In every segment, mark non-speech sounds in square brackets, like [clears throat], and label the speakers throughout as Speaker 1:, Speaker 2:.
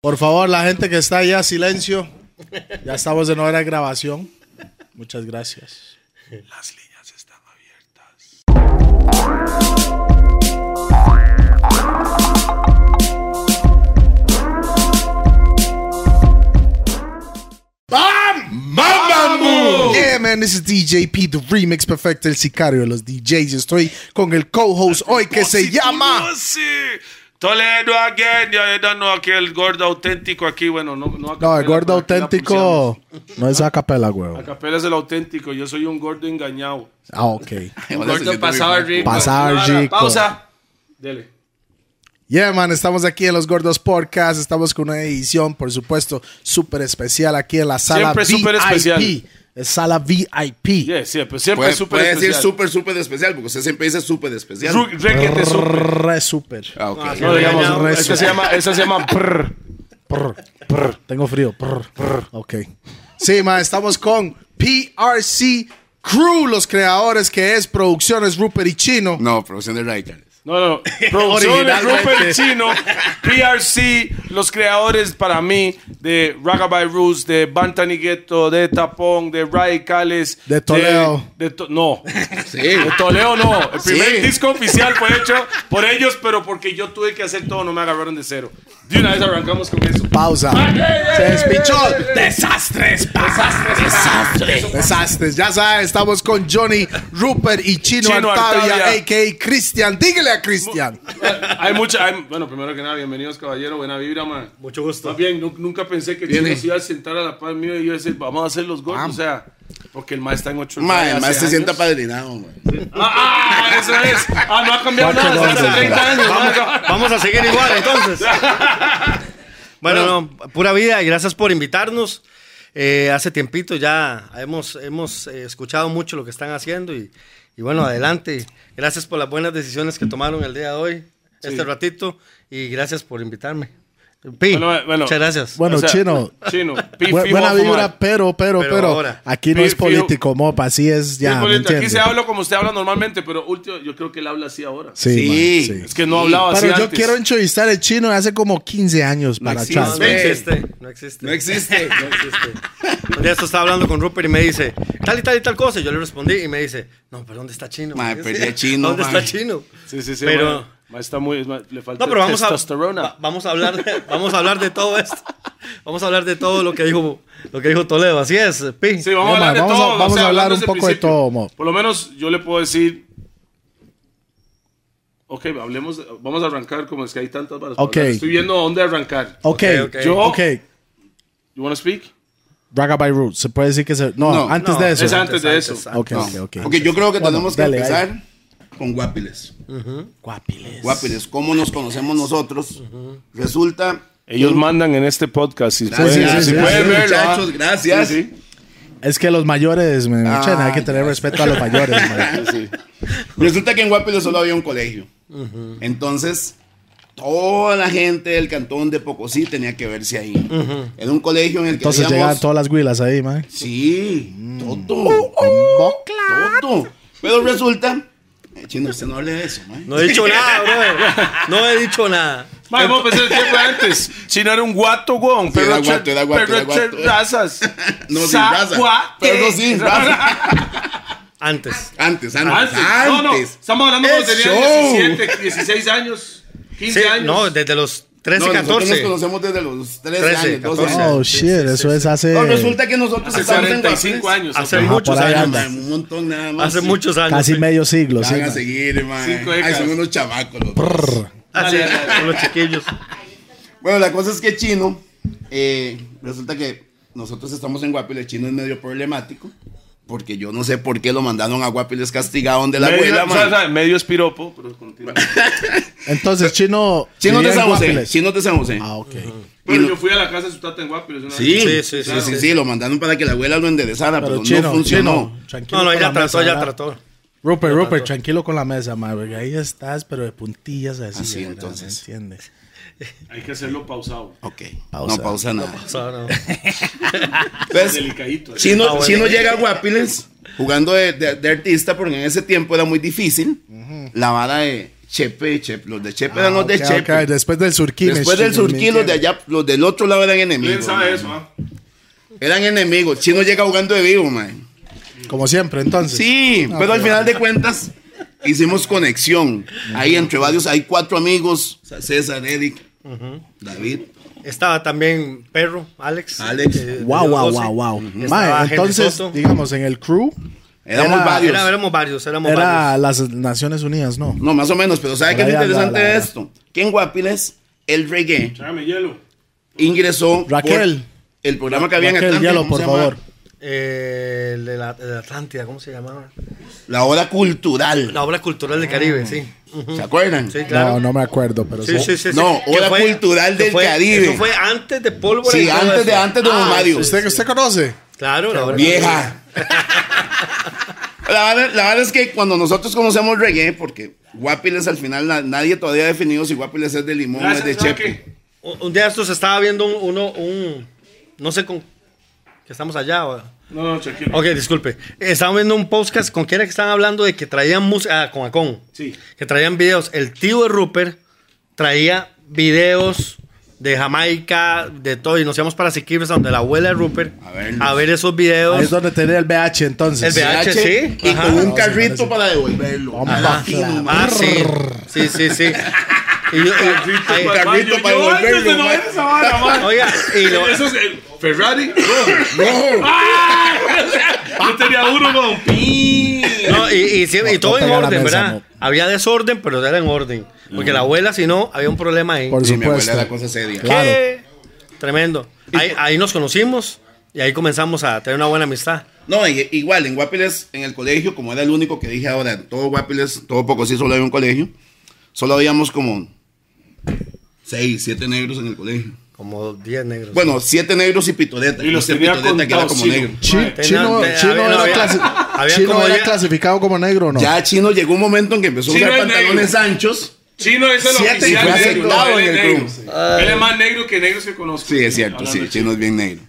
Speaker 1: Por favor, la gente que está allá, silencio. Ya estamos en hora de grabación. Muchas gracias.
Speaker 2: Las líneas están abiertas. ¡Mamamoo!
Speaker 1: Yeah, man, this is DJ P, the remix perfecto, el sicario de los DJs. Estoy con el co-host hoy que se llama.
Speaker 2: Toledo again, ya ya no aquel gordo auténtico aquí, bueno, no, no a
Speaker 1: No, el
Speaker 2: capela,
Speaker 1: gordo
Speaker 2: porque aquí la
Speaker 1: auténtico no es a capela,
Speaker 2: pulseamos. A
Speaker 1: güey.
Speaker 2: capela es el auténtico, yo soy un gordo engañado.
Speaker 1: Ah, ok.
Speaker 2: Un gordo pasado de rico.
Speaker 1: Pasado de
Speaker 2: Ahora,
Speaker 1: rico.
Speaker 2: Pausa. Dele.
Speaker 1: Yeah, man, estamos aquí en los Gordos Podcast. Estamos con una edición, por supuesto, súper especial aquí en la sala
Speaker 2: Siempre
Speaker 1: VIP.
Speaker 2: súper especial.
Speaker 1: Es Sala VIP.
Speaker 2: Yeah, siempre, siempre
Speaker 3: Puede,
Speaker 2: es súper
Speaker 3: puede decir
Speaker 2: especial.
Speaker 3: súper, súper de especial, porque usted siempre dice súper de especial.
Speaker 2: Ru- requete súper.
Speaker 1: Re súper.
Speaker 3: ah, ok.
Speaker 2: No, digamos,
Speaker 1: Engañado.
Speaker 2: esa se llama, esa se llama prr.
Speaker 1: Prr, prr. Tengo frío. Prr, prr. Ok. Sí, ma, estamos con PRC Crew, los creadores que es Producciones Rupert y Chino.
Speaker 3: no, producción de Radicales.
Speaker 2: No, no. Producciones
Speaker 1: Originalmente.
Speaker 2: Rupert Chino, PRC, los creadores para mí de Ragabay Roots, de Bantani Ghetto, de Tapón, de Radicales.
Speaker 1: De Toleo.
Speaker 2: de To- no,
Speaker 3: Sí.
Speaker 2: de Toleo no. El primer
Speaker 3: Sí.
Speaker 2: disco oficial fue hecho por ellos, pero porque yo tuve que hacer todo, no me agarraron de cero. De una vez arrancamos con eso.
Speaker 1: Pausa. Se despichó. Desastres. pa.
Speaker 2: Desastres.
Speaker 1: Desastres. Ya sabes, estamos con Johnny, Rupert y Chino,
Speaker 2: Chino
Speaker 1: Artavia,
Speaker 2: Artavia.
Speaker 1: a.k.a. Cristian. Dígale a Cristian.
Speaker 2: [laughs] Hay mucha. hay- bueno, primero que nada, bienvenidos, caballero. Buena vibra, man.
Speaker 4: Mucho gusto.
Speaker 2: Más bien, nu- nunca pensé que Chino
Speaker 3: Viene.
Speaker 2: se iba a sentar a la par mío y yo decir, vamos a hacer los gordos. O sea, porque el maestro está en otro
Speaker 3: Ma,
Speaker 2: lugar
Speaker 3: el
Speaker 2: hace
Speaker 3: maestro se
Speaker 2: años.
Speaker 3: sienta padrinado, man.
Speaker 2: Ah, ah, eso es. Ah, no ha cambiado
Speaker 4: Cuatro
Speaker 2: nada desde
Speaker 4: gordos.
Speaker 2: hace 30 años. ¿no?
Speaker 4: Vamos a seguir igual entonces. Bueno, no, pura vida y gracias por invitarnos. Eh, hace tiempito ya hemos, hemos eh, escuchado mucho lo que están haciendo y, y bueno, adelante. Gracias por las buenas decisiones que tomaron el día de hoy, este ratito, y gracias por invitarme. Pi,
Speaker 2: Bueno, eh, bueno.
Speaker 4: muchas gracias.
Speaker 1: Bueno,
Speaker 2: O sea,
Speaker 1: Chino.
Speaker 2: Chino, pi-
Speaker 1: bu-
Speaker 2: fi-
Speaker 1: buena
Speaker 2: mofo,
Speaker 1: vibra,
Speaker 2: man.
Speaker 1: pero, pero,
Speaker 4: Pero
Speaker 1: pero.
Speaker 4: ahora.
Speaker 1: Aquí no
Speaker 2: Fi-
Speaker 1: es
Speaker 2: fi-
Speaker 1: político, mopa. Así es ya.
Speaker 2: Sí,
Speaker 1: ¿me
Speaker 2: bonito, aquí
Speaker 1: entiendes?
Speaker 2: se habla como usted habla normalmente, pero último, yo creo que él habla así ahora.
Speaker 1: Sí, ma,
Speaker 3: Sí.
Speaker 1: sí.
Speaker 2: Es que no hablaba así
Speaker 1: Pero yo
Speaker 2: antes.
Speaker 1: quiero entrevistar al chino de hace como 15 años para
Speaker 3: existe.
Speaker 1: atrás.
Speaker 4: No, no existe, no existe.
Speaker 3: No existe.
Speaker 4: No existe. Un día esto estaba hablando con Rupert y me dice, tal y tal y tal cosa. Y yo le respondí y me dice, no, pero ¿dónde está Chino?
Speaker 3: Ma,
Speaker 4: Me dice,
Speaker 3: perdí a Chino,
Speaker 4: ¿Dónde
Speaker 3: ma.
Speaker 4: está Chino?
Speaker 2: Sí, sí, sí.
Speaker 4: Pero-
Speaker 2: Pero. Está muy, es más, le falta
Speaker 4: No, pero vamos a,
Speaker 2: testosterona.
Speaker 4: va- vamos a hablar de, vamos a hablar de todo esto. Vamos a hablar de todo lo que dijo, lo que dijo Toledo. Así es, Pi.
Speaker 2: Sí, vamos
Speaker 1: No,
Speaker 2: a hablar de
Speaker 1: vamos a-
Speaker 2: todo. o
Speaker 1: vamos
Speaker 2: sea,
Speaker 1: a hablar
Speaker 2: hablando
Speaker 1: un
Speaker 2: desde
Speaker 1: poco de
Speaker 2: principio.
Speaker 1: todo, mo.
Speaker 2: Por lo menos yo le puedo decir. Ok, hablemos. de- Vamos a arrancar como es que hay tantas varas para
Speaker 1: Ok.
Speaker 2: hablar. Estoy viendo dónde arrancar.
Speaker 1: Ok,
Speaker 4: Ok, ok.
Speaker 1: yo, ok.
Speaker 2: You wanna speak?
Speaker 1: Ragabay Roots, se puede decir que se. No,
Speaker 3: No,
Speaker 1: antes
Speaker 4: No,
Speaker 1: de eso.
Speaker 2: es antes. de eso.
Speaker 1: Ok,
Speaker 3: No.
Speaker 1: ok, ok.
Speaker 3: Ok, yo creo que
Speaker 1: Bueno,
Speaker 3: tenemos que
Speaker 1: dale,
Speaker 3: empezar con Guapiles.
Speaker 1: Guapiles.
Speaker 3: Guapiles, ¿cómo nos conocemos nosotros? Resulta.
Speaker 2: Ellos mandan en este podcast. Si
Speaker 3: Gracias,
Speaker 1: pueden- si
Speaker 3: gracias,
Speaker 1: pueden
Speaker 2: verlo, ah.
Speaker 3: muchachos, gracias.
Speaker 1: Es que los mayores, me
Speaker 3: Ah,
Speaker 1: chen, hay que tener respeto a los mayores, man.
Speaker 3: Resulta que en Guapiles solo había un colegio. Entonces, toda la gente del cantón de Pocosí tenía que verse ahí. Era un colegio en el que
Speaker 1: Entonces
Speaker 3: habíamos-
Speaker 1: llegaban todas las huilas ahí, man.
Speaker 3: Sí, todo. Todo. Pero resulta. eh, Chino, usted no hable de eso, man.
Speaker 4: No he dicho nada, bro. No he dicho nada.
Speaker 2: Vamos a empezar el tiempo antes. Chino era un guato, weón. Pero
Speaker 3: era guato, era guato,
Speaker 2: pero
Speaker 3: era guato.
Speaker 2: che- razas.
Speaker 3: [laughs] [laughs] No sin raza.
Speaker 2: Zaguate.
Speaker 3: Pero
Speaker 2: [laughs]
Speaker 3: no sin raza.
Speaker 4: Antes.
Speaker 3: Antes, antes. Antes.
Speaker 2: Antes. Ah, No, no. Estamos hablando cuando
Speaker 3: Es
Speaker 2: tenía
Speaker 3: show.
Speaker 2: 17, 16 años, 15
Speaker 4: Sí,
Speaker 2: años.
Speaker 4: no, desde los 13,
Speaker 3: No, nosotros
Speaker 4: 14.
Speaker 3: nos conocemos desde los 13,
Speaker 4: 13,
Speaker 3: años, 12
Speaker 4: 14.
Speaker 3: años.
Speaker 1: Oh,
Speaker 4: sí,
Speaker 1: shit,
Speaker 4: sí, sí,
Speaker 1: eso
Speaker 4: sí.
Speaker 1: es hace.
Speaker 3: No, resulta que nosotros
Speaker 2: Hace
Speaker 3: estamos en
Speaker 2: 45
Speaker 3: Guapiles.
Speaker 2: años.
Speaker 4: Hace
Speaker 2: ok.
Speaker 1: Ajá,
Speaker 4: muchos
Speaker 1: por ahí
Speaker 4: años.
Speaker 1: anda.
Speaker 3: Man, Un montón nada más.
Speaker 4: Hace muchos años.
Speaker 1: Casi
Speaker 4: Pi.
Speaker 1: medio siglo,
Speaker 3: Ya
Speaker 1: sí.
Speaker 3: Van a
Speaker 1: man.
Speaker 3: seguir, man.
Speaker 2: Cinco
Speaker 3: Ay,
Speaker 2: décadas.
Speaker 3: son unos chamacos los dos.
Speaker 1: Brr.
Speaker 4: Así es, Ah, con los [laughs] chiquillos.
Speaker 3: Bueno, la cosa es que Chino, eh, resulta que nosotros estamos en Guapiles, Chino es medio problemático, porque yo no sé por qué lo mandaron a Guapiles castigado donde la
Speaker 2: medio,
Speaker 3: abuela,
Speaker 2: o sea,
Speaker 3: man.
Speaker 2: o sea, medio es piropo, pero
Speaker 3: [laughs]
Speaker 2: continúa.
Speaker 1: Entonces, chino.
Speaker 3: Chino
Speaker 1: vivía
Speaker 3: de
Speaker 1: en
Speaker 3: San José,
Speaker 1: Guapiles.
Speaker 3: Chino de San José.
Speaker 1: Ah, ok.
Speaker 2: Pero
Speaker 3: Y no-
Speaker 2: yo fui a la casa de su tata en Guapiles. una
Speaker 3: Sí,
Speaker 2: vez.
Speaker 3: sí, sí, sí,
Speaker 2: claro.
Speaker 3: sí, lo mandaron para que la abuela lo enderezara, pero,
Speaker 1: Pero chino,
Speaker 3: no funcionó.
Speaker 1: chino, tranquilo
Speaker 4: No, no,
Speaker 1: con la
Speaker 4: ella trató,
Speaker 1: mesa,
Speaker 4: ella
Speaker 1: ¿verdad?
Speaker 4: trató.
Speaker 1: Rupert, Rupert, tranquilo con la mesa, ma, porque ahí estás, pero de puntillas así.
Speaker 3: Así,
Speaker 1: ¿verdad?
Speaker 3: entonces.
Speaker 1: ¿Me entiendes?
Speaker 2: Hay que hacerlo pausado.
Speaker 3: Ok,
Speaker 1: Pausa.
Speaker 3: no pausa nada.
Speaker 4: O sea, no.
Speaker 3: Entonces,
Speaker 2: Delicadito. así.
Speaker 3: Chino,
Speaker 4: Ah, bueno.
Speaker 3: Chino llega a Guapiles jugando de, de- de artista, porque en ese tiempo era muy difícil la vara de Chepe, Chepe. Los de Chepe eran los de
Speaker 1: Ah, Ok,
Speaker 3: Chepe.
Speaker 1: ok, Después del surquí. me
Speaker 3: Después del
Speaker 1: chingó, me
Speaker 3: surquí, los de
Speaker 1: entiendo.
Speaker 3: allá, los del otro lado eran enemigos.
Speaker 2: ¿Quién sabe
Speaker 3: man.
Speaker 2: eso, ah?
Speaker 3: Eran enemigos. Chino llega jugando de vivo, man.
Speaker 1: Como siempre, entonces.
Speaker 3: Sí,
Speaker 1: Ah,
Speaker 3: pero al
Speaker 1: ok. [laughs]
Speaker 3: final de cuentas hicimos conexión. Ahí entre varios, hay cuatro amigos. o sea, César, Eric, David.
Speaker 4: Estaba también Perro, Alex. eh,
Speaker 3: Alex.
Speaker 1: Wow,
Speaker 4: de
Speaker 1: wow,
Speaker 4: 12.
Speaker 1: wow, wow.
Speaker 4: Estaba
Speaker 1: Mae,
Speaker 4: Henry
Speaker 1: entonces,
Speaker 4: Soto.
Speaker 1: digamos, en el crew
Speaker 3: Éramos
Speaker 1: Era-
Speaker 3: varios.
Speaker 4: Era- éramos varios, éramos
Speaker 1: era
Speaker 4: varios.
Speaker 1: las Naciones Unidas, ¿no?
Speaker 3: No, más o menos, pero ¿sabe qué es
Speaker 1: Ahora ya,
Speaker 3: interesante
Speaker 1: la- la-
Speaker 3: de
Speaker 1: la-
Speaker 3: esto? Que en Guapiles el reggae
Speaker 2: Tráeme hielo.
Speaker 3: ingresó por
Speaker 1: Raquel.
Speaker 3: el programa que había en
Speaker 1: Raquel,
Speaker 3: Atlanta,
Speaker 1: hielo,
Speaker 3: ¿cómo
Speaker 1: por
Speaker 3: se llama?
Speaker 1: favor.
Speaker 4: Eh, el de la, el de Atlántida, ¿cómo se llamaba?
Speaker 3: La hora cultural.
Speaker 4: La obra cultural del Caribe, sí.
Speaker 3: ¿Se acuerdan?
Speaker 4: Sí, claro.
Speaker 1: Ah. No, no me acuerdo, pero
Speaker 4: Sí,
Speaker 1: sí.
Speaker 4: sí, sí. sí.
Speaker 3: No,
Speaker 4: Que
Speaker 3: Hora Cultural
Speaker 4: que
Speaker 3: del
Speaker 4: fue-
Speaker 3: Caribe.
Speaker 4: Eso fue antes de Pólvora. y
Speaker 3: Sí,
Speaker 4: todo
Speaker 3: antes
Speaker 4: eso. Ah,
Speaker 3: de antes de Don Mario.
Speaker 1: ¿Usted, ¿Usted conoce?
Speaker 4: Claro, la obra-
Speaker 3: Vieja. [laughs] la, verdad, la verdad es que cuando nosotros conocemos reggae, porque Guapiles al final na- nadie todavía ha definido si Guapiles es de limón o es de
Speaker 2: Gracias,
Speaker 3: chepe.
Speaker 2: Roque.
Speaker 4: Un, un día estos estaba viendo un, uno, un, no sé con, que estamos allá. o-
Speaker 2: No, no, tranquilo.
Speaker 4: Ok, disculpe. Estaba viendo un podcast con quien era que estaban hablando de que traían música, ah, con Acon.
Speaker 2: Sí.
Speaker 4: Que traían videos. El tío de Rupert traía videos de Jamaica, de todo, y nos íbamos para Siquibres, donde la abuela de Rupert,
Speaker 3: A
Speaker 4: a
Speaker 3: verlos.
Speaker 4: ver, esos videos.
Speaker 1: Ahí es donde tenía el BH entonces.
Speaker 4: El VH, sí.
Speaker 3: Y
Speaker 4: Ajá.
Speaker 3: con un
Speaker 1: No, sí,
Speaker 3: carrito
Speaker 1: parece.
Speaker 3: para devolverlo.
Speaker 1: Vamos
Speaker 3: Ah,
Speaker 1: a
Speaker 3: latino,
Speaker 4: Ah,
Speaker 3: man.
Speaker 4: sí. Sí, sí, sí. Y yo- y- ay,
Speaker 2: Para-
Speaker 3: Carrito
Speaker 2: yo-
Speaker 3: para
Speaker 2: yo antes
Speaker 3: devolverlo,
Speaker 2: de no
Speaker 3: man.
Speaker 2: ver esa vara, man.
Speaker 4: oiga, y
Speaker 2: [laughs]
Speaker 4: lo-
Speaker 2: Eso es el Ferrari. rojo. [laughs]
Speaker 3: No,
Speaker 2: Yo tenía uno con pi.
Speaker 4: no, y, y siempre- y
Speaker 1: No,
Speaker 4: todo
Speaker 1: no
Speaker 4: en
Speaker 1: pega la
Speaker 4: orden,
Speaker 1: mesa,
Speaker 4: ¿verdad?
Speaker 1: no.
Speaker 4: Había desorden, pero era en orden. Porque la abuela, si no, había un problema ahí.
Speaker 1: Por
Speaker 3: Sí, mi abuela
Speaker 1: supuesto.
Speaker 3: era cosa seria.
Speaker 1: Claro.
Speaker 3: Eh.
Speaker 4: ¿Qué? Tremendo. Ahí, ahí nos conocimos y ahí comenzamos a tener una buena amistad.
Speaker 3: No, y- igual, en Guapiles, en el colegio, como era el único que dije ahora, en todo Guapiles, todo poco sí, solo había un colegio, solo habíamos como seis, siete negros en el colegio.
Speaker 4: Como 10 negros.
Speaker 3: Bueno, siete negros y pitoreta.
Speaker 2: Y los
Speaker 3: Usted
Speaker 2: tenía
Speaker 3: pitoreta que era
Speaker 2: contados,
Speaker 3: como
Speaker 2: sí.
Speaker 3: negro.
Speaker 1: Chi-
Speaker 2: Mae,
Speaker 4: tenía-
Speaker 1: chino
Speaker 4: tenía-
Speaker 1: chino
Speaker 4: había-
Speaker 1: era,
Speaker 4: había-
Speaker 1: clasi-
Speaker 4: había
Speaker 1: Chino
Speaker 4: como
Speaker 1: era
Speaker 4: diez-
Speaker 1: clasificado como negro, o ¿no?
Speaker 3: Ya Chino llegó un momento en que empezó a
Speaker 2: Chino
Speaker 3: usar
Speaker 2: es negro.
Speaker 3: pantalones anchos.
Speaker 2: Chino es el
Speaker 3: Siete y
Speaker 2: oficial
Speaker 3: fue
Speaker 2: negro,
Speaker 3: aceptado
Speaker 2: él
Speaker 3: en
Speaker 2: es
Speaker 3: el
Speaker 2: negro.
Speaker 3: club.
Speaker 2: Sí. Él es más negro que negros que conozco.
Speaker 3: Sí, es cierto,
Speaker 2: Hablando
Speaker 3: sí,
Speaker 2: de
Speaker 3: Chino es bien negro.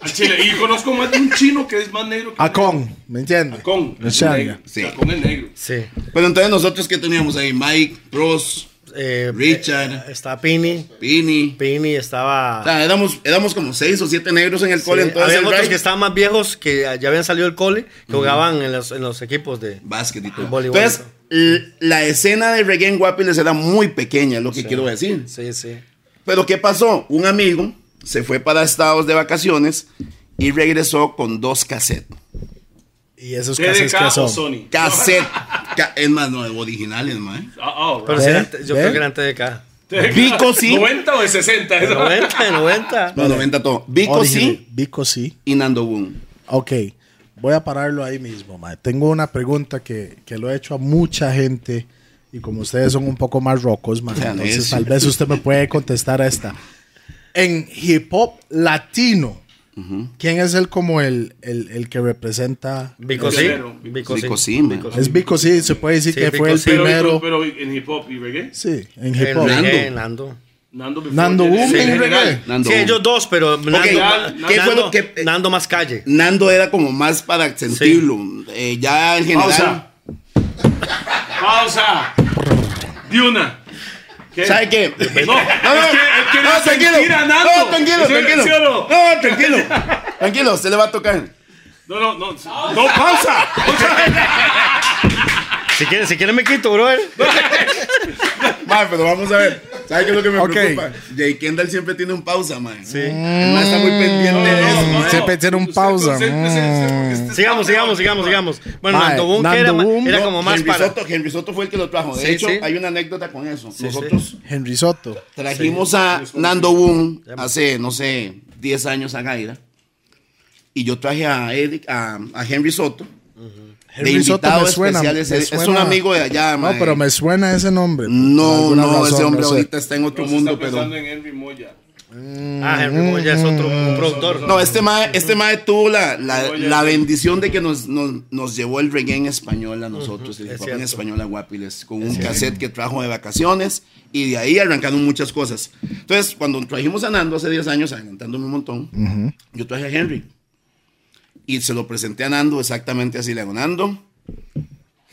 Speaker 2: Al Chile. Y conozco más de un chino que es más negro que
Speaker 1: A con, ¿me entiende?
Speaker 2: Con.
Speaker 1: O sea,
Speaker 3: Sí.
Speaker 2: Con el negro.
Speaker 4: Sí.
Speaker 3: Pero entonces nosotros, ¿qué teníamos ahí? Mike, Ross,
Speaker 4: Eh,
Speaker 3: Richard.
Speaker 4: eh, Estaba Pini.
Speaker 3: Pini.
Speaker 4: Pini
Speaker 3: O
Speaker 4: estaba.
Speaker 3: sea, éramos, éramos como seis o siete negros en el cole.
Speaker 4: Sí,
Speaker 3: entonces,
Speaker 4: había
Speaker 3: el
Speaker 4: otros
Speaker 3: Ray-
Speaker 4: que estaban más viejos que ya habían salido del cole, que jugaban en los, en los equipos de.
Speaker 3: básquet y todo.
Speaker 4: Voleibol.
Speaker 3: Entonces, l- la escena de reggae en Guapiles era muy pequeña, es lo que quiero decir.
Speaker 4: Sí, sí.
Speaker 3: Pero ¿qué pasó? Un amigo se fue para Estados de vacaciones y regresó con dos cassettes.
Speaker 1: Y esos casos que
Speaker 2: TDK o
Speaker 1: son.
Speaker 2: Sony.
Speaker 3: Cassette.
Speaker 2: [laughs]
Speaker 3: Ca- es más, no, eh? originales, más.
Speaker 2: Ah, ah,
Speaker 4: Pero
Speaker 1: ¿Ve?
Speaker 4: sí eran- yo
Speaker 1: ¿Ve?
Speaker 4: creo que eran TDK.
Speaker 2: right.
Speaker 3: Vico sí.
Speaker 2: 90 o de 60.
Speaker 4: De
Speaker 2: eso.
Speaker 4: 90, de 90.
Speaker 3: [laughs] No, 90 todo. Vico
Speaker 1: Original.
Speaker 3: sí
Speaker 1: Vico sí.
Speaker 3: y Nando Boom.
Speaker 1: Ok, voy a pararlo ahí mismo, mae. Tengo una pregunta que, que lo he hecho a mucha gente y como ustedes son un poco más rocos, mae,
Speaker 3: Ya,
Speaker 1: entonces
Speaker 3: necio.
Speaker 1: tal vez usted me puede contestar a esta. En hip hop latino, ¿quién es el como el, el, el que representa?
Speaker 4: Vico sí.
Speaker 2: Guerrero.
Speaker 4: Vico
Speaker 3: Vico
Speaker 4: sí.
Speaker 3: sí, man.
Speaker 4: Vico sí.
Speaker 1: Es Vico, sí, se puede decir
Speaker 4: Sí,
Speaker 1: que
Speaker 4: Vico
Speaker 1: fue el
Speaker 4: sí.
Speaker 2: Pero,
Speaker 1: primero.
Speaker 2: pero en hip hop y reggae.
Speaker 1: sí, en hip
Speaker 4: En
Speaker 1: hop.
Speaker 4: reggae, Nando.
Speaker 2: Nando, before
Speaker 1: Nando
Speaker 2: the-
Speaker 1: Boom
Speaker 2: Sí,
Speaker 1: en
Speaker 2: general.
Speaker 1: reggae.
Speaker 3: Nando
Speaker 4: Sí,
Speaker 3: Boom.
Speaker 4: ellos dos, pero Nando,
Speaker 3: ya,
Speaker 4: Nando-
Speaker 3: ¿qué fue lo que- eh?
Speaker 4: Nando más calle.
Speaker 3: Nando era como más para sentirlo. Eh, ya en general.
Speaker 2: Pausa. Pausa. De una. ¿Qué?
Speaker 3: ¿Sabe qué?
Speaker 2: No, es que, es que no,
Speaker 3: tranquilo.
Speaker 2: sentir a Nando.
Speaker 3: No, tranquilo,
Speaker 2: ¿Sí-
Speaker 3: tranquilo.
Speaker 2: sí o no?
Speaker 3: No, tranquilo. Tranquilo, se le va a tocar.
Speaker 2: No, no, no. No, pausa.
Speaker 4: Si quieren, si quieren me quito, brother.
Speaker 3: Mae, pero vamos a ver. ¿Sabe qué es lo que me
Speaker 1: Ok.
Speaker 3: preocupa? Jay Kendall siempre tiene un pausa, mae. Sí. está muy pendiente de eso.
Speaker 1: no. Siempre tiene un pausa. Mm.
Speaker 4: Sigamos, sigamos, sigamos, sigamos. Bueno,
Speaker 1: Mae,
Speaker 4: Nando Boom, que era,
Speaker 1: Nando
Speaker 4: ma-
Speaker 1: Boom,
Speaker 4: era
Speaker 3: No,
Speaker 4: como más
Speaker 3: Henry
Speaker 4: para.
Speaker 3: Soto, Henry Soto fue el que lo trajo. De
Speaker 4: Sí,
Speaker 3: hecho,
Speaker 4: sí.
Speaker 3: hay una anécdota con eso. Nosotros
Speaker 1: Henry Soto.
Speaker 3: trajimos a Nando Boom hace, no sé, 10 años a Gaira. Y yo traje a, Eric, a, a Henry Soto.
Speaker 1: Henry
Speaker 3: de
Speaker 1: Soto
Speaker 3: invitado
Speaker 1: me suena,
Speaker 3: especial
Speaker 1: me
Speaker 3: ese- es, un
Speaker 1: suena-
Speaker 3: amigo de allá,
Speaker 1: No,
Speaker 3: mae.
Speaker 1: pero me suena ese nombre. por
Speaker 3: No,
Speaker 1: alguna
Speaker 3: no,
Speaker 1: razón,
Speaker 3: ese hombre
Speaker 1: no sé.
Speaker 3: ahorita está en otro mundo, pero.
Speaker 2: en Henry Moya.
Speaker 4: Ah, Henry Boom ya es otro productor.
Speaker 3: No, este mae, este mae tuvo la, la,
Speaker 2: Oye,
Speaker 3: la
Speaker 2: sí.
Speaker 3: bendición de que nos, nos, nos llevó el reggae en español a nosotros, el hip hop en
Speaker 4: cierto.
Speaker 3: español a Guapiles, con un cassette que trajo de vacaciones y de ahí arrancaron muchas cosas. Entonces, cuando trajimos a Nando hace 10 años, adelantándome un montón, yo traje a Henry y se lo presenté a Nando exactamente así, le hago, Nando,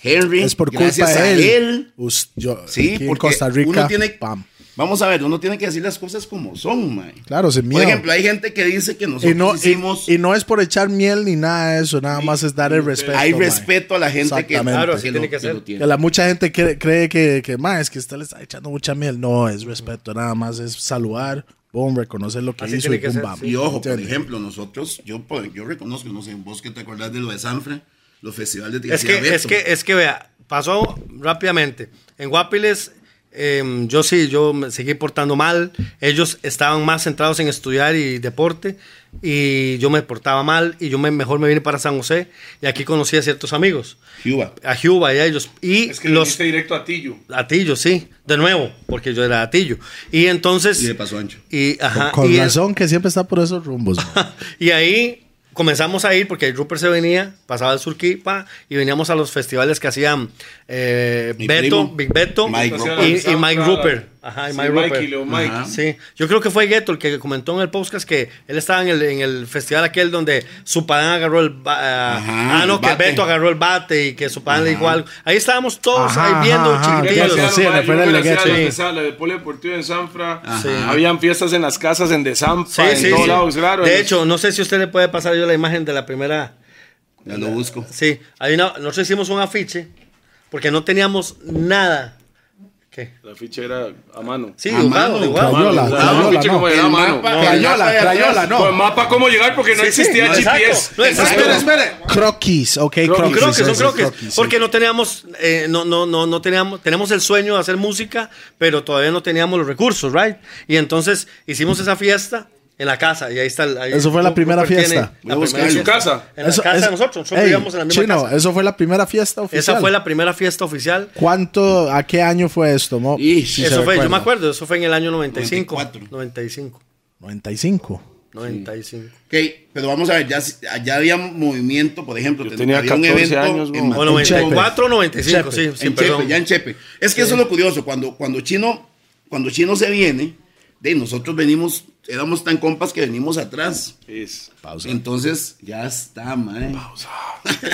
Speaker 3: Henry.
Speaker 1: Es por culpa
Speaker 3: gracias
Speaker 1: de
Speaker 3: a
Speaker 1: él.
Speaker 3: él.
Speaker 1: Us- yo-
Speaker 3: Sí,
Speaker 1: aquí en
Speaker 3: porque
Speaker 1: Costa Rica.
Speaker 3: uno tiene-
Speaker 1: pam.
Speaker 3: Vamos a ver, uno tiene que decir las cosas como son, mae.
Speaker 1: Claro, sin
Speaker 3: Por
Speaker 1: miedo.
Speaker 3: ejemplo, hay gente que dice que
Speaker 1: Y
Speaker 3: nosotros
Speaker 1: no, y-
Speaker 3: hicimos.
Speaker 1: y no es por echar miel ni nada de eso, nada más es dar el respeto.
Speaker 3: hay
Speaker 1: mae.
Speaker 3: respeto a la gente que,
Speaker 1: Exactamente. Claro,
Speaker 4: así
Speaker 3: lo-
Speaker 4: tiene que ser.
Speaker 3: lo
Speaker 1: Que
Speaker 3: tiene.
Speaker 1: la mucha gente cree, cree que, que más es que usted le está echando mucha miel. No, es respeto, nada más es saludar, boom, reconocer lo que
Speaker 4: Así
Speaker 1: hizo
Speaker 4: tiene
Speaker 1: y
Speaker 4: que
Speaker 1: boom,
Speaker 4: ser,
Speaker 1: bam.
Speaker 4: sí.
Speaker 3: Y ojo, por
Speaker 1: ¿Entiende?
Speaker 3: ejemplo, nosotros, yo, por- yo reconozco, no sé, vos que te acordás de lo de Sanfra, los festivales de
Speaker 4: Es que,
Speaker 3: hacía
Speaker 4: es
Speaker 3: Beto.
Speaker 4: que, es que vea, pasó rápidamente. En Guapiles, em, yo sí, yo me seguí portando mal. Ellos estaban más centrados en estudiar y deporte. Y yo me portaba mal. Y yo me, mejor me vine para San José. Y aquí conocí a ciertos amigos.
Speaker 3: Cuba.
Speaker 4: A Cuba y a ellos. Y
Speaker 2: Es que los...
Speaker 4: los.
Speaker 2: viniste directo a Tillo.
Speaker 4: Atillo, sí. De nuevo, porque yo era Atillo. Y entonces.
Speaker 3: Y de paso ancho.
Speaker 4: y, ajá,
Speaker 1: Con
Speaker 4: y-
Speaker 1: razón que siempre está por esos rumbos. mae.
Speaker 4: y ahí comenzamos a ir porque Rupert se venía, pasaba el Surquipa y veníamos a los festivales que hacían eh,
Speaker 3: Mi
Speaker 4: Beto,
Speaker 3: primo,
Speaker 4: Big Beto
Speaker 3: Mike
Speaker 4: y-
Speaker 3: Rupert.
Speaker 4: y, Mike Rupert. Ajá, y
Speaker 2: Sí,
Speaker 4: Mike
Speaker 2: Mikey,
Speaker 4: Rupert.
Speaker 2: Leo Mikey.
Speaker 3: Ajá.
Speaker 4: Sí, yo creo que fue Ghetto el que comentó en el podcast que él estaba en el, en el festival aquel donde Supadán agarró el ba- ah,
Speaker 3: Ajá,
Speaker 4: ah no,
Speaker 3: el
Speaker 4: que
Speaker 3: bate.
Speaker 4: Beto agarró el bate y que Supadán le dijo algo. Ahí estábamos todos
Speaker 1: Ajá,
Speaker 4: ahí viendo
Speaker 1: ajá,
Speaker 2: Yo
Speaker 1: Tillo,
Speaker 4: chiquitillos.
Speaker 2: hacía
Speaker 1: sí,
Speaker 2: lo-
Speaker 1: la
Speaker 2: yo
Speaker 1: Feria del
Speaker 2: me la hacía
Speaker 1: Leguete,
Speaker 2: la
Speaker 1: sí.
Speaker 2: de Sala, de Polideportivo en Sanfra.
Speaker 3: Ajá.
Speaker 2: Habían fiestas en las casas en De
Speaker 4: Sí,
Speaker 2: Sanfra, en
Speaker 4: sí,
Speaker 2: todos
Speaker 4: sí.
Speaker 2: lados, claro.
Speaker 4: De
Speaker 2: en-
Speaker 4: hecho, no sé si usted le puede pasar yo la imagen de la primera.
Speaker 3: Ya lo busco.
Speaker 4: Sí, hay una, nosotros hicimos un afiche porque no teníamos nada. ¿Qué?
Speaker 2: La ficha era a mano.
Speaker 4: Sí,
Speaker 3: A
Speaker 4: dibujado,
Speaker 3: mano,
Speaker 4: dibujado.
Speaker 1: Crayola,
Speaker 4: dibujado.
Speaker 2: Ah,
Speaker 1: Crayola,
Speaker 2: ficha
Speaker 1: no.
Speaker 2: como era a
Speaker 3: El
Speaker 2: mano.
Speaker 3: mapa-
Speaker 2: No,
Speaker 1: Crayola,
Speaker 3: el mapa de
Speaker 1: crayola,
Speaker 3: atrás.
Speaker 1: no.
Speaker 2: Con el mapa cómo llegar porque no
Speaker 4: Sí, sí,
Speaker 2: existía
Speaker 4: no,
Speaker 2: GPS.
Speaker 4: exacto, no, exacto.
Speaker 1: Espere, espere. Croquis, ok, croquis.
Speaker 4: Son croques,
Speaker 1: sí,
Speaker 4: son
Speaker 1: sí,
Speaker 4: croques.
Speaker 1: sí.
Speaker 4: Porque no teníamos, eh, no, no, no, no teníamos, tenemos el sueño de hacer música, pero todavía no teníamos los recursos, ¿right? Y entonces hicimos esa fiesta en la casa y ahí está. el- ahí-
Speaker 1: Eso fue la primera
Speaker 4: Rupert tiene
Speaker 1: fiesta.
Speaker 4: la
Speaker 3: Voy a
Speaker 4: primera
Speaker 3: buscar. ¿En su
Speaker 4: fiesta.
Speaker 2: casa?
Speaker 4: En la
Speaker 1: Eso-
Speaker 4: casa de
Speaker 1: eso-
Speaker 4: nosotros, nosotros
Speaker 1: Ey,
Speaker 4: vivíamos en la misma
Speaker 1: Chino,
Speaker 4: casa.
Speaker 1: eso fue la primera fiesta oficial.
Speaker 4: Esa fue la primera fiesta oficial.
Speaker 1: ¿Cuánto, a qué año fue esto, mo?
Speaker 3: Y-
Speaker 1: Si se
Speaker 4: eso fue, yo me
Speaker 1: recuerda.
Speaker 4: acuerdo, eso fue en el año 95.
Speaker 3: 94.
Speaker 4: 95.
Speaker 1: 95.
Speaker 4: 95.
Speaker 3: Ok, pero vamos a ver, ya, ya había movimiento, por ejemplo,
Speaker 2: Yo
Speaker 3: ten-
Speaker 2: tenía
Speaker 3: había
Speaker 2: 14 años,
Speaker 3: en
Speaker 2: bro.
Speaker 4: O
Speaker 3: Matuco,
Speaker 1: En Chepe.
Speaker 4: 94 o 95, sí,
Speaker 1: Chepe.
Speaker 4: sí,
Speaker 3: en
Speaker 4: perdón.
Speaker 3: Chepe, ya en Chepe. Es que eso es lo curioso, cuando, cuando, Chino, cuando Chino se viene, de nosotros venimos, éramos tan compas que venimos atrás.
Speaker 2: Es-
Speaker 1: Pausa.
Speaker 3: Entonces, ya está, mae. [laughs]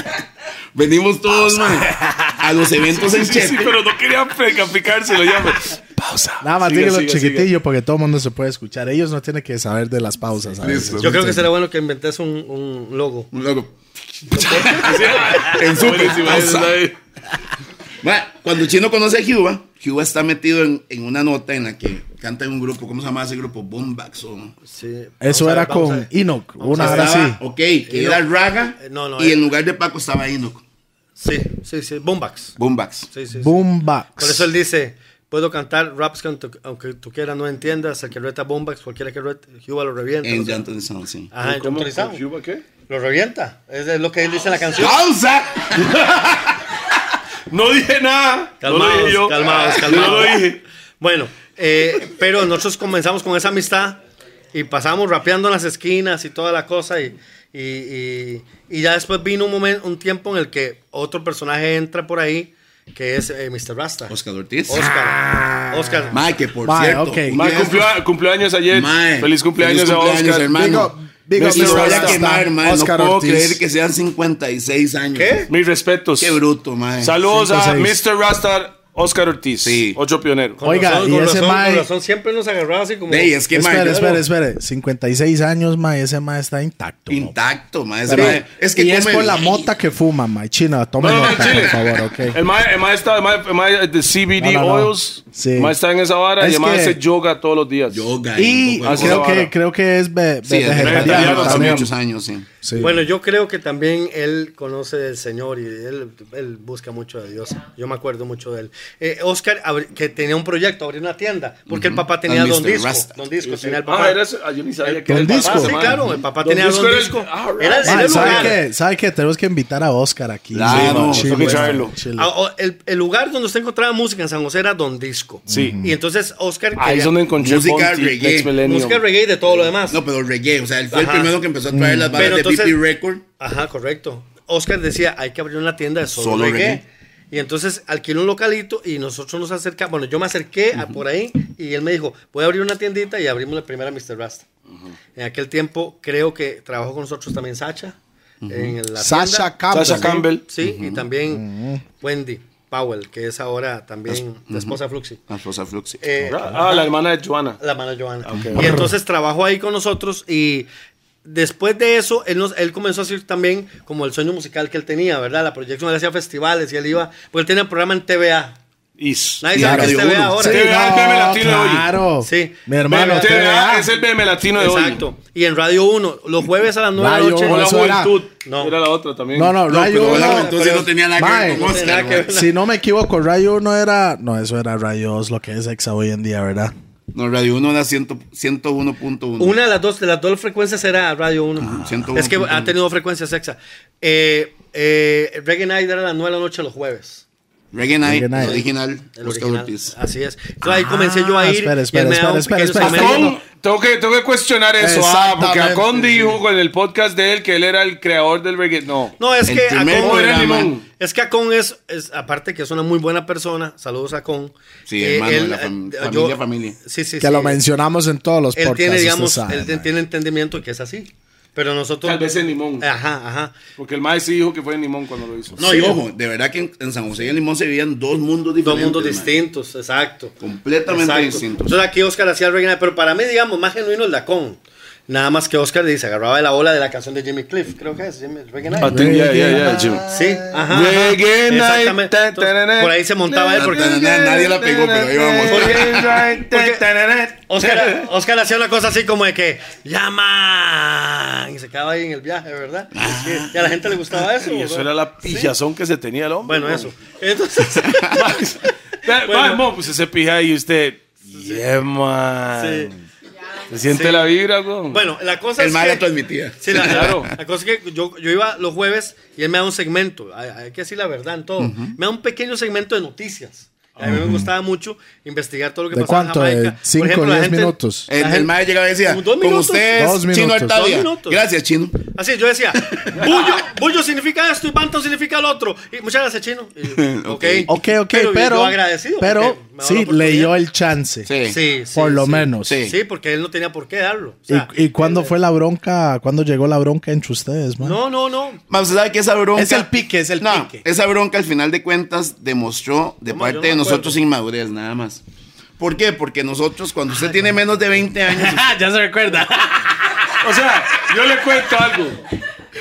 Speaker 3: venimos todos, mae, a los eventos en
Speaker 2: Sí, sí,
Speaker 3: Chepe.
Speaker 2: pero no quería precapicárselo ya. me- Pausa.
Speaker 1: Nada más
Speaker 2: Siga,
Speaker 1: dígalo
Speaker 2: siga,
Speaker 1: chiquitillo
Speaker 2: siga.
Speaker 1: porque todo el mundo se puede escuchar. Ellos no tienen que saber de las pausas. a veces.
Speaker 3: listo.
Speaker 4: Yo creo que será bueno que inventes un, un logo.
Speaker 3: Luego,
Speaker 2: En
Speaker 3: súper,
Speaker 2: Buenísimo,
Speaker 3: pausa.
Speaker 2: ¿sabes?
Speaker 3: mae, cuando Chino conoce a Cuba, Cuba está metido en, en una nota en la que canta en un grupo, ¿cómo se llama ese grupo? Bombax o no?
Speaker 4: Sí,
Speaker 1: Eso
Speaker 4: vamos a
Speaker 1: era
Speaker 4: ver, vamos a
Speaker 1: con
Speaker 4: ver.
Speaker 1: Enoch. Una hora
Speaker 3: Estaba,
Speaker 1: sí.
Speaker 3: Ok, que era Raga.
Speaker 4: Eh, no, no,
Speaker 3: y
Speaker 4: eh.
Speaker 3: en lugar de Paco estaba Enoch.
Speaker 4: Sí, sí, sí. Bombax.
Speaker 3: Bombax.
Speaker 4: Sí, sí, sí.
Speaker 1: Boombox.
Speaker 4: Por eso él dice, puedo cantar raps que aunque, aunque tú quieras no entiendas, el que reta Bombax, cualquiera que reta, Cuba lo revienta.
Speaker 3: En
Speaker 4: o sea.
Speaker 3: Janton Sound, sí.
Speaker 4: Ajá, en
Speaker 2: ¿Cómo?
Speaker 4: Autorizado.
Speaker 2: ¿Cuba qué?
Speaker 4: Lo revienta. Es es lo que él dice en la canción.
Speaker 3: ¡Pausa!
Speaker 2: No dije nada. no lo
Speaker 4: Calmados,
Speaker 2: dije yo.
Speaker 4: calmados,
Speaker 2: Yo [laughs]
Speaker 4: calmados.
Speaker 2: No lo dije.
Speaker 4: Bueno, eh, pero nosotros comenzamos con esa amistad y pasamos rapeando en las esquinas y toda la cosa y, y- y- y ya después vino un momento, un tiempo en el que otro personaje entra por ahí que es eh, Mr. Rasta.
Speaker 3: Oscar Ortiz.
Speaker 1: Ah.
Speaker 4: Oscar. Oscar.
Speaker 3: Mae, que por
Speaker 1: Mae,
Speaker 3: cierto.
Speaker 1: ok.
Speaker 3: un
Speaker 2: Ma,
Speaker 3: día
Speaker 2: cumplió,
Speaker 3: estos-
Speaker 2: cumplió años ayer.
Speaker 3: Mae,
Speaker 2: feliz cumpleaños,
Speaker 3: feliz
Speaker 2: a Oscar.
Speaker 3: hermano.
Speaker 1: Big up,
Speaker 3: Y
Speaker 1: Mr.
Speaker 3: lo voy a
Speaker 1: Rasta.
Speaker 3: quemar, mae. No
Speaker 1: Oscar
Speaker 3: puedo
Speaker 1: Ortiz.
Speaker 3: creer que sean 56 años.
Speaker 4: ¿Qué?
Speaker 2: Mis respetos.
Speaker 3: Qué bruto, mae.
Speaker 2: Saludos a
Speaker 1: 5-6.
Speaker 2: Mr. Rastar Oscar Ortiz.
Speaker 3: Sí.
Speaker 2: Ocho pioneros.
Speaker 4: Con
Speaker 1: Oiga,
Speaker 4: razón,
Speaker 1: y
Speaker 4: con
Speaker 1: ese
Speaker 4: razón,
Speaker 1: mae-
Speaker 4: con razón, siempre nos agarraba así como...
Speaker 3: Ey, es que, mae,
Speaker 1: espere,
Speaker 3: yo-
Speaker 1: espere, espere. 56 años, ma, y ese ma está intacto. mo.
Speaker 3: Intacto, mae. ese
Speaker 1: Pero-
Speaker 3: mae. Es que
Speaker 1: y es
Speaker 3: come-
Speaker 1: por la mota que fuma, ma. China, tome
Speaker 2: No, no, no,
Speaker 1: nota,
Speaker 2: Chile.
Speaker 1: por favor, ok.
Speaker 2: El mae, el mae está, el mae, el mae de CBD
Speaker 1: No, no, no.
Speaker 2: Oils.
Speaker 1: Sí.
Speaker 2: El mae está en esa vara
Speaker 1: Es
Speaker 2: y el mae
Speaker 1: que-
Speaker 2: hace yoga todos los días.
Speaker 3: Yoga
Speaker 1: Y
Speaker 3: un poco de
Speaker 4: pues,
Speaker 2: así
Speaker 1: creo
Speaker 2: la
Speaker 3: cosas.
Speaker 1: que,
Speaker 2: vara.
Speaker 1: creo que es ve-
Speaker 3: Sí,
Speaker 1: ve-
Speaker 3: es
Speaker 1: vegetariano
Speaker 3: vegetariano hace
Speaker 1: también.
Speaker 3: muchos años, sí.
Speaker 1: Sí.
Speaker 4: Bueno, yo creo que también él conoce del Señor y él, él busca mucho de Dios. Yo me acuerdo mucho de él. Eh, Oscar, abri- que tenía un proyecto, abrió una tienda, porque el papá tenía
Speaker 3: Al
Speaker 4: Don
Speaker 3: Mr.
Speaker 4: Disco.
Speaker 3: Rasta.
Speaker 4: Don Disco tenía el papá.
Speaker 2: Ah, era ese- ah, yo ni sabía que
Speaker 1: Don
Speaker 2: era el papá,
Speaker 1: Disco.
Speaker 4: Ah, sí,
Speaker 2: mae.
Speaker 4: claro, el papá
Speaker 2: Don
Speaker 4: tenía
Speaker 2: Disco
Speaker 4: Don
Speaker 2: era el-
Speaker 4: Disco.
Speaker 2: Ah, right.
Speaker 4: Era el-
Speaker 1: Ma,
Speaker 4: era el lugar.
Speaker 1: ¿sabe, qué? ¿Sabe qué? Tenemos que invitar a Oscar aquí.
Speaker 3: Claro,
Speaker 1: Sí,
Speaker 2: tengo que
Speaker 1: ma,
Speaker 2: traerlo.
Speaker 1: chile.
Speaker 4: Ah, o- el, el lugar donde usted encontraba música en San José era Don Disco.
Speaker 2: Sí.
Speaker 4: Y entonces Oscar
Speaker 2: Ahí es donde encontré
Speaker 3: Música
Speaker 2: Ponti,
Speaker 3: reggae.
Speaker 2: Next Millennium.
Speaker 4: música reggae y de todo lo demás.
Speaker 3: No, pero reggae, o sea, él fue
Speaker 4: Ajá. Mm.
Speaker 3: el primero que empezó a traer las
Speaker 4: Pero
Speaker 3: bandas de PP
Speaker 4: entonces-
Speaker 3: Record.
Speaker 4: Ajá, correcto. Oscar decía, hay que abrir una tienda de solo,
Speaker 3: Solo
Speaker 4: reggae.
Speaker 3: reggae.
Speaker 4: Y entonces alquiló un localito y nosotros nos acercamos. Bueno, yo me acerqué a por ahí y él me dijo, voy a abrir una tiendita y abrimos la primera Mr. Rasta. En aquel tiempo creo que trabajó con nosotros también Sacha. en la
Speaker 1: Sasha
Speaker 4: tienda.
Speaker 1: Campbell.
Speaker 2: Sasha Campbell.
Speaker 4: Sí, y también Wendy Powell, que es ahora también la esposa de Fluxy.
Speaker 3: La esposa Fluxy.
Speaker 4: Eh,
Speaker 2: Ah, la hermana de Joana.
Speaker 4: La mano Joana. Y entonces trabajó ahí con nosotros y después de eso, él, nos- él comenzó a hacer también como el sueño musical que él tenía, ¿verdad? La proyección, él hacía festivales y él iba, porque él tenía un programa en TVA.
Speaker 2: Is.
Speaker 4: Nadie
Speaker 3: Y
Speaker 4: sabe
Speaker 3: ahora
Speaker 4: qué es
Speaker 3: de
Speaker 4: TVA
Speaker 3: uno.
Speaker 4: ahora.
Speaker 2: Sí, TVA, BM Latino de hoy.
Speaker 1: claro.
Speaker 4: Sí. ah,
Speaker 1: Mi
Speaker 3: ah,
Speaker 1: hermano,
Speaker 2: BM,
Speaker 1: TVA.
Speaker 2: es el BM latino de hoy.
Speaker 4: Exacto. Y en Radio 1, los jueves a las 9 de
Speaker 1: Radio
Speaker 4: la noche.
Speaker 2: O la
Speaker 1: Eso era.
Speaker 2: juventud.
Speaker 4: No.
Speaker 2: Era la otra también.
Speaker 1: No, no,
Speaker 3: No,
Speaker 1: Rayo
Speaker 3: pero la
Speaker 1: uno-
Speaker 3: juventud sí
Speaker 4: pero-
Speaker 3: no tenía nada que ver
Speaker 1: Mae,
Speaker 3: con
Speaker 4: no tenía
Speaker 3: Oscar.
Speaker 4: nada que
Speaker 3: güey.
Speaker 4: ver.
Speaker 1: Si no me equivoco, Rayo no era. No, eso era Rayo es lo que es Exa hoy en día, ¿verdad?
Speaker 3: No, Radio 1 era 100 101.1.
Speaker 4: Una de las dos, de las dos frecuencias era Radio 1.
Speaker 3: Ah, 101.1.
Speaker 4: es que ha tenido dos frecuencias exa. Eh, eh, Reggae Night era a las 9 de la noche los jueves.
Speaker 3: Reggae Night,
Speaker 1: Reggae Night.
Speaker 3: el original,
Speaker 4: El
Speaker 3: Oscar
Speaker 4: original. Ah,
Speaker 3: Ortiz.
Speaker 4: Así es. Entonces ahí comencé yo a ir.
Speaker 1: espera,
Speaker 4: y él
Speaker 1: espera,
Speaker 4: me daba un
Speaker 1: espera,
Speaker 4: pequeño
Speaker 1: espera, espera.
Speaker 4: segmento.
Speaker 2: Acon, tengo que, tengo que cuestionar eso, ah, porque
Speaker 1: Exactamente,
Speaker 2: Acon
Speaker 1: sí.
Speaker 2: dijo en el podcast de él que él era el creador del reggae. No.
Speaker 4: No, es
Speaker 3: El
Speaker 4: que
Speaker 3: primer
Speaker 4: Acon,
Speaker 2: programa.
Speaker 4: es que Acon es, es- aparte que es una muy buena persona, saludos a Acon.
Speaker 3: Sí,
Speaker 4: Eh,
Speaker 3: hermano de la fam-
Speaker 4: eh,
Speaker 3: familia, familia.
Speaker 4: Sí, sí,
Speaker 1: Que
Speaker 4: sí.
Speaker 1: lo mencionamos en todos los
Speaker 4: Él
Speaker 1: podcasts.
Speaker 4: tiene,
Speaker 1: usted
Speaker 4: digamos,
Speaker 1: sabe,
Speaker 4: él te-
Speaker 1: mae.
Speaker 4: tiene entendimiento que es así. Pero nosotros...
Speaker 2: Tal vez en Limón.
Speaker 4: Ajá, ajá.
Speaker 2: Porque el maestro sí dijo que fue en Limón cuando lo hizo.
Speaker 3: No, y ojo, de verdad que en, en San José y en Limón se vivían dos mundos
Speaker 4: Dos
Speaker 3: diferentes.
Speaker 4: mundos
Speaker 3: mae.
Speaker 4: distintos, exacto.
Speaker 3: Completamente
Speaker 4: Exacto.
Speaker 3: distintos.
Speaker 4: Entonces aquí Oscar hacía el reggae, pero para mí, digamos, más genuino es la con. Nada más que Oscar dice, agarraba de la ola de la canción de Jimmy Cliff, creo que es, Jimmy, reggae night.
Speaker 2: I think, yeah, yeah, yeah, Jim.
Speaker 4: Sí, ajá.
Speaker 2: Reggae
Speaker 4: ajá.
Speaker 2: night.
Speaker 4: Exactamente. Entonces, por ahí se montaba él porque...
Speaker 3: Nadie la pegó, pero ahí vamos.
Speaker 2: [laughs]
Speaker 4: Oscar, Oscar hacía una cosa así como de que llaman y se quedaba ahí en el viaje, ¿verdad? Es que- y a la gente le gustaba eso.
Speaker 2: Y eso era
Speaker 4: ¿verdad?
Speaker 2: la pijazón que se tenía el hombre.
Speaker 4: Bueno,
Speaker 2: ¿no?
Speaker 4: eso. Entonces,
Speaker 2: Ve-
Speaker 4: Bueno.
Speaker 2: va, mo, pues ese pija y usted. Yeah, man.
Speaker 4: Sí.
Speaker 2: Se siente
Speaker 4: Sí.
Speaker 2: la vibra, weón.
Speaker 4: bueno, la cosa
Speaker 3: El
Speaker 4: es
Speaker 3: mae
Speaker 4: que...
Speaker 3: la transmitía.
Speaker 4: Sí, la,
Speaker 2: Claro.
Speaker 4: la cosa es que yo, yo iba los jueves y él me da un segmento, hay, hay que decir la verdad en todo, me da un pequeño segmento de noticias. A mí me gustaba mucho investigar todo lo que
Speaker 1: ¿De
Speaker 4: pasaba
Speaker 1: cuánto?
Speaker 4: en
Speaker 1: ¿De
Speaker 4: Jamaica. Por
Speaker 1: 5 o
Speaker 4: ejemplo, la
Speaker 1: 10
Speaker 4: gente-
Speaker 1: minutos?
Speaker 3: El,
Speaker 4: La
Speaker 3: el
Speaker 4: gente-
Speaker 3: mae llegaba y decía,
Speaker 4: Dos
Speaker 3: con
Speaker 4: minutos.
Speaker 3: ustedes,
Speaker 1: Dos
Speaker 3: Chino
Speaker 1: minutos.
Speaker 3: Artavia.
Speaker 4: Dos minutos.
Speaker 3: Gracias, Chino.
Speaker 4: Así, yo decía, bullo, bullo significa esto y bantam significa el otro. Y muchas gracias, chino. Y, [laughs] ok,
Speaker 1: Ok, ok, pero.
Speaker 4: yo agradecido.
Speaker 1: Pero,
Speaker 4: porque me da la
Speaker 1: sí,
Speaker 4: oportunidad.
Speaker 1: leyó el chance.
Speaker 3: Sí.
Speaker 4: Sí, sí,
Speaker 1: por lo
Speaker 4: sí.
Speaker 1: menos.
Speaker 3: Sí.
Speaker 4: Sí, porque él no tenía por qué darlo. O
Speaker 1: ¿Y,
Speaker 4: sea, eh,
Speaker 1: y cuándo fue la bronca? ¿Cuándo llegó la bronca entre ustedes, man?
Speaker 4: No, no, no.
Speaker 3: Mae, ¿usted sabe que esa bronca...
Speaker 1: Es el pique, es el
Speaker 3: No,
Speaker 1: pique.
Speaker 3: esa bronca al final de cuentas demostró de
Speaker 4: Mamá, yo no
Speaker 3: parte de
Speaker 4: me
Speaker 3: nosotros
Speaker 4: acuerdo.
Speaker 3: inmadurez, nada más. ¿Por qué? Porque nosotros, cuando usted tiene menos de 20 años,
Speaker 4: ya se recuerda.
Speaker 2: O sea, yo le cuento algo.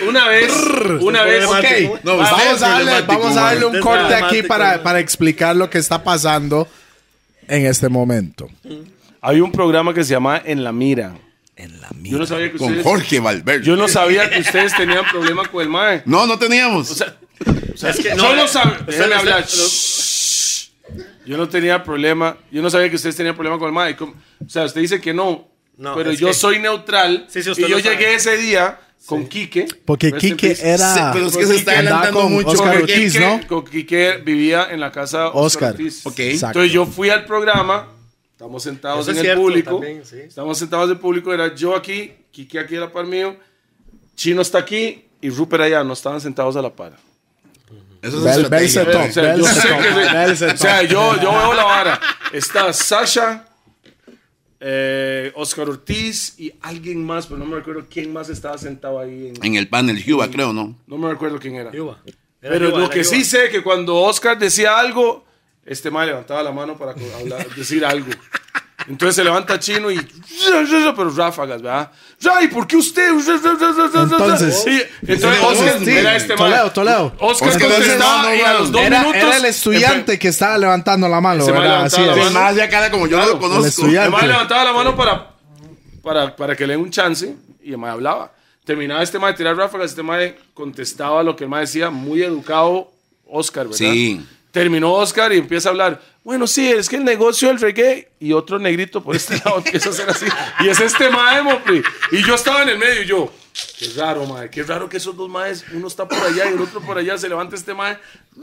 Speaker 2: Una vez, una vez.
Speaker 1: Ok,
Speaker 4: problemático.
Speaker 1: no,
Speaker 3: usted
Speaker 1: vamos,
Speaker 3: es
Speaker 1: a darle,
Speaker 3: problemático,
Speaker 1: vamos a darle un
Speaker 4: man.
Speaker 1: corte aquí
Speaker 4: Problemático,
Speaker 1: para,
Speaker 4: man.
Speaker 1: para explicar lo que está pasando en este momento.
Speaker 2: Hay un programa que se llama En la Mira.
Speaker 1: En la
Speaker 2: Yo no sabía que
Speaker 3: con
Speaker 2: ustedes.
Speaker 3: Jorge Valverde.
Speaker 2: Yo no sabía que ustedes tenían problema con el mae.
Speaker 3: No, no teníamos.
Speaker 2: O sea,
Speaker 4: Es que
Speaker 2: yo no
Speaker 4: eh,
Speaker 2: sabía.
Speaker 4: usted-
Speaker 2: Déjame
Speaker 4: usted-
Speaker 2: hablar. Yo no tenía problema. Yo no sabía que ustedes tenían problema con el mae. ¿Cómo? O sea, usted dice que no.
Speaker 4: No,
Speaker 2: pero
Speaker 4: es
Speaker 2: yo
Speaker 4: que-
Speaker 2: soy neutral.
Speaker 4: Sí, sí, usted
Speaker 2: y yo
Speaker 4: lo sabe.
Speaker 2: llegué ese día con Quique.
Speaker 1: Porque
Speaker 2: Rest in
Speaker 1: Quique
Speaker 2: peace.
Speaker 1: era.
Speaker 3: Sí, pero es que se está
Speaker 1: andaba
Speaker 3: adelantando
Speaker 1: con
Speaker 3: mucho.
Speaker 1: Oscar
Speaker 2: Porque
Speaker 1: Ortiz,
Speaker 2: Quique-
Speaker 1: ¿no?
Speaker 2: con Quique vivía en la casa Oscar
Speaker 1: Oscar.
Speaker 2: Ortiz.
Speaker 3: Ok.
Speaker 1: Exacto.
Speaker 2: Entonces yo fui al programa, estamos sentados
Speaker 4: Eso
Speaker 2: en
Speaker 4: es
Speaker 2: el
Speaker 4: cierto
Speaker 2: público,
Speaker 4: también, sí.
Speaker 2: estamos sentados en el público, era yo aquí, Kiki aquí a la par mío, Chino está aquí y Rupert allá, no estaban sentados a la par.
Speaker 3: Eso es
Speaker 1: Bel- Bel
Speaker 3: estrategia.
Speaker 1: se top,
Speaker 2: O sea, yo
Speaker 1: Bel se
Speaker 2: sé
Speaker 1: top,
Speaker 2: que sí.
Speaker 1: Bel se
Speaker 2: O sea,
Speaker 1: top.
Speaker 2: yo, yo veo la vara. Está Sasha, eh, Oscar Ortiz y alguien más, pero no me recuerdo quién más estaba sentado ahí. en-
Speaker 3: En el panel, Cuba, creo, ¿no?
Speaker 2: no me recuerdo quién era.
Speaker 4: Yuba. Era
Speaker 2: Pero
Speaker 4: Yuba,
Speaker 2: lo
Speaker 4: era
Speaker 2: que
Speaker 4: Yuba.
Speaker 2: sí sé que cuando Oscar decía algo, este man levantaba la mano para co- hablar- decir algo. Entonces se levanta chino y. Pero ráfagas, ¿verdad? Ay, ¿por qué usted?
Speaker 1: Entonces-
Speaker 2: Y- entonces Oscar.
Speaker 3: Sí,
Speaker 2: era este man.
Speaker 1: Toledo, Toledo.
Speaker 2: Oscar,
Speaker 3: Oscar
Speaker 2: contestaba
Speaker 3: Toledo, no,
Speaker 2: y a
Speaker 3: no,
Speaker 2: los
Speaker 3: no.
Speaker 2: dos
Speaker 1: Era,
Speaker 2: minutos.
Speaker 1: era el estudiante que estaba levantando la mano,
Speaker 2: Ese man
Speaker 1: ¿verdad? Así
Speaker 2: levantaba la
Speaker 1: es.
Speaker 2: mano.
Speaker 3: Además, ya cara como yo no lo
Speaker 1: el
Speaker 3: conozco.
Speaker 1: estudiante.
Speaker 2: El man levantaba la mano para, para, para que le den un chance y el man hablaba. Terminaba este man de tirar ráfagas, este man contestaba lo que el man decía, muy educado Oscar, ¿verdad?
Speaker 3: Sí.
Speaker 2: Terminó Oscar y empieza a hablar. Bueno, sí, es que el negocio del reggae y otro negrito por este lado [laughs] empieza a hacer así. Y es este mae, Mopri. Y yo estaba en el medio y yo, qué raro, mae, qué raro que esos dos maes, uno está por allá y el otro por allá, se levanta este mae,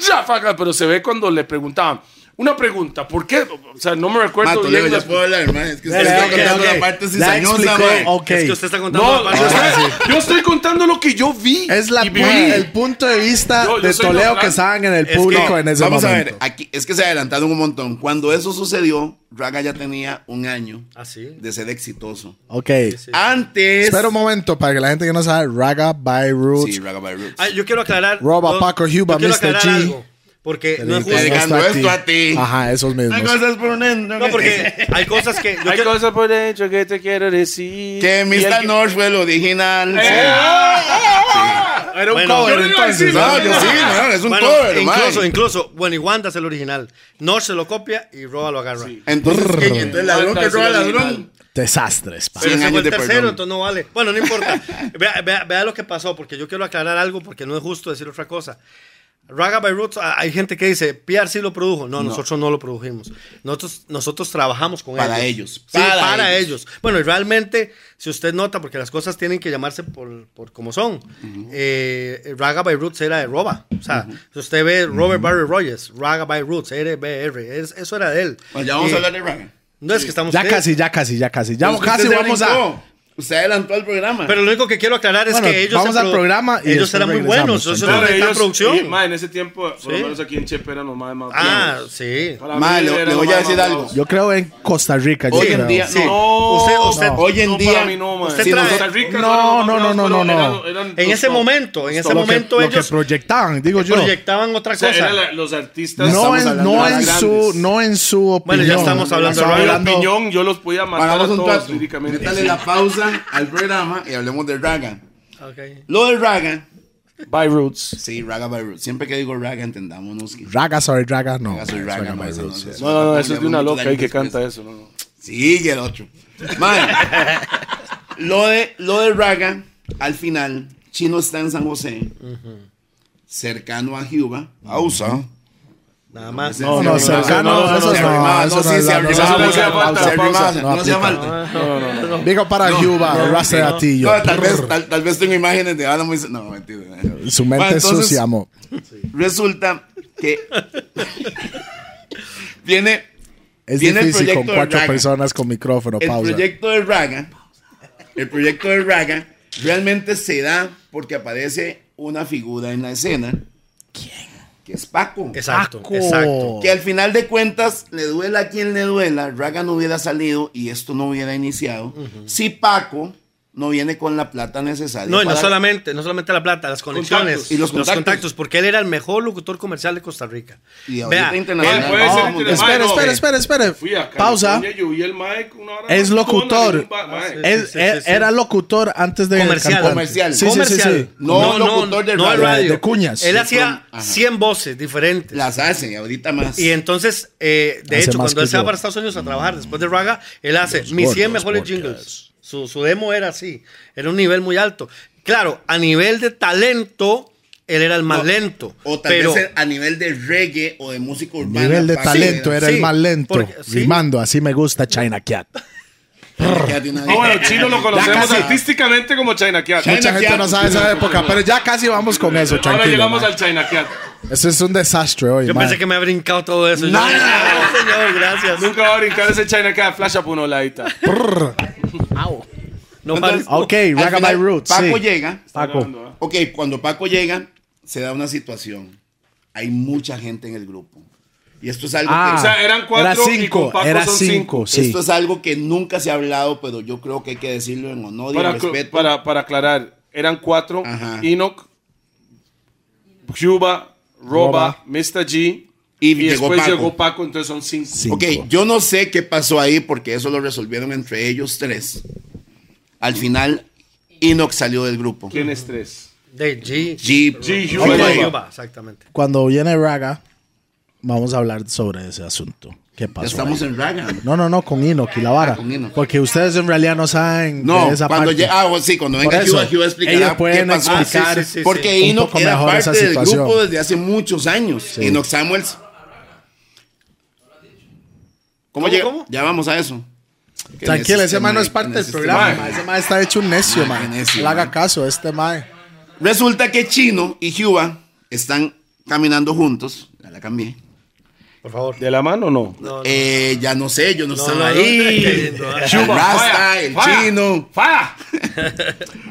Speaker 2: ráfaga, pero se ve cuando le preguntaban, Una pregunta, ¿por qué? O sea, no me recuerdo
Speaker 3: Mato, Leo,
Speaker 2: bien.
Speaker 3: yo
Speaker 2: las-
Speaker 3: puedo hablar, man. Es que usted
Speaker 4: Dale,
Speaker 3: está
Speaker 4: ok,
Speaker 3: contando
Speaker 4: ok.
Speaker 3: la parte
Speaker 1: La
Speaker 3: cizañosa,
Speaker 1: explicó.
Speaker 3: man.
Speaker 1: Ok.
Speaker 4: Es que usted está contando
Speaker 2: No,
Speaker 4: la
Speaker 2: yo
Speaker 4: parte-
Speaker 2: estoy, yo estoy contando lo que yo vi.
Speaker 1: Es la,
Speaker 2: y viví.
Speaker 1: el punto de vista
Speaker 2: Yo- yo
Speaker 1: de
Speaker 2: soy
Speaker 1: Toledo
Speaker 2: neutral.
Speaker 1: que estaban en el
Speaker 4: Es que-
Speaker 1: público en ese
Speaker 3: Vamos a
Speaker 1: momento.
Speaker 3: ver, aquí es que se adelantaron un montón. Cuando eso sucedió, Raga ya tenía un año
Speaker 4: Ah, sí.
Speaker 3: de ser exitoso.
Speaker 1: Ok.
Speaker 4: sí.
Speaker 3: Antes.
Speaker 1: Espera un momento para que la gente que no sabe, Raga by Roots.
Speaker 3: Sí, Raga by Roots.
Speaker 4: Ah, yo quiero aclarar.
Speaker 1: Roba,
Speaker 4: no,
Speaker 1: Paco, Huba,
Speaker 4: yo quiero
Speaker 1: Mr.
Speaker 4: aclarar
Speaker 1: G.
Speaker 4: algo, porque no es
Speaker 1: Te
Speaker 3: Dedicado
Speaker 4: justo.
Speaker 3: Dedicando
Speaker 1: gusta
Speaker 3: esto a ti.
Speaker 1: Ajá, esos mismos.
Speaker 3: Hay cosas por dentro
Speaker 4: No,
Speaker 3: que-
Speaker 4: porque hay cosas que. yo
Speaker 2: Hay
Speaker 4: quiero-
Speaker 2: cosas por dentro que te quiero decir. Y
Speaker 3: Que
Speaker 2: Eh, el
Speaker 3: Mr. North fue el original. Sí.
Speaker 2: ah, eh,
Speaker 1: Era un
Speaker 4: Bueno,
Speaker 1: cover
Speaker 4: yo
Speaker 2: no iba a
Speaker 1: entonces.
Speaker 2: decir
Speaker 1: ¿no?
Speaker 3: No, yo sí, no, es un
Speaker 4: Bueno,
Speaker 3: cover, man.
Speaker 4: incluso, incluso, bueno, y Wanda es el original. North se lo copia y Roba lo agarra.
Speaker 3: Entonces,
Speaker 1: Brrr.
Speaker 3: ¿qué? Entonces, ladrón que
Speaker 2: Fantasía
Speaker 3: roba
Speaker 2: original.
Speaker 3: ladrón.
Speaker 1: Desastres, pa.
Speaker 4: Pero
Speaker 3: Cien
Speaker 4: ese
Speaker 3: años
Speaker 4: fue el
Speaker 3: de
Speaker 4: tercero,
Speaker 3: perdón.
Speaker 4: entonces no vale. Bueno, no importa. [laughs] Vea, vea- vea lo que pasó, porque yo quiero aclarar algo, porque no es justo decir otra cosa. Raga by Roots, a- hay gente que dice, PRC lo produjo. No, nosotros no lo produjimos. Nosotros, nosotros trabajamos con
Speaker 3: Para
Speaker 4: ellos.
Speaker 3: ellos.
Speaker 4: Sí, para,
Speaker 3: Para
Speaker 4: ellos. Bueno, y realmente, si usted nota, porque las cosas tienen que llamarse por, por como son. eh, Raga by Roots era de Roba. O sea, si usted ve Robert Barry Rogers, Raga by Roots, RBR, es- eso era de él.
Speaker 3: Bueno, pues ya vamos
Speaker 4: Y
Speaker 3: a hablar de Raga.
Speaker 4: No es que estamos...
Speaker 1: Ya
Speaker 4: ¿qué?
Speaker 1: casi, ya casi, ya casi. Ya
Speaker 3: Pues que
Speaker 1: casi
Speaker 3: usted se
Speaker 1: vamos a.
Speaker 3: brincó. Usted adelantó el programa.
Speaker 4: Pero lo único que quiero aclarar es
Speaker 1: Bueno,
Speaker 4: que ellos.
Speaker 1: vamos
Speaker 4: se
Speaker 1: al
Speaker 4: produ-
Speaker 1: programa y
Speaker 4: ellos
Speaker 1: después
Speaker 4: eran muy
Speaker 1: regresamos,
Speaker 4: buenos. Eso
Speaker 1: entonces.
Speaker 4: no
Speaker 2: Claro,
Speaker 4: necesitan
Speaker 2: ellos-
Speaker 4: producción.
Speaker 2: y, ma, en ese tiempo, por
Speaker 4: Sí.
Speaker 2: lo menos aquí en Chepe eran los más más
Speaker 4: ah,
Speaker 2: bravos.
Speaker 4: sí.
Speaker 2: Para
Speaker 3: Ma,
Speaker 2: mí
Speaker 3: le-
Speaker 2: eran
Speaker 3: le
Speaker 2: los
Speaker 3: voy a
Speaker 2: más
Speaker 3: decir
Speaker 2: más
Speaker 3: algo.
Speaker 2: bravos.
Speaker 1: Yo creo en Costa Rica. yo
Speaker 3: Hoy en
Speaker 1: creo.
Speaker 3: día,
Speaker 4: Sí.
Speaker 3: no.
Speaker 4: Usted- usted-
Speaker 3: Hoy en
Speaker 2: no,
Speaker 3: día-
Speaker 2: para mí no, ma.
Speaker 4: usted
Speaker 2: Sí,
Speaker 4: trae-
Speaker 2: Costa
Speaker 1: No,
Speaker 2: Rica fueron
Speaker 1: no, no,
Speaker 2: los más
Speaker 1: no, no,
Speaker 2: bravos, pero eran- eran
Speaker 4: En
Speaker 2: los
Speaker 4: ese
Speaker 2: top.
Speaker 4: momento, en ese
Speaker 1: Lo que,
Speaker 4: momento
Speaker 1: lo que
Speaker 4: ellos
Speaker 1: proyectaban, digo yo.
Speaker 4: proyectaban otra
Speaker 2: O sea, eran
Speaker 4: cosa.
Speaker 2: la- los artistas.
Speaker 1: No
Speaker 3: estamos
Speaker 1: en,
Speaker 3: hablando
Speaker 1: no,
Speaker 3: de
Speaker 1: en
Speaker 3: las
Speaker 1: su,
Speaker 3: grandes.
Speaker 1: no en su opinión.
Speaker 4: Bueno, ya estamos hablando
Speaker 2: Yo
Speaker 4: de
Speaker 2: mi
Speaker 4: hablando-
Speaker 2: opinión, yo los podía matar
Speaker 3: Hagamos
Speaker 2: a
Speaker 3: un
Speaker 2: todos
Speaker 3: trato.
Speaker 2: líricamente.
Speaker 3: Métale la pausa al programa y hablemos de Raga.
Speaker 4: Ok.
Speaker 3: Lo de Raga.
Speaker 2: By Roots.
Speaker 3: Sí, Raga by Roots. Siempre que digo Raga, entendámonos que.
Speaker 1: Raga, sorry, Raga, no.
Speaker 3: Raga soy
Speaker 1: suena
Speaker 3: Raga,
Speaker 1: mal,
Speaker 3: ma, esa no
Speaker 1: Roots,
Speaker 3: sé.
Speaker 1: sí.
Speaker 2: No, no, no, eso es de una
Speaker 3: Muchos
Speaker 2: loca ahí
Speaker 3: años
Speaker 2: que
Speaker 3: después.
Speaker 2: canta eso. No, no.
Speaker 3: Sigue el otro. Man, lo, de, lo de Raga, al final, Chino está en San José, cercano a Cuba, a USA.
Speaker 4: Nada más.
Speaker 1: No, no,
Speaker 3: no,
Speaker 1: cercano,
Speaker 2: no, no, no,
Speaker 1: eso
Speaker 2: se
Speaker 1: no,
Speaker 3: arrimaba,
Speaker 1: eso
Speaker 3: no, sí,
Speaker 1: no,
Speaker 3: se
Speaker 1: no, no,
Speaker 3: arrimaba,
Speaker 1: no,
Speaker 2: no,
Speaker 1: no,
Speaker 2: pausa,
Speaker 1: no,
Speaker 2: pausa,
Speaker 1: pausa,
Speaker 3: pausa,
Speaker 1: no,
Speaker 3: no hace
Speaker 1: pausa.
Speaker 3: falta.
Speaker 1: Digo para Cuba, Rasta de Atillo.
Speaker 3: No, tal, vez, tal, tal vez tengo imágenes de Adam muy... No, mentira.
Speaker 1: Su mente
Speaker 3: Ma, entonces,
Speaker 1: sucia, amor.
Speaker 3: Resulta que viene
Speaker 1: Es
Speaker 3: viene el
Speaker 1: difícil con
Speaker 3: proyecto de
Speaker 1: cuatro
Speaker 3: Raga.
Speaker 1: personas con micrófono,
Speaker 3: el
Speaker 1: pausa.
Speaker 3: proyecto de Raga. El proyecto de Raga realmente se da porque aparece una figura en la escena. ¿Quién? Que es Paco.
Speaker 4: Exacto,
Speaker 1: Paco.
Speaker 4: exacto.
Speaker 3: Que al final de cuentas, le duela a quien le duela, Raga no hubiera salido y esto no hubiera iniciado si Paco no viene con la plata necesaria.
Speaker 4: No, y no
Speaker 3: para-
Speaker 4: solamente, no solamente la plata, las conexiones.
Speaker 2: Contactos.
Speaker 3: Y los
Speaker 4: Los
Speaker 3: contactos.
Speaker 4: contactos, porque él era el mejor locutor comercial de Costa Rica.
Speaker 3: Y ahorita internacional.
Speaker 4: él-
Speaker 2: Puede
Speaker 1: Oh,
Speaker 2: ser
Speaker 1: muy bien.
Speaker 2: interesante.
Speaker 1: espera,
Speaker 2: No,
Speaker 1: espera,
Speaker 2: eh.
Speaker 1: espera, espera.
Speaker 2: Fui a
Speaker 1: Pausa.
Speaker 2: California, yo vi el Mike una hora
Speaker 1: Es
Speaker 2: más
Speaker 1: locutor.
Speaker 2: tona, un ba- ma, eh.
Speaker 1: Él-
Speaker 4: Sí, sí,
Speaker 1: él
Speaker 4: sí, sí.
Speaker 1: Era locutor antes de
Speaker 4: comercial.
Speaker 1: cantante.
Speaker 3: Comercial.
Speaker 1: Sí, sí, sí, sí.
Speaker 3: No locutor de radio.
Speaker 1: De cuñas.
Speaker 4: Él hacía
Speaker 3: Ajá.
Speaker 4: 100 voces diferentes.
Speaker 3: Las hace, ahorita más.
Speaker 4: Y entonces, eh, de
Speaker 1: Hace
Speaker 4: hecho,
Speaker 1: más
Speaker 4: cuando
Speaker 1: que
Speaker 4: él se va
Speaker 1: yo.
Speaker 4: para Estados Unidos a trabajar después de Raga, él hace mis 100
Speaker 1: gordos
Speaker 4: mejores
Speaker 1: podcasts.
Speaker 4: jingles. Su, su demo era así, era un nivel muy alto. Claro, a nivel de talento, él era el más lento.
Speaker 3: o tal
Speaker 4: pero,
Speaker 3: vez a nivel de reggae o de música urbana.
Speaker 1: Nivel de
Speaker 3: Paco
Speaker 1: talento, era el
Speaker 4: sí,
Speaker 1: más lento.
Speaker 4: porque- sí.
Speaker 1: Rimando, así me gusta China Cat.
Speaker 3: eh, Ya tiene una-
Speaker 2: No, Ah, bueno, Chino lo conocemos
Speaker 1: casi.
Speaker 2: artísticamente como China Cat.
Speaker 3: China
Speaker 1: Mucha gente
Speaker 3: Cat.
Speaker 1: no sabe esa época, pero ya casi vamos con eso,
Speaker 2: Ahora
Speaker 1: tranquilo.
Speaker 2: llegamos
Speaker 1: man.
Speaker 2: al China Cat.
Speaker 1: Eso es un desastre hoy,
Speaker 4: Yo
Speaker 1: man.
Speaker 4: pensé que me había brincado todo eso. Yo,
Speaker 3: No.
Speaker 4: "No, señor, gracias.
Speaker 2: Nunca va a brincar ese China Cat. Flash up uno laita.
Speaker 1: Prrr.
Speaker 4: No,
Speaker 3: Entonces,
Speaker 4: vale.
Speaker 1: Ok,
Speaker 3: al
Speaker 1: Raga by
Speaker 3: final,
Speaker 1: Roots.
Speaker 3: Paco
Speaker 1: sí.
Speaker 3: llega.
Speaker 1: Paco.
Speaker 2: ¿ah?
Speaker 3: Ok, cuando Paco llega, se da una situación. Hay mucha gente en el grupo. Y esto es algo
Speaker 1: Ah,
Speaker 3: que...
Speaker 2: O sea, eran cuatro
Speaker 1: era
Speaker 2: y con
Speaker 1: cinco,
Speaker 2: Paco
Speaker 1: era
Speaker 2: son
Speaker 1: cinco,
Speaker 2: cinco.
Speaker 1: sí.
Speaker 3: Esto es algo que nunca se ha hablado, pero yo creo que hay que decirlo en honor y en
Speaker 2: Para,
Speaker 3: respeto.
Speaker 2: para, para aclarar, eran cuatro:
Speaker 3: Ajá.
Speaker 2: Enoch, Cuba, Roba,
Speaker 1: Roba.
Speaker 2: Mr. G.
Speaker 3: Y
Speaker 2: Y,
Speaker 3: llegó
Speaker 2: después
Speaker 3: Paco.
Speaker 2: llegó Paco, entonces son cinco.
Speaker 1: Cinco.
Speaker 3: Ok, yo no sé qué pasó ahí porque eso lo resolvieron entre ellos tres. Al final, Inox salió del grupo.
Speaker 2: ¿Quién es tres?
Speaker 4: De G.
Speaker 3: Jeep.
Speaker 2: G,
Speaker 3: Ok,
Speaker 2: Huba.
Speaker 4: G. Huba, Exactamente.
Speaker 1: Cuando viene Raga, vamos a hablar sobre ese asunto. ¿Qué
Speaker 3: ya
Speaker 1: pasó?
Speaker 3: Estamos
Speaker 1: ahí?
Speaker 3: en Raga.
Speaker 1: No, no, no, con Enoch y la vara.
Speaker 3: Ah, con Enoch.
Speaker 1: Porque ustedes en realidad no saben
Speaker 3: No,
Speaker 1: de esa
Speaker 3: cuando
Speaker 1: parte.
Speaker 3: llega, ah, bueno, sí, cuando
Speaker 1: Por
Speaker 3: venga
Speaker 1: eso,
Speaker 3: Cuba, Cuba
Speaker 1: ellos
Speaker 3: explicará qué
Speaker 1: pueden
Speaker 3: pasó.
Speaker 1: explicar.
Speaker 4: Ah, sí, sí, sí.
Speaker 3: Porque
Speaker 1: un
Speaker 3: Inox
Speaker 1: poco
Speaker 3: era
Speaker 1: mejor esa
Speaker 3: parte del
Speaker 1: situación.
Speaker 3: grupo desde hace muchos años. Inox Samuels. ¿Cómo,
Speaker 4: ¿Cómo,
Speaker 3: llega?
Speaker 4: cómo?
Speaker 3: Ya vamos a eso.
Speaker 1: Tranquilo, ese man no es parte del programa. ma. Ese man está hecho un necio,
Speaker 3: Ma,
Speaker 1: man.
Speaker 3: qué necio,
Speaker 1: Le haga
Speaker 3: ma.
Speaker 1: caso a este man.
Speaker 3: Resulta que Chino y Cuba están caminando juntos. Ya la cambié.
Speaker 4: Por favor.
Speaker 2: ¿De la mano o no?
Speaker 3: Eh, ya no sé, yo no, estaba
Speaker 4: no, no,
Speaker 3: ahí.
Speaker 4: no, no, no.
Speaker 3: el Rasta, el chino.
Speaker 2: ¡Falla!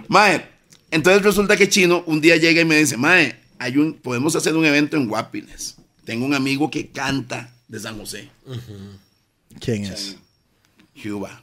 Speaker 3: Mae, entonces resulta que Chino un día llega y me dice, Mae, hay un, podemos hacer un evento en Guapiles. Tengo un amigo que canta de San José,
Speaker 1: ¿Quién es?
Speaker 3: Cuba.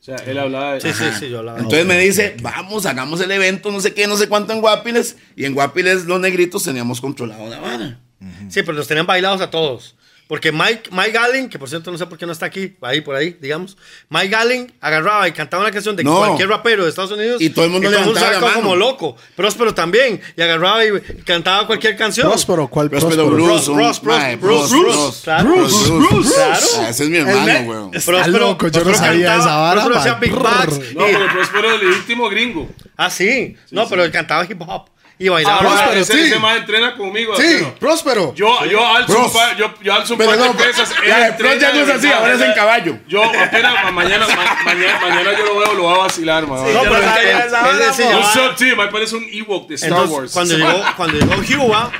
Speaker 2: O sea, él hablaba de.
Speaker 4: Sí, sí, sí, yo hablaba.
Speaker 3: Entonces me dice, vamos, hagamos el evento, no sé qué, no sé cuánto en Guapiles. Y en Guapiles los negritos teníamos controlado la vara.
Speaker 4: Sí, pero los tenían bailados a todos. Porque Mike, Mike Allen, que por cierto no sé por qué no está aquí, ahí por ahí, digamos. Mike Allen agarraba y cantaba una canción de
Speaker 3: No.
Speaker 4: cualquier rapero de Estados Unidos.
Speaker 3: Y todo el mundo
Speaker 4: se
Speaker 3: levantaba la
Speaker 4: sacaba
Speaker 3: mano.
Speaker 4: como loco. Próspero también. Y agarraba y cantaba cualquier canción.
Speaker 1: Próspero, ¿cuál
Speaker 3: Próspero
Speaker 1: Próspero?
Speaker 3: Bruce. un-
Speaker 4: Bruce, Bruce,
Speaker 3: mae,
Speaker 4: Bruce, Bruce, claro.
Speaker 3: Bruce,
Speaker 1: Bruce,
Speaker 3: Bruce.
Speaker 4: claro.
Speaker 3: Ah, Ese es mi
Speaker 1: ne-
Speaker 3: hermano, weón.
Speaker 1: Está loco, yo no sabía esa vara,
Speaker 4: Próspero hacía
Speaker 1: man.
Speaker 4: big bags.
Speaker 1: Brrr.
Speaker 2: No,
Speaker 4: y-
Speaker 2: pero Próspero es el legítimo gringo.
Speaker 4: ah, sí. No, pero él cantaba hip hop. Y
Speaker 3: Ah,
Speaker 4: bailaba.
Speaker 1: Ah, Próspero,
Speaker 2: Ahora, ese,
Speaker 1: sí.
Speaker 2: ese más entrena conmigo.
Speaker 1: Sí,
Speaker 2: Arturo.
Speaker 1: Próspero.
Speaker 2: Yo, yo alzo
Speaker 1: Bros.
Speaker 2: un par, yo, yo alzo un
Speaker 3: Pero
Speaker 2: par de
Speaker 3: no,
Speaker 2: pesas.
Speaker 3: ya,
Speaker 2: él
Speaker 3: de
Speaker 2: entrena
Speaker 3: pronto ya no es
Speaker 2: de
Speaker 3: así,
Speaker 2: verdad.
Speaker 3: ahora es en caballo.
Speaker 2: Yo apenas ma- mañana, ma- mañana, mañana yo lo veo, lo voy a vacilar, man.
Speaker 4: No, pero es que
Speaker 5: sabía esa
Speaker 4: él
Speaker 5: vara,
Speaker 4: decía-
Speaker 5: mo.
Speaker 2: Un sub team, ahí parece un Ewok de Star
Speaker 4: Entonces,
Speaker 2: Wars.
Speaker 4: Cuando llegó, cuando llegó Cuba,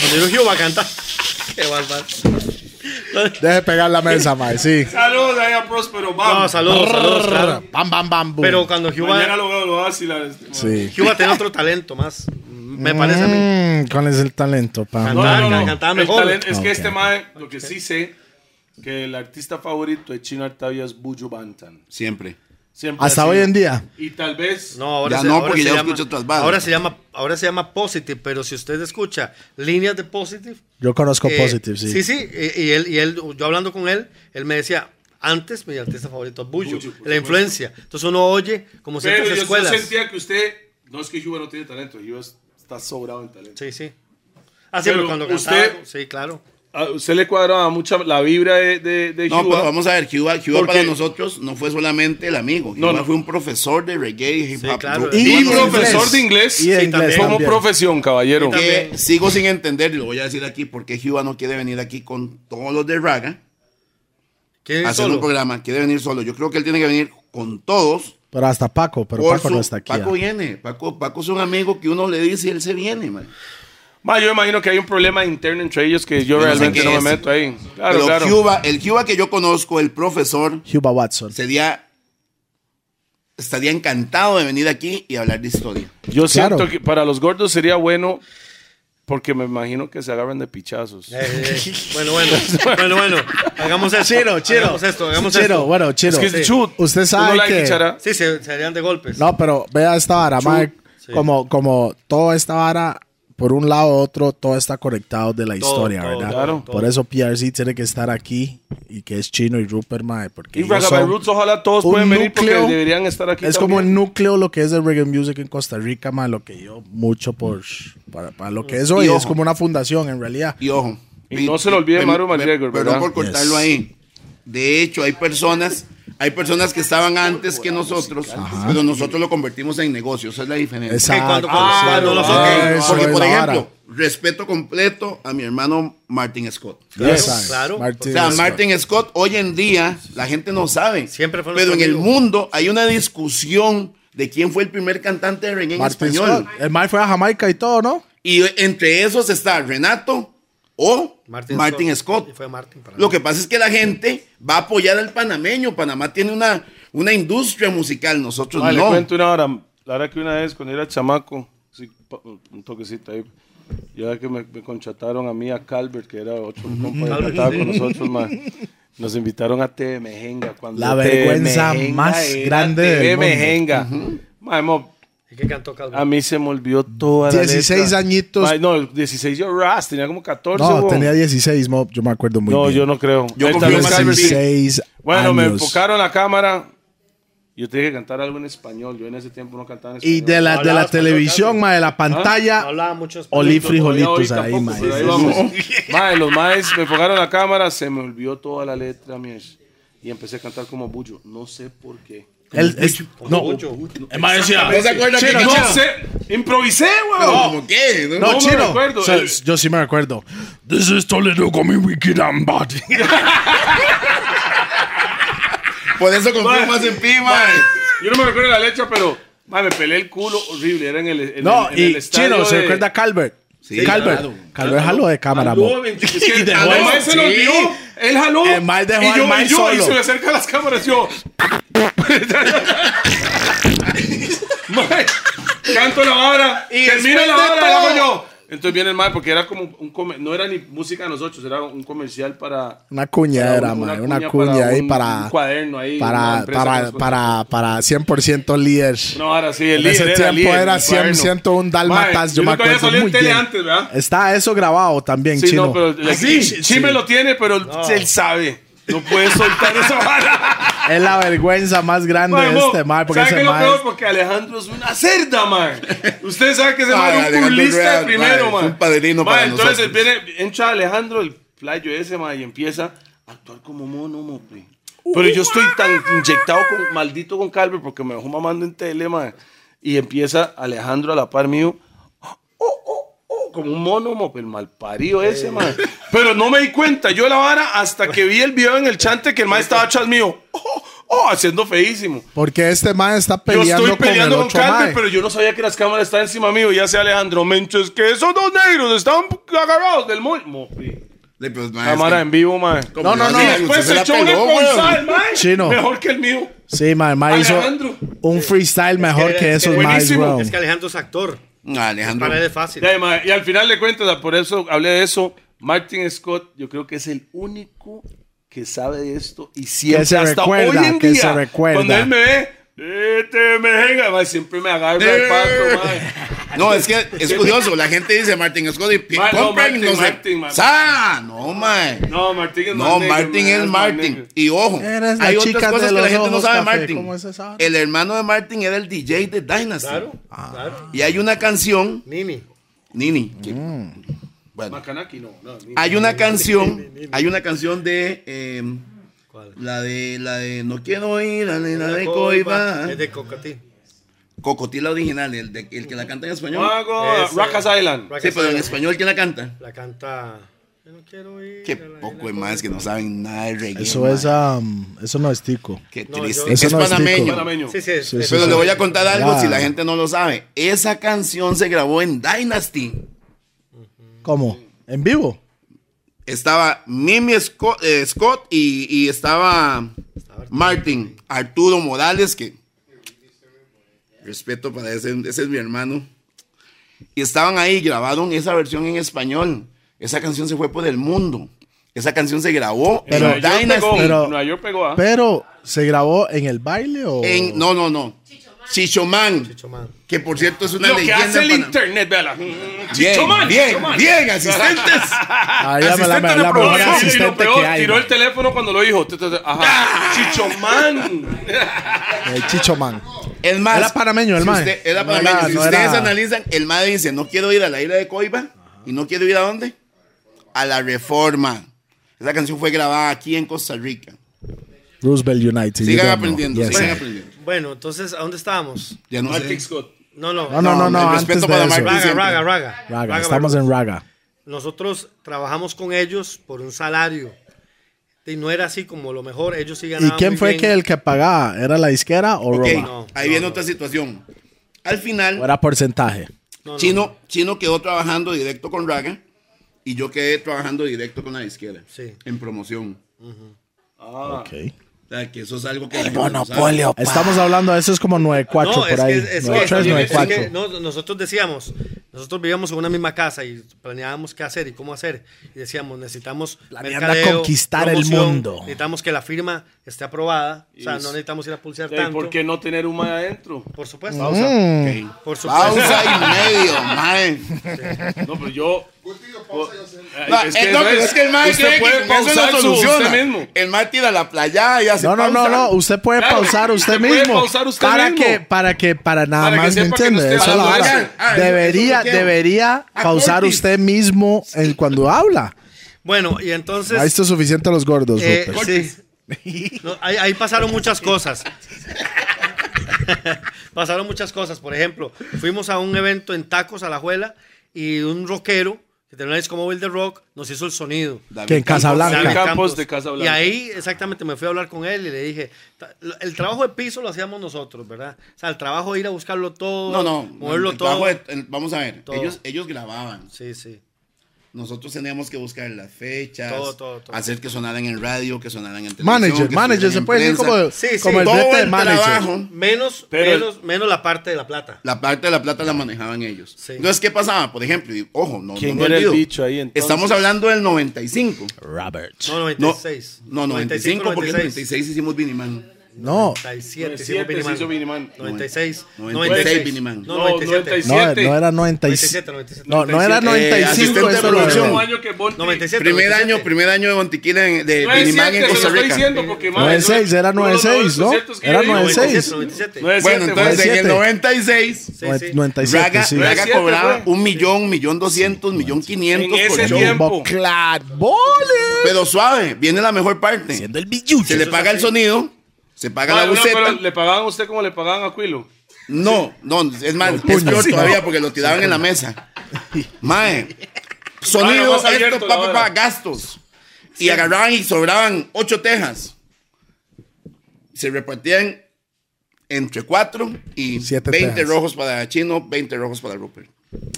Speaker 4: cuando llegó Cuba canta. [laughs] Qué bárbaro. [laughs]
Speaker 1: Deje pegar la mesa, mae, sí.
Speaker 2: Saludos ahí a Próspero, vamos.
Speaker 4: No, saludos, saludos, claro.
Speaker 1: Bam, bam, bam, boom.
Speaker 4: Pero cuando
Speaker 2: Mañana
Speaker 4: Cuba,
Speaker 2: lo veo, lo voy a vacilar. este, man.
Speaker 1: Sí.
Speaker 4: Cuba tenía otro talento más, me parece a mí.
Speaker 1: Mm, ¿Cuál es el talento, pa?
Speaker 2: No, no, no, no.
Speaker 4: cantaba
Speaker 2: El
Speaker 4: mejor.
Speaker 2: talento- es que
Speaker 1: Ah, Ok.
Speaker 2: este mae, lo que sí sé, que el artista favorito de Chino Artavia es Bujo Bantan.
Speaker 3: Siempre.
Speaker 2: Siempre
Speaker 1: Hasta
Speaker 2: ha sido.
Speaker 1: hoy en día.
Speaker 2: Y tal vez.
Speaker 4: No, ahora
Speaker 3: Mm, Ya
Speaker 4: se,
Speaker 3: no,
Speaker 4: ahora
Speaker 3: porque
Speaker 4: se
Speaker 3: ya
Speaker 4: llama,
Speaker 3: escucho otras bandas.
Speaker 4: Ahora se llama, ahora se llama Positive, pero si usted escucha líneas de Positive.
Speaker 1: Yo conozco
Speaker 4: eh,
Speaker 1: Positive, sí.
Speaker 4: Sí, sí, y, y él, y él, yo hablando con él, él me decía, antes mi artista favorito es Bujo,
Speaker 2: Bujo, por supuesto.
Speaker 4: la influencia. Entonces uno oye como
Speaker 2: Pero
Speaker 4: ciertas
Speaker 2: yo, yo
Speaker 4: escuelas.
Speaker 2: sentía que usted. No es que Juba no tiene talento, Juba es- está sobrado en talento.
Speaker 4: Sí, sí. Ah, sí, pero
Speaker 2: Pero
Speaker 4: cuando
Speaker 2: usted-
Speaker 4: cantaba, sí, claro.
Speaker 2: A usted le cuadraba mucha la vibra de, de, de
Speaker 3: No,
Speaker 2: Cuba.
Speaker 3: pero vamos a ver, Cuba, Cuba
Speaker 2: Porque-
Speaker 3: para nosotros no fue solamente el amigo. Cuba
Speaker 2: No, no.
Speaker 3: fue un profesor de reggae y hip
Speaker 4: Sí,
Speaker 3: hop.
Speaker 4: claro.
Speaker 3: Yo-
Speaker 4: Y
Speaker 3: yo
Speaker 2: Y
Speaker 3: no-
Speaker 1: inglés.
Speaker 2: profesor de inglés.
Speaker 1: Y de
Speaker 4: Sí,
Speaker 1: inglés
Speaker 4: también.
Speaker 2: como
Speaker 1: también.
Speaker 2: profesión, caballero.
Speaker 4: también.
Speaker 3: que sigo sin entender, y lo voy a decir aquí, porque Cuba no quiere venir aquí con todos los de Raga
Speaker 4: ¿Quién
Speaker 3: a
Speaker 4: es
Speaker 3: hacer
Speaker 4: solo?
Speaker 3: un programa, quiere venir solo. Yo creo que él tiene que venir con todos.
Speaker 1: Pero hasta Paco, pero
Speaker 3: por
Speaker 1: Paco
Speaker 3: su-
Speaker 1: no está aquí.
Speaker 3: Paco
Speaker 1: ah.
Speaker 3: viene, Paco, Paco es un amigo que uno le dice y él se viene, man.
Speaker 2: Ma, yo imagino que hay un problema interno entre ellos que yo
Speaker 3: no sé
Speaker 2: realmente
Speaker 3: qué
Speaker 2: no me
Speaker 3: es.
Speaker 2: meto ahí. Claro,
Speaker 3: Pero
Speaker 2: claro.
Speaker 3: Cuba, el Cuba que yo conozco, el profesor,
Speaker 1: Cuba Watson.
Speaker 3: sería estaría encantado de venir aquí y hablar de historia.
Speaker 2: Yo
Speaker 1: Claro.
Speaker 2: siento que para los gordos sería bueno porque me imagino que se agarran de pichazos.
Speaker 4: Eh, eh, bueno, bueno, [laughs] bueno, bueno. Hagamos esto.
Speaker 1: Chiro, chiro.
Speaker 4: Hagamos esto, hagamos
Speaker 1: Chiro,
Speaker 4: esto.
Speaker 1: bueno, chiro.
Speaker 2: Es que es
Speaker 1: Sí.
Speaker 2: chut.
Speaker 1: Usted sabe
Speaker 2: Uno ¿ah? la
Speaker 1: que-
Speaker 2: guichara.
Speaker 4: Sí, se, se harían de golpes.
Speaker 1: No, pero vea esta vara, mae.
Speaker 4: Sí.
Speaker 1: Como, como toda esta vara, por un lado u otro, todo está conectado de la historia,
Speaker 4: todo,
Speaker 1: ¿verdad?
Speaker 2: claro.
Speaker 1: Por eso PRC tiene que estar aquí y que es Chino y Rupert, mae. Porque
Speaker 2: Y
Speaker 1: ellos
Speaker 2: Ragabay
Speaker 1: son-
Speaker 2: Roots, ojalá todos
Speaker 1: un
Speaker 2: pueden venir porque
Speaker 1: núcleo-
Speaker 2: deberían estar aquí.
Speaker 1: Es como el
Speaker 2: también.
Speaker 1: núcleo lo que es el reggae music en Costa Rica, más lo que yo mucho por para, para lo que es hoy
Speaker 3: Y
Speaker 1: es
Speaker 3: ojo.
Speaker 1: como una fundación en realidad.
Speaker 3: Y ojo.
Speaker 2: Y no se lo olvide Mario McGregor,
Speaker 3: Pero
Speaker 2: ¿verdad?
Speaker 3: por cortarlo
Speaker 1: Yes.
Speaker 3: ahí. De hecho, hay personas, hay personas que estaban antes que nosotros, pero nosotros lo convertimos en negocio. Esa es la diferencia.
Speaker 1: Exacto.
Speaker 4: cuando-
Speaker 1: no,
Speaker 4: cuando los-
Speaker 3: Ok,
Speaker 1: ah, eso
Speaker 3: Porque,
Speaker 1: es
Speaker 3: por
Speaker 1: la
Speaker 3: ejemplo,
Speaker 1: vara.
Speaker 3: respeto completo a mi hermano Martin Scott.
Speaker 1: Ya
Speaker 4: Yes.
Speaker 1: sabes,
Speaker 4: Claro.
Speaker 1: Martin
Speaker 3: O sea,
Speaker 1: Scott.
Speaker 3: Martin Scott, hoy en día, la gente no sabe.
Speaker 4: Siempre fue
Speaker 3: Pero en
Speaker 4: nuestro
Speaker 3: el
Speaker 4: amigo.
Speaker 3: mundo hay una discusión de quién fue el primer cantante de reggae en
Speaker 1: Martin
Speaker 3: español.
Speaker 1: Scott. El Mike fue a Jamaica y todo, ¿no?
Speaker 3: Y entre esos está Renato o Martin, Scott.
Speaker 4: Y fue Martin para
Speaker 3: Lo
Speaker 4: mí.
Speaker 3: que pasa es que la gente va a apoyar al panameño. Panamá tiene una, una industria musical, nosotros
Speaker 2: Ma, Ah, le
Speaker 3: no.
Speaker 2: cuento una hora. La verdad que una vez cuando era chamaco, sí, pa- un toquecito ahí, ya que me, me contrataron a mí a Calvert, que era otro compa que
Speaker 4: Calvert,
Speaker 2: cantaba
Speaker 4: sí.
Speaker 2: con nosotros, ma, Nos invitaron a TV Mejenga. Cuando
Speaker 1: La
Speaker 2: TV
Speaker 1: vergüenza
Speaker 2: Mejenga
Speaker 1: más
Speaker 2: era
Speaker 1: grande
Speaker 2: TV
Speaker 1: del mundo.
Speaker 2: Mejenga. Ma, mo,
Speaker 4: ¿Y qué cantó Calvo?
Speaker 2: a mí se me olvidó toda la
Speaker 1: 16
Speaker 2: letra.
Speaker 1: añitos.
Speaker 2: Ma, no, 16 yo ras, tenía como 14.
Speaker 1: No,
Speaker 2: weón.
Speaker 1: tenía 16, mo- yo me acuerdo muy
Speaker 2: No,
Speaker 1: bien.
Speaker 2: yo no creo.
Speaker 3: Yo
Speaker 2: Él
Speaker 3: confío
Speaker 2: también
Speaker 3: en
Speaker 2: es Calvert, sí.
Speaker 1: 16
Speaker 2: Bueno, me
Speaker 1: años.
Speaker 2: enfocaron la cámara. Yo tenía que cantar algo en español. Yo en ese tiempo no cantaba en español.
Speaker 1: Y de la, de la
Speaker 4: Hablabas con
Speaker 1: televisión,
Speaker 4: Ricardo.
Speaker 1: ma, de la
Speaker 4: No
Speaker 1: pantalla,
Speaker 4: hablaba mucho español.
Speaker 1: olí
Speaker 2: Todavía hoy
Speaker 1: frijolitos ahí,
Speaker 2: tampoco,
Speaker 1: ma.
Speaker 2: pero ahí vamos. Mae, los maes me enfocaron la cámara, se me olvidó toda la letra, mies. Y empecé a cantar como bullo. No sé por qué.
Speaker 1: Él- es- no,
Speaker 4: No.
Speaker 3: ¿No se acuerdan que
Speaker 2: Chino, no
Speaker 3: cantaba?
Speaker 2: sé. Improvisé,
Speaker 3: Pero,
Speaker 2: weón.
Speaker 3: ¿Cómo qué? ¿No?
Speaker 1: no,
Speaker 2: me
Speaker 1: chino.
Speaker 2: recuerdo,
Speaker 1: O sea,
Speaker 2: el-
Speaker 1: Yo sí me recuerdo. This is Toledo coming wicked and bad.
Speaker 3: Por eso confío más en Pima.
Speaker 2: Yo no me recuerdo la letra, pero mae, me peleé el culo horrible. Era en el. en
Speaker 1: No,
Speaker 2: el- en el
Speaker 1: y
Speaker 2: estadio
Speaker 1: chino, se
Speaker 2: de-
Speaker 1: recuerda a Calvert.
Speaker 3: Sí,
Speaker 1: Calvert.
Speaker 3: claro.
Speaker 1: Calvert jaló de cámara, mo. [laughs]
Speaker 2: Jaló, es que
Speaker 1: Y
Speaker 2: el
Speaker 1: dejó
Speaker 2: mae
Speaker 1: el-
Speaker 2: se lo
Speaker 1: sí.
Speaker 2: olvidó. Él jaló.
Speaker 1: El mae dejó
Speaker 2: y
Speaker 1: al
Speaker 2: yo,
Speaker 1: mae
Speaker 2: y yo,
Speaker 1: solo.
Speaker 2: y se le acerca a las cámaras yo. [laughs] mae, canto la vara.
Speaker 1: Y
Speaker 2: termina
Speaker 1: después
Speaker 2: la
Speaker 1: de
Speaker 2: vara, la hago
Speaker 1: todo.
Speaker 2: yo. Entonces viene el mae porque era como un come- no era ni música de nosotros, era un comercial para
Speaker 1: Una cuñadera,
Speaker 2: para un-
Speaker 1: mae, una cuña ahí
Speaker 2: un-
Speaker 1: para-
Speaker 2: un cuaderno ahí, una
Speaker 1: Para,
Speaker 2: empresa que
Speaker 1: para,
Speaker 2: nos-
Speaker 1: para, para 100% líder.
Speaker 2: No, ahora sí, el
Speaker 1: en ese
Speaker 2: líder
Speaker 1: tiempo
Speaker 2: el líder,
Speaker 1: era
Speaker 2: el cuaderno.
Speaker 1: 100, 101 dálmatas.
Speaker 2: Mae,
Speaker 1: yo me
Speaker 2: creo que había
Speaker 1: acuerdo
Speaker 2: salido en
Speaker 1: muy
Speaker 2: tele
Speaker 1: bien.
Speaker 2: antes, ¿verdad?
Speaker 1: Está eso grabado también,
Speaker 2: Sí,
Speaker 1: chino.
Speaker 2: no, pero el-
Speaker 1: Así,
Speaker 2: Chime lo tiene, pero él sabe. No puede soltar
Speaker 1: [laughs]
Speaker 2: esa vara.
Speaker 1: Es la vergüenza más grande
Speaker 2: Mae,
Speaker 1: de
Speaker 2: mo,
Speaker 1: este mar. é Porque
Speaker 2: ¿sabe
Speaker 1: ese
Speaker 2: qué es lo
Speaker 1: mar.
Speaker 2: peor? Porque Alejandro es una cerda, man. Usted sabe que ese
Speaker 3: Ay,
Speaker 2: man es un
Speaker 3: Alejandro
Speaker 2: purlista
Speaker 3: Real,
Speaker 2: primero,
Speaker 3: mae,
Speaker 2: man.
Speaker 3: es un padrino
Speaker 2: Mae,
Speaker 3: para
Speaker 2: entonces
Speaker 3: nosotros.
Speaker 2: viene, entra Alejandro, el playo ese, man, y empieza a actuar como mono, mo, pri. Pero yo estoy tan inyectado con maldito con Calvert porque me dejó mamando en tele, man. Y empieza Alejandro a la par mío. oh, oh, oh, como un mono, mo, el malparido
Speaker 3: Eh.
Speaker 2: ese, man. Pero no me di cuenta, yo la vara hasta que vi el video en el chante que el man estaba atrás mío, oh, oh, haciendo feísimo.
Speaker 1: Porque este man está
Speaker 2: Yo
Speaker 1: peleando,
Speaker 2: estoy peleando
Speaker 1: con el ocho
Speaker 2: con, Calvin,
Speaker 1: mae.
Speaker 2: pero yo no sabía que las cámaras estaban encima mío. Ya sea Alejandro, mientras que esos dos negros están agarrados del mo... mo-
Speaker 3: Sí, pues, mae, es
Speaker 2: Cámara
Speaker 3: que-
Speaker 2: en vivo, man.
Speaker 3: como
Speaker 1: No, no,
Speaker 3: yo
Speaker 1: Ah, no.
Speaker 2: Y
Speaker 3: digo,
Speaker 2: después
Speaker 3: usted
Speaker 2: se
Speaker 3: la
Speaker 2: echó un
Speaker 3: pegó, weón.
Speaker 2: esponsal, man.
Speaker 1: Chino.
Speaker 2: Mejor que el mío.
Speaker 1: Sí, mae, el mae hizo
Speaker 2: Alejandro.
Speaker 1: un freestyle mejor que,
Speaker 4: que-
Speaker 1: esos
Speaker 4: que-
Speaker 1: más,
Speaker 2: buenísimo.
Speaker 1: bro.
Speaker 4: Es que Alejandro es actor.
Speaker 3: Alejandro.
Speaker 4: Para él es fácil.
Speaker 2: Ya, ma, Y al final de cuentas, ah, por eso hablé de eso. Martin Scott, yo creo que es el único que sabe de esto y siempre
Speaker 1: se
Speaker 2: hasta
Speaker 1: recuerda,
Speaker 2: hoy en
Speaker 1: que
Speaker 2: día,
Speaker 1: se recuerda.
Speaker 2: cuando él me ve, este mejenga, ma, siempre me agarra el pato, ma.
Speaker 3: No, es que es curioso. La gente dice Martin Scott
Speaker 2: [laughs]
Speaker 3: y
Speaker 2: Ma, no,
Speaker 3: compren,
Speaker 2: Martin,
Speaker 3: no sé.
Speaker 2: Martin, Martin.
Speaker 3: ¡Sa! No, mae.
Speaker 2: No, Martin es
Speaker 3: No,
Speaker 2: más negro,
Speaker 3: Martin
Speaker 2: ma,
Speaker 3: es
Speaker 2: más
Speaker 3: Martin.
Speaker 2: negro.
Speaker 3: Y ojo,
Speaker 1: Eres la
Speaker 3: hay
Speaker 1: chica
Speaker 3: otras
Speaker 1: de
Speaker 3: cosas que
Speaker 1: los
Speaker 3: la gente no
Speaker 1: ojos
Speaker 3: sabe de
Speaker 1: café.
Speaker 3: Martin.
Speaker 1: ¿Cómo es esa vara?
Speaker 3: El hermano de Martin era el DJ de Dynasty.
Speaker 4: claro.
Speaker 3: Y hay una canción,
Speaker 4: Nini.
Speaker 3: Nini. que- Mm. Bueno,
Speaker 2: Macanaki, no, no, ni-
Speaker 3: hay una canción, hay una canción de eh,
Speaker 4: ¿Cuál?
Speaker 3: la de la de No quiero ir la de, la de Coiba.
Speaker 4: Es de Cocatí.
Speaker 3: Cocotí la original, el, de- el que la canta en español.
Speaker 2: Mago,
Speaker 4: Ese.
Speaker 2: Racas Island.
Speaker 3: sí, pero en español ¿quién la canta?
Speaker 4: La canta. Yo no quiero ir.
Speaker 3: Qué
Speaker 4: a la-
Speaker 3: poco de más que no saben nada de reggae.
Speaker 1: Eso
Speaker 3: mae.
Speaker 1: es, am, eso no es tico.
Speaker 3: Qué
Speaker 4: No,
Speaker 3: triste.
Speaker 4: yo-
Speaker 3: es
Speaker 1: Eso no es
Speaker 3: panameño.
Speaker 1: tico.
Speaker 2: Panameño.
Speaker 4: Sí, sí, es-
Speaker 1: Sí,
Speaker 4: es-
Speaker 1: sí,
Speaker 3: Pero
Speaker 1: sí.
Speaker 3: le voy a contar algo
Speaker 1: Ya.
Speaker 3: si la gente no lo sabe. Esa canción se grabó en Dynasty.
Speaker 1: ¿Cómo? ¿En vivo?
Speaker 3: Estaba Mimi Scott, eh, Scott y, y estaba Martin, Arturo Morales, que respeto para ese, ese es mi hermano. Y estaban ahí, grabaron esa versión en español. Esa canción se fue por el mundo. Esa canción se grabó
Speaker 2: En
Speaker 1: Pero
Speaker 2: Nueva
Speaker 3: en
Speaker 2: York pegó,
Speaker 3: Dynasty.
Speaker 1: pero-
Speaker 2: en Nueva York pegó, ah.
Speaker 1: Pero, ¿se grabó en el baile o...?
Speaker 3: En- no, no, no. Chichomán.
Speaker 4: Chomán.
Speaker 3: Que por cierto es una
Speaker 2: Lo que
Speaker 3: leyenda.
Speaker 2: hace el
Speaker 3: en Panamá.
Speaker 2: internet, véala. Mm,
Speaker 3: Bien,
Speaker 2: Chichomán,
Speaker 3: bien,
Speaker 2: Chichomán.
Speaker 3: bien, asistentes.
Speaker 2: [laughs]
Speaker 1: Ah, ya me la,
Speaker 3: asistente
Speaker 1: me- la
Speaker 3: de
Speaker 1: mejor
Speaker 3: producción.
Speaker 2: Y lo
Speaker 1: asistente
Speaker 2: peor,
Speaker 1: que hay.
Speaker 2: tiró el teléfono cuando lo dijo. Tu, tu, tu,
Speaker 3: Ah.
Speaker 2: Ajá. Chichomán.
Speaker 1: El Chicho Man.
Speaker 3: Es más,
Speaker 1: Era panameño, el
Speaker 3: si
Speaker 1: mae.
Speaker 3: usted- era
Speaker 1: No
Speaker 3: panameño.
Speaker 1: era-
Speaker 3: si
Speaker 1: no
Speaker 3: ustedes
Speaker 1: era-
Speaker 3: analizan, el madre dice, no quiero ir a la isla de Coiba. ¿Y no quiero ir a dónde? A la Reforma. Esa canción fue grabada aquí en Costa Rica.
Speaker 1: Roosevelt United. you
Speaker 3: Sigan
Speaker 1: don't know.
Speaker 3: aprendiendo,
Speaker 1: Yes.
Speaker 3: sigan aprendiendo.
Speaker 4: Bueno, entonces, ¿a dónde estábamos?
Speaker 3: Ya no
Speaker 2: Martin
Speaker 3: sé.
Speaker 2: Scott.
Speaker 4: No, no.
Speaker 1: No, no, no, no,
Speaker 3: el
Speaker 1: antes
Speaker 3: respeto
Speaker 1: de
Speaker 3: para
Speaker 1: eso.
Speaker 3: Martín.
Speaker 4: Raga,
Speaker 3: siempre.
Speaker 4: raga, raga.
Speaker 1: Raga, estamos en Raga.
Speaker 4: Nosotros trabajamos con ellos por un salario. Y no era así como lo mejor. Ellos sí
Speaker 1: ¿Y
Speaker 4: ganaban.
Speaker 1: quién
Speaker 4: muy
Speaker 1: fue
Speaker 4: bien.
Speaker 1: que el que pagaba? ¿Era la disquera o
Speaker 3: Ok,
Speaker 1: Roma?
Speaker 4: No,
Speaker 3: ahí
Speaker 4: no,
Speaker 3: viene
Speaker 4: no.
Speaker 3: otra situación. Al
Speaker 1: ¿O
Speaker 3: final,
Speaker 1: era porcentaje?
Speaker 4: No, no,
Speaker 3: Chino, Chino quedó trabajando directo con Raga y yo quedé trabajando directo con la izquierda.
Speaker 4: Sí.
Speaker 3: En promoción.
Speaker 2: Ah.
Speaker 1: Ok.
Speaker 3: O sea, que eso es algo que... El
Speaker 1: Estamos hablando, eso es como 9-4
Speaker 4: No,
Speaker 1: por
Speaker 4: es
Speaker 1: ahí.
Speaker 4: que, es que-
Speaker 1: 9-3,
Speaker 4: es
Speaker 1: 9-4.
Speaker 4: que no, nosotros decíamos, nosotros vivíamos en una misma casa y planeábamos qué hacer y cómo hacer. Y decíamos, necesitamos
Speaker 1: Planeando conquistar el mundo.
Speaker 4: Necesitamos que la firma esté aprobada. O sea,
Speaker 2: Y-
Speaker 4: no necesitamos ir a pulsear
Speaker 2: ¿Y
Speaker 4: tanto.
Speaker 2: por
Speaker 4: Por,
Speaker 2: qué no tener un mae adentro?
Speaker 1: Mm.
Speaker 4: supuesto. Por supuesto.
Speaker 3: Pausa y
Speaker 1: [laughs]
Speaker 3: medio, mae.
Speaker 2: No, pero yo. Ay,
Speaker 3: No, eh, no,
Speaker 2: eso
Speaker 3: pero es que el mae
Speaker 2: usted
Speaker 3: cree que
Speaker 2: puede
Speaker 3: con eso
Speaker 2: pausar
Speaker 3: lo
Speaker 2: su- usted
Speaker 3: soluciona.
Speaker 2: mismo.
Speaker 3: El mae tira a la playa y hace
Speaker 1: No, no, no,
Speaker 3: pausa.
Speaker 1: no, usted puede
Speaker 2: Claro,
Speaker 1: pausar usted,
Speaker 2: usted puede
Speaker 1: mismo.
Speaker 2: pausar usted
Speaker 1: para
Speaker 2: mismo.
Speaker 1: que para que para nada
Speaker 2: Para que
Speaker 1: más, ¿me
Speaker 2: sepa que no
Speaker 1: entiende?
Speaker 2: esté
Speaker 1: Eso es la
Speaker 2: hablando
Speaker 1: vara.
Speaker 3: allá. Ah, eso-
Speaker 1: debería
Speaker 3: eso no quiero.
Speaker 1: debería
Speaker 3: Ah,
Speaker 1: pausar
Speaker 3: Cortis.
Speaker 1: usted mismo en cuando habla.
Speaker 4: [laughs] Bueno, y entonces.
Speaker 1: Ahí está suficiente a los gordos,
Speaker 4: eh,
Speaker 1: Rupert.
Speaker 4: sí. No, ahí, ahí pasaron muchas cosas. [laughs] pasaron muchas cosas. Por ejemplo, fuimos a un evento en Tacos, a la Juela, y un rockero que terminó como Will the Rock, nos hizo el sonido.
Speaker 3: David
Speaker 1: Que en
Speaker 3: Campos.
Speaker 1: Casablanca.
Speaker 2: David Campos de Casablanca.
Speaker 4: Y ahí exactamente me fui a hablar con él y le dije, ta- lo- el trabajo de piso lo hacíamos nosotros, ¿verdad? O sea, el trabajo de ir a buscarlo todo,
Speaker 3: No, no.
Speaker 4: moverlo
Speaker 3: el
Speaker 4: todo.
Speaker 3: trabajo de- el- vamos a ver.
Speaker 4: Todo.
Speaker 3: Ellos, ellos grababan.
Speaker 4: Sí, sí.
Speaker 3: Nosotros teníamos que buscar las fechas.
Speaker 4: Todo, todo, todo.
Speaker 3: Hacer que sonaran en radio, que sonaran en televisión.
Speaker 1: Manager,
Speaker 3: que
Speaker 1: manager,
Speaker 3: estuvieran
Speaker 1: se
Speaker 3: en
Speaker 1: puede decir
Speaker 3: prensa.
Speaker 1: como,
Speaker 4: Sí, sí.
Speaker 1: como el
Speaker 3: Todo
Speaker 1: brete de
Speaker 3: el
Speaker 1: manager.
Speaker 3: trabajo.
Speaker 4: Menos,
Speaker 2: Pero el-
Speaker 4: menos, menos la parte de la plata.
Speaker 3: La parte de la plata la manejaban ellos.
Speaker 4: Sí.
Speaker 3: Entonces, ¿qué pasaba? Por ejemplo, y ojo, no,
Speaker 2: ¿Quién
Speaker 3: no me
Speaker 2: era el
Speaker 3: olvido.
Speaker 2: bicho ahí entonces?
Speaker 3: Estamos hablando del 95.
Speaker 4: No,
Speaker 3: No,
Speaker 4: 96.
Speaker 3: no, 95, porque en 96 hicimos Vinimán.
Speaker 1: No,
Speaker 4: 97,
Speaker 2: 97
Speaker 4: hicimos
Speaker 2: hizo
Speaker 4: Miniman.
Speaker 2: Miniman.
Speaker 4: 96.
Speaker 3: 96 Miniman.
Speaker 4: No,
Speaker 2: No,
Speaker 4: 97.
Speaker 1: no,
Speaker 2: 97.
Speaker 1: no era 97.
Speaker 4: 97, 97.
Speaker 1: No, no era
Speaker 4: Eh,
Speaker 1: 95.
Speaker 3: asistente de
Speaker 1: eso lo
Speaker 3: producción.
Speaker 1: veo.
Speaker 2: Último año que Volti-
Speaker 4: 97.
Speaker 3: Primer año, primer año de Montiquila en- de
Speaker 2: No es
Speaker 3: Vinimán
Speaker 2: siete,
Speaker 3: en
Speaker 2: se lo
Speaker 3: Costa
Speaker 2: estoy
Speaker 3: Rica.
Speaker 2: diciendo porque, madre,
Speaker 1: 96,
Speaker 2: no-
Speaker 1: era
Speaker 2: no, no, no,
Speaker 1: 96,
Speaker 2: los
Speaker 1: ¿no?
Speaker 2: conciertos que
Speaker 1: Era
Speaker 2: yo digo.
Speaker 1: 96.
Speaker 4: 97, 97.
Speaker 2: No es
Speaker 3: Bueno,
Speaker 2: siete,
Speaker 3: entonces en el
Speaker 1: 97.
Speaker 3: 96
Speaker 4: Sí, sí.
Speaker 1: 97,
Speaker 3: Raga,
Speaker 1: sí.
Speaker 3: Raga
Speaker 2: 97
Speaker 3: cobraba
Speaker 2: fue.
Speaker 3: un millón, millón doscientos, millón quinientos
Speaker 2: En
Speaker 3: por
Speaker 2: ese
Speaker 3: show.
Speaker 2: tiempo.
Speaker 1: Jumbo Clad Bowling.
Speaker 3: Pero suave, viene la mejor parte.
Speaker 1: Siendo el billucho.
Speaker 3: Se le paga el sonido, se paga la
Speaker 2: Madre, Ah, no, pero
Speaker 3: buceta.
Speaker 2: ¿Le pagaban a usted como le pagaban a Quilo?
Speaker 3: No, no, es más,
Speaker 1: puño.
Speaker 3: es peor
Speaker 1: Sí,
Speaker 3: todavía
Speaker 1: no.
Speaker 3: porque lo tiraban en la mesa.
Speaker 2: [laughs]
Speaker 3: Mae, sonido,
Speaker 2: Ahora más abierto
Speaker 3: esto,
Speaker 2: la
Speaker 3: pa, pa, pa,
Speaker 2: hora.
Speaker 3: gastos. Y agarraban y sobraban ocho tejas. Se repartían entre cuatro y
Speaker 1: Siete
Speaker 3: 20
Speaker 1: tejas.
Speaker 3: rojos para Chino, 20 rojos para Rupert.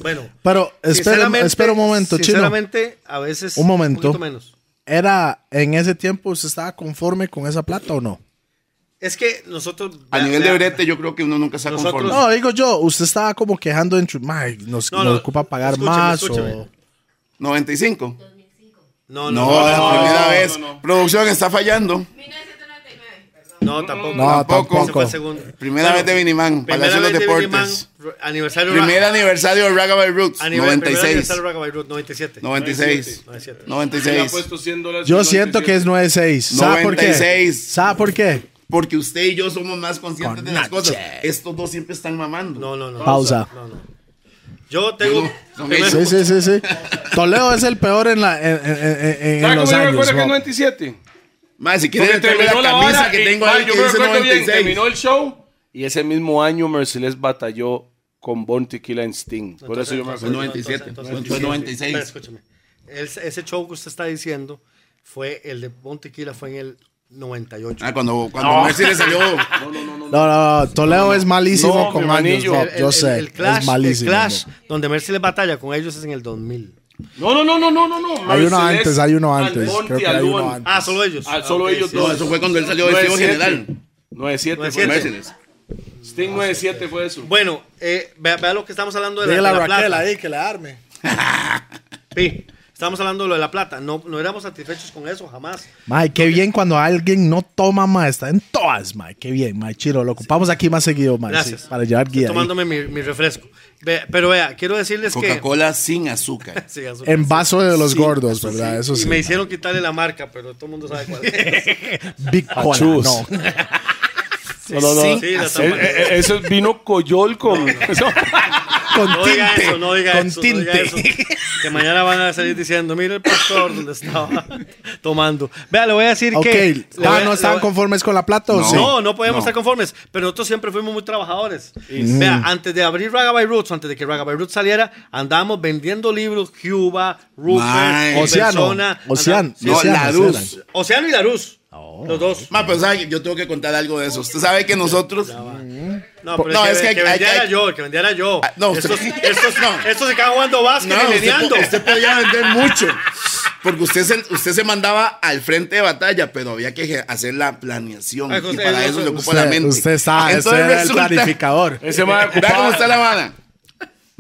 Speaker 4: Bueno.
Speaker 1: Pero espera,
Speaker 4: sinceramente-
Speaker 1: espera un momento, chino.
Speaker 4: Sinceramente, a veces.
Speaker 1: Un momento.
Speaker 4: poquito menos.
Speaker 1: Era en ese tiempo usted estaba conforme con esa plata o no?
Speaker 4: Es que nosotros.
Speaker 3: A
Speaker 4: vea-
Speaker 3: nivel de
Speaker 4: vea-
Speaker 3: brete, yo creo que uno nunca está
Speaker 4: Nosotros-
Speaker 3: conforme.
Speaker 1: No, digo yo, usted estaba como quejando entre, "Mae, nos,
Speaker 4: No,
Speaker 1: nos
Speaker 4: no,
Speaker 1: ocupa pagar
Speaker 4: escúcheme,
Speaker 1: más
Speaker 4: escúcheme.
Speaker 1: o
Speaker 3: 95.
Speaker 4: No,
Speaker 3: No,
Speaker 4: no.
Speaker 3: la
Speaker 4: No,
Speaker 3: primera
Speaker 2: no,
Speaker 3: vez.
Speaker 2: no, no.
Speaker 3: Producción está fallando.
Speaker 5: 1999, perdón.
Speaker 4: no, tampoco.
Speaker 1: No,
Speaker 3: tampoco.
Speaker 4: Ese fue el
Speaker 1: tampoco.
Speaker 4: segundo.
Speaker 3: Primera vez de Vinimán, Palacio de los Deportes.
Speaker 4: Vinimán, aniversario.
Speaker 3: Primer aniversario de Raga by Roots,
Speaker 4: aniversario- primer
Speaker 3: 96.
Speaker 4: aniversario de Rockabye Root, 97.
Speaker 3: 96.
Speaker 4: 97.
Speaker 2: Le ha
Speaker 3: 96.
Speaker 4: pues,
Speaker 2: puesto 100 dólares.
Speaker 1: Yo siento que es 96. ¿Sabe por qué?
Speaker 3: 96.
Speaker 1: ¿Sabe por qué?
Speaker 3: Porque usted y yo somos más conscientes de las
Speaker 1: Conache.
Speaker 3: cosas. Estos dos siempre están mamando.
Speaker 4: No, no, no.
Speaker 1: Pausa.
Speaker 4: No, no. Yo tengo.
Speaker 3: No, no,
Speaker 4: primero-
Speaker 1: Sí, sí, sí, sí. Toledo es el peor en, la, en, en- en- en
Speaker 2: ¿Sabes
Speaker 1: los
Speaker 2: Ah, cómo yo
Speaker 1: años.
Speaker 2: me acuerdo que es
Speaker 1: bro.
Speaker 2: 97?
Speaker 3: Más, si quiere
Speaker 2: Porque
Speaker 3: meterme la
Speaker 2: terminó la
Speaker 3: camisa
Speaker 2: hora
Speaker 3: que
Speaker 2: y-
Speaker 3: tengo
Speaker 2: ma,
Speaker 3: ahí
Speaker 2: yo
Speaker 3: que
Speaker 2: me
Speaker 3: dice
Speaker 2: acuerdo bien, terminó
Speaker 3: 96.
Speaker 2: el show y ese mismo año Mercedes batalló con Bon Tequila en Sting. Por eso yo me acuerdo.
Speaker 3: acuerdo.
Speaker 4: Entonces, entonces,
Speaker 3: 97,
Speaker 4: entonces,
Speaker 3: fue en 96.
Speaker 4: Espera, escúchame. El- ese show que usted está diciendo fue el de Montequila, fue en el 98.
Speaker 3: Ah, cuando, cuando Mercy
Speaker 2: [laughs]
Speaker 3: le salió.
Speaker 1: No, no, no. Toledo es malísimo
Speaker 2: No, mi
Speaker 1: con años.
Speaker 2: manillo.
Speaker 1: bro.
Speaker 4: El- el-
Speaker 1: yo
Speaker 4: el-
Speaker 1: sé.
Speaker 4: El, Clash,
Speaker 1: es malísimo.
Speaker 4: el Clash
Speaker 1: bro.
Speaker 4: donde Mercy les batalla con ellos es en el 2000.
Speaker 2: No, no, no, no, no, no. no.
Speaker 1: Hay uno
Speaker 2: Mercedes
Speaker 1: antes, hay uno
Speaker 2: al
Speaker 1: antes.
Speaker 2: Monte,
Speaker 1: Creo que
Speaker 2: al
Speaker 1: hay uno
Speaker 2: Bon.
Speaker 1: antes.
Speaker 4: Ah, solo ellos.
Speaker 2: Ah, solo
Speaker 4: ok,
Speaker 2: ellos
Speaker 4: sí,
Speaker 2: dos.
Speaker 3: No,
Speaker 4: sí,
Speaker 3: eso
Speaker 4: sí.
Speaker 3: fue cuando él salió de
Speaker 2: 97.
Speaker 3: Ciego General.
Speaker 2: 97. fue.
Speaker 4: 97.
Speaker 3: Mercedes.
Speaker 2: Sting 97 fue eso.
Speaker 4: Bueno, eh, vea, vea lo que estamos hablando de la,
Speaker 1: Dígale
Speaker 4: de
Speaker 1: a
Speaker 4: la
Speaker 1: Raquel
Speaker 4: plata.
Speaker 1: ahí que le
Speaker 4: [laughs]
Speaker 1: arme.
Speaker 4: Pi, estamos hablando de lo de la plata. No, no éramos satisfechos con eso jamás.
Speaker 1: Mae, qué bien cuando alguien no toma, mae. Está en todas, mae. Qué bien, mae. Chiro, lo ocupamos aquí más seguido, mae. sí,
Speaker 4: Gracias.
Speaker 1: para llevar
Speaker 4: Estoy
Speaker 1: guía. ahí.
Speaker 4: tomándome mi, mi refresco. Ve- pero vea, quiero decirles que...
Speaker 3: Coca-Cola sin azúcar.
Speaker 4: Sí, azul.
Speaker 2: Eh,
Speaker 1: En vaso de los
Speaker 3: Sí,
Speaker 1: gordos,
Speaker 3: eso
Speaker 1: ¿verdad?
Speaker 3: sí.
Speaker 1: Eso
Speaker 4: Y
Speaker 1: sí.
Speaker 4: me hicieron quitarle la marca, pero todo el mundo sabe cuál es.
Speaker 1: [laughs] Big
Speaker 4: Ah,
Speaker 1: Cola.
Speaker 2: Achús.
Speaker 1: No.
Speaker 2: No, no, no.
Speaker 3: Sin
Speaker 1: Ah,
Speaker 4: Sí, la
Speaker 2: Eh,
Speaker 3: azúcar.
Speaker 4: toma.
Speaker 2: eh, eh, Eso es vino Coyol
Speaker 3: [laughs]
Speaker 2: con. [laughs]
Speaker 1: Con
Speaker 4: [laughs] No
Speaker 1: tinte.
Speaker 4: diga eso, no diga
Speaker 1: con
Speaker 4: eso, no
Speaker 1: tinte.
Speaker 4: diga
Speaker 1: [laughs]
Speaker 4: eso. Que mañana van a salir diciendo, mira el pastor donde estaba [laughs] tomando. Vea, le voy a decir
Speaker 1: Ok.
Speaker 4: que... le
Speaker 1: Ah,
Speaker 4: voy a-
Speaker 1: ¿no
Speaker 4: le
Speaker 1: estaban
Speaker 4: voy-
Speaker 1: conformes con la plata o
Speaker 3: No.
Speaker 1: sí?
Speaker 4: No, no podemos
Speaker 3: No.
Speaker 4: estar conformes, pero nosotros siempre fuimos muy trabajadores. Vea, antes de abrir Raga by Roots, antes de que Raga by Roots saliera, andábamos vendiendo libros, Cuba, Rupert,
Speaker 3: Mae.
Speaker 1: Oceano.
Speaker 4: Persona,
Speaker 1: Ocean,
Speaker 4: andá-
Speaker 3: No,
Speaker 1: Oceano, Oh.
Speaker 3: la
Speaker 1: Oceano.
Speaker 3: luz.
Speaker 4: Oceano y Larus. Los dos.
Speaker 3: Ma, pero sabe que yo tengo que contar algo de eso. Usted sabe que nosotros.
Speaker 4: No,
Speaker 3: Po-
Speaker 4: pero
Speaker 3: no, es
Speaker 4: es, que,
Speaker 3: que hay-
Speaker 4: que
Speaker 3: hay-
Speaker 4: vendiera
Speaker 3: hay-
Speaker 4: yo, que vendiera yo.
Speaker 3: Ah, no,
Speaker 4: estos,
Speaker 3: usted-
Speaker 4: estos,
Speaker 3: [laughs] no.
Speaker 4: estos se quedan jugando básquet
Speaker 3: No,
Speaker 4: y
Speaker 3: usted,
Speaker 4: lineando.
Speaker 3: po- usted podía vender mucho. Porque usted se, usted se mandaba al frente de batalla, pero había que eje- hacer la planeación.
Speaker 4: Ay,
Speaker 3: y
Speaker 4: José,
Speaker 3: para
Speaker 4: José,
Speaker 3: eso se ocupa la
Speaker 1: Usted,
Speaker 3: mente.
Speaker 1: usted
Speaker 4: [laughs]
Speaker 1: sabe,
Speaker 3: Entonces
Speaker 1: usted era el
Speaker 3: resulta-
Speaker 1: planificador.
Speaker 2: Ese mae
Speaker 3: Vea cómo
Speaker 2: ocupaba-
Speaker 3: está la vara.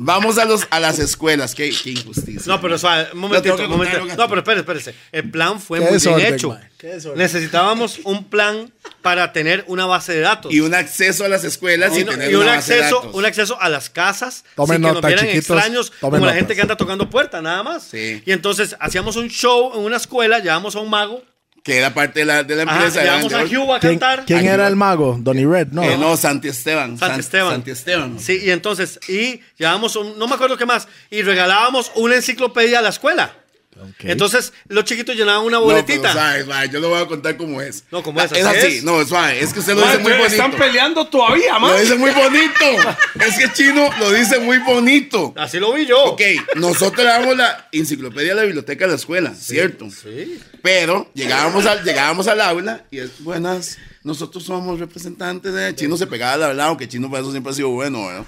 Speaker 3: Vamos a, los, a las escuelas. Qué, qué injusticia.
Speaker 4: No, pero o sea, un momentito,
Speaker 3: Lo tengo que
Speaker 4: un momentito.
Speaker 3: contar,
Speaker 4: No, pero espérese, espérese. El plan fue
Speaker 1: Qué
Speaker 4: muy bien
Speaker 1: desorden,
Speaker 4: hecho.
Speaker 1: man. Qué desorden.
Speaker 4: Necesitábamos un plan para tener una base de datos.
Speaker 3: Y un acceso a las escuelas y,
Speaker 4: Y no-
Speaker 3: tener
Speaker 4: y un
Speaker 3: una base de
Speaker 4: acceso,
Speaker 3: datos.
Speaker 4: un acceso a las casas
Speaker 1: Tomen
Speaker 4: sin que
Speaker 1: nota,
Speaker 4: nos vieran
Speaker 1: chiquitos,
Speaker 4: extraños como
Speaker 1: tomen
Speaker 4: la
Speaker 1: nota.
Speaker 4: gente que anda tocando puerta, nada más.
Speaker 3: Sí.
Speaker 4: Y entonces hacíamos un show en una escuela, llevamos a un mago,
Speaker 3: Que era parte de la, de la
Speaker 4: ajá,
Speaker 3: empresa. eran
Speaker 4: llevamos
Speaker 3: de-
Speaker 4: a Hugh a
Speaker 1: ¿Quién,
Speaker 4: cantar.
Speaker 1: quién
Speaker 3: Ay,
Speaker 1: era
Speaker 3: no.
Speaker 1: el mago? Donny Red, no.
Speaker 3: Eh, no, Santi Esteban.
Speaker 4: Santi
Speaker 3: San-
Speaker 4: Esteban.
Speaker 3: Santi Esteban.
Speaker 4: Sí, y entonces, y llevábamos un, no me acuerdo qué más, y regalábamos una enciclopedia a la escuela.
Speaker 1: Ok.
Speaker 4: Entonces, los chiquitos llenaban una
Speaker 3: No, pero,
Speaker 4: boletita.
Speaker 3: suave, suave, yo lo voy a contar como es.
Speaker 4: No, como es,
Speaker 3: Es
Speaker 4: así
Speaker 3: así,
Speaker 4: es.
Speaker 3: no, suave. Es que usted lo
Speaker 2: Mae,
Speaker 3: dice muy
Speaker 2: ustedes Están
Speaker 3: bonito.
Speaker 2: peleando todavía,
Speaker 3: Lo
Speaker 2: mae.
Speaker 3: dice muy bonito. Es que Chino lo dice muy bonito.
Speaker 4: Así lo vi yo.
Speaker 3: Ok, nosotros le damos la enciclopedia a la biblioteca de la escuela, ¿cierto?
Speaker 4: Sí.
Speaker 3: Pero llegábamos al, llegábamos al aula y es, buenas, nosotros somos representantes de... Chino se pegaba al habla, aunque Chino para eso siempre ha sido bueno, ¿verdad?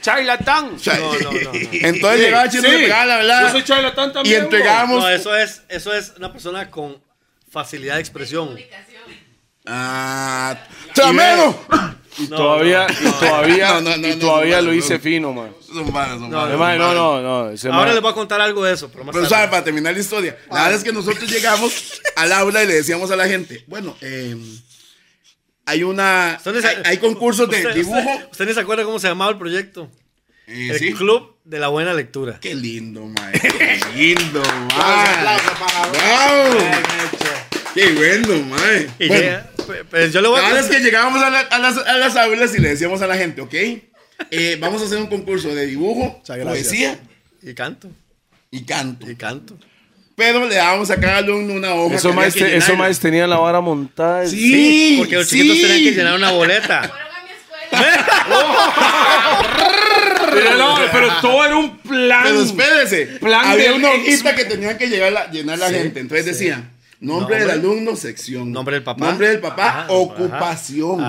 Speaker 2: Charlatán.
Speaker 3: O sea,
Speaker 4: No, no, no, no.
Speaker 3: [laughs] Entonces llegaba Chino, se pegaba al
Speaker 2: Yo
Speaker 3: habla
Speaker 2: soy charlatán
Speaker 3: y
Speaker 2: también. güey.
Speaker 3: entregábamos...
Speaker 4: No, eso es, eso es una persona con facilidad de expresión.
Speaker 3: Ah, ¡Tramero!
Speaker 2: Y todavía, y todavía,
Speaker 3: No, no, no,
Speaker 2: y
Speaker 3: no,
Speaker 2: todavía
Speaker 3: no,
Speaker 2: lo
Speaker 3: no.
Speaker 2: hice fino, mae.
Speaker 3: Son malas, son
Speaker 4: No,
Speaker 3: malas,
Speaker 2: Eh,
Speaker 3: son
Speaker 2: mae, No,
Speaker 3: malas.
Speaker 2: no, no. ese
Speaker 4: Ahora
Speaker 2: mae-
Speaker 4: les voy a contar algo de eso, pero más
Speaker 3: Pero
Speaker 4: tarde.
Speaker 3: sabe, para terminar la historia, la verdad es que nosotros llegamos al aula y le decíamos a la gente, bueno, eh, hay una,
Speaker 4: Usted ni se-
Speaker 3: hay, hay concursos de
Speaker 4: usted- usted-
Speaker 3: dibujo.
Speaker 4: Usted, ni se acuerda cómo se llamaba el proyecto.
Speaker 3: Eh,
Speaker 4: El
Speaker 3: sí.
Speaker 4: Club de la Buena Lectura.
Speaker 3: Qué lindo, mae.
Speaker 4: [laughs]
Speaker 3: Qué lindo, mae. Wow. Qué bueno, mae.
Speaker 4: Y
Speaker 3: Bueno,
Speaker 4: llega- pe- pues yo le voy
Speaker 3: La
Speaker 4: a
Speaker 3: verdad es
Speaker 4: contar-
Speaker 3: que llegábamos a, la- a las, a las aulas y le decíamos a la gente, ok, eh, vamos a hacer un concurso de dibujo,
Speaker 1: Muchas gracias.
Speaker 3: poesía
Speaker 4: Y canto,
Speaker 3: y canto.
Speaker 4: y canto.
Speaker 3: Pero le dábamos a cada alumno una hoja.
Speaker 2: Eso
Speaker 3: que
Speaker 2: más,
Speaker 3: había que llenarla.
Speaker 2: tenían la vara montada.
Speaker 3: Sí, sí,
Speaker 4: Porque los chiquitos tenían que llenar una boleta.
Speaker 5: Fueron a mi escuela.
Speaker 2: Pero, no, pero todo era un plan.
Speaker 3: Pero espérese,
Speaker 2: Plan
Speaker 3: había
Speaker 2: del
Speaker 3: una
Speaker 2: ex-
Speaker 3: hojita que tenían que llegar la- llenar la gente. Entonces decía, nombre del
Speaker 4: Nombre.
Speaker 3: alumno, sección.
Speaker 4: Nombre del papá.
Speaker 3: Nombre del papá,
Speaker 4: Ajá,
Speaker 3: ocupación.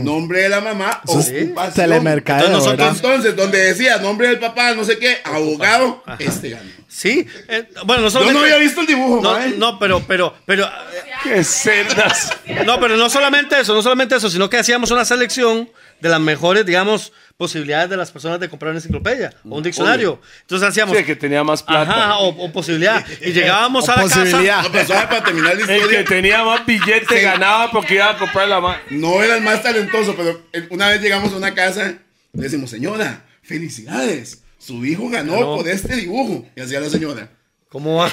Speaker 3: Mm. Nombre de la mamá,
Speaker 1: Eso es
Speaker 3: ocupación.
Speaker 1: telemercadeo,
Speaker 4: Entonces
Speaker 1: ¿verdad?
Speaker 4: nosotros-
Speaker 3: Entonces, donde decía nombre del papá, no sé qué, abogado, este ganó.
Speaker 4: Sí. eh, bueno, no
Speaker 3: Yo
Speaker 4: solamente.
Speaker 3: no había visto el dibujo,
Speaker 4: No,
Speaker 3: mae.
Speaker 4: no, pero, pero, pero,
Speaker 2: Qué escenas.
Speaker 4: no, pero no solamente eso, no solamente eso, sino que hacíamos una selección de las mejores, digamos, posibilidades de las personas de comprar una enciclopedia o un diccionario. Entonces hacíamos,
Speaker 2: Sí, que tenía más plata.
Speaker 4: ajá, o, o posibilidad. Y llegábamos
Speaker 1: O
Speaker 4: a la
Speaker 1: posibilidad.
Speaker 4: casa.
Speaker 3: No, pero sabe, para
Speaker 4: [laughs]
Speaker 3: terminar la
Speaker 2: El que
Speaker 3: historia,
Speaker 2: tenía más billete ganaba porque iba a comprar la mano.
Speaker 3: no era el más talentoso, pero eh, una vez llegamos a una casa, le decimos, señora, felicidades. Su hijo ganó
Speaker 4: Ganó.
Speaker 3: por este dibujo. Y hacía la señora.
Speaker 4: ¿Cómo va?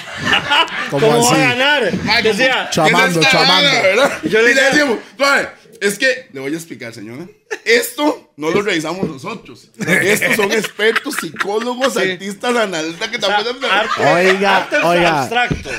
Speaker 1: ¿Cómo
Speaker 4: ¿Cómo va
Speaker 1: así?
Speaker 4: a ganar?
Speaker 3: Ay, como-
Speaker 4: Decía,
Speaker 1: Chamando,
Speaker 3: Es esta
Speaker 1: chamando.
Speaker 3: vara, ¿verdad? Y
Speaker 4: yo le
Speaker 3: le
Speaker 4: decía-
Speaker 3: decíamos, "Suave, es que le voy a explicar, señora. Esto no lo revisamos nosotros. Estos son expertos, psicólogos, artistas, analistas que también.
Speaker 4: arte,
Speaker 1: Oiga,
Speaker 4: arte
Speaker 1: oiga.
Speaker 4: abstracto.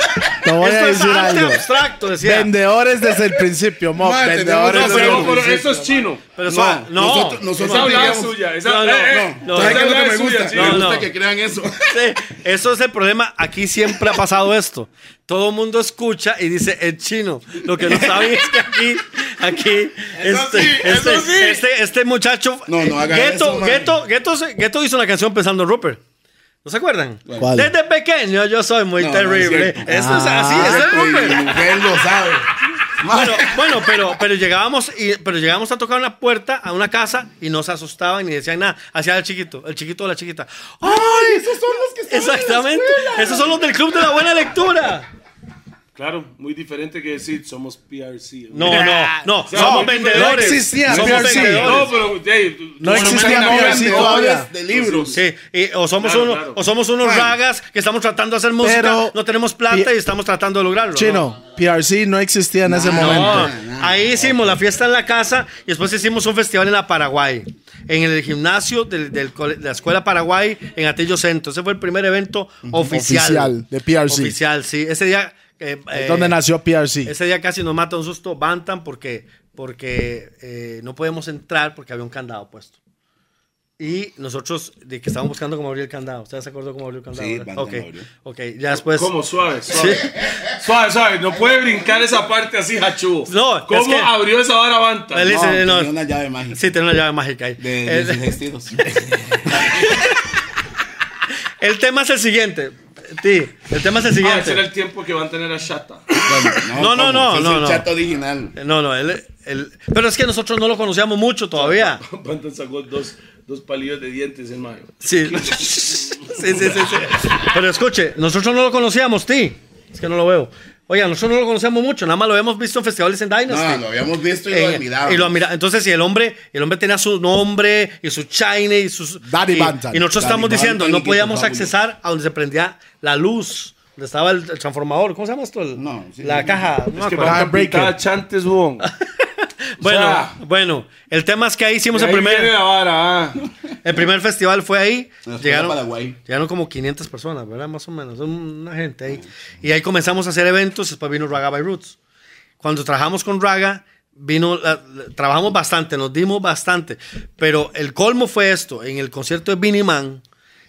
Speaker 1: Te voy
Speaker 4: Esto
Speaker 1: a decir
Speaker 4: es arte
Speaker 1: algo.
Speaker 4: abstracto, decía.
Speaker 1: Vendedores desde el principio, Mob.
Speaker 3: Madre,
Speaker 1: Vendedores
Speaker 3: tenemos
Speaker 1: desde
Speaker 3: razón,
Speaker 1: el
Speaker 2: Pero, pero
Speaker 1: principio.
Speaker 2: eso es chino.
Speaker 4: pero suave, no.
Speaker 3: nosotros, nosotros
Speaker 2: Esa hablada es
Speaker 3: digamos-
Speaker 2: suya. Esa,
Speaker 4: No, no,
Speaker 2: eh, eh,
Speaker 4: no.
Speaker 2: esa
Speaker 3: ¿Saben qué es lo
Speaker 2: hablada
Speaker 3: que
Speaker 2: es
Speaker 3: me gusta?
Speaker 2: suya.
Speaker 3: me
Speaker 2: No,
Speaker 4: No,
Speaker 3: gusta
Speaker 4: no.
Speaker 3: que crean eso.
Speaker 4: Sí, eso es el problema. Aquí siempre ha pasado esto. Todo el mundo escucha y dice es chino. Lo que no saben es que aquí, aquí,
Speaker 3: Eso
Speaker 4: este,
Speaker 3: sí, eso
Speaker 4: este,
Speaker 3: sí.
Speaker 4: este- este muchacho.
Speaker 3: No, no haga
Speaker 4: Gueto,
Speaker 3: eso, man.
Speaker 4: Gueto- Gueto se- Gueto hizo una canción pensando en Rupert. ¿No se acuerdan?
Speaker 1: ¿Cuál?
Speaker 4: Desde pequeño yo soy muy
Speaker 3: No, no es
Speaker 4: terrible.
Speaker 3: cierto.
Speaker 4: eso es así,
Speaker 1: Ah,
Speaker 4: eso es
Speaker 3: Mi
Speaker 4: Rupert.
Speaker 3: mujer lo sabe.
Speaker 4: Bueno, bueno, pero, pero llegábamos y, pero llegábamos a tocar una puerta a una casa y no se asustaban ni decían nada. Hacía el chiquito, el chiquito o la chiquita. ¡Ah! ¡Ay!
Speaker 3: Esos son los que estaban en la
Speaker 4: Exactamente. Esos son los del club de la buena lectura.
Speaker 2: Claro, muy diferente que decir somos PRC.
Speaker 4: No, no, no.
Speaker 2: No, no
Speaker 4: somos vendedores.
Speaker 1: existía
Speaker 4: somos
Speaker 1: PRC.
Speaker 2: No,
Speaker 4: vendedores.
Speaker 2: pero hey,
Speaker 1: No
Speaker 2: tú-
Speaker 1: existía
Speaker 2: tú-
Speaker 1: no,
Speaker 3: Vendedores
Speaker 1: sí, todavía.
Speaker 3: de libros.
Speaker 4: Sí, y- o somos
Speaker 2: Claro,
Speaker 4: uno-
Speaker 2: claro.
Speaker 4: o somos unos
Speaker 3: Bueno.
Speaker 4: ragas que estamos tratando de hacer música,
Speaker 1: Pero-
Speaker 4: no tenemos plata
Speaker 1: Pi-
Speaker 4: y estamos tratando de lograrlo. ¿no?
Speaker 1: Chino, PRC no existía en ese
Speaker 4: No,
Speaker 1: momento.
Speaker 4: ahí hicimos la fiesta en la casa y después hicimos un festival en la Paraguay, en el gimnasio del- del cole- de la Escuela Paraguay en Atillo Centro. Ese fue el primer evento oficial.
Speaker 1: Oficial, de PRC.
Speaker 4: Oficial, sí. Ese día... eh, eh,
Speaker 1: Es donde nació PRC.
Speaker 4: Ese día casi nos mata un susto Bantam porque, porque eh, no podemos entrar porque había un candado puesto. Y nosotros, de que estábamos buscando cómo abrir el candado. ¿Ustedes se acuerdan cómo abrió el candado?
Speaker 3: Sí,
Speaker 4: verdad?
Speaker 3: Bantam
Speaker 4: ok,
Speaker 3: lo abrió.
Speaker 4: ok, ya después...
Speaker 2: Como suave,
Speaker 4: Sí.
Speaker 2: suave. Suave, suave. No puede brincar esa parte así, hachu.
Speaker 4: No, es
Speaker 2: ¿Cómo
Speaker 4: que-
Speaker 2: abrió esa vara Banta? Ah,
Speaker 4: Él dice,
Speaker 3: Tenía
Speaker 4: no,
Speaker 3: una llave mágica.
Speaker 4: Sí, Eh, tiene una llave mágica ahí.
Speaker 3: De,
Speaker 4: el,
Speaker 3: de sus vestidos.
Speaker 4: el tema es el siguiente. Ti, el tema es el
Speaker 2: Ah, ese era
Speaker 4: siguiente.
Speaker 2: el tiempo que van a tener a Shata.
Speaker 4: No,
Speaker 3: Bueno,
Speaker 4: no,
Speaker 3: ¿cómo?
Speaker 4: no,
Speaker 3: Ese
Speaker 4: no,
Speaker 3: Es el
Speaker 4: no.
Speaker 3: chato original.
Speaker 4: No, no, él, él- pero es que nosotros no lo conocíamos mucho todavía.
Speaker 2: [laughs] Banta sacó dos, dos palillos de dientes en mayo.
Speaker 4: Sí. sí,
Speaker 3: [laughs]
Speaker 4: sí, sí, sí. Pero escuche, nosotros no lo conocíamos, ti. Es que no lo veo. Oiga, nosotros no lo conocíamos mucho, nada más lo habíamos visto en festivales en Dynasty.
Speaker 3: No, lo habíamos visto y lo
Speaker 4: Eh,
Speaker 3: admirábamos.
Speaker 4: y lo admira- Entonces, si el hombre, el hombre tenía su nombre y su chine y sus.
Speaker 1: Daddy
Speaker 4: y,
Speaker 1: Bantam.
Speaker 4: y nosotros
Speaker 3: Daddy
Speaker 4: estamos
Speaker 3: Bantam
Speaker 4: diciendo,
Speaker 3: y
Speaker 4: no
Speaker 3: Guito
Speaker 4: podíamos
Speaker 3: Fábulo.
Speaker 4: accesar a donde se prendía la luz, donde estaba el, el transformador. ¿Cómo se llama esto? El-
Speaker 3: No, sí,
Speaker 4: la
Speaker 3: sí.
Speaker 4: caja. no me
Speaker 2: Es que
Speaker 4: acuerdo.
Speaker 2: Banta
Speaker 1: Breaker.
Speaker 4: [laughs]
Speaker 2: pintaba chantes, huevón.
Speaker 4: Bueno,
Speaker 2: sea,
Speaker 4: bueno, el tema es que ahí hicimos
Speaker 2: Ahí
Speaker 4: el
Speaker 2: viene
Speaker 4: primer,
Speaker 2: la vara, ah.
Speaker 4: el primer festival, fue ahí.
Speaker 3: La escuela
Speaker 4: Llegaron,
Speaker 3: Paraguay.
Speaker 4: llegaron como 500 personas, ¿verdad? Más o menos, una gente
Speaker 1: Ah,
Speaker 4: ahí. Y ahí comenzamos a hacer eventos, después vino Raga by Roots. Cuando trabajamos con Raga, vino, la- la- trabajamos bastante, nos dimos bastante. Pero el colmo fue esto, en el concierto de Vinnie Man.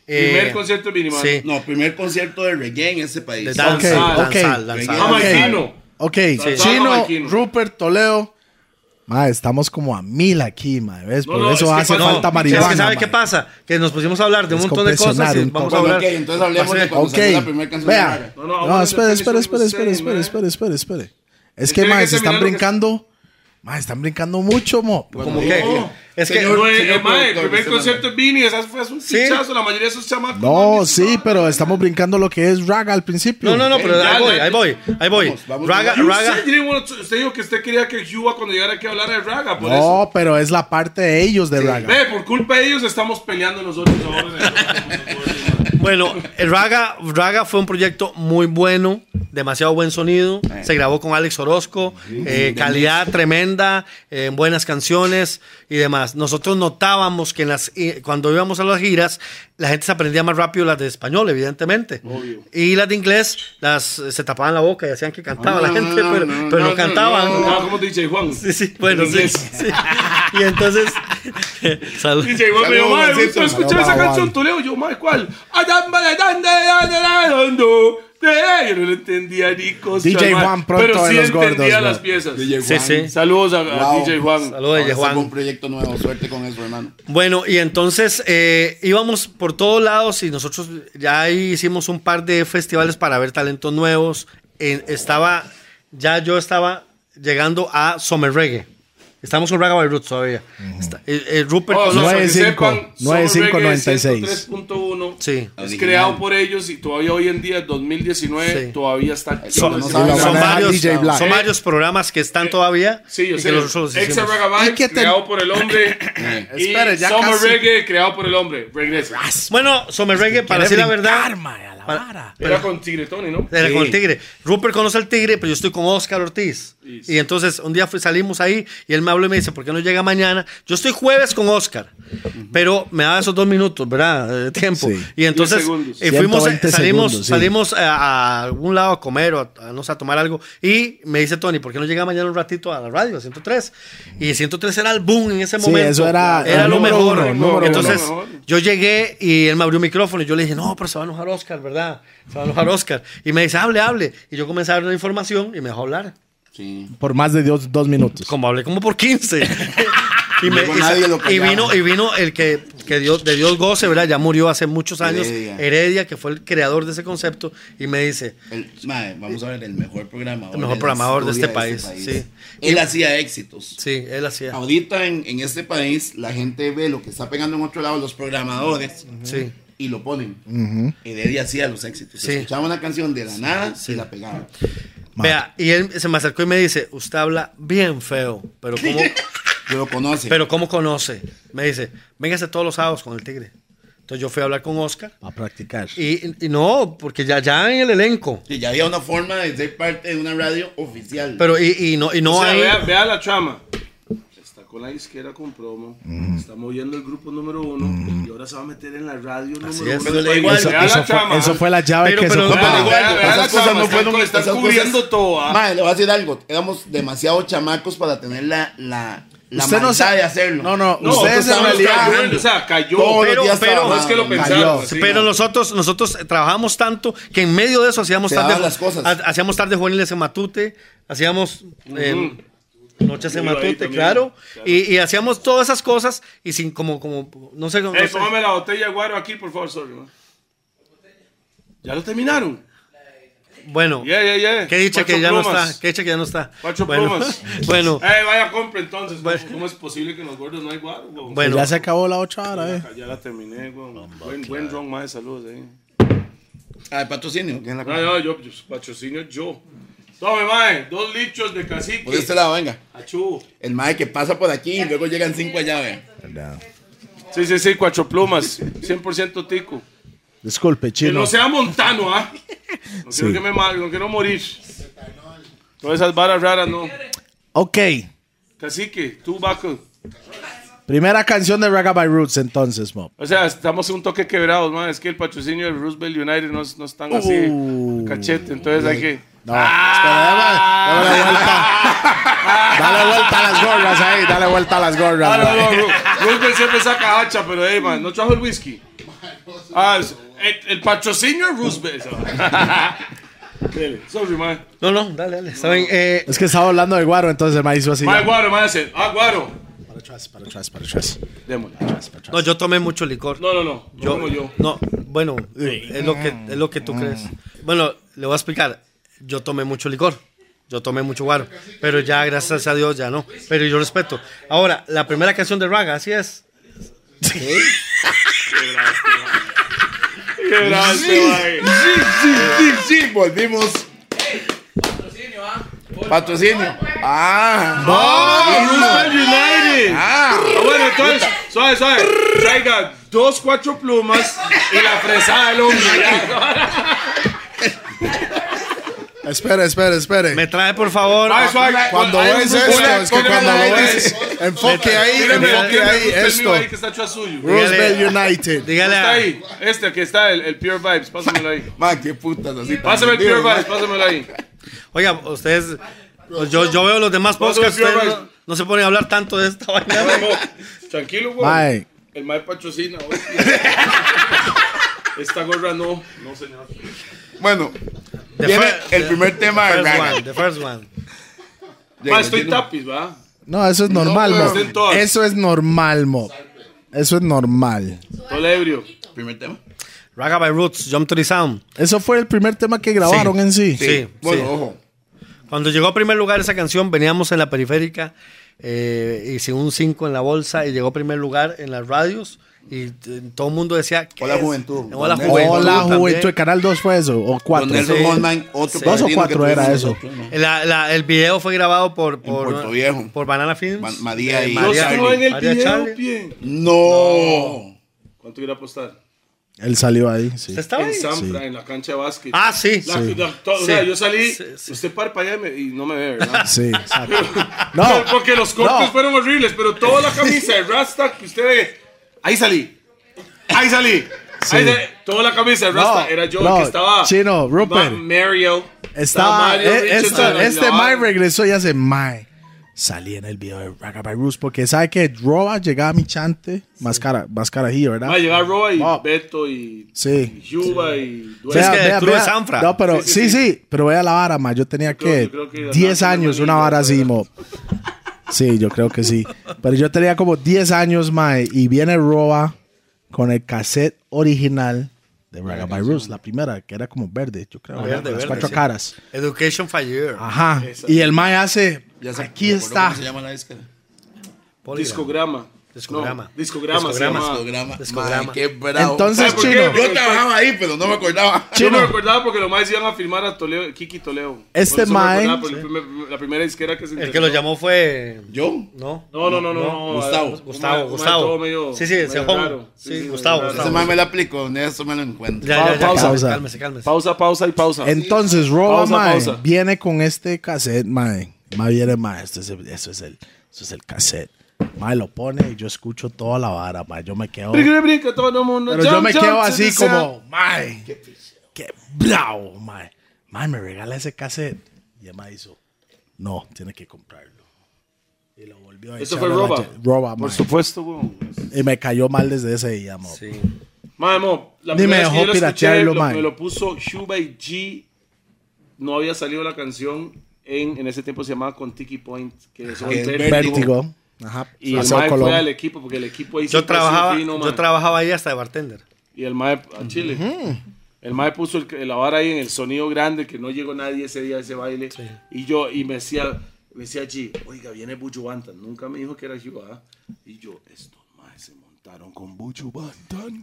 Speaker 2: Primer concierto de Vinnie Man.
Speaker 4: Eh, Sí,
Speaker 3: No, primer concierto de reggae en este país.
Speaker 4: de
Speaker 1: Ok,
Speaker 4: danzal,
Speaker 1: ok.
Speaker 4: danzal, danzal.
Speaker 3: Vamos
Speaker 1: Ok,
Speaker 2: Jamaicano.
Speaker 1: Ok,
Speaker 2: Sí.
Speaker 1: Chino,
Speaker 2: Jamaicano.
Speaker 1: Rupert, Toledo. Ma, estamos como a mil aquí, ma, ¿ves?
Speaker 2: No,
Speaker 1: Por
Speaker 2: no,
Speaker 1: eso
Speaker 2: es que
Speaker 1: hace
Speaker 2: cuando-
Speaker 1: falta
Speaker 2: es que
Speaker 1: marihuana,
Speaker 4: Es que ¿sabe
Speaker 1: ma.
Speaker 4: qué pasa? Que nos pusimos a hablar de un montón de cosas
Speaker 1: Descompresionar
Speaker 4: y
Speaker 1: un
Speaker 4: vamos a
Speaker 1: poco.
Speaker 3: Bueno,
Speaker 4: hablar.
Speaker 3: ok, entonces hablemos de cuando
Speaker 1: Ok,
Speaker 3: salió la primera canción de
Speaker 1: vea.
Speaker 3: Raga.
Speaker 2: No, no,
Speaker 1: No,
Speaker 2: ahora
Speaker 1: espere,
Speaker 2: yo
Speaker 1: espere, espere,
Speaker 2: también soy
Speaker 1: espere,
Speaker 2: usted,
Speaker 1: espere,
Speaker 2: ma.
Speaker 1: espere, espere, espere, Es
Speaker 2: Usted
Speaker 1: que, ma,
Speaker 2: tiene que
Speaker 1: se están
Speaker 2: terminar lo que-
Speaker 1: brincando. Ma, están brincando mucho, mo.
Speaker 4: Como
Speaker 3: No,
Speaker 4: que, es que
Speaker 3: señor-
Speaker 2: No, eh,
Speaker 3: señor
Speaker 2: eh, mae, el
Speaker 3: productor,
Speaker 2: primer
Speaker 3: usted
Speaker 2: concierto de Vini, esas fue un
Speaker 4: Sí.
Speaker 2: pinchazo, la mayoría de esos chamacos.
Speaker 1: No,
Speaker 2: ni se
Speaker 1: sí,
Speaker 2: saben.
Speaker 1: pero estamos brincando lo que es raga al principio.
Speaker 4: No, no, no, pero
Speaker 2: Ya,
Speaker 4: ahí
Speaker 2: ya,
Speaker 4: voy,
Speaker 2: ya.
Speaker 4: ahí voy, ahí voy.
Speaker 3: Eh, Vamos, vamos,
Speaker 4: Raga,
Speaker 2: Y
Speaker 4: raga.
Speaker 2: Usted, tiene uno- usted dijo que usted quería que Cuba cuando llegara aquí hablara de Raga, por eso.
Speaker 1: No, pero es la parte de ellos de raga.
Speaker 2: Ve, por culpa de ellos estamos peleando nosotros ahora. en el-
Speaker 4: Bueno, el Raga, Raga fue un proyecto muy bueno, demasiado buen sonido.
Speaker 3: Eh.
Speaker 4: Se grabó con Alex Orozco, eh, calidad tremenda, eh, buenas canciones y demás. Nosotros notábamos que en las, eh, cuando íbamos a las giras, la gente se aprendía más rápido las de español, evidentemente. Y las de inglés, las eh, se tapaban la boca y hacían que cantaba la
Speaker 3: no,
Speaker 4: gente,
Speaker 3: no,
Speaker 4: pero,
Speaker 3: no,
Speaker 4: pero
Speaker 3: no,
Speaker 4: no,
Speaker 3: no,
Speaker 4: cantaban.
Speaker 2: Ah, como DJ Juan.
Speaker 4: Sí, sí, bueno, sí,
Speaker 2: Inglés.
Speaker 4: sí. Y entonces,
Speaker 3: [laughs]
Speaker 4: salud.
Speaker 2: DJ Juan me dijo,
Speaker 3: Saludos,
Speaker 2: mae,
Speaker 3: Juancito.
Speaker 2: ¿usted escuchó
Speaker 1: Saludos,
Speaker 2: esa
Speaker 1: Juan.
Speaker 2: canción? Tú leo, yo, mae, ¿cuál? "Ah, Adamba de dande, dande, dando, de- Yo no le entendía ni cosa,
Speaker 1: DJ
Speaker 2: mae,
Speaker 1: Juan pronto
Speaker 2: Pero sí
Speaker 1: de los gordos,
Speaker 2: entendía
Speaker 1: mae.
Speaker 2: las piezas.
Speaker 3: DJ
Speaker 4: Sí,
Speaker 3: Juan.
Speaker 4: sí.
Speaker 2: Saludos a, a
Speaker 3: Wow.
Speaker 2: DJ Juan.
Speaker 4: Saludos,
Speaker 3: Ahora sacó
Speaker 4: Juan.
Speaker 3: un proyecto nuevo, suerte con eso, hermano.
Speaker 4: Bueno, y entonces eh, íbamos por todos lados y nosotros ya ahí hicimos un par de festivales para ver talentos nuevos. En- estaba, ya yo estaba llegando a Summer Reggae. Estamos con Raga by Roots todavía. Está- eh, eh, Rupert
Speaker 2: Oh,
Speaker 4: conoce-
Speaker 2: no, para que
Speaker 1: 95,
Speaker 2: sepan, Soul
Speaker 1: 9596.
Speaker 2: Reggae 103.1
Speaker 4: Sí.
Speaker 2: es
Speaker 3: Original.
Speaker 2: creado por ellos y todavía hoy en día, 2019,
Speaker 4: Sí.
Speaker 2: todavía está activo.
Speaker 3: Son-
Speaker 2: ese
Speaker 3: son
Speaker 2: programa.
Speaker 4: son,
Speaker 3: maneja
Speaker 4: varios,
Speaker 1: DJ Black.
Speaker 4: son varios programas que están todavía.
Speaker 2: Sí, yo
Speaker 4: y
Speaker 2: sé.
Speaker 4: que nosotros los
Speaker 2: Exa
Speaker 4: hicimos.
Speaker 2: Ragabay,
Speaker 1: Y que te-
Speaker 2: creado por el
Speaker 1: [coughs]
Speaker 2: hombre. y
Speaker 1: Espere, ya
Speaker 2: Summer
Speaker 1: casi.
Speaker 2: Reggae, creado por el hombre. Regresa.
Speaker 4: Bueno, Summer Reggae, para decir
Speaker 1: Quiere
Speaker 4: la verdad,
Speaker 1: brincar, ma, a la
Speaker 4: para-
Speaker 1: vara.
Speaker 2: Era con Tigre Tony, ¿no?
Speaker 4: Era
Speaker 1: Sí.
Speaker 4: con el tigre. Rupert conoce al tigre, pero yo estoy con Oscar Ortiz.
Speaker 2: Listo.
Speaker 4: Y entonces un día fui- salimos ahí y él me habló y me dice, ¿por qué no llega mañana? Yo estoy jueves con Oscar, pero me daba esos dos minutos, ¿verdad? De tiempo.
Speaker 1: Sí.
Speaker 4: Y entonces
Speaker 2: Diez segundos.
Speaker 4: eh, fuimos,
Speaker 1: 120
Speaker 4: salimos,
Speaker 1: segundos, sí.
Speaker 4: salimos a, a algún lado a comer o a, a, no sé, a tomar algo. Y me dice Tony, ¿por qué no llega mañana un ratito a la radio, a 103? Y 103 era el boom en ese
Speaker 1: Sí,
Speaker 4: momento.
Speaker 1: eso era el
Speaker 4: lo
Speaker 1: número
Speaker 4: mejor.
Speaker 1: uno, número
Speaker 4: entonces,
Speaker 2: uno.
Speaker 4: yo llegué y él me abrió un micrófono y yo le dije, no, pero se va a enojar Oscar, ¿verdad? Se va a enojar Oscar. Y me dice, hable, hable. Y yo comencé a darle la información y me dejó hablar.
Speaker 3: Sí.
Speaker 1: Por más de dos, dos minutos.
Speaker 4: Como hablé como
Speaker 3: [laughs]
Speaker 4: por 15. y, me-
Speaker 3: Luego
Speaker 4: y sa-
Speaker 3: nadie lo
Speaker 4: y
Speaker 3: callaba.
Speaker 4: vino, y vino el que, que Dios, de Dios goce, ¿verdad? Ya murió hace muchos años.
Speaker 3: Heredia.
Speaker 4: Heredia. que fue el creador de ese concepto. Y me dice,
Speaker 3: El- mae, vamos a ver, el mejor programador.
Speaker 4: El
Speaker 3: de
Speaker 4: mejor
Speaker 3: la
Speaker 4: programador de
Speaker 3: historia
Speaker 4: este país, sí.
Speaker 3: Él hacía éxitos.
Speaker 4: sí, él hacía.
Speaker 3: Ahorita en, en este país la gente ve lo que está pegando en otro lado los programadores
Speaker 4: Sí.
Speaker 3: y lo ponen. Heredia hacía los éxitos.
Speaker 4: Sí.
Speaker 3: Escuchaba una canción de la nada y la pegaba.
Speaker 1: Ma.
Speaker 4: Vea, y él se me acercó y me dice, usted habla bien feo, pero
Speaker 3: [laughs]
Speaker 4: ¿cómo,
Speaker 3: Yo lo conoce.
Speaker 4: pero ¿cómo conoce? Me dice, véngase todos los sábados con el tigre. Entonces yo fui a hablar con Oscar.
Speaker 1: A practicar.
Speaker 4: Y, y no, porque ya, ya en el elenco.
Speaker 3: Sí, ya había una forma de ser parte de una radio oficial.
Speaker 4: Pero y, y no, y no
Speaker 2: O sea,
Speaker 4: hay.
Speaker 2: vea, vea la trama. Está con la izquierda con promo. Está moviendo el grupo número uno. Y ahora se va a meter en la radio
Speaker 4: Así
Speaker 2: número uno.
Speaker 4: es.
Speaker 3: Pero le
Speaker 2: del
Speaker 3: digo
Speaker 2: país.
Speaker 1: Mm. eso,
Speaker 2: Vea
Speaker 3: algo,
Speaker 1: eso
Speaker 2: la trama.
Speaker 1: fue, eso fue la llave
Speaker 4: Pero-
Speaker 1: que
Speaker 4: pero-
Speaker 1: se
Speaker 2: Vea,
Speaker 1: ocupaba.
Speaker 3: Pero-
Speaker 2: Ah, vea,
Speaker 3: Pero-
Speaker 2: vea
Speaker 3: esas
Speaker 2: la
Speaker 3: cosas
Speaker 2: trama,
Speaker 3: no
Speaker 2: están
Speaker 3: fueron-
Speaker 2: co- están
Speaker 3: esas cosas-
Speaker 2: cubriendo todo. ah.
Speaker 3: Mae, le voy a decir algo. Éramos demasiado chamacos para tener la, la, la maldad de hacerlo.
Speaker 1: No, no,
Speaker 2: No, pues,
Speaker 1: ustedes en
Speaker 2: estamos
Speaker 1: realidad.
Speaker 2: cayendo, o sea, cayó.
Speaker 3: Todos
Speaker 4: Pero-
Speaker 3: los días
Speaker 4: pero-
Speaker 3: trabajaban,
Speaker 2: es que lo
Speaker 3: mae.
Speaker 2: pensaron.
Speaker 1: Cayó.
Speaker 2: así,
Speaker 4: Pero
Speaker 2: ¿no?
Speaker 4: nosotros, nosotros trabajamos tanto que en medio de eso hacíamos
Speaker 3: Se
Speaker 4: tarde,
Speaker 3: daban las cosas.
Speaker 4: ha- hacíamos tarde juveniles en Matute, hacíamos
Speaker 2: Mm.
Speaker 4: eh, noches en
Speaker 2: Iba ahí
Speaker 4: Matute,
Speaker 2: también,
Speaker 4: claro,
Speaker 2: claro.
Speaker 4: Y, y hacíamos todas esas cosas y sin como, como, no sé, no
Speaker 2: Eh,
Speaker 4: sé.
Speaker 2: póngame la botella de guaro aquí, por favor, sorry, man. ¿Ya lo terminaron?
Speaker 4: Bueno,
Speaker 2: Yeah, yeah, yeah.
Speaker 4: qué dicha que
Speaker 2: Cuatro
Speaker 4: ya no
Speaker 2: plumas.
Speaker 4: está, qué dicha que ya no está.
Speaker 2: Cuatro
Speaker 4: bueno,
Speaker 2: plumas.
Speaker 4: [laughs] bueno,
Speaker 2: Eh, vaya, compra entonces. ¿Cómo-
Speaker 4: Bueno.
Speaker 2: ¿Cómo es posible que en los gordos no hay guaro? güey?
Speaker 4: bueno.
Speaker 1: Ya se acabó la otra hora, eh.
Speaker 2: Ya la terminé, güey. Buen, buen ron, más de salud, eh.
Speaker 3: Ah, el patrocinio. que en la-
Speaker 2: No, no, yo, yo patrocinio yo. Tome, mae, dos litros de cacique.
Speaker 3: Por este lado, venga.
Speaker 2: Achú.
Speaker 3: El mae que pasa por aquí y luego llegan cinco allá, ve.
Speaker 2: Sí, sí, sí, cuatro plumas. 100% tico.
Speaker 1: Disculpe,
Speaker 2: Que
Speaker 1: chino.
Speaker 2: no sea montano, ¿ah? No quiero que me mal, no quiero morir. Todas esas varas raras, no.
Speaker 1: Ok.
Speaker 2: Cacique, tú, Baco.
Speaker 1: Primera canción de Raga by Roots, entonces, Mob.
Speaker 2: O sea, estamos un toque quebrados, man. Es que el patrocinio del Roosevelt United no, es- no es tan así
Speaker 1: Uh.
Speaker 2: cachete. Entonces hay que.
Speaker 1: No, espera, dame- dale vuelta. Dale vuelta a las gorras ahí, dale vuelta a las gorras.
Speaker 2: Ah, no,
Speaker 1: mae.
Speaker 2: no, Ru- Roosevelt siempre saca hacha, pero, hey, man, no trajo el whisky. Ah, es- el, el patrocinio es Roosevelt.
Speaker 1: [laughs]
Speaker 2: Dele, Sorry, man.
Speaker 4: No, no, dale, dale. Está bien. Eh,
Speaker 1: Es que estaba hablando de Guaro, entonces me hizo así.
Speaker 2: Man, guaro, man, hace. Ah, guaro.
Speaker 1: Para atrás, para atrás, para atrás.
Speaker 2: Démosle.
Speaker 4: no, yo tomé mucho licor.
Speaker 2: No, no, no. Yo, como yo.
Speaker 4: No, bueno, eh, es lo que, es lo que
Speaker 1: Mm.
Speaker 4: tú crees. Bueno, le voy a explicar. Yo tomé mucho licor. Yo tomé mucho guaro. Pero ya, gracias a Dios, ya no. Pero yo respeto. Ahora, la primera canción de Raga, así es.
Speaker 2: Qué bravo este, man.
Speaker 3: Sí, volvimos. Patrocinio. Ah,
Speaker 2: Ah, Roosevelt United. Ah, bueno, entonces, suave, suave. Traiga dos, cuatro plumas y la fresada del hombre. ya.
Speaker 1: Espere, espere, espere.
Speaker 4: Me trae, por favor.
Speaker 2: Ah, suave.
Speaker 1: Cuando
Speaker 2: Hay un
Speaker 1: ves
Speaker 2: grupo
Speaker 1: esto,
Speaker 2: de-
Speaker 1: es que
Speaker 2: ponle
Speaker 1: cuando
Speaker 2: la
Speaker 1: lo
Speaker 2: gente.
Speaker 1: ves, enfoque ahí,
Speaker 2: Tírame,
Speaker 1: enfoque
Speaker 2: tírame
Speaker 1: ahí,
Speaker 2: un término
Speaker 1: esto.
Speaker 2: ahí que está hecho a suyo.
Speaker 1: Roosevelt United.
Speaker 4: Dígale
Speaker 2: Está
Speaker 4: a-
Speaker 2: ahí, este que está, el, el Pure Vibes, pásamelo ahí.
Speaker 3: ma, qué putas así. tan
Speaker 2: Pásame el Pure
Speaker 3: vendidos, ma.
Speaker 2: Vibes, pásamelo ahí.
Speaker 4: Oiga, ustedes. pues Yo, yo veo los demás
Speaker 2: Vos
Speaker 4: podcasts.
Speaker 2: sos
Speaker 4: ustedes
Speaker 2: Pure
Speaker 4: No, no se ponen a hablar tanto de esta vaina.
Speaker 2: No, no, Tranquilo, güey.
Speaker 1: Mae.
Speaker 2: El Mae patrocina. güey. Esta gorra no, no señor.
Speaker 3: Bueno,
Speaker 4: The
Speaker 3: viene
Speaker 4: fir-
Speaker 3: el
Speaker 4: the-
Speaker 3: primer tema
Speaker 4: the
Speaker 3: de
Speaker 4: first
Speaker 3: Raga.
Speaker 4: one, the first one.
Speaker 2: Ma,
Speaker 3: Llega,
Speaker 2: estoy
Speaker 3: lleno.
Speaker 2: tapiz, ¿va?
Speaker 1: No, eso es normal,
Speaker 3: pero
Speaker 1: Mob.
Speaker 2: estén todas.
Speaker 1: Eso es normal, Mob. Eso es normal.
Speaker 2: Todo ebrio.
Speaker 3: Primer tema.
Speaker 4: Raga by Roots, Jump to the Sound.
Speaker 1: Eso fue el primer tema que grabaron en sí.
Speaker 4: Sí, sí.
Speaker 3: Bueno, ojo.
Speaker 4: Cuando llegó a primer lugar esa canción, veníamos en la periférica, eh, hice un 5 en la bolsa y llegó a primer lugar en las radios y eh, todo el mundo decía... ¿qué
Speaker 3: Hola,
Speaker 4: es?
Speaker 3: Juventud.
Speaker 4: Hola
Speaker 3: Don
Speaker 4: Juventud.
Speaker 1: Hola, Juventud.
Speaker 4: también.
Speaker 1: Canal 2 fue eso, o
Speaker 3: Con
Speaker 1: 4.
Speaker 3: Nelson Goldman, otro
Speaker 1: Dos o
Speaker 3: patrocinio
Speaker 1: cuatro
Speaker 3: que
Speaker 1: era
Speaker 3: tuvimos
Speaker 1: eso.
Speaker 3: nosotros, ¿no?
Speaker 4: La- la- el video fue grabado por, por,
Speaker 3: Puerto Viejo.
Speaker 4: por Banana Films.
Speaker 3: Ma-
Speaker 4: Eh,
Speaker 3: María y-
Speaker 2: Yo
Speaker 3: María
Speaker 2: estuve en el
Speaker 4: María
Speaker 2: video,
Speaker 4: Charlie.
Speaker 2: pie.
Speaker 3: No.
Speaker 2: ¿Cuánto iba a apostar?
Speaker 1: Él salió ahí, sí.
Speaker 4: ¿Usted estaba
Speaker 2: en
Speaker 4: ahí?
Speaker 2: Sampra, en la cancha de básquet.
Speaker 4: Ah, sí.
Speaker 2: La- la- to- O sea,
Speaker 4: Sí.
Speaker 2: yo salí,
Speaker 4: Sí, sí.
Speaker 2: usted parpadea y me- y no me ve, ¿verdad?
Speaker 1: Sí, exacto.
Speaker 2: [laughs]
Speaker 1: No,
Speaker 2: Porque los cortes
Speaker 1: no.
Speaker 2: fueron horribles, pero toda la camisa de Rasta que usted ve, ahí salí. Ahí salí. Ahí salí. Toda la camisa de Rasta
Speaker 1: No,
Speaker 2: era yo
Speaker 1: no,
Speaker 2: el que estaba.
Speaker 1: Chino, Rupert.
Speaker 2: Ma- Mario.
Speaker 1: Estaba,
Speaker 2: Mario
Speaker 1: eh,
Speaker 2: Richardson,
Speaker 1: esta- este
Speaker 2: la-
Speaker 1: Mike regresó y hace Mike. Salí en el video de Raga by Roots porque sabe que Roa llegaba a mi chante, más cara, más cara aquí, ¿verdad?
Speaker 2: Ma, llegaba Roa y
Speaker 1: Ma.
Speaker 2: Beto y
Speaker 1: Sí.
Speaker 2: y Yuba y
Speaker 1: O
Speaker 2: Duende.
Speaker 1: sea,
Speaker 4: Es que tú eres Sanfra.
Speaker 1: No, pero
Speaker 2: Sí,
Speaker 1: sí
Speaker 2: sí,
Speaker 1: sí, pero vea la vara, ma. Yo tenía
Speaker 2: creo-
Speaker 1: que
Speaker 2: yo creo que
Speaker 1: 10
Speaker 2: Hernán
Speaker 1: años,
Speaker 2: Fernández
Speaker 1: una vara así,
Speaker 2: era-
Speaker 1: mo. Sí, yo creo que sí. Pero yo tenía como 10 años, ma, y viene Roa con el cassette original de Raga by Roots, la primera, que era como verde, yo creo. ¿verdad?
Speaker 4: verde,
Speaker 1: Las
Speaker 4: verde,
Speaker 1: cuatro
Speaker 4: sí.
Speaker 1: caras.
Speaker 4: Education Fire.
Speaker 2: Ah,
Speaker 1: Ajá. Y el mae hace, aquí
Speaker 3: me acuerdo
Speaker 1: está.
Speaker 3: ¿Cómo se llama la disca?
Speaker 2: Discograma.
Speaker 4: Discograma.
Speaker 2: No, discograma. se
Speaker 4: Discograma.
Speaker 2: llamaba.
Speaker 3: Programa.
Speaker 4: Discograma.
Speaker 3: Ma, qué bravo.
Speaker 1: Entonces,
Speaker 2: ¿Sabe por
Speaker 1: chino,
Speaker 2: qué?
Speaker 3: Yo trabajaba ahí, pero no me acordaba.
Speaker 2: Yo me
Speaker 1: Chino.
Speaker 2: recordaba porque los más iban a firmar a Toledo, Kiki Toledo.
Speaker 1: Este
Speaker 2: Por eso me
Speaker 1: mae-
Speaker 2: recordaba por el primer- La primera disquera que se
Speaker 4: El que lo
Speaker 2: interesó.
Speaker 4: llamó fue...
Speaker 3: Yo.
Speaker 4: ¿No?
Speaker 2: No, no, no, no. no,
Speaker 3: Gustavo.
Speaker 2: un mae-
Speaker 4: Gustavo,
Speaker 2: un mae
Speaker 4: Gustavo.
Speaker 2: todo medio-
Speaker 4: Sí, sí, ese
Speaker 2: medio
Speaker 4: homo.
Speaker 2: raro.
Speaker 4: Sí, Gustavo,
Speaker 2: medio
Speaker 4: Gustavo.
Speaker 3: Ese
Speaker 2: raro.
Speaker 3: más me la aplico, en eso me lo encuentro.
Speaker 4: Ya, ya, ya,
Speaker 1: Pausa.
Speaker 4: cálmese, cálmese, cálmese.
Speaker 2: Pausa, pausa y pausa.
Speaker 1: Entonces, Roba
Speaker 2: Pausa,
Speaker 1: mae,
Speaker 2: pausa.
Speaker 1: viene con este cassette, mae. Mae viene, mae, esto es, el- eso es el, eso es el cassette. Mae lo pone y yo escucho toda la vara, mae. Yo me quedo...
Speaker 2: Brinca, brinca, todo el mundo.
Speaker 1: Pero yo
Speaker 2: Jump,
Speaker 1: me
Speaker 2: jump,
Speaker 1: quedo
Speaker 2: se
Speaker 1: así
Speaker 2: desea.
Speaker 1: como, mae, qué bravo, mae. Mae, me regala ese cassette. Y el mae hizo, no, tiene que comprarlo. Y lo volvió a
Speaker 2: Eso
Speaker 1: echar
Speaker 2: fue
Speaker 1: a la
Speaker 2: Roba.
Speaker 1: ye- Roba,
Speaker 2: Por
Speaker 1: ah, mae.
Speaker 2: supuesto, weón.
Speaker 1: Y me cayó mal desde ese día, mo.
Speaker 4: Sí.
Speaker 2: Mae, mo, la
Speaker 1: Ni me
Speaker 2: primera vez
Speaker 1: dejó
Speaker 2: que yo lo escuché,
Speaker 1: piratearlo,
Speaker 2: lo-
Speaker 1: mae.
Speaker 2: Me lo puso Shuba y G. No había salido la canción. En, en ese tiempo se llamaba Con Tiki Point. Que eso
Speaker 3: que
Speaker 2: es
Speaker 3: es
Speaker 1: Ah, Vértigo. Ajá.
Speaker 2: Y el
Speaker 1: Paseo
Speaker 2: mae
Speaker 1: Colón.
Speaker 2: fue al equipo porque el equipo ahí
Speaker 4: Yo
Speaker 2: siempre ha sido
Speaker 4: trabajaba,
Speaker 2: fino, mae.
Speaker 4: yo trabajaba ahí hasta de bartender.
Speaker 2: Y el mae a Chile. El mae puso el, la vara ahí en el sonido grande que no llegó nadie ese día a ese baile. Y yo, y me decía, me decía allí, oiga, viene Buju Bantan. Nunca me dijo que era Chihuahua. Y yo, estos maes se montaron con Buju Bantan.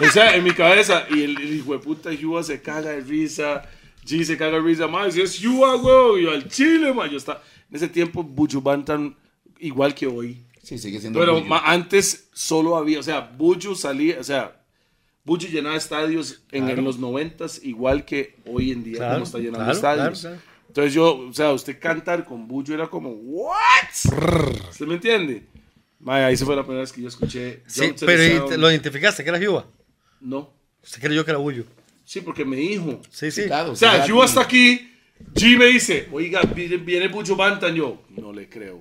Speaker 2: o sea, en mi cabeza. Y el, el hijo de puta Chihuahua se caga de risa. G se caga de risa. Mae, si es Chihuahua, güey. Y yo, al Chile, mae. Yo estaba, en ese tiempo, Buju Bantan, igual que hoy.
Speaker 3: Sí, sigue siendo.
Speaker 2: Pero
Speaker 3: orgullo.
Speaker 2: ma- antes solo había, o sea, Buju salía, o sea, Buju llenaba estadios en, en los 90 igual que hoy en día
Speaker 4: Claro,
Speaker 2: como está llenando
Speaker 4: claro,
Speaker 2: estadios.
Speaker 4: claro, claro.
Speaker 2: Entonces yo, o sea, usted cantar con Bullo era como, ¿what? ¿Usted me entiende? Mae, ahí se fue la primera vez que yo escuché.
Speaker 4: Sí,
Speaker 2: Jump to the
Speaker 4: pero ¿y
Speaker 2: Sound.
Speaker 4: te- lo identificaste, que era Juba.
Speaker 2: No.
Speaker 4: Usted creyó que era Bullo.
Speaker 2: Sí, porque me dijo.
Speaker 4: Sí, sí.
Speaker 3: Claro,
Speaker 2: O sea,
Speaker 3: sí,
Speaker 2: yo hasta aquí, G me dice, oiga, viene, viene Bucho Bantan, yo, no le creo.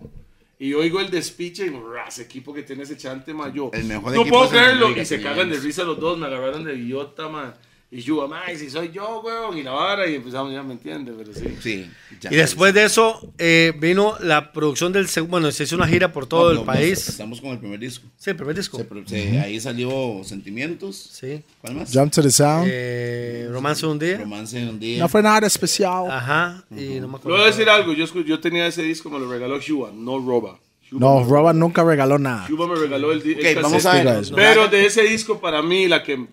Speaker 2: Y oigo el despiche y "Ra, ese equipo que tiene ese chante, ma, yo,
Speaker 3: El mejor
Speaker 2: no
Speaker 3: equipo
Speaker 2: puedo
Speaker 3: es el de la
Speaker 2: creerlo.
Speaker 3: liga,
Speaker 2: y se
Speaker 3: señores.
Speaker 2: cagan de risa los dos, me agarraron de idiota, man. Y yo, ma, y si soy yo, weón, y la vara, y empezamos, ya me entiende, pero sí.
Speaker 3: Sí. ya.
Speaker 4: Y después de eso eh, vino la producción del segundo. Bueno, se hizo una gira por todo
Speaker 3: No,
Speaker 4: el
Speaker 3: no,
Speaker 4: país.
Speaker 3: Estamos con el primer disco.
Speaker 4: Sí, el primer disco.
Speaker 3: Se pro- se- ahí salió Sentimientos.
Speaker 4: Sí.
Speaker 3: ¿Cuál más?
Speaker 1: Jump to the Sound.
Speaker 4: Eh, Romance de un día.
Speaker 3: Romance en un día.
Speaker 1: No fue nada especial.
Speaker 4: Ajá. Y no me
Speaker 2: Le
Speaker 4: acuerdo.
Speaker 2: voy a decir algo, yo, escu- yo tenía ese disco, me lo regaló Cuba, no Roba. Cuba,
Speaker 1: No, Robert nunca regaló nada.
Speaker 2: Cuba me regaló el disco.
Speaker 3: Ok, vamos a
Speaker 1: Espera
Speaker 3: ver.
Speaker 1: eso.
Speaker 2: Pero de ese disco, para mí, la que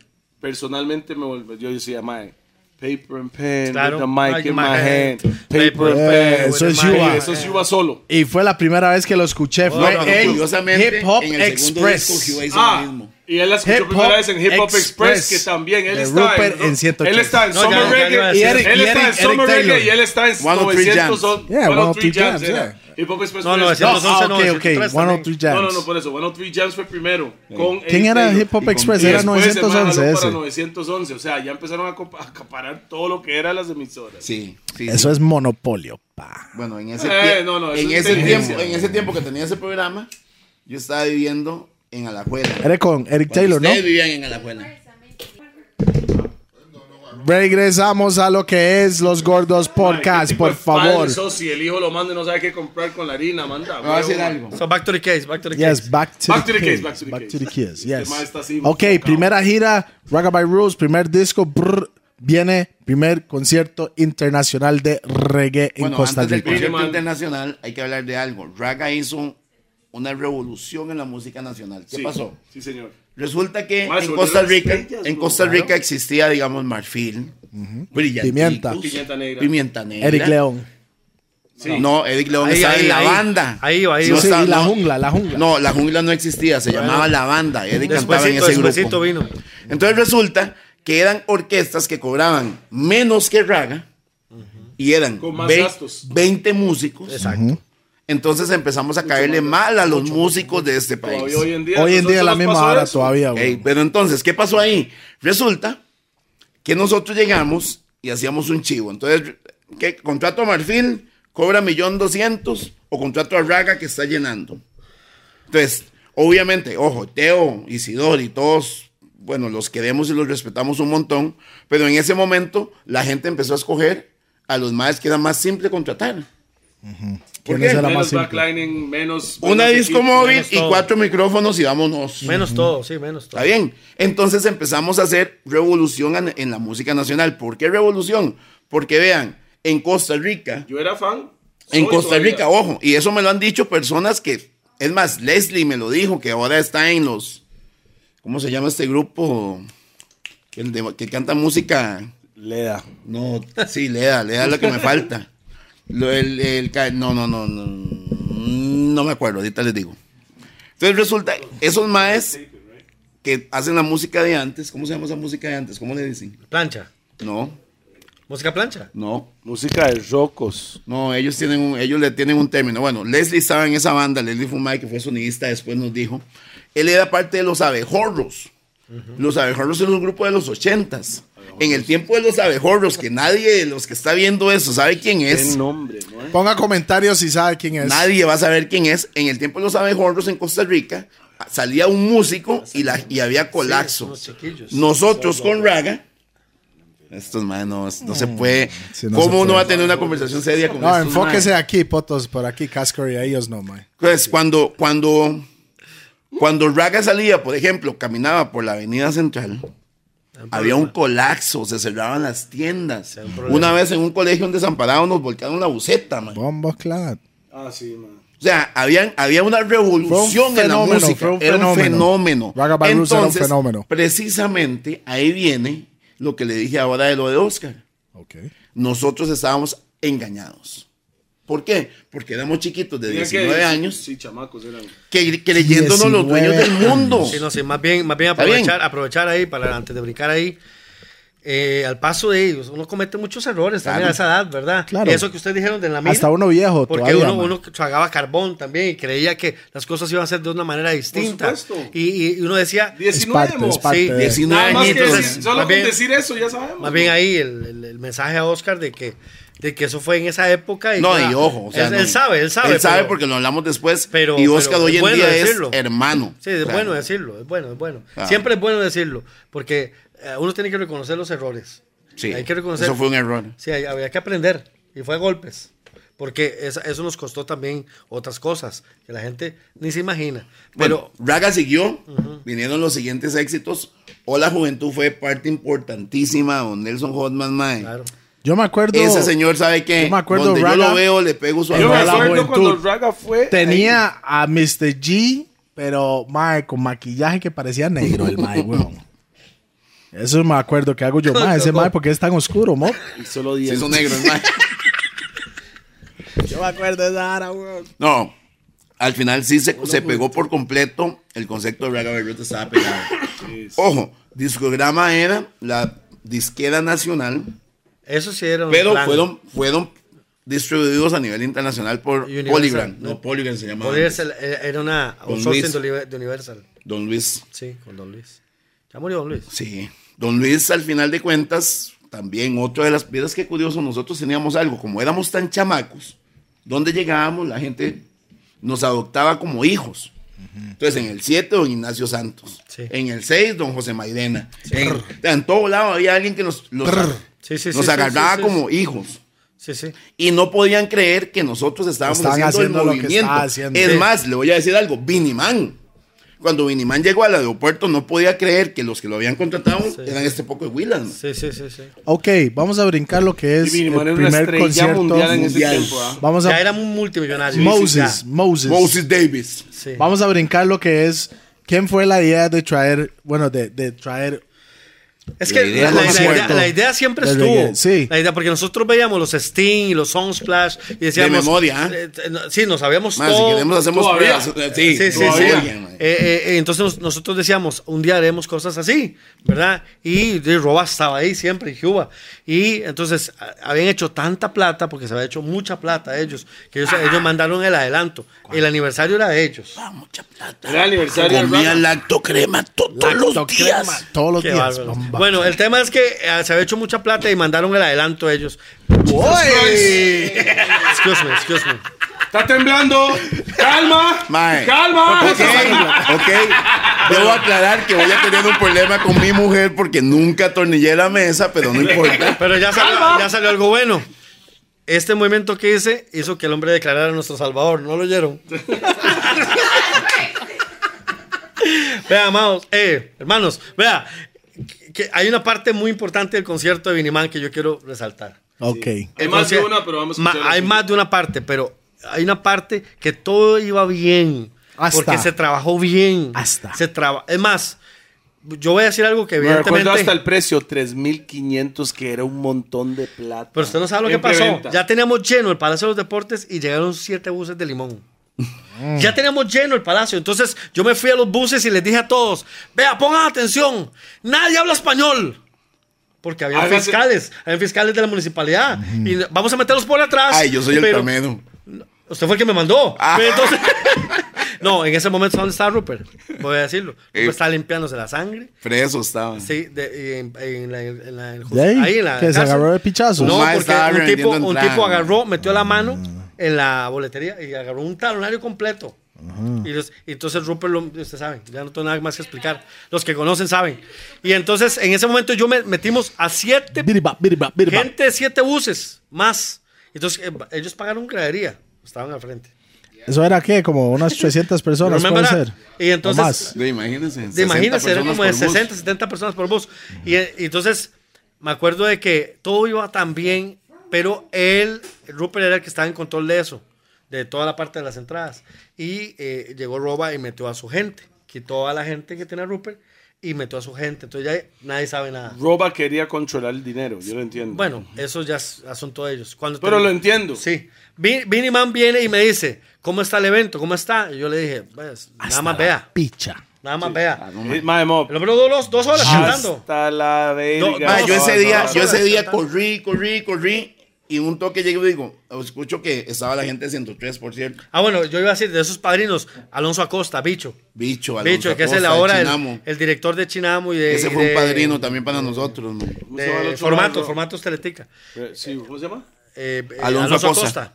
Speaker 2: personalmente me volvió, yo decía, mae, paper and pen,
Speaker 4: Claro.
Speaker 2: with the mic in my hand, paper
Speaker 4: Paper
Speaker 2: and
Speaker 1: Eh,
Speaker 2: pen.
Speaker 1: eso
Speaker 4: with
Speaker 1: es
Speaker 4: the mic.
Speaker 1: Yuba.
Speaker 2: Sí, Eso es Yuba solo.
Speaker 1: Y fue la primera vez que lo escuché. Fue
Speaker 3: Bueno,
Speaker 1: en
Speaker 3: curiosamente,
Speaker 1: Hip Hop
Speaker 3: en el segundo disco,
Speaker 1: Express.
Speaker 3: Hugh hizo lo
Speaker 2: Ah,
Speaker 3: mismo.
Speaker 2: y él la escuchó
Speaker 1: Hip Hop
Speaker 2: primera vez en Hip Hop Express,
Speaker 1: Express,
Speaker 2: que también él
Speaker 1: de
Speaker 2: está
Speaker 1: Rupert
Speaker 2: en,
Speaker 1: en 180.
Speaker 2: Él está en
Speaker 4: No,
Speaker 2: Summer
Speaker 4: ya, ya
Speaker 2: Reggae,
Speaker 4: iba a decir.
Speaker 2: y
Speaker 4: Y
Speaker 2: Eric,
Speaker 1: Eric-
Speaker 2: él
Speaker 1: y
Speaker 2: está en
Speaker 1: Eric-
Speaker 2: Summer
Speaker 1: Eric Taylor.
Speaker 2: Reggae y él está en
Speaker 3: 103
Speaker 2: 900 son,
Speaker 3: Jams.
Speaker 1: Yeah,
Speaker 2: 103
Speaker 1: 103
Speaker 2: Jams.
Speaker 1: Jams,
Speaker 2: era. Hip Hop Express
Speaker 4: No,
Speaker 2: fue
Speaker 4: no,
Speaker 2: después.
Speaker 1: No,
Speaker 4: Entonces,
Speaker 1: ah,
Speaker 4: no,
Speaker 1: ok, ok.
Speaker 4: 103 también.
Speaker 1: 103 Jams.
Speaker 2: No, no, no, por eso. 103 Jams fue primero. Con
Speaker 1: ¿Quién
Speaker 2: Ace
Speaker 1: era
Speaker 2: Taylor.
Speaker 1: Hip Hop Express?
Speaker 2: Y
Speaker 1: Pues Era
Speaker 2: después se mandaron
Speaker 1: 911
Speaker 2: para
Speaker 1: ese.
Speaker 2: 911, o sea, ya empezaron a compa- a acaparar todo lo que eran las emisoras.
Speaker 3: Sí, sí, sí.
Speaker 1: Eso es monopolio, pa.
Speaker 3: Bueno, en ese,
Speaker 2: Eh,
Speaker 3: tie-
Speaker 2: no, no, eso
Speaker 3: en
Speaker 2: es
Speaker 3: ese
Speaker 2: inteligencia.
Speaker 3: tiempo, en ese tiempo que tenía ese programa, yo estaba viviendo en Alajuela.
Speaker 1: Era con Eric
Speaker 3: Cuando
Speaker 1: Taylor, ¿no?
Speaker 3: Ustedes vivían en Alajuela.
Speaker 1: Regresamos a lo que es los gordos podcast,
Speaker 2: Ay, qué tipo
Speaker 1: por
Speaker 2: de
Speaker 1: favor.
Speaker 2: Falso, si el hijo lo manda y no sabe qué comprar con la harina, manda.
Speaker 3: Me voy a decir
Speaker 2: huevo.
Speaker 3: algo.
Speaker 4: So, back to the case, back to the
Speaker 1: Yes,
Speaker 4: case.
Speaker 1: back to,
Speaker 2: Back
Speaker 1: the,
Speaker 2: to the
Speaker 1: kids.
Speaker 2: case, back to the
Speaker 1: back to
Speaker 2: case.
Speaker 1: the kids,
Speaker 2: Este
Speaker 1: yes.
Speaker 2: man está así,
Speaker 1: ok,
Speaker 2: enfocado.
Speaker 1: primera gira, Rockabye Rules, primer disco, brr, viene primer concierto internacional de reggae en
Speaker 3: Bueno,
Speaker 1: Costa
Speaker 3: antes del
Speaker 1: Rica.
Speaker 3: concierto
Speaker 2: Mire,
Speaker 3: internacional hay que hablar de algo. Raga hizo una revolución en la música nacional. ¿Qué
Speaker 2: Sí,
Speaker 3: pasó?
Speaker 2: Sí, señor.
Speaker 3: Resulta que
Speaker 2: Más
Speaker 3: en
Speaker 2: sobre
Speaker 3: Costa
Speaker 2: las
Speaker 3: Rica,
Speaker 2: estrellas,
Speaker 3: en
Speaker 2: bro,
Speaker 3: Costa
Speaker 2: claro.
Speaker 3: Rica existía, digamos, marfil, brillanticos,
Speaker 1: Pimienta.
Speaker 2: Pimienta negra.
Speaker 3: pimienta negra.
Speaker 1: Eric León.
Speaker 2: Sí.
Speaker 3: No, Eric León
Speaker 4: Ahí,
Speaker 3: estaba
Speaker 4: ahí,
Speaker 3: en la
Speaker 4: ahí.
Speaker 3: banda.
Speaker 4: Ahí iba, ahí
Speaker 1: Sí,
Speaker 4: iba.
Speaker 3: No
Speaker 1: sí,
Speaker 3: estaba-
Speaker 1: y la
Speaker 3: no.
Speaker 1: jungla, la jungla.
Speaker 3: No, la jungla no existía, se llamaba La Banda. Eric cantaba en
Speaker 4: Despuésito,
Speaker 3: ese
Speaker 4: despuésito
Speaker 3: grupo.
Speaker 4: vino.
Speaker 3: Entonces resulta que eran orquestas que cobraban menos que Raga y eran
Speaker 2: Con más
Speaker 3: ve-
Speaker 2: gastos.
Speaker 3: 20 músicos.
Speaker 4: Exacto.
Speaker 3: Entonces empezamos a caerle mal a los músicos de este país.
Speaker 2: Todavía hoy en día.
Speaker 1: Hoy en día
Speaker 2: nosotros
Speaker 1: la
Speaker 2: nos
Speaker 1: misma
Speaker 2: pasó
Speaker 1: hora
Speaker 2: eso.
Speaker 1: todavía,
Speaker 4: Ah,
Speaker 1: güey.
Speaker 3: Ey, pero entonces, ¿qué pasó ahí? Resulta que nosotros llegamos y hacíamos un chivo. Entonces, ¿qué? contrato a Marfil, cobra millón doscientos o contrato a Raga que está llenando. Entonces, obviamente, ojo, Teo, Isidor y todos, bueno, los queremos y los respetamos un montón, pero en ese momento la gente empezó a escoger a los más que era más simple contratar. ¿Por
Speaker 1: ¿Quiénes
Speaker 3: qué?
Speaker 1: eran? Era más
Speaker 2: Menos
Speaker 1: simple.
Speaker 2: backlining, menos.
Speaker 3: Una
Speaker 2: menos
Speaker 3: disco
Speaker 2: equipo.
Speaker 3: móvil
Speaker 4: menos
Speaker 3: y
Speaker 4: todo.
Speaker 3: cuatro micrófonos y vámonos.
Speaker 4: Menos todo, sí, menos todo.
Speaker 3: Está bien. Entonces empezamos a hacer revolución en, en la música nacional. ¿Por qué revolución? Porque vean, en Costa Rica,
Speaker 2: Yo era fan.
Speaker 3: en
Speaker 2: soy
Speaker 3: Costa
Speaker 2: todavía.
Speaker 3: Rica, oh. ojo, y eso me lo han dicho personas que, es más, Leslie me lo dijo, que ahora está en los, ¿cómo se llama este grupo? Que, el de- que canta música.
Speaker 1: Leda.
Speaker 3: No, sí, le da, le da lo que me falta. Lo- el- el ca- no, no, no, no, no me acuerdo, ahorita les digo. Entonces resulta, esos maes que hacen la música de antes, ¿cómo se llama esa música de antes? ¿Cómo le dicen?
Speaker 4: Plancha.
Speaker 3: No,
Speaker 4: Música plancha.
Speaker 3: no,
Speaker 2: Música de Rocos.
Speaker 3: no, ellos tienen un, ellos le tienen un término. Bueno, Leslie estaba en esa banda, Leslie fue un mae que fue sonidista, después nos dijo. Él era parte de los abejorros. Los abejorros eran un grupo de los ochentas. En el tiempo de los abejorros, que nadie de los que está viendo eso sabe quién es.
Speaker 2: Qué nombre, ¿no? eh?
Speaker 1: Ponga comentarios si sabe quién es.
Speaker 3: Nadie va a saber quién es. En el tiempo de los abejorros en Costa Rica salía un músico y, la, y había colapso.
Speaker 4: unos chiquillos.
Speaker 3: Nosotros con Raga. Estos manos, no se puede.
Speaker 1: Sí, no se
Speaker 3: ¿Cómo uno
Speaker 1: puede.
Speaker 3: va a tener una conversación seria con
Speaker 1: No,
Speaker 3: estos
Speaker 1: enfóquese
Speaker 3: maes?
Speaker 1: aquí, potos, por aquí, Cascar y a ellos no, man.
Speaker 3: Entonces, Pues, cuando, cuando, cuando Raga salía, por ejemplo, caminaba por la avenida central, había un colapso, se cerraban las tiendas.
Speaker 4: un problema.
Speaker 3: Una vez en un colegio en Desamparado nos volcaron la buceta, man.
Speaker 1: Bombo clad.
Speaker 2: Ah, sí, man.
Speaker 3: O sea, habían, había una
Speaker 1: Fue
Speaker 3: revolución
Speaker 1: un
Speaker 3: en la
Speaker 1: fenómeno,
Speaker 3: música.
Speaker 1: fue un
Speaker 3: era un
Speaker 1: fenómeno.
Speaker 3: fenómeno.
Speaker 1: Ragabay Roots era un
Speaker 3: Entonces,
Speaker 1: fenómeno.
Speaker 3: Precisamente ahí viene lo que le dije ahora de lo de Oscar.
Speaker 1: Ok.
Speaker 3: Nosotros estábamos engañados. ¿Por qué? Porque éramos chiquitos de
Speaker 2: Tenían que-
Speaker 3: 19 años
Speaker 2: Sí, chamacos eran.
Speaker 3: que, creyéndonos los dueños del
Speaker 1: 19
Speaker 3: mundo.
Speaker 4: Sí, no, sí, más bien, más bien
Speaker 3: Está bien.
Speaker 4: aprovechar, aprovechar ahí para antes de brincar ahí. eh, al paso de ellos, uno comete muchos errores
Speaker 3: Claro.
Speaker 4: también a esa edad, ¿verdad?
Speaker 1: Claro.
Speaker 4: Eso que ustedes dijeron de la mina.
Speaker 1: Hasta uno viejo
Speaker 4: Porque
Speaker 1: todavía,
Speaker 4: uno,
Speaker 1: man.
Speaker 4: uno tragaba carbón también y creía que las cosas iban a ser de una manera distinta.
Speaker 2: supuesto.
Speaker 4: Y, y- y uno decía,
Speaker 2: 19,
Speaker 1: parte, es
Speaker 2: mo.
Speaker 1: parte
Speaker 4: sí,
Speaker 1: de-
Speaker 3: 19
Speaker 2: Nada más que
Speaker 3: añitos.
Speaker 2: decir, solo
Speaker 4: Más
Speaker 2: con
Speaker 4: bien-
Speaker 2: decir eso, ya sabemos.
Speaker 4: más bien ahí el, el- el mensaje a Oscar de que, de que eso fue en esa época. Y
Speaker 3: No,
Speaker 4: claro,
Speaker 3: y ojo. o sea,
Speaker 4: él,
Speaker 3: no-
Speaker 4: él sabe, él sabe.
Speaker 3: Él sabe
Speaker 4: pero-
Speaker 3: porque lo hablamos después.
Speaker 4: pero-
Speaker 3: y Oscar
Speaker 4: pero
Speaker 3: hoy
Speaker 4: es
Speaker 3: en
Speaker 4: bueno
Speaker 3: día
Speaker 4: decirlo.
Speaker 3: es hermano.
Speaker 4: Sí, es
Speaker 3: O sea,
Speaker 4: bueno decirlo, es bueno, es bueno.
Speaker 3: Claro.
Speaker 4: Siempre es bueno decirlo, porque eh, uno tiene que reconocer los errores.
Speaker 3: Sí,
Speaker 4: hay que reconocer.
Speaker 3: Eso fue un error.
Speaker 4: Sí, hay- había que aprender, y fue a golpes, porque esa- eso nos costó también otras cosas que la gente ni se imagina.
Speaker 3: Bueno,
Speaker 4: Pero
Speaker 3: Raga siguió, vinieron los siguientes éxitos. O la juventud fue parte importantísima, don Nelson Hotman, mae.
Speaker 4: claro,
Speaker 1: Yo me acuerdo.
Speaker 3: Ese señor sabe que
Speaker 1: Yo me acuerdo,
Speaker 3: donde yo
Speaker 1: Raga-
Speaker 3: lo veo, le pego su
Speaker 2: Yo me
Speaker 1: Cuando la
Speaker 3: abrazo.
Speaker 2: acuerdo cuando
Speaker 1: juventud
Speaker 2: Raga fue.
Speaker 1: Tenía a Mr. G, pero mae, con maquillaje que parecía negro el mae, weón. Eso me acuerdo que hago yo, mae, ese mae, porque es tan oscuro, mo.
Speaker 2: ahí, solo
Speaker 3: Se
Speaker 2: 10.
Speaker 3: hizo negro, mae.
Speaker 1: Yo me acuerdo de esa hora, weón.
Speaker 3: No, al final sí se, se pegó por completo. El concepto de Raga Berriota estaba pegado. Ojo, discograma era la disquera nacional,
Speaker 4: eso sí era un
Speaker 3: pero
Speaker 4: plan.
Speaker 3: fueron, fueron distribuidos a nivel internacional por
Speaker 4: Universal,
Speaker 3: Polygram.
Speaker 4: ¿no?
Speaker 3: No, Polygram se llamaba. antes.
Speaker 4: Universal, eh, era una
Speaker 3: Don
Speaker 4: un sourcing
Speaker 3: Luis.
Speaker 4: de Uni- de Universal.
Speaker 3: Don Luis.
Speaker 4: Sí, con Don Luis. Ya murió Don Luis.
Speaker 3: Sí. Don Luis, al final de cuentas, también otra de las piedras que curioso, nosotros teníamos algo, como éramos tan chamacos, donde llegábamos, la gente nos adoptaba como hijos. Entonces, en el 7, don Ignacio Santos.
Speaker 4: Sí.
Speaker 3: En el 6, don José Maidena. En, en todo lado había alguien que nos, los-
Speaker 4: Sí, sí, sí,
Speaker 3: nos
Speaker 4: sí,
Speaker 3: agarraba
Speaker 4: sí, sí,
Speaker 3: como hijos.
Speaker 4: Sí, sí.
Speaker 3: Y no podían creer que nosotros estábamos
Speaker 1: Estaban
Speaker 3: haciendo, el
Speaker 1: haciendo lo que
Speaker 3: movimiento.
Speaker 1: estaba haciendo.
Speaker 3: Es
Speaker 1: Sí.
Speaker 3: más, le voy a decir algo, Vinimán. Cuando Vinimán llegó al aeropuerto no podía creer que los que lo habían contratado eran este poco de Willas. ¿no?
Speaker 4: Sí, sí, sí, sí.
Speaker 1: Ok, vamos a brincar lo que es
Speaker 2: Y mi
Speaker 1: el
Speaker 2: hermano era una
Speaker 1: primer
Speaker 2: estrella
Speaker 1: concierto
Speaker 2: mundial en ese
Speaker 3: mundial.
Speaker 2: tiempo. ¿ah?
Speaker 1: Vamos
Speaker 4: ya
Speaker 1: a
Speaker 4: era un multimillonario.
Speaker 1: Moses,
Speaker 4: Ya,
Speaker 1: Moses.
Speaker 3: Moses Davis.
Speaker 4: sí.
Speaker 1: Vamos a brincar lo que es quién fue la idea de traer, bueno, de, de traer
Speaker 4: Es
Speaker 3: La
Speaker 4: que
Speaker 3: idea
Speaker 4: la,
Speaker 3: no
Speaker 4: la
Speaker 3: se
Speaker 4: idea,
Speaker 1: muerto.
Speaker 4: la idea siempre
Speaker 1: De
Speaker 4: estuvo.
Speaker 1: reggae, sí.
Speaker 4: La idea, porque nosotros veíamos los Sting y los Songsplash y decíamos.
Speaker 3: memoria, ¿eh?
Speaker 4: eh, eh, no- sí, nos sabíamos
Speaker 3: Man, si
Speaker 4: todo.
Speaker 3: queremos hacemos
Speaker 2: Todavía.
Speaker 3: pruebas.
Speaker 4: Sí,
Speaker 3: Sí,
Speaker 4: sí, sí.
Speaker 3: todavía,
Speaker 4: sí.
Speaker 3: man.
Speaker 4: Eh, eh, eh, entonces nos- nosotros decíamos, un día haremos cosas así, ¿verdad? Y de Roba estaba ahí siempre, en Cuba. Y entonces a- habían hecho tanta plata, porque se había hecho mucha plata ellos, que ellos, ellos mandaron el adelanto. El aniversario era de ellos.
Speaker 3: Ah, mucha plata.
Speaker 2: Era el aniversario del
Speaker 3: Comía
Speaker 2: Raga.
Speaker 3: lactocrema todos los días.
Speaker 1: Crema, todos los
Speaker 4: Qué
Speaker 1: días.
Speaker 4: bárbaro.
Speaker 1: bomba.
Speaker 4: Bueno, el tema es que eh, se había hecho mucha plata y mandaron el adelanto ellos. Excuse me, excuse me.
Speaker 2: Está temblando. Calma.
Speaker 3: Mae.
Speaker 2: Calma.
Speaker 3: Ok, ok. Debo aclarar que voy a tener un problema con mi mujer porque nunca atornillé la mesa, pero
Speaker 2: [laughs]
Speaker 3: no importa.
Speaker 4: Pero ya salió, ya salió algo bueno. Este movimiento que hice hizo que el hombre declarara a nuestro Salvador. ¿No lo
Speaker 1: [laughs]
Speaker 4: oyeron? Vea, amados, eh, hermanos, vea, que- que hay una parte muy importante del concierto de Vinimán que yo quiero resaltar.
Speaker 1: ok.
Speaker 2: Hay más de
Speaker 4: Entonces,
Speaker 2: una, pero vamos a
Speaker 4: ma-
Speaker 2: escuchar
Speaker 4: Hay
Speaker 2: la
Speaker 4: más de una parte, pero hay una parte que todo iba bien.
Speaker 1: Hasta.
Speaker 4: Porque se trabajó bien.
Speaker 1: Hasta.
Speaker 4: Se traba es más, yo voy a decir algo que
Speaker 2: Me recuerdo
Speaker 4: evidentemente...
Speaker 2: hasta el precio, 3.500, que era un montón de plata.
Speaker 4: Pero usted no sabe lo que
Speaker 2: En
Speaker 4: pasó.
Speaker 2: preventa.
Speaker 4: Ya teníamos lleno el Palacio de los Deportes y llegaron siete buses de limón.
Speaker 3: Mm.
Speaker 4: Ya teníamos lleno el palacio. Entonces yo me fui a los buses y les dije a todos: Vea, pongan atención. Nadie habla español. Porque había
Speaker 2: Hágase-
Speaker 4: fiscales. Había fiscales de la municipalidad. Y vamos a meterlos por atrás.
Speaker 3: Ay, yo soy el
Speaker 4: pero-
Speaker 3: primero.
Speaker 4: Usted fue el que me mandó.
Speaker 3: Ah.
Speaker 4: Pero entonces- [laughs] no, en ese momento, ¿dónde está Rupert? Voy a decirlo.
Speaker 3: Eh.
Speaker 4: Rupert está limpiándose la sangre.
Speaker 3: Preso estaba.
Speaker 4: Sí, de- y en, en la, en la- en el-
Speaker 1: ¿De ahí?
Speaker 4: la
Speaker 1: ¿Que se
Speaker 4: cárcel.
Speaker 1: agarró de pichazos?
Speaker 4: No,
Speaker 3: Un mae
Speaker 4: porque
Speaker 3: estaba
Speaker 4: un tipo,
Speaker 3: revendiendo
Speaker 4: un
Speaker 3: entradas.
Speaker 4: tipo agarró, metió la mano en la boletería y agarró un talonario completo. Y, los- y entonces Rupert, lo, usted sabe, ya no tengo nada más que explicar. Los que conocen saben. Y entonces en ese momento yo me metimos a siete
Speaker 1: Biriba, biriba, biriba.
Speaker 4: gente, de siete buses más. Entonces eh, ellos pagaron gradería, estaban al frente.
Speaker 1: Eso era qué, como unas 300 personas,
Speaker 4: Remember
Speaker 1: puede
Speaker 4: that?
Speaker 1: ser.
Speaker 4: Y entonces-
Speaker 1: O más.
Speaker 3: De, imagínense. 60
Speaker 4: De imagínense, eran
Speaker 3: personas
Speaker 4: como de
Speaker 3: por bus.
Speaker 4: 60, 70 personas por bus. Y, eh, y entonces me acuerdo de que todo iba tan bien, pero él, Rupert era el que estaba en control de eso, de toda la parte de las entradas. Y eh, llegó Roba y metió a su gente, quitó a la gente que tenía Rupert y metió a su gente. Entonces ya nadie sabe nada.
Speaker 2: Roba quería controlar el dinero, yo lo entiendo.
Speaker 4: Bueno, eso ya es asunto de ellos. Cuando
Speaker 2: pero
Speaker 4: termi-
Speaker 2: lo entiendo.
Speaker 4: Sí. Vin- Vinny Man viene y me dice, ¿cómo está el evento? ¿Cómo está? Y yo le dije, pues, nada
Speaker 1: Hasta
Speaker 4: más
Speaker 1: la
Speaker 4: vea.
Speaker 1: Picha.
Speaker 4: Nada más
Speaker 3: Ah,
Speaker 4: vea.
Speaker 2: Eh, Mae, mo,
Speaker 4: El hombre duró dos, dos horas cantando.
Speaker 2: Hasta la verga.
Speaker 3: Ma, Ah, yo ese día, yo ese día
Speaker 4: no, no.
Speaker 3: corrí, corrí, corrí. Y un toque llegué y digo, escucho que estaba la gente de 103, por cierto.
Speaker 4: Ah, bueno, yo iba a decir de esos padrinos, Alonso Acosta, bicho.
Speaker 3: Bicho, Alonso
Speaker 4: Bicho, que es el
Speaker 3: Acosta,
Speaker 4: ahora el,
Speaker 3: Chinamo.
Speaker 4: el director de Chinamo y de.
Speaker 3: Ese
Speaker 4: y
Speaker 3: fue
Speaker 4: de-
Speaker 3: un padrino también para nosotros. ma.
Speaker 2: ¿Cómo se llama el
Speaker 4: De
Speaker 2: otro
Speaker 4: formatos,
Speaker 2: mae,
Speaker 4: formatos Teletica.
Speaker 2: bro? Eh, Sí, ¿cómo se llama?
Speaker 4: Eh, eh,
Speaker 3: Alonso
Speaker 4: Alonso
Speaker 3: Acosta.
Speaker 4: Acosta.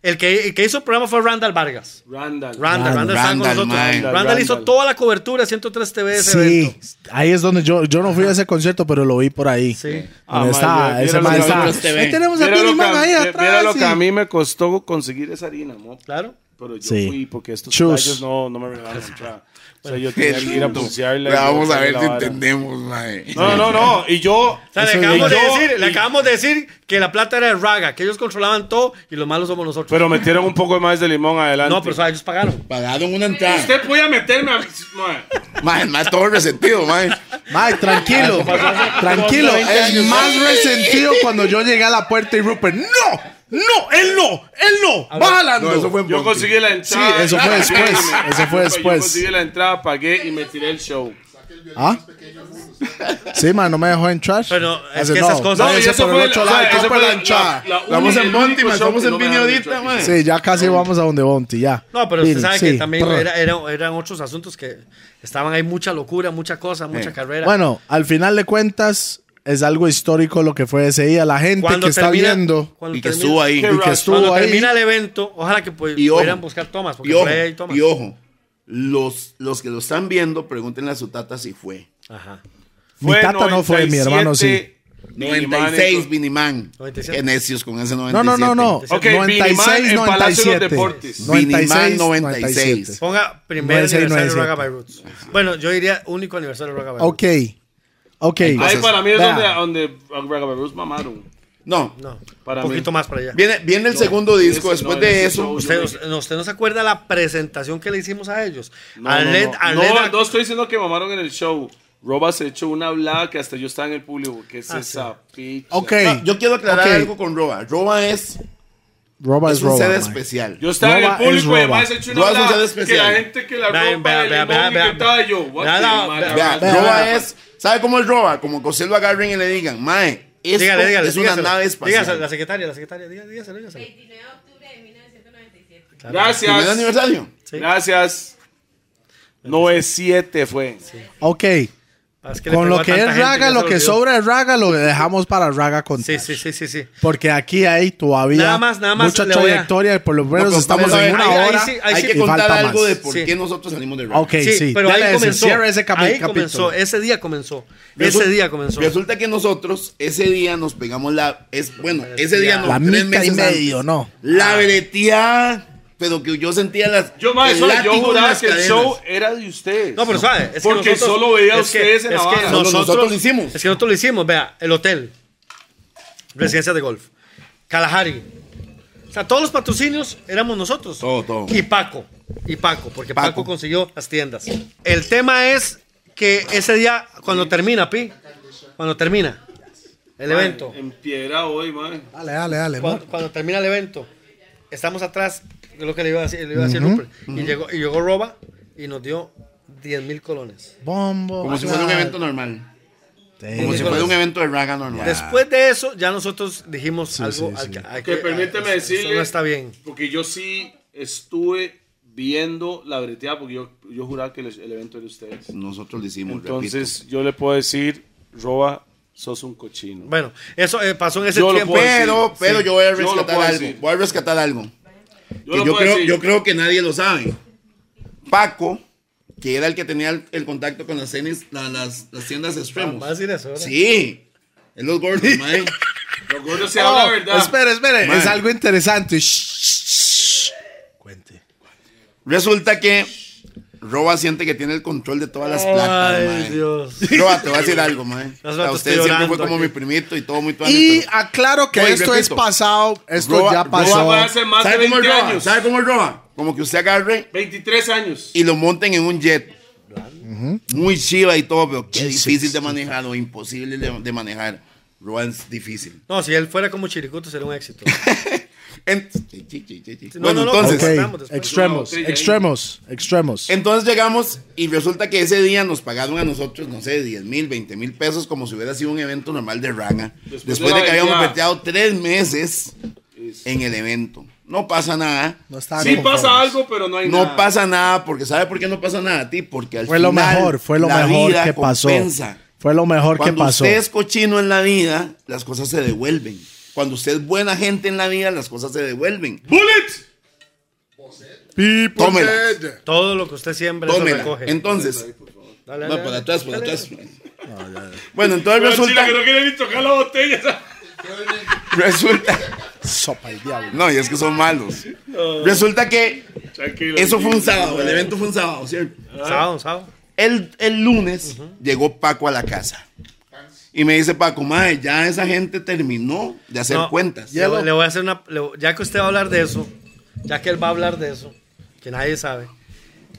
Speaker 4: El que, el que hizo el programa fue Randall Vargas.
Speaker 2: Randall.
Speaker 4: Randall, Randall, estaba con
Speaker 3: Randall,
Speaker 4: nosotros.
Speaker 3: man.
Speaker 4: Randall, hizo
Speaker 2: Randall.
Speaker 4: toda la cobertura, 103 TV, ese
Speaker 1: Sí,
Speaker 4: evento.
Speaker 1: ahí es donde yo, yo no fui a ese concierto, pero lo vi por ahí.
Speaker 4: Sí.
Speaker 2: Ah,
Speaker 1: Donde
Speaker 2: ma,
Speaker 1: está,
Speaker 2: yo-
Speaker 1: ese
Speaker 2: vieron
Speaker 1: ma
Speaker 2: los
Speaker 1: está.
Speaker 3: otros TV.
Speaker 1: Ahí tenemos a
Speaker 2: este Mira
Speaker 1: Tini
Speaker 2: lo, que,
Speaker 1: Man ahí
Speaker 2: a- mira lo
Speaker 1: atrás.
Speaker 2: que a
Speaker 1: y-
Speaker 2: mí me costó conseguir esa harina, mo.
Speaker 4: Claro.
Speaker 2: Pero yo
Speaker 1: Sí.
Speaker 2: fui porque estos
Speaker 1: Chus.
Speaker 2: gallos no, no me regalaron entrada. O sea, yo tenía que ir a pulsearle.
Speaker 3: Pero vamos a ver si
Speaker 2: entendemos.
Speaker 3: entendemos, mae.
Speaker 2: No, no, no. Y yo.
Speaker 4: O sea, le
Speaker 2: eso-
Speaker 4: acabamos,
Speaker 2: y
Speaker 4: de
Speaker 2: yo-
Speaker 4: decir, le
Speaker 2: y-
Speaker 4: acabamos de decir que la plata era de Raga, que ellos controlaban todo y los malos somos nosotros.
Speaker 2: Pero metieron un poco más de limón adelante.
Speaker 4: no, pero o sea, ellos pagaron.
Speaker 3: Pagaron una entrada.
Speaker 2: Usted podía meterme a.
Speaker 4: eh.
Speaker 2: Mae.
Speaker 3: Mae, el mae todo resentido, mae.
Speaker 1: Mae, tranquilo, tranquilo.
Speaker 2: como 20
Speaker 1: Es
Speaker 2: años.
Speaker 1: más resentido cuando yo llegué a la puerta y Rupert, ¡No! ¡No! ¡Él no! ¡Él no! ¡Va jalando!
Speaker 3: No, eso fue en
Speaker 2: Yo
Speaker 3: Ponte.
Speaker 2: conseguí la entrada.
Speaker 1: Sí, eso fue después, eso fue después.
Speaker 2: Yo conseguí la entrada, pagué y me tiré el show.
Speaker 1: ¿Ah? Sí, man, no me dejó entrar.
Speaker 4: Pero es
Speaker 1: Hace
Speaker 4: que esas cosas- No,
Speaker 2: y
Speaker 1: váyanse
Speaker 2: eso
Speaker 1: por el
Speaker 2: fue
Speaker 1: otro
Speaker 2: la-
Speaker 1: lado,
Speaker 2: o sea,
Speaker 1: que
Speaker 2: eso
Speaker 1: fue
Speaker 2: fue
Speaker 1: la
Speaker 2: la-
Speaker 1: hinchada.
Speaker 2: la- la
Speaker 3: Vamos
Speaker 2: única- el
Speaker 3: en
Speaker 2: único
Speaker 3: Bonti, mae,
Speaker 2: show
Speaker 3: estamos
Speaker 2: que
Speaker 3: en
Speaker 2: no me han
Speaker 3: Piñodita,
Speaker 2: hecho aquí.
Speaker 3: mae.
Speaker 1: Sí, ya casi vamos a donde Bonti, ya.
Speaker 4: No, pero
Speaker 1: Sí,
Speaker 4: usted sabe
Speaker 1: sí,
Speaker 4: que también
Speaker 1: prr.
Speaker 4: era- era- eran otros asuntos que estaban ahí, mucha locura, mucha cosa, mucha
Speaker 3: Eh.
Speaker 4: carrera.
Speaker 1: Bueno, al final de cuentas, es algo histórico lo que fue ese día. La gente que está viendo
Speaker 4: cuando
Speaker 3: Y que
Speaker 4: termina-
Speaker 3: estuvo ahí.
Speaker 2: Qué
Speaker 1: y que
Speaker 2: raro.
Speaker 1: estuvo
Speaker 4: Cuando
Speaker 1: ahí.
Speaker 4: termina el evento, ojalá que pu-
Speaker 3: Y ojo,
Speaker 4: pudieran buscar tomas, porque
Speaker 3: Y ojo,
Speaker 4: por ahí hay tomas.
Speaker 3: y ojo, los, los que lo están viendo, pregúntenle a su tata si fue.
Speaker 4: Ajá.
Speaker 1: Mi tata no fue, mi hermano sí.
Speaker 3: 96, Vinimán.
Speaker 4: 97.
Speaker 3: Qué necios con ese 97.
Speaker 1: No, no, no, no.
Speaker 2: Ok,
Speaker 1: 96,
Speaker 2: Binimán en Palacio de los
Speaker 1: 97.
Speaker 2: Deportes.
Speaker 1: 96,
Speaker 3: Binimán, 96.
Speaker 4: Ponga primer
Speaker 1: 96,
Speaker 4: aniversario de
Speaker 1: 97.
Speaker 4: Raga by Roots. Bueno, yo diría único aniversario de Raga by Roots.
Speaker 1: Ok. Ok.
Speaker 2: Ahí
Speaker 3: Entonces,
Speaker 2: para mí es
Speaker 1: vea.
Speaker 2: donde, donde Ragabarus mamaron.
Speaker 3: No.
Speaker 4: No,
Speaker 2: Para
Speaker 4: un poquito
Speaker 2: mí.
Speaker 4: más para allá.
Speaker 3: Viene, viene el segundo
Speaker 2: ese no,
Speaker 3: disco. Después
Speaker 2: ese
Speaker 3: de
Speaker 2: no.
Speaker 3: eso,
Speaker 4: Usted, usted- no, usted no se acuerda la presentación que le hicimos a ellos.
Speaker 2: No,
Speaker 4: a
Speaker 2: no,
Speaker 4: Led-
Speaker 2: no.
Speaker 4: a
Speaker 2: No,
Speaker 4: Led-
Speaker 2: no estoy diciendo que mamaron en el show. Roba se echó una hablada que hasta yo estaba en el público. ¿Qué es
Speaker 4: Ah,
Speaker 2: esa picha?
Speaker 1: Ok.
Speaker 3: No, yo quiero aclarar
Speaker 1: Ok.
Speaker 3: algo con Roba. Roba es,
Speaker 1: Roba es
Speaker 3: es un
Speaker 1: Roba.
Speaker 3: sede
Speaker 1: man.
Speaker 3: especial.
Speaker 2: Yo estaba
Speaker 1: Roba
Speaker 2: en el
Speaker 1: es
Speaker 2: público y
Speaker 1: roba.
Speaker 2: además echó una
Speaker 3: Roba es un
Speaker 2: hablada
Speaker 3: ser
Speaker 2: que la
Speaker 3: especial.
Speaker 2: gente que la
Speaker 4: Vean,
Speaker 2: ropa
Speaker 4: vean,
Speaker 2: el
Speaker 4: vean,
Speaker 2: limón y
Speaker 4: vean,
Speaker 2: que estaba yo. what
Speaker 4: Vean,
Speaker 2: the
Speaker 4: vean,
Speaker 2: madre.
Speaker 3: Vea,
Speaker 1: Vea,
Speaker 3: Roba
Speaker 1: vea.
Speaker 3: es. ¿Sabe cómo es Roba? Como que usted lo agarren y le digan, Mae, esto
Speaker 4: dígale, dígale.
Speaker 3: es una
Speaker 4: dígaselo.
Speaker 3: nave espacial.
Speaker 4: Dígaselo, la secretaria, la secretaria, dígaselo, dígaselo. dígaselo.
Speaker 5: 29 de octubre de 1997.
Speaker 3: ¿Primer
Speaker 2: Gracias.
Speaker 3: aniversario?
Speaker 4: Sí.
Speaker 2: Gracias. No es 7 fue.
Speaker 1: Ok.
Speaker 4: Ah, Es que le
Speaker 1: Con
Speaker 4: pegó
Speaker 1: lo
Speaker 4: a
Speaker 1: que
Speaker 4: tanta
Speaker 1: es
Speaker 4: gente
Speaker 1: Raga,
Speaker 4: ya
Speaker 1: lo
Speaker 4: se
Speaker 1: que
Speaker 4: olvidó.
Speaker 1: sobra es Raga, lo dejamos para Raga contar.
Speaker 4: Sí, sí, sí, sí, sí.
Speaker 1: Porque aquí hay todavía
Speaker 4: Nada más, nada más
Speaker 1: mucha
Speaker 4: le voy a-
Speaker 1: trayectoria, y por lo menos
Speaker 3: No, pero
Speaker 1: estamos
Speaker 3: ponle-
Speaker 1: en una
Speaker 4: ahí- ahí
Speaker 1: hora.
Speaker 4: sí, ahí
Speaker 3: Hay
Speaker 4: sí.
Speaker 3: que
Speaker 1: Y
Speaker 3: contar
Speaker 1: falta
Speaker 3: algo
Speaker 1: más.
Speaker 3: de por
Speaker 4: Sí.
Speaker 3: qué nosotros salimos de Roba.
Speaker 1: Ok, sí,
Speaker 4: Sí, pero
Speaker 1: dale
Speaker 4: ahí
Speaker 1: ese,
Speaker 4: comenzó.
Speaker 1: cierra ese capi-
Speaker 4: ahí
Speaker 1: capítulo.
Speaker 4: comenzó, ese día comenzó.
Speaker 3: Resul-
Speaker 4: ese día comenzó.
Speaker 3: Resulta que nosotros ese día nos pegamos la. Es, bueno, ese día no.
Speaker 1: La
Speaker 3: tres
Speaker 1: mica y
Speaker 3: meses
Speaker 1: medio,
Speaker 3: antes.
Speaker 1: ¿no? Ah.
Speaker 3: La vereteada, pero que yo sentía las.
Speaker 2: Yo, mae,
Speaker 3: el
Speaker 2: solo-
Speaker 3: látigo
Speaker 2: yo
Speaker 3: en
Speaker 2: juraba
Speaker 3: las
Speaker 2: que el
Speaker 3: cadenas.
Speaker 2: show era de ustedes.
Speaker 4: No, pero sabe, es que
Speaker 2: Porque
Speaker 4: nosotros-
Speaker 2: solo veía a
Speaker 4: es que-
Speaker 2: ustedes en
Speaker 4: es
Speaker 2: la
Speaker 4: que
Speaker 2: vara.
Speaker 3: Solo
Speaker 4: nos-
Speaker 3: nosotros,
Speaker 4: nosotros-
Speaker 3: lo hicimos.
Speaker 4: Es que nosotros lo hicimos, vea, el hotel, residencia de golf, Kalahari. O sea, todos los patrocinios éramos nosotros.
Speaker 3: Todo, todo.
Speaker 4: Y Paco, y Paco, porque Paco,
Speaker 3: Paco.
Speaker 4: consiguió las tiendas. El tema es que ese día, cuando termina, Pi, cuando termina el
Speaker 2: Mae,
Speaker 4: evento,
Speaker 2: En piedra hoy, man.
Speaker 1: Dale, dale, dale.
Speaker 4: cuando,
Speaker 1: amor.
Speaker 4: cuando termina el evento, estamos atrás, es lo que le iba a decir, le iba a decir Rupert, y, llegó, y llegó Roba y nos dio 10 mil colones.
Speaker 1: Bombo.
Speaker 3: Como si fuera un evento normal.
Speaker 1: Sí.
Speaker 3: Como si fuera un evento de raga normal.
Speaker 4: Después de eso, ya nosotros dijimos algo
Speaker 1: sí,
Speaker 4: al
Speaker 1: sí.
Speaker 4: que, al
Speaker 2: Que
Speaker 3: ah,
Speaker 2: permíteme
Speaker 4: eso-
Speaker 2: decirle.
Speaker 4: Eso no está bien.
Speaker 2: Porque yo sí estuve viendo la breteada porque yo, yo juraba que el, el evento era de ustedes.
Speaker 3: Nosotros lo hicimos,
Speaker 2: Entonces, yo le puedo decir, Roba, sos un cochino.
Speaker 4: Bueno, eso eh, pasó en ese
Speaker 2: Yo lo
Speaker 4: tiempo.
Speaker 3: repito.
Speaker 2: puedo
Speaker 3: Pero,
Speaker 2: sí,
Speaker 3: pero
Speaker 2: sí.
Speaker 3: yo voy a
Speaker 2: Yo lo
Speaker 3: rescatar
Speaker 2: puedo
Speaker 3: algo.
Speaker 2: decir.
Speaker 3: Voy a rescatar algo.
Speaker 2: Yo
Speaker 3: que
Speaker 2: lo
Speaker 3: yo,
Speaker 2: puedo
Speaker 3: creo,
Speaker 2: decir.
Speaker 3: yo creo que nadie lo sabe. Paco, que era el que tenía el, el contacto con las, cenis- la- las, las tiendas extremos.
Speaker 4: Va a decir eso, ¿verdad?
Speaker 3: Sí, es los
Speaker 4: [laughs]
Speaker 3: gordos, mae.
Speaker 2: Lo gordo se habla
Speaker 1: Oh,
Speaker 2: verdad.
Speaker 1: Espere, espere.
Speaker 3: Man.
Speaker 1: Es algo interesante. Shh, shh, shh. Cuente.
Speaker 3: Resulta que Roba siente que tiene el control de todas las platas,
Speaker 4: Ay,
Speaker 3: mae.
Speaker 4: Dios.
Speaker 3: [laughs] Roba, te voy a decir algo, mae.
Speaker 4: rato
Speaker 3: O sea,
Speaker 4: estoy
Speaker 3: usted siempre
Speaker 4: llorando
Speaker 3: fue como
Speaker 4: aquí.
Speaker 3: mi primito y todo muy tuano,
Speaker 1: Y
Speaker 3: pero-
Speaker 1: aclaro que
Speaker 3: Oye,
Speaker 1: esto es
Speaker 3: repito.
Speaker 1: pasado. Esto
Speaker 3: Roba-
Speaker 1: ya
Speaker 3: Roba
Speaker 1: pasó.
Speaker 2: fue hace más de
Speaker 3: ¿Sabe cómo es
Speaker 2: 20
Speaker 3: Roba?
Speaker 2: años.
Speaker 3: ¿Sabe cómo es Roba? Como que usted agarre
Speaker 2: 23 años.
Speaker 3: y lo monten en un jet. Muy chiva y todo, pero qué difícil de manejar o imposible de, de manejar. Roba es difícil. [laughs]
Speaker 4: No, si él fuera como Chiricuto sería un éxito.
Speaker 3: En-
Speaker 4: No,
Speaker 3: Bueno,
Speaker 4: no, no,
Speaker 3: entonces,
Speaker 4: ok.
Speaker 1: Ok,
Speaker 4: Después de una
Speaker 1: extremos,
Speaker 2: botella ahí.
Speaker 1: extremos, extremos.
Speaker 3: entonces llegamos y resulta que ese día nos pagaron a nosotros, no sé, 10 mil, 20 mil pesos, como si hubiera sido un evento normal de rana.
Speaker 2: Después
Speaker 3: Después,
Speaker 2: de
Speaker 3: de
Speaker 2: la
Speaker 3: que habíamos
Speaker 2: vendida.
Speaker 3: peteado tres meses en el evento. No pasa nada.
Speaker 1: No estaban
Speaker 2: Sí
Speaker 1: conformes.
Speaker 2: pasa algo, pero no hay
Speaker 3: No
Speaker 2: nada.
Speaker 3: pasa nada, porque ¿sabe por qué no pasa nada a ti? Porque al
Speaker 1: Fue lo
Speaker 3: final,
Speaker 1: mejor, fue lo
Speaker 3: la
Speaker 1: mejor
Speaker 3: vida
Speaker 1: que pasó.
Speaker 3: compensa.
Speaker 1: Fue lo mejor que
Speaker 3: Cuando
Speaker 1: pasó.
Speaker 3: usted es cochino en la vida, las cosas se devuelven. Cuando usted es buena gente en la vida, las cosas se devuelven.
Speaker 2: Bullet.
Speaker 3: Tómela,
Speaker 4: Todo lo que usted siembra, eso
Speaker 3: tómela.
Speaker 4: recoge.
Speaker 3: Entonces,
Speaker 4: Dale, dale,
Speaker 3: no, por
Speaker 4: dale.
Speaker 3: atrás, por atrás. Bueno, entonces
Speaker 2: Pero Chila,
Speaker 3: resulta,
Speaker 2: que no quiere ni tocar la botella. [laughs]
Speaker 3: resulta,
Speaker 1: Sopa el diablo.
Speaker 3: no, y es que son malos.
Speaker 4: Oh.
Speaker 3: Resulta que
Speaker 2: Tranquilo.
Speaker 3: eso fue un sábado, el evento fue un sábado, ¿cierto?
Speaker 4: Sábado, sábado.
Speaker 3: El, el lunes llegó Paco a la casa. Y me dice Paco, madre, ya esa gente terminó de hacer
Speaker 4: No,
Speaker 3: cuentas.
Speaker 4: Le, voy- le voy a hacer una. le voy- ya que usted va a hablar de eso, ya que él va a hablar de eso, que nadie sabe.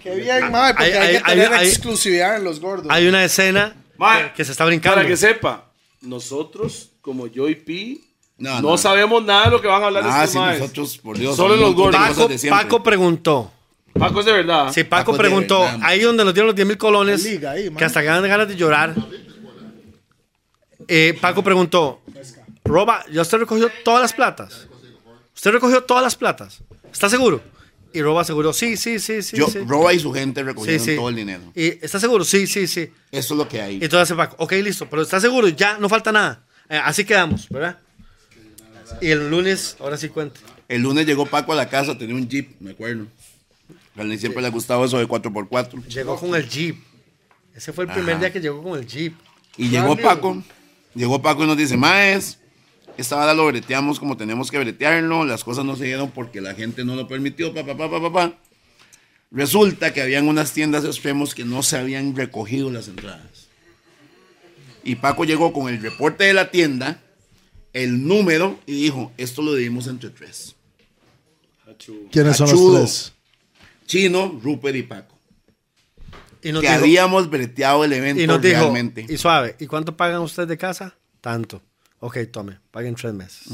Speaker 1: Qué bien, madre,
Speaker 4: porque hay que tener
Speaker 1: exclusividad en los gordos.
Speaker 4: Hay una escena
Speaker 2: Mae,
Speaker 4: que, que se está brincando.
Speaker 2: Para que sepa, nosotros, como yo y Pi, no,
Speaker 3: No, Ah, no.
Speaker 2: sabemos nada de lo que van a hablar
Speaker 3: Ah,
Speaker 4: este
Speaker 2: estos
Speaker 3: sí,
Speaker 2: maes.
Speaker 3: nosotros, por Dios.
Speaker 2: Solo
Speaker 3: un
Speaker 2: los
Speaker 3: montón de
Speaker 2: gordos.
Speaker 3: cosas
Speaker 4: Paco,
Speaker 3: de siempre. Ah,
Speaker 4: Paco preguntó.
Speaker 2: Paco es de verdad.
Speaker 4: Sí, Paco
Speaker 3: Paco de
Speaker 4: preguntó.
Speaker 3: Vietnam.
Speaker 4: Ahí donde nos dieron los 10 mil colones,
Speaker 1: La liga ahí, man.
Speaker 4: que hasta ganan ganas de llorar. Eh, Paco preguntó: Roba, ¿ya usted recogió todas las platas? ¿Usted recogió todas las platas? ¿Está seguro? Y Roba aseguró: Sí, sí, sí, sí.
Speaker 3: Yo,
Speaker 4: sí.
Speaker 3: Roba y su gente
Speaker 4: Sí,
Speaker 3: recogieron
Speaker 4: sí.
Speaker 3: todo el dinero.
Speaker 4: Y, ¿Está seguro? Sí, sí, sí.
Speaker 3: Eso es lo que hay.
Speaker 4: Y entonces hace Paco, ok, listo, pero está seguro, ya, no falta nada. Eh, así quedamos, ¿verdad? Y el lunes, ahora sí cuenta.
Speaker 3: El lunes llegó Paco a la casa, tenía un jeep, me acuerdo. A él siempre le ha gustado eso de 4x4.
Speaker 4: Llegó con el Jeep. Ese fue el primer día que llegó con el Jeep.
Speaker 3: Y llegó Paco, llegó Paco y nos dice, Maes, esta vara lo breteamos como tenemos que bretearlo, las cosas no se dieron porque la gente no lo permitió, papá, papá, papá, papá. Resulta que habían unas tiendas extremos que no se habían recogido las entradas. Y Paco llegó con el reporte de la tienda, el número, y dijo, esto lo dimos entre tres.
Speaker 1: ¿Quiénes son los
Speaker 3: Cachudo.
Speaker 1: tres?
Speaker 3: Chino, Rupert y Paco.
Speaker 4: Y nos
Speaker 3: que
Speaker 4: dijo,
Speaker 3: habíamos breteado el evento
Speaker 4: y nos dijo,
Speaker 3: realmente.
Speaker 4: y suave, ¿y cuánto pagan ustedes de casa? Tanto. Ok, tome, paguen tres meses.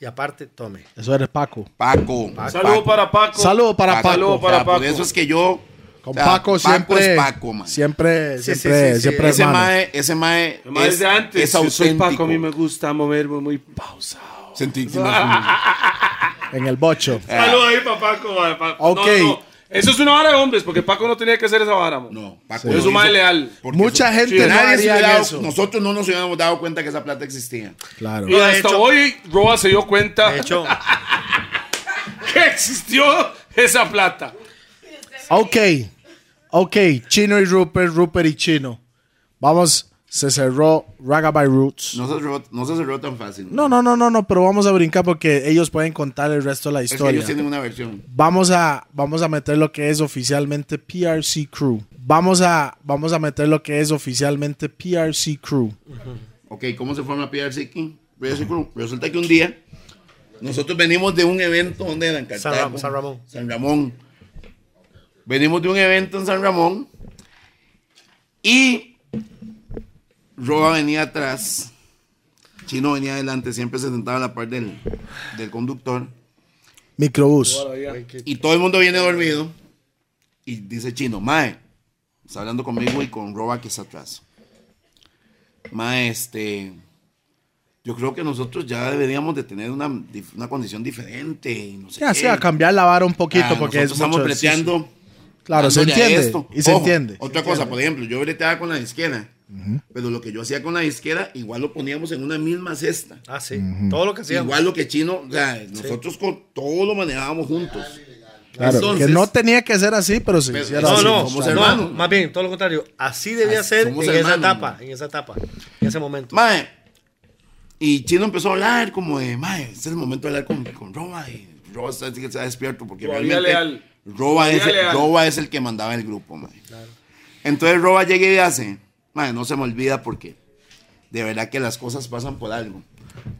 Speaker 4: Y aparte, tome.
Speaker 1: Eso eres Paco.
Speaker 3: Paco.
Speaker 2: Un Saludo para Paco.
Speaker 1: Saludo para Paco.
Speaker 2: Saludo
Speaker 3: O
Speaker 2: para
Speaker 3: sea,
Speaker 2: Paco.
Speaker 3: Por eso es que yo.
Speaker 1: Con
Speaker 3: o sea,
Speaker 1: Paco siempre.
Speaker 3: es Paco, man.
Speaker 1: Siempre,
Speaker 4: Sí, sí,
Speaker 1: siempre,
Speaker 4: sí, sí.
Speaker 1: siempre
Speaker 3: Ese
Speaker 1: hermano.
Speaker 3: mae, ese mae.
Speaker 2: Lo Más
Speaker 3: es-
Speaker 2: de antes.
Speaker 3: Es
Speaker 2: yo soy
Speaker 3: auténtico.
Speaker 2: Paco, a mí me gusta moverme muy pausado.
Speaker 3: Sentí que no es un-
Speaker 1: En el bocho.
Speaker 3: Eh,
Speaker 2: Saludo ahí para Paco. mae, pa- no,
Speaker 1: Ok.
Speaker 2: No, no. Eso es una vara de hombres, porque Paco no tenía que hacer esa vara. mo.
Speaker 1: [laughs]
Speaker 3: No,
Speaker 1: Sí.
Speaker 3: Paco.
Speaker 2: Es
Speaker 3: lo
Speaker 2: un mae
Speaker 3: hizo
Speaker 2: leal.
Speaker 3: porque
Speaker 1: Mucha
Speaker 3: eso-
Speaker 1: gente
Speaker 3: si
Speaker 1: no
Speaker 3: nadie se
Speaker 1: haría
Speaker 3: hubiera dado-
Speaker 1: eso.
Speaker 3: Nosotros no nos hubiéramos dado cuenta que esa plata existía.
Speaker 1: Claro.
Speaker 2: Y
Speaker 4: Lo ha
Speaker 2: hasta
Speaker 4: hecho.
Speaker 2: hoy Roa se dio cuenta
Speaker 4: De hecho, ah,
Speaker 2: que existió esa plata.
Speaker 1: Ok. Ok. Chino y Rupert, Rupert y Chino. Vamos. Se cerró Raga by Roots.
Speaker 3: No se cerró, no se cerró tan fácil.
Speaker 1: No, no, no, no, no, pero vamos a brincar porque ellos pueden contar el resto de la
Speaker 3: es que
Speaker 1: historia.
Speaker 3: ellos tienen una versión.
Speaker 1: Vamos a, vamos a meter lo que es oficialmente PRC Crew. Vamos a, vamos a meter lo que es oficialmente PRC Crew.
Speaker 3: Ok, ¿cómo se forma PRC King? PRC Crew. Resulta que un día nosotros venimos de un evento donde era en
Speaker 4: San
Speaker 3: Cartago.
Speaker 4: Ram- San Ramón.
Speaker 3: San Ramón. Venimos de un evento en San Ramón y Roa venía atrás, Chino venía adelante, siempre se sentaba a la par del, del conductor
Speaker 1: Microbús.
Speaker 3: y todo el mundo viene dormido y dice Chino, Mae, está hablando conmigo y con Roba que está atrás. Mae, este, yo creo que nosotros ya deberíamos de tener una, dif- una condición diferente. y no sé
Speaker 1: Ya, sí,
Speaker 3: qué".
Speaker 1: a cambiar la vara un poquito
Speaker 3: Ah,
Speaker 1: porque es
Speaker 3: Eh, nosotros estamos
Speaker 1: mucho ejercicio.
Speaker 3: breteando.
Speaker 1: Claro, se
Speaker 3: dándole a
Speaker 1: entiende.
Speaker 3: esto.
Speaker 1: Y se
Speaker 3: Ojo,
Speaker 1: entiende.
Speaker 3: Otra cosa, por ejemplo, yo breteaba con la izquierda, pero lo que yo hacía con la izquierda, igual lo poníamos en una misma cesta.
Speaker 4: ah, sí, todo lo que hacíamos.
Speaker 3: Igual lo que chino, o sea, nosotros con todo lo manejábamos juntos.
Speaker 1: Claro,
Speaker 3: Entonces-
Speaker 1: que no tenía que ser así, pero se
Speaker 3: Pero-
Speaker 1: hiciera
Speaker 4: No,
Speaker 1: así.
Speaker 4: no,
Speaker 3: somos
Speaker 4: no,
Speaker 3: hermanos.
Speaker 4: más bien, todo lo contrario. Así debía
Speaker 3: Así-
Speaker 4: ser en
Speaker 3: somos
Speaker 4: esa
Speaker 3: hermanos,
Speaker 4: etapa,
Speaker 3: man.
Speaker 4: en esa etapa, en ese momento.
Speaker 3: Mae, y chino empezó a hablar como de, mae, este es el momento de hablar con, con Roba. Y Roba está, que está despierto porque
Speaker 2: Todavía
Speaker 3: realmente
Speaker 2: leal.
Speaker 3: Roba,
Speaker 2: Todavía
Speaker 3: es, el-
Speaker 2: leal.
Speaker 3: Roba es el que mandaba el grupo, mae. Entonces Roba llega y hace, mae, no se me olvida porque de verdad que las cosas pasan por algo.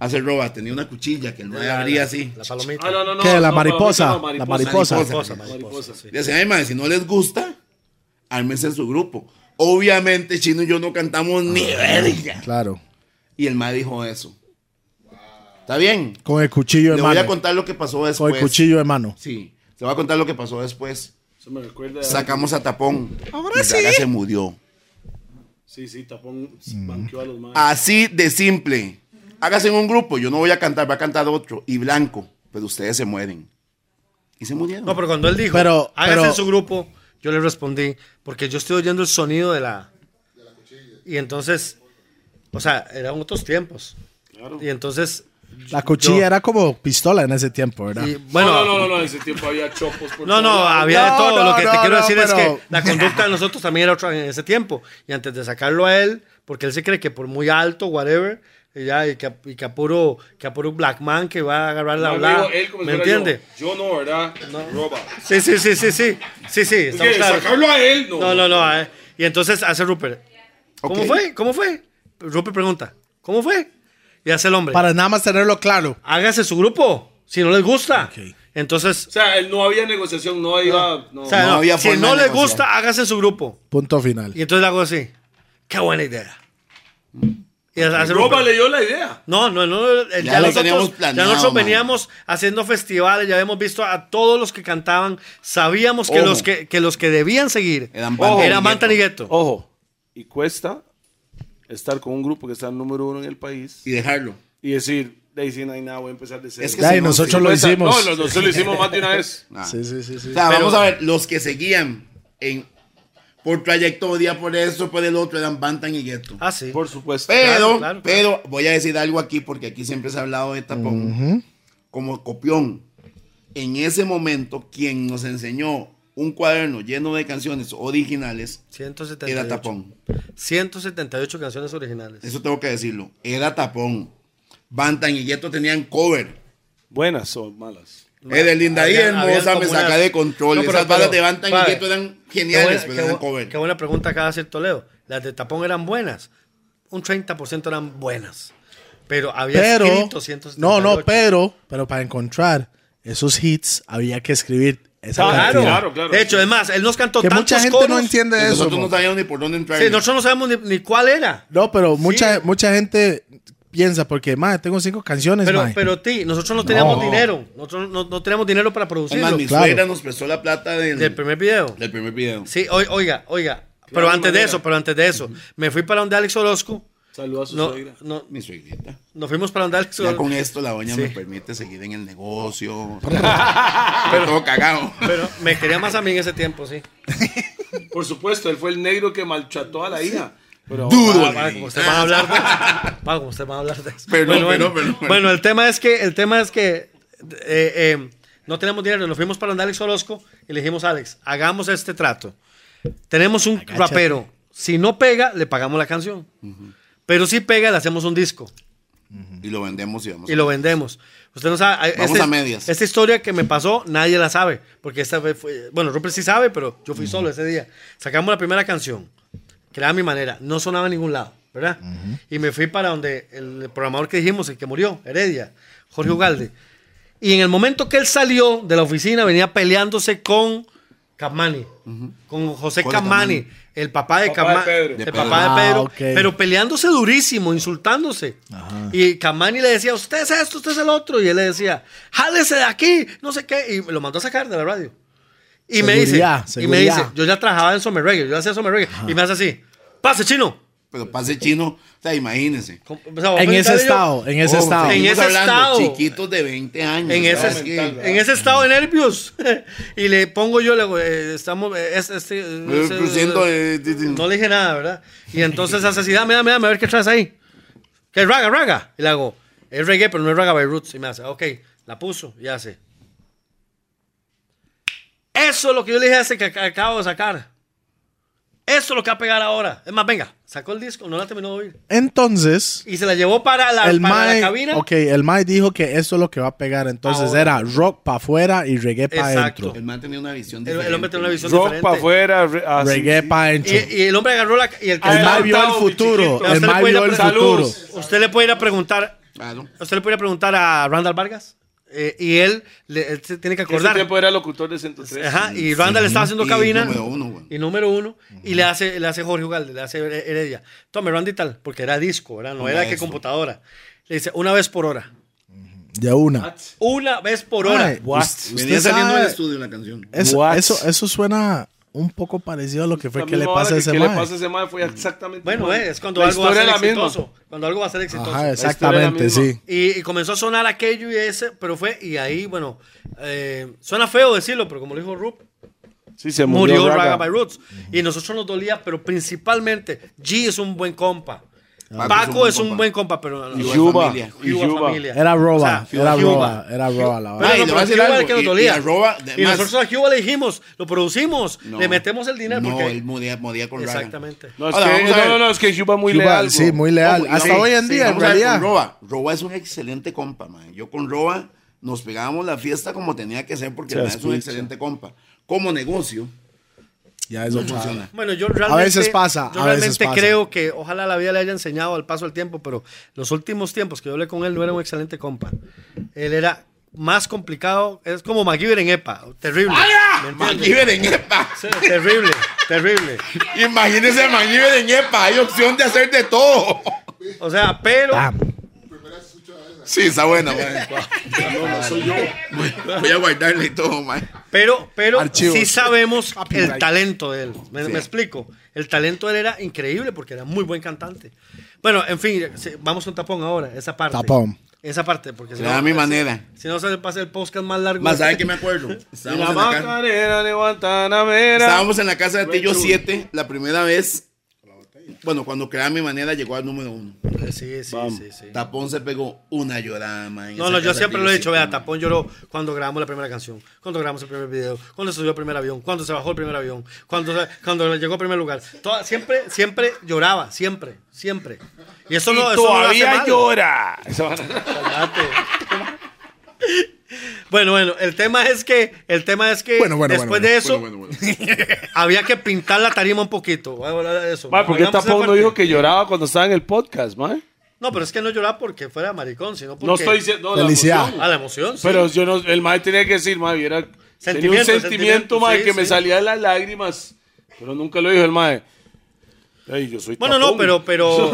Speaker 3: Hace Roba, tenía una cuchilla que el mae abría así.
Speaker 4: La palomita.
Speaker 2: Ah, no, no, no,
Speaker 1: ¿Qué, la
Speaker 2: no, palomita,
Speaker 1: mariposa?
Speaker 2: no,
Speaker 1: La mariposa.
Speaker 4: Mariposa, mariposa,
Speaker 2: Mariposa.
Speaker 4: sí.
Speaker 3: Le decía, ay, mae, si no les gusta, ármense en su grupo. Obviamente
Speaker 1: [laughs]
Speaker 2: Ah.
Speaker 3: Chino y yo no cantamos ni verga.
Speaker 1: Claro.
Speaker 3: Y el mae dijo eso. ¿Está bien?
Speaker 1: Con el cuchillo
Speaker 3: Le
Speaker 1: en
Speaker 3: voy a
Speaker 1: mano.
Speaker 3: contar lo que pasó
Speaker 1: Con
Speaker 3: después.
Speaker 1: el cuchillo en mano.
Speaker 3: Sí, te voy a contar lo que pasó después.
Speaker 2: Eso me recuerda.
Speaker 3: Sacamos a Tapón.
Speaker 1: Ahora
Speaker 3: y Raga se murió.
Speaker 2: Sí, sí, tapón banqueó a los más.
Speaker 3: Así de simple. Hágase en un grupo. Yo no voy a cantar, va a cantar otro. Y blanco. Pero ustedes se mueren. Y se murieron.
Speaker 4: No, pero cuando él dijo,
Speaker 1: Pero-
Speaker 4: hágase
Speaker 1: pero-
Speaker 4: en su grupo, yo le respondí, porque yo estoy oyendo el sonido de la... Y entonces, o sea, eran otros tiempos. Y entonces...
Speaker 1: La cuchilla
Speaker 4: yo-
Speaker 1: era como pistola en ese tiempo, ¿verdad?
Speaker 4: y, bueno,
Speaker 2: no, no, no, no, en ese tiempo había chopos. por
Speaker 4: No,
Speaker 2: todo
Speaker 4: no,
Speaker 2: lado.
Speaker 4: había de
Speaker 1: No,
Speaker 4: todo.
Speaker 1: no,
Speaker 4: Lo que te
Speaker 1: no,
Speaker 4: quiero
Speaker 1: no,
Speaker 4: decir es
Speaker 1: pero-
Speaker 4: que la conducta de nosotros también era otra en ese tiempo. Y antes de sacarlo a él, porque él se cree que por muy alto, whatever, y ya, y que, y que a puro, que a puro black man que va a agarrar la
Speaker 2: No,
Speaker 4: hablada.
Speaker 2: digo, él como si
Speaker 4: ¿Me
Speaker 2: fuera yo.
Speaker 4: entiende?
Speaker 2: Yo, no, ¿verdad? Roba.
Speaker 4: Sí, sí, sí, sí, sí. Sí, sí,
Speaker 2: Es
Speaker 4: estamos
Speaker 2: que
Speaker 4: claros.
Speaker 2: sacarlo a él, no.
Speaker 4: No, no, no. eh. Y entonces hace Rupert. ¿Cómo
Speaker 3: Ok.
Speaker 4: fue? ¿Cómo fue? Rupert pregunta. ¿Cómo fue? Y hace el hombre.
Speaker 1: Para nada más tenerlo claro.
Speaker 4: Hágase su grupo. Si no les gusta.
Speaker 1: Ok.
Speaker 4: Entonces,
Speaker 2: O sea, él no había negociación, no iba. No.
Speaker 4: o sea,
Speaker 3: no
Speaker 4: no,
Speaker 3: había
Speaker 4: si
Speaker 3: forma
Speaker 4: no
Speaker 3: de
Speaker 4: les
Speaker 3: negociar.
Speaker 4: gusta, hágase su grupo.
Speaker 1: Punto final.
Speaker 4: Y entonces le hago así. Qué buena idea. Y hace
Speaker 2: Roba
Speaker 4: Rupert.
Speaker 2: le dio la idea.
Speaker 4: No, no, no. eh,
Speaker 3: Ya
Speaker 4: Ya,
Speaker 3: lo teníamos
Speaker 4: nosotros, ya
Speaker 3: planeado,
Speaker 4: nosotros
Speaker 3: man.
Speaker 4: veníamos haciendo festivales, ya habíamos visto a todos los que cantaban. Sabíamos que
Speaker 3: Ojo.
Speaker 4: los que, que los que debían seguir
Speaker 3: Eran Banta y
Speaker 4: eran Mantan y
Speaker 3: Ghetto.
Speaker 4: Ghetto.
Speaker 2: Ojo, y cuesta estar con un grupo que está número uno en el país
Speaker 3: Y dejarlo.
Speaker 2: y decir, Daisy no hay nada, voy a empezar de cero.
Speaker 3: Es que
Speaker 1: Ya,
Speaker 3: si
Speaker 1: y
Speaker 3: no,
Speaker 1: nosotros
Speaker 3: sí.
Speaker 1: lo
Speaker 2: Cuesta-
Speaker 1: hicimos.
Speaker 2: No, nosotros lo hicimos más de una vez.
Speaker 3: Ah.
Speaker 1: Sí, sí, sí, sí.
Speaker 3: O sea,
Speaker 4: Pero-
Speaker 3: vamos a ver. Los que seguían en, por trayectoria, por eso, por el otro, eran Bantan y Ghetto.
Speaker 4: Ah, sí.
Speaker 2: [laughs] Por supuesto.
Speaker 3: Pero,
Speaker 4: Claro, claro, claro.
Speaker 3: pero voy a decir algo aquí porque aquí siempre se ha hablado de tapón como copión. En ese momento, quien nos enseñó un cuaderno lleno de canciones originales
Speaker 4: 178.
Speaker 3: era tapón.
Speaker 4: 178 canciones originales.
Speaker 3: Eso tengo que decirlo. Era tapón. Bantan y Ghetto tenían cover.
Speaker 2: Buenas o malas.
Speaker 3: Eh, de linda y
Speaker 4: Habían- habían
Speaker 3: hermosa, me
Speaker 4: como
Speaker 3: saca
Speaker 4: unas-
Speaker 3: de control.
Speaker 4: No, pero-
Speaker 3: Esas balas
Speaker 4: pero,
Speaker 3: de Bantan y
Speaker 4: padre,
Speaker 3: Ghetto eran
Speaker 4: Qué buena,
Speaker 3: geniales,
Speaker 1: pues,
Speaker 3: pero
Speaker 4: qué
Speaker 3: eran
Speaker 4: bu-
Speaker 3: cover.
Speaker 4: qué buena pregunta acaba de hacer Toledo. Las de Tapón eran buenas. Un 30% eran buenas. Pero había
Speaker 1: Pero,
Speaker 4: escrito 178.
Speaker 1: no, no, pero, pero para encontrar esos hits había que escribir esa
Speaker 4: Claro,
Speaker 1: cantidad.
Speaker 2: claro, claro.
Speaker 4: De hecho, es más, él nos cantó
Speaker 1: Que
Speaker 4: tantos
Speaker 1: mucha gente no
Speaker 4: coros.
Speaker 1: entiende eso.
Speaker 3: Nosotros
Speaker 1: mo.
Speaker 3: no sabíamos ni por dónde entrar.
Speaker 4: Sí, nosotros no sabemos ni, ni cuál era.
Speaker 1: No, pero mucha, mucha gente piensa, porque, madre, tengo cinco canciones,
Speaker 4: Pero,
Speaker 1: mae.
Speaker 4: pero ti, nosotros no teníamos
Speaker 1: No.
Speaker 4: dinero. Nosotros no, no teníamos dinero para
Speaker 3: Es más,
Speaker 4: producirlo.
Speaker 3: mi
Speaker 1: claro.
Speaker 3: suegra nos prestó la plata del,
Speaker 4: Del primer video.
Speaker 3: del primer video.
Speaker 4: Sí, oi- oiga, oiga. pero
Speaker 2: de
Speaker 4: antes de
Speaker 2: manera.
Speaker 4: eso, pero antes de eso. Me fui para donde Alex Orozco.
Speaker 2: Saludos a su
Speaker 4: No,
Speaker 2: suegra.
Speaker 4: no,
Speaker 3: Mi suegrita.
Speaker 4: nos fuimos para donde Alex
Speaker 3: Ya
Speaker 4: Orozco.
Speaker 3: con esto la doña
Speaker 4: Sí.
Speaker 3: me permite seguir en el
Speaker 4: [laughs]
Speaker 3: negocio. pero todo cagado.
Speaker 4: Pero me quería más a mí en ese tiempo, sí.
Speaker 2: Por supuesto, él fue el negro que maltrató a la hija. Pero
Speaker 3: Duro.
Speaker 4: Ah, va, como usted va a hablar de eso. Va, como usted va a hablar de eso.
Speaker 3: Pero,
Speaker 4: bueno,
Speaker 3: pero,
Speaker 4: bueno.
Speaker 3: pero, pero.
Speaker 4: Bueno, el tema es que, el tema es que eh, eh, no tenemos dinero. Nos fuimos para donde Alex Orozco y le dijimos, Alex, hagamos este trato. Tenemos un
Speaker 1: Agáchate.
Speaker 4: rapero. Si no pega, le pagamos la canción. Pero si pega, le hacemos un disco
Speaker 3: Y lo vendemos y vamos.
Speaker 4: y lo vendemos. Usted no sabe.
Speaker 3: Vamos
Speaker 4: este-
Speaker 3: a medias.
Speaker 4: Esta historia que me pasó, nadie la sabe. Porque esta vez fue. Bueno, Rupert sí sabe, pero yo fui solo ese día. Sacamos la primera canción, que era a mi manera. No sonaba en ningún lado, ¿verdad? Y me fui para donde el programador que dijimos, el que murió, Heredia, Jorge Ugalde. Y en el momento que él salió de la oficina, venía peleándose con Capmani. Con José
Speaker 3: Jorge
Speaker 4: Capmani, el papá de
Speaker 2: Papá de
Speaker 4: Capmani.
Speaker 2: Pedro.
Speaker 3: De
Speaker 4: El
Speaker 3: Pedro.
Speaker 4: papá de
Speaker 1: Ah,
Speaker 4: Pedro.
Speaker 1: ok.
Speaker 4: Pero peleándose durísimo, insultándose. Y Kamani le decía, usted es esto, usted es el otro. Y él le decía, jálese de aquí, no sé qué. Y lo mandó a sacar de la radio. Y me dice,
Speaker 1: Seguridad,
Speaker 4: y me
Speaker 1: seguridad.
Speaker 4: dice, yo ya trabajaba en Somerregio, yo hacía Somerregio. Y me hace así, pase chino.
Speaker 3: Pero pase chino, o sea, imagínense.
Speaker 4: Com- o sea,
Speaker 1: en
Speaker 4: voy a
Speaker 1: ese
Speaker 4: pensar yo,
Speaker 1: estado, en ese
Speaker 3: Oh,
Speaker 1: estado.
Speaker 4: sí.
Speaker 3: seguimos
Speaker 4: ese estado.
Speaker 3: Chiquitos de 20 años.
Speaker 4: En ese,
Speaker 3: ¿sabes qué?
Speaker 4: en ese estado de nervios. [laughs] y le pongo yo, le digo, eh, estamos, eh, es- este, eh,
Speaker 3: Eh,
Speaker 4: ese-
Speaker 3: produciendo, eh, di- di-
Speaker 4: No le dije nada, ¿verdad? Y entonces hace así, dame, dame, dame, a ver qué traes ahí. Que es raga, raga. Y le hago, es reggae, pero no es raga by roots. Y me hace, ok, la puso y hace. Eso es lo que yo le dije hace que ac- acabo de sacar. Eso es lo que va a pegar ahora. Es más, venga, sacó el disco, no la terminó de oír.
Speaker 1: Entonces,
Speaker 4: Y se la llevó para la,
Speaker 1: el
Speaker 4: Ah, para la
Speaker 1: Mae
Speaker 4: cabina.
Speaker 1: ok, el Mae dijo que eso es lo que va a pegar. Entonces
Speaker 4: Ahora.
Speaker 1: era rock para afuera y reggae para
Speaker 4: Exacto.
Speaker 1: adentro.
Speaker 3: El man tenía una visión
Speaker 4: El,
Speaker 3: diferente.
Speaker 4: el hombre tiene una visión
Speaker 2: Rock
Speaker 4: diferente.
Speaker 2: para afuera. re- ah, sí,
Speaker 1: Reggae
Speaker 2: sí.
Speaker 1: para adentro.
Speaker 4: Y, y el hombre agarró la... Y el que
Speaker 2: Ah,
Speaker 1: El
Speaker 4: estaba-
Speaker 1: Mae vio el
Speaker 2: Adelantado, mi
Speaker 1: futuro.
Speaker 2: chiquito.
Speaker 1: El
Speaker 4: Usted le
Speaker 1: Mae
Speaker 4: puede
Speaker 1: vio el
Speaker 4: apretar
Speaker 1: futuro.
Speaker 2: luz.
Speaker 4: Usted le puede ir a preguntar
Speaker 3: Claro.
Speaker 4: Usted le puede preguntar a Randall Vargas eh, y él, le- él se tiene que
Speaker 2: En ese
Speaker 4: acordar.
Speaker 2: tiempo era locutor de 103.
Speaker 4: Ajá, y Randall estaba haciendo
Speaker 3: Y
Speaker 4: cabina.
Speaker 3: número uno, güey.
Speaker 4: Y número uno, y le hace, le hace Jorge Ugalde, le hace Her- Heredia. Tome, Randy tal, porque era disco, ¿verdad? No
Speaker 3: Un
Speaker 4: era que
Speaker 3: maestro.
Speaker 4: computadora. Le dice, una vez por hora.
Speaker 1: De una.
Speaker 4: Una vez por hora.
Speaker 1: Ay,
Speaker 2: What?
Speaker 1: us- usted
Speaker 3: Venía saliendo
Speaker 1: sabe-
Speaker 3: del estudio la canción.
Speaker 1: Eso,
Speaker 2: What?
Speaker 1: eso, eso suena un poco parecido a lo que fue
Speaker 2: La
Speaker 1: que le
Speaker 2: misma
Speaker 1: pasa
Speaker 2: vara
Speaker 1: a
Speaker 2: que
Speaker 1: ese
Speaker 2: ¿Qué le
Speaker 1: mae.
Speaker 2: pasa a ese mae? Fue exactamente
Speaker 4: bueno,
Speaker 2: igual.
Speaker 4: eh, es cuando
Speaker 2: La
Speaker 4: algo va a
Speaker 2: historia
Speaker 4: ser
Speaker 2: es la misma.
Speaker 4: exitoso. Cuando algo va a ser exitoso.
Speaker 1: Ajá,
Speaker 2: historia
Speaker 1: exactamente,
Speaker 2: es la
Speaker 1: sí.
Speaker 2: misma.
Speaker 4: Y, y comenzó a sonar aquello y ese, pero fue, y ahí, bueno, eh, suena feo decirlo, pero como lo dijo Rup,
Speaker 2: Sí, se
Speaker 4: murió,
Speaker 2: murió, Raga.
Speaker 4: Raga by Roots. Y nosotros nos dolía, pero principalmente, G es un buen compa. Paco, es un buen compa, pero...
Speaker 2: Y
Speaker 3: Yuba
Speaker 2: Yuba.
Speaker 3: familia.
Speaker 2: Y Yuba.
Speaker 1: Era roba,
Speaker 4: O sea,
Speaker 1: era
Speaker 4: Cuba.
Speaker 1: roba, era roba la verdad.
Speaker 3: Ay, le
Speaker 4: Pero no,
Speaker 3: voy a
Speaker 4: pero
Speaker 3: decir
Speaker 4: Cuba era
Speaker 3: algo,
Speaker 4: el que
Speaker 3: y-
Speaker 4: nos
Speaker 3: y
Speaker 4: dolía.
Speaker 3: arroba, de-
Speaker 4: Y
Speaker 3: más-
Speaker 4: nosotros a Cuba le dijimos, lo producimos,
Speaker 3: No.
Speaker 4: le metemos el dinero.
Speaker 3: No,
Speaker 4: porque...
Speaker 3: él modía, modía con Raga.
Speaker 4: Exactamente.
Speaker 2: No, es
Speaker 3: Ahora,
Speaker 2: que,
Speaker 3: vamos a
Speaker 2: no,
Speaker 3: ver.
Speaker 2: no, no, es que Yuba muy
Speaker 1: Cuba,
Speaker 2: leal.
Speaker 1: sí,
Speaker 2: bro.
Speaker 1: muy leal.
Speaker 3: Ojo, y
Speaker 1: Hasta
Speaker 3: vamos-
Speaker 1: hoy en
Speaker 3: sí,
Speaker 1: día, en
Speaker 3: vamos a ver
Speaker 1: realidad.
Speaker 3: con Roa. Roa es un excelente compa, man. Yo con Roa nos pegábamos la fiesta como tenía que ser porque
Speaker 2: Se
Speaker 3: el man es un
Speaker 2: escucha.
Speaker 3: excelente compa. Como negocio,
Speaker 1: Ya eso
Speaker 3: funciona.
Speaker 4: Bueno, yo realmente,
Speaker 1: veces pasa,
Speaker 4: yo
Speaker 1: a veces
Speaker 4: realmente
Speaker 1: pasa.
Speaker 4: creo que ojalá la vida le haya enseñado al paso del tiempo, pero los últimos tiempos que yo hablé con él no era un excelente compa. Él era más complicado, es como MacGyver en EPA, terrible. ¿me entiendes?
Speaker 3: Mangíver en EPA.
Speaker 4: Sí, terrible, terrible.
Speaker 3: Imagínese Mangíver en EPA. Hay opción de hacer de todo.
Speaker 4: O sea, pero
Speaker 1: Bam.
Speaker 3: Sí, está buena, man. Voy a guardarle y todo, man.
Speaker 4: Pero, pero
Speaker 1: Archivos.
Speaker 4: sí sabemos el
Speaker 1: Copyright.
Speaker 4: talento de él. Me,
Speaker 3: Sí.
Speaker 4: me explico. El talento de él era increíble porque era muy buen cantante. Bueno, en fin, sí, vamos con tapón ahora, esa parte.
Speaker 1: Tapón.
Speaker 4: Esa parte, porque si
Speaker 3: Le da mi manera.
Speaker 4: Si no se le pasa el podcast más largo.
Speaker 3: Más, ¿sabe qué me acuerdo?
Speaker 2: Y
Speaker 3: Estábamos
Speaker 2: la
Speaker 3: en la casa,
Speaker 2: Macarena de Guantanamera.
Speaker 3: estábamos en la casa de Tillo 7 la primera vez. Bueno, cuando creaba mi manera llegó al número uno.
Speaker 4: Pues Sí, sí, sí, sí.
Speaker 3: Tapón se pegó una llorada, man. en
Speaker 4: No,
Speaker 3: esa
Speaker 4: no, yo
Speaker 3: casa
Speaker 4: siempre
Speaker 3: de
Speaker 4: lo he
Speaker 3: Tillo 7,
Speaker 4: dicho, vea,
Speaker 3: man.
Speaker 4: Tapón lloró cuando grabamos la primera canción, cuando grabamos el primer video, cuando se subió el primer avión, cuando se bajó el primer avión, cuando, se- cuando llegó al primer lugar. Toda- siempre, siempre lloraba, siempre, siempre. Y eso
Speaker 2: Y
Speaker 4: no, eso no lo hace
Speaker 2: todavía
Speaker 4: mal.
Speaker 2: llora. Esa vara.
Speaker 4: Calmate. Bueno, bueno, el tema es que, el tema es que
Speaker 1: Bueno, bueno,
Speaker 4: después
Speaker 1: bueno,
Speaker 4: de eso
Speaker 3: Bueno, bueno, bueno.
Speaker 4: [laughs] había que pintar la tarima un poquito. Voy a hablar de eso.
Speaker 2: Mae, ¿por qué
Speaker 4: Hagamos esa
Speaker 2: Tapón no
Speaker 4: parte.
Speaker 2: dijo que lloraba cuando estaba en el podcast, mae?
Speaker 4: No, pero es que no lloraba porque fuera maricón, sino porque
Speaker 2: No estoy diciendo. no, la
Speaker 1: Felicidad.
Speaker 2: emoción.
Speaker 4: a Ah, la emoción. sí.
Speaker 2: Pero yo no, el mae tenía que decir, mae, viera, tenía un
Speaker 4: Sentimiento,
Speaker 2: Ah, sentimiento,
Speaker 4: sentimiento,
Speaker 2: mae,
Speaker 4: sí,
Speaker 2: que me
Speaker 4: sí.
Speaker 2: salía de las lágrimas, pero nunca lo dijo el mae. Ey, yo soy
Speaker 4: Bueno,
Speaker 2: tapón.
Speaker 4: no,
Speaker 2: [laughs]
Speaker 3: [laughs]
Speaker 4: pero, pero,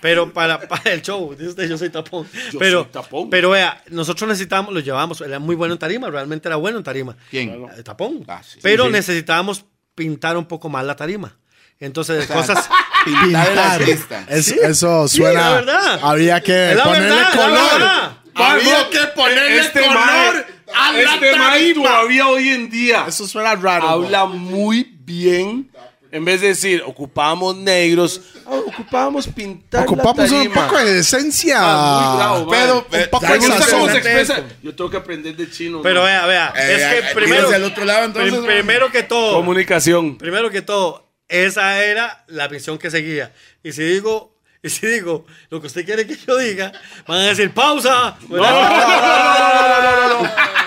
Speaker 4: pero para, para el show, dice usted, yo soy tapón.
Speaker 2: Yo
Speaker 4: pero,
Speaker 2: soy tapón.
Speaker 4: pero vea, nosotros necesitábamos, lo llevábamos, era muy bueno en tarima, realmente era bueno en tarima.
Speaker 3: ¿Quién?
Speaker 4: Eh, Tapón.
Speaker 3: Ah, sí.
Speaker 4: pero
Speaker 3: Sí, sí.
Speaker 4: necesitábamos pintar un poco más la tarima. Entonces,
Speaker 3: sea, [laughs]
Speaker 4: cosas...
Speaker 3: Pintar el
Speaker 1: Pintar.
Speaker 3: artista.
Speaker 1: Es- Eso
Speaker 4: Sí, la
Speaker 1: suena.
Speaker 4: verdad.
Speaker 1: Había que
Speaker 4: Es la
Speaker 1: ponerle
Speaker 4: verdad, la
Speaker 1: color.
Speaker 2: Ah,
Speaker 4: verdad.
Speaker 3: Había que ponerle color a la
Speaker 2: este mae
Speaker 3: tarima.
Speaker 2: todavía hoy en día
Speaker 1: Eso suena raro.
Speaker 2: habla muy bien. En vez de decir, ocupamos negros, ah, ocupamos pintar la
Speaker 1: Ocupamos un
Speaker 2: tarima.
Speaker 1: poco de esencia.
Speaker 2: Ah, muy bravo, mae.
Speaker 3: Pero,
Speaker 1: un poco
Speaker 2: ¿Te
Speaker 1: de
Speaker 2: gusta
Speaker 1: sazón.
Speaker 2: cómo se
Speaker 3: Exactamente
Speaker 2: expresa? Yo tengo que aprender de chino.
Speaker 4: Pero
Speaker 2: mae.
Speaker 4: vea, vea,
Speaker 3: Eh, eh,
Speaker 4: es
Speaker 3: eh,
Speaker 4: que primero...
Speaker 3: tírense al otro lado, entonces,
Speaker 4: prim-
Speaker 3: ¿no?
Speaker 4: primero que todo...
Speaker 2: Comunicación.
Speaker 4: Primero que todo, esa era la misión que seguía. Y si digo, y si digo lo que usted quiere que yo diga, van a decir pausa.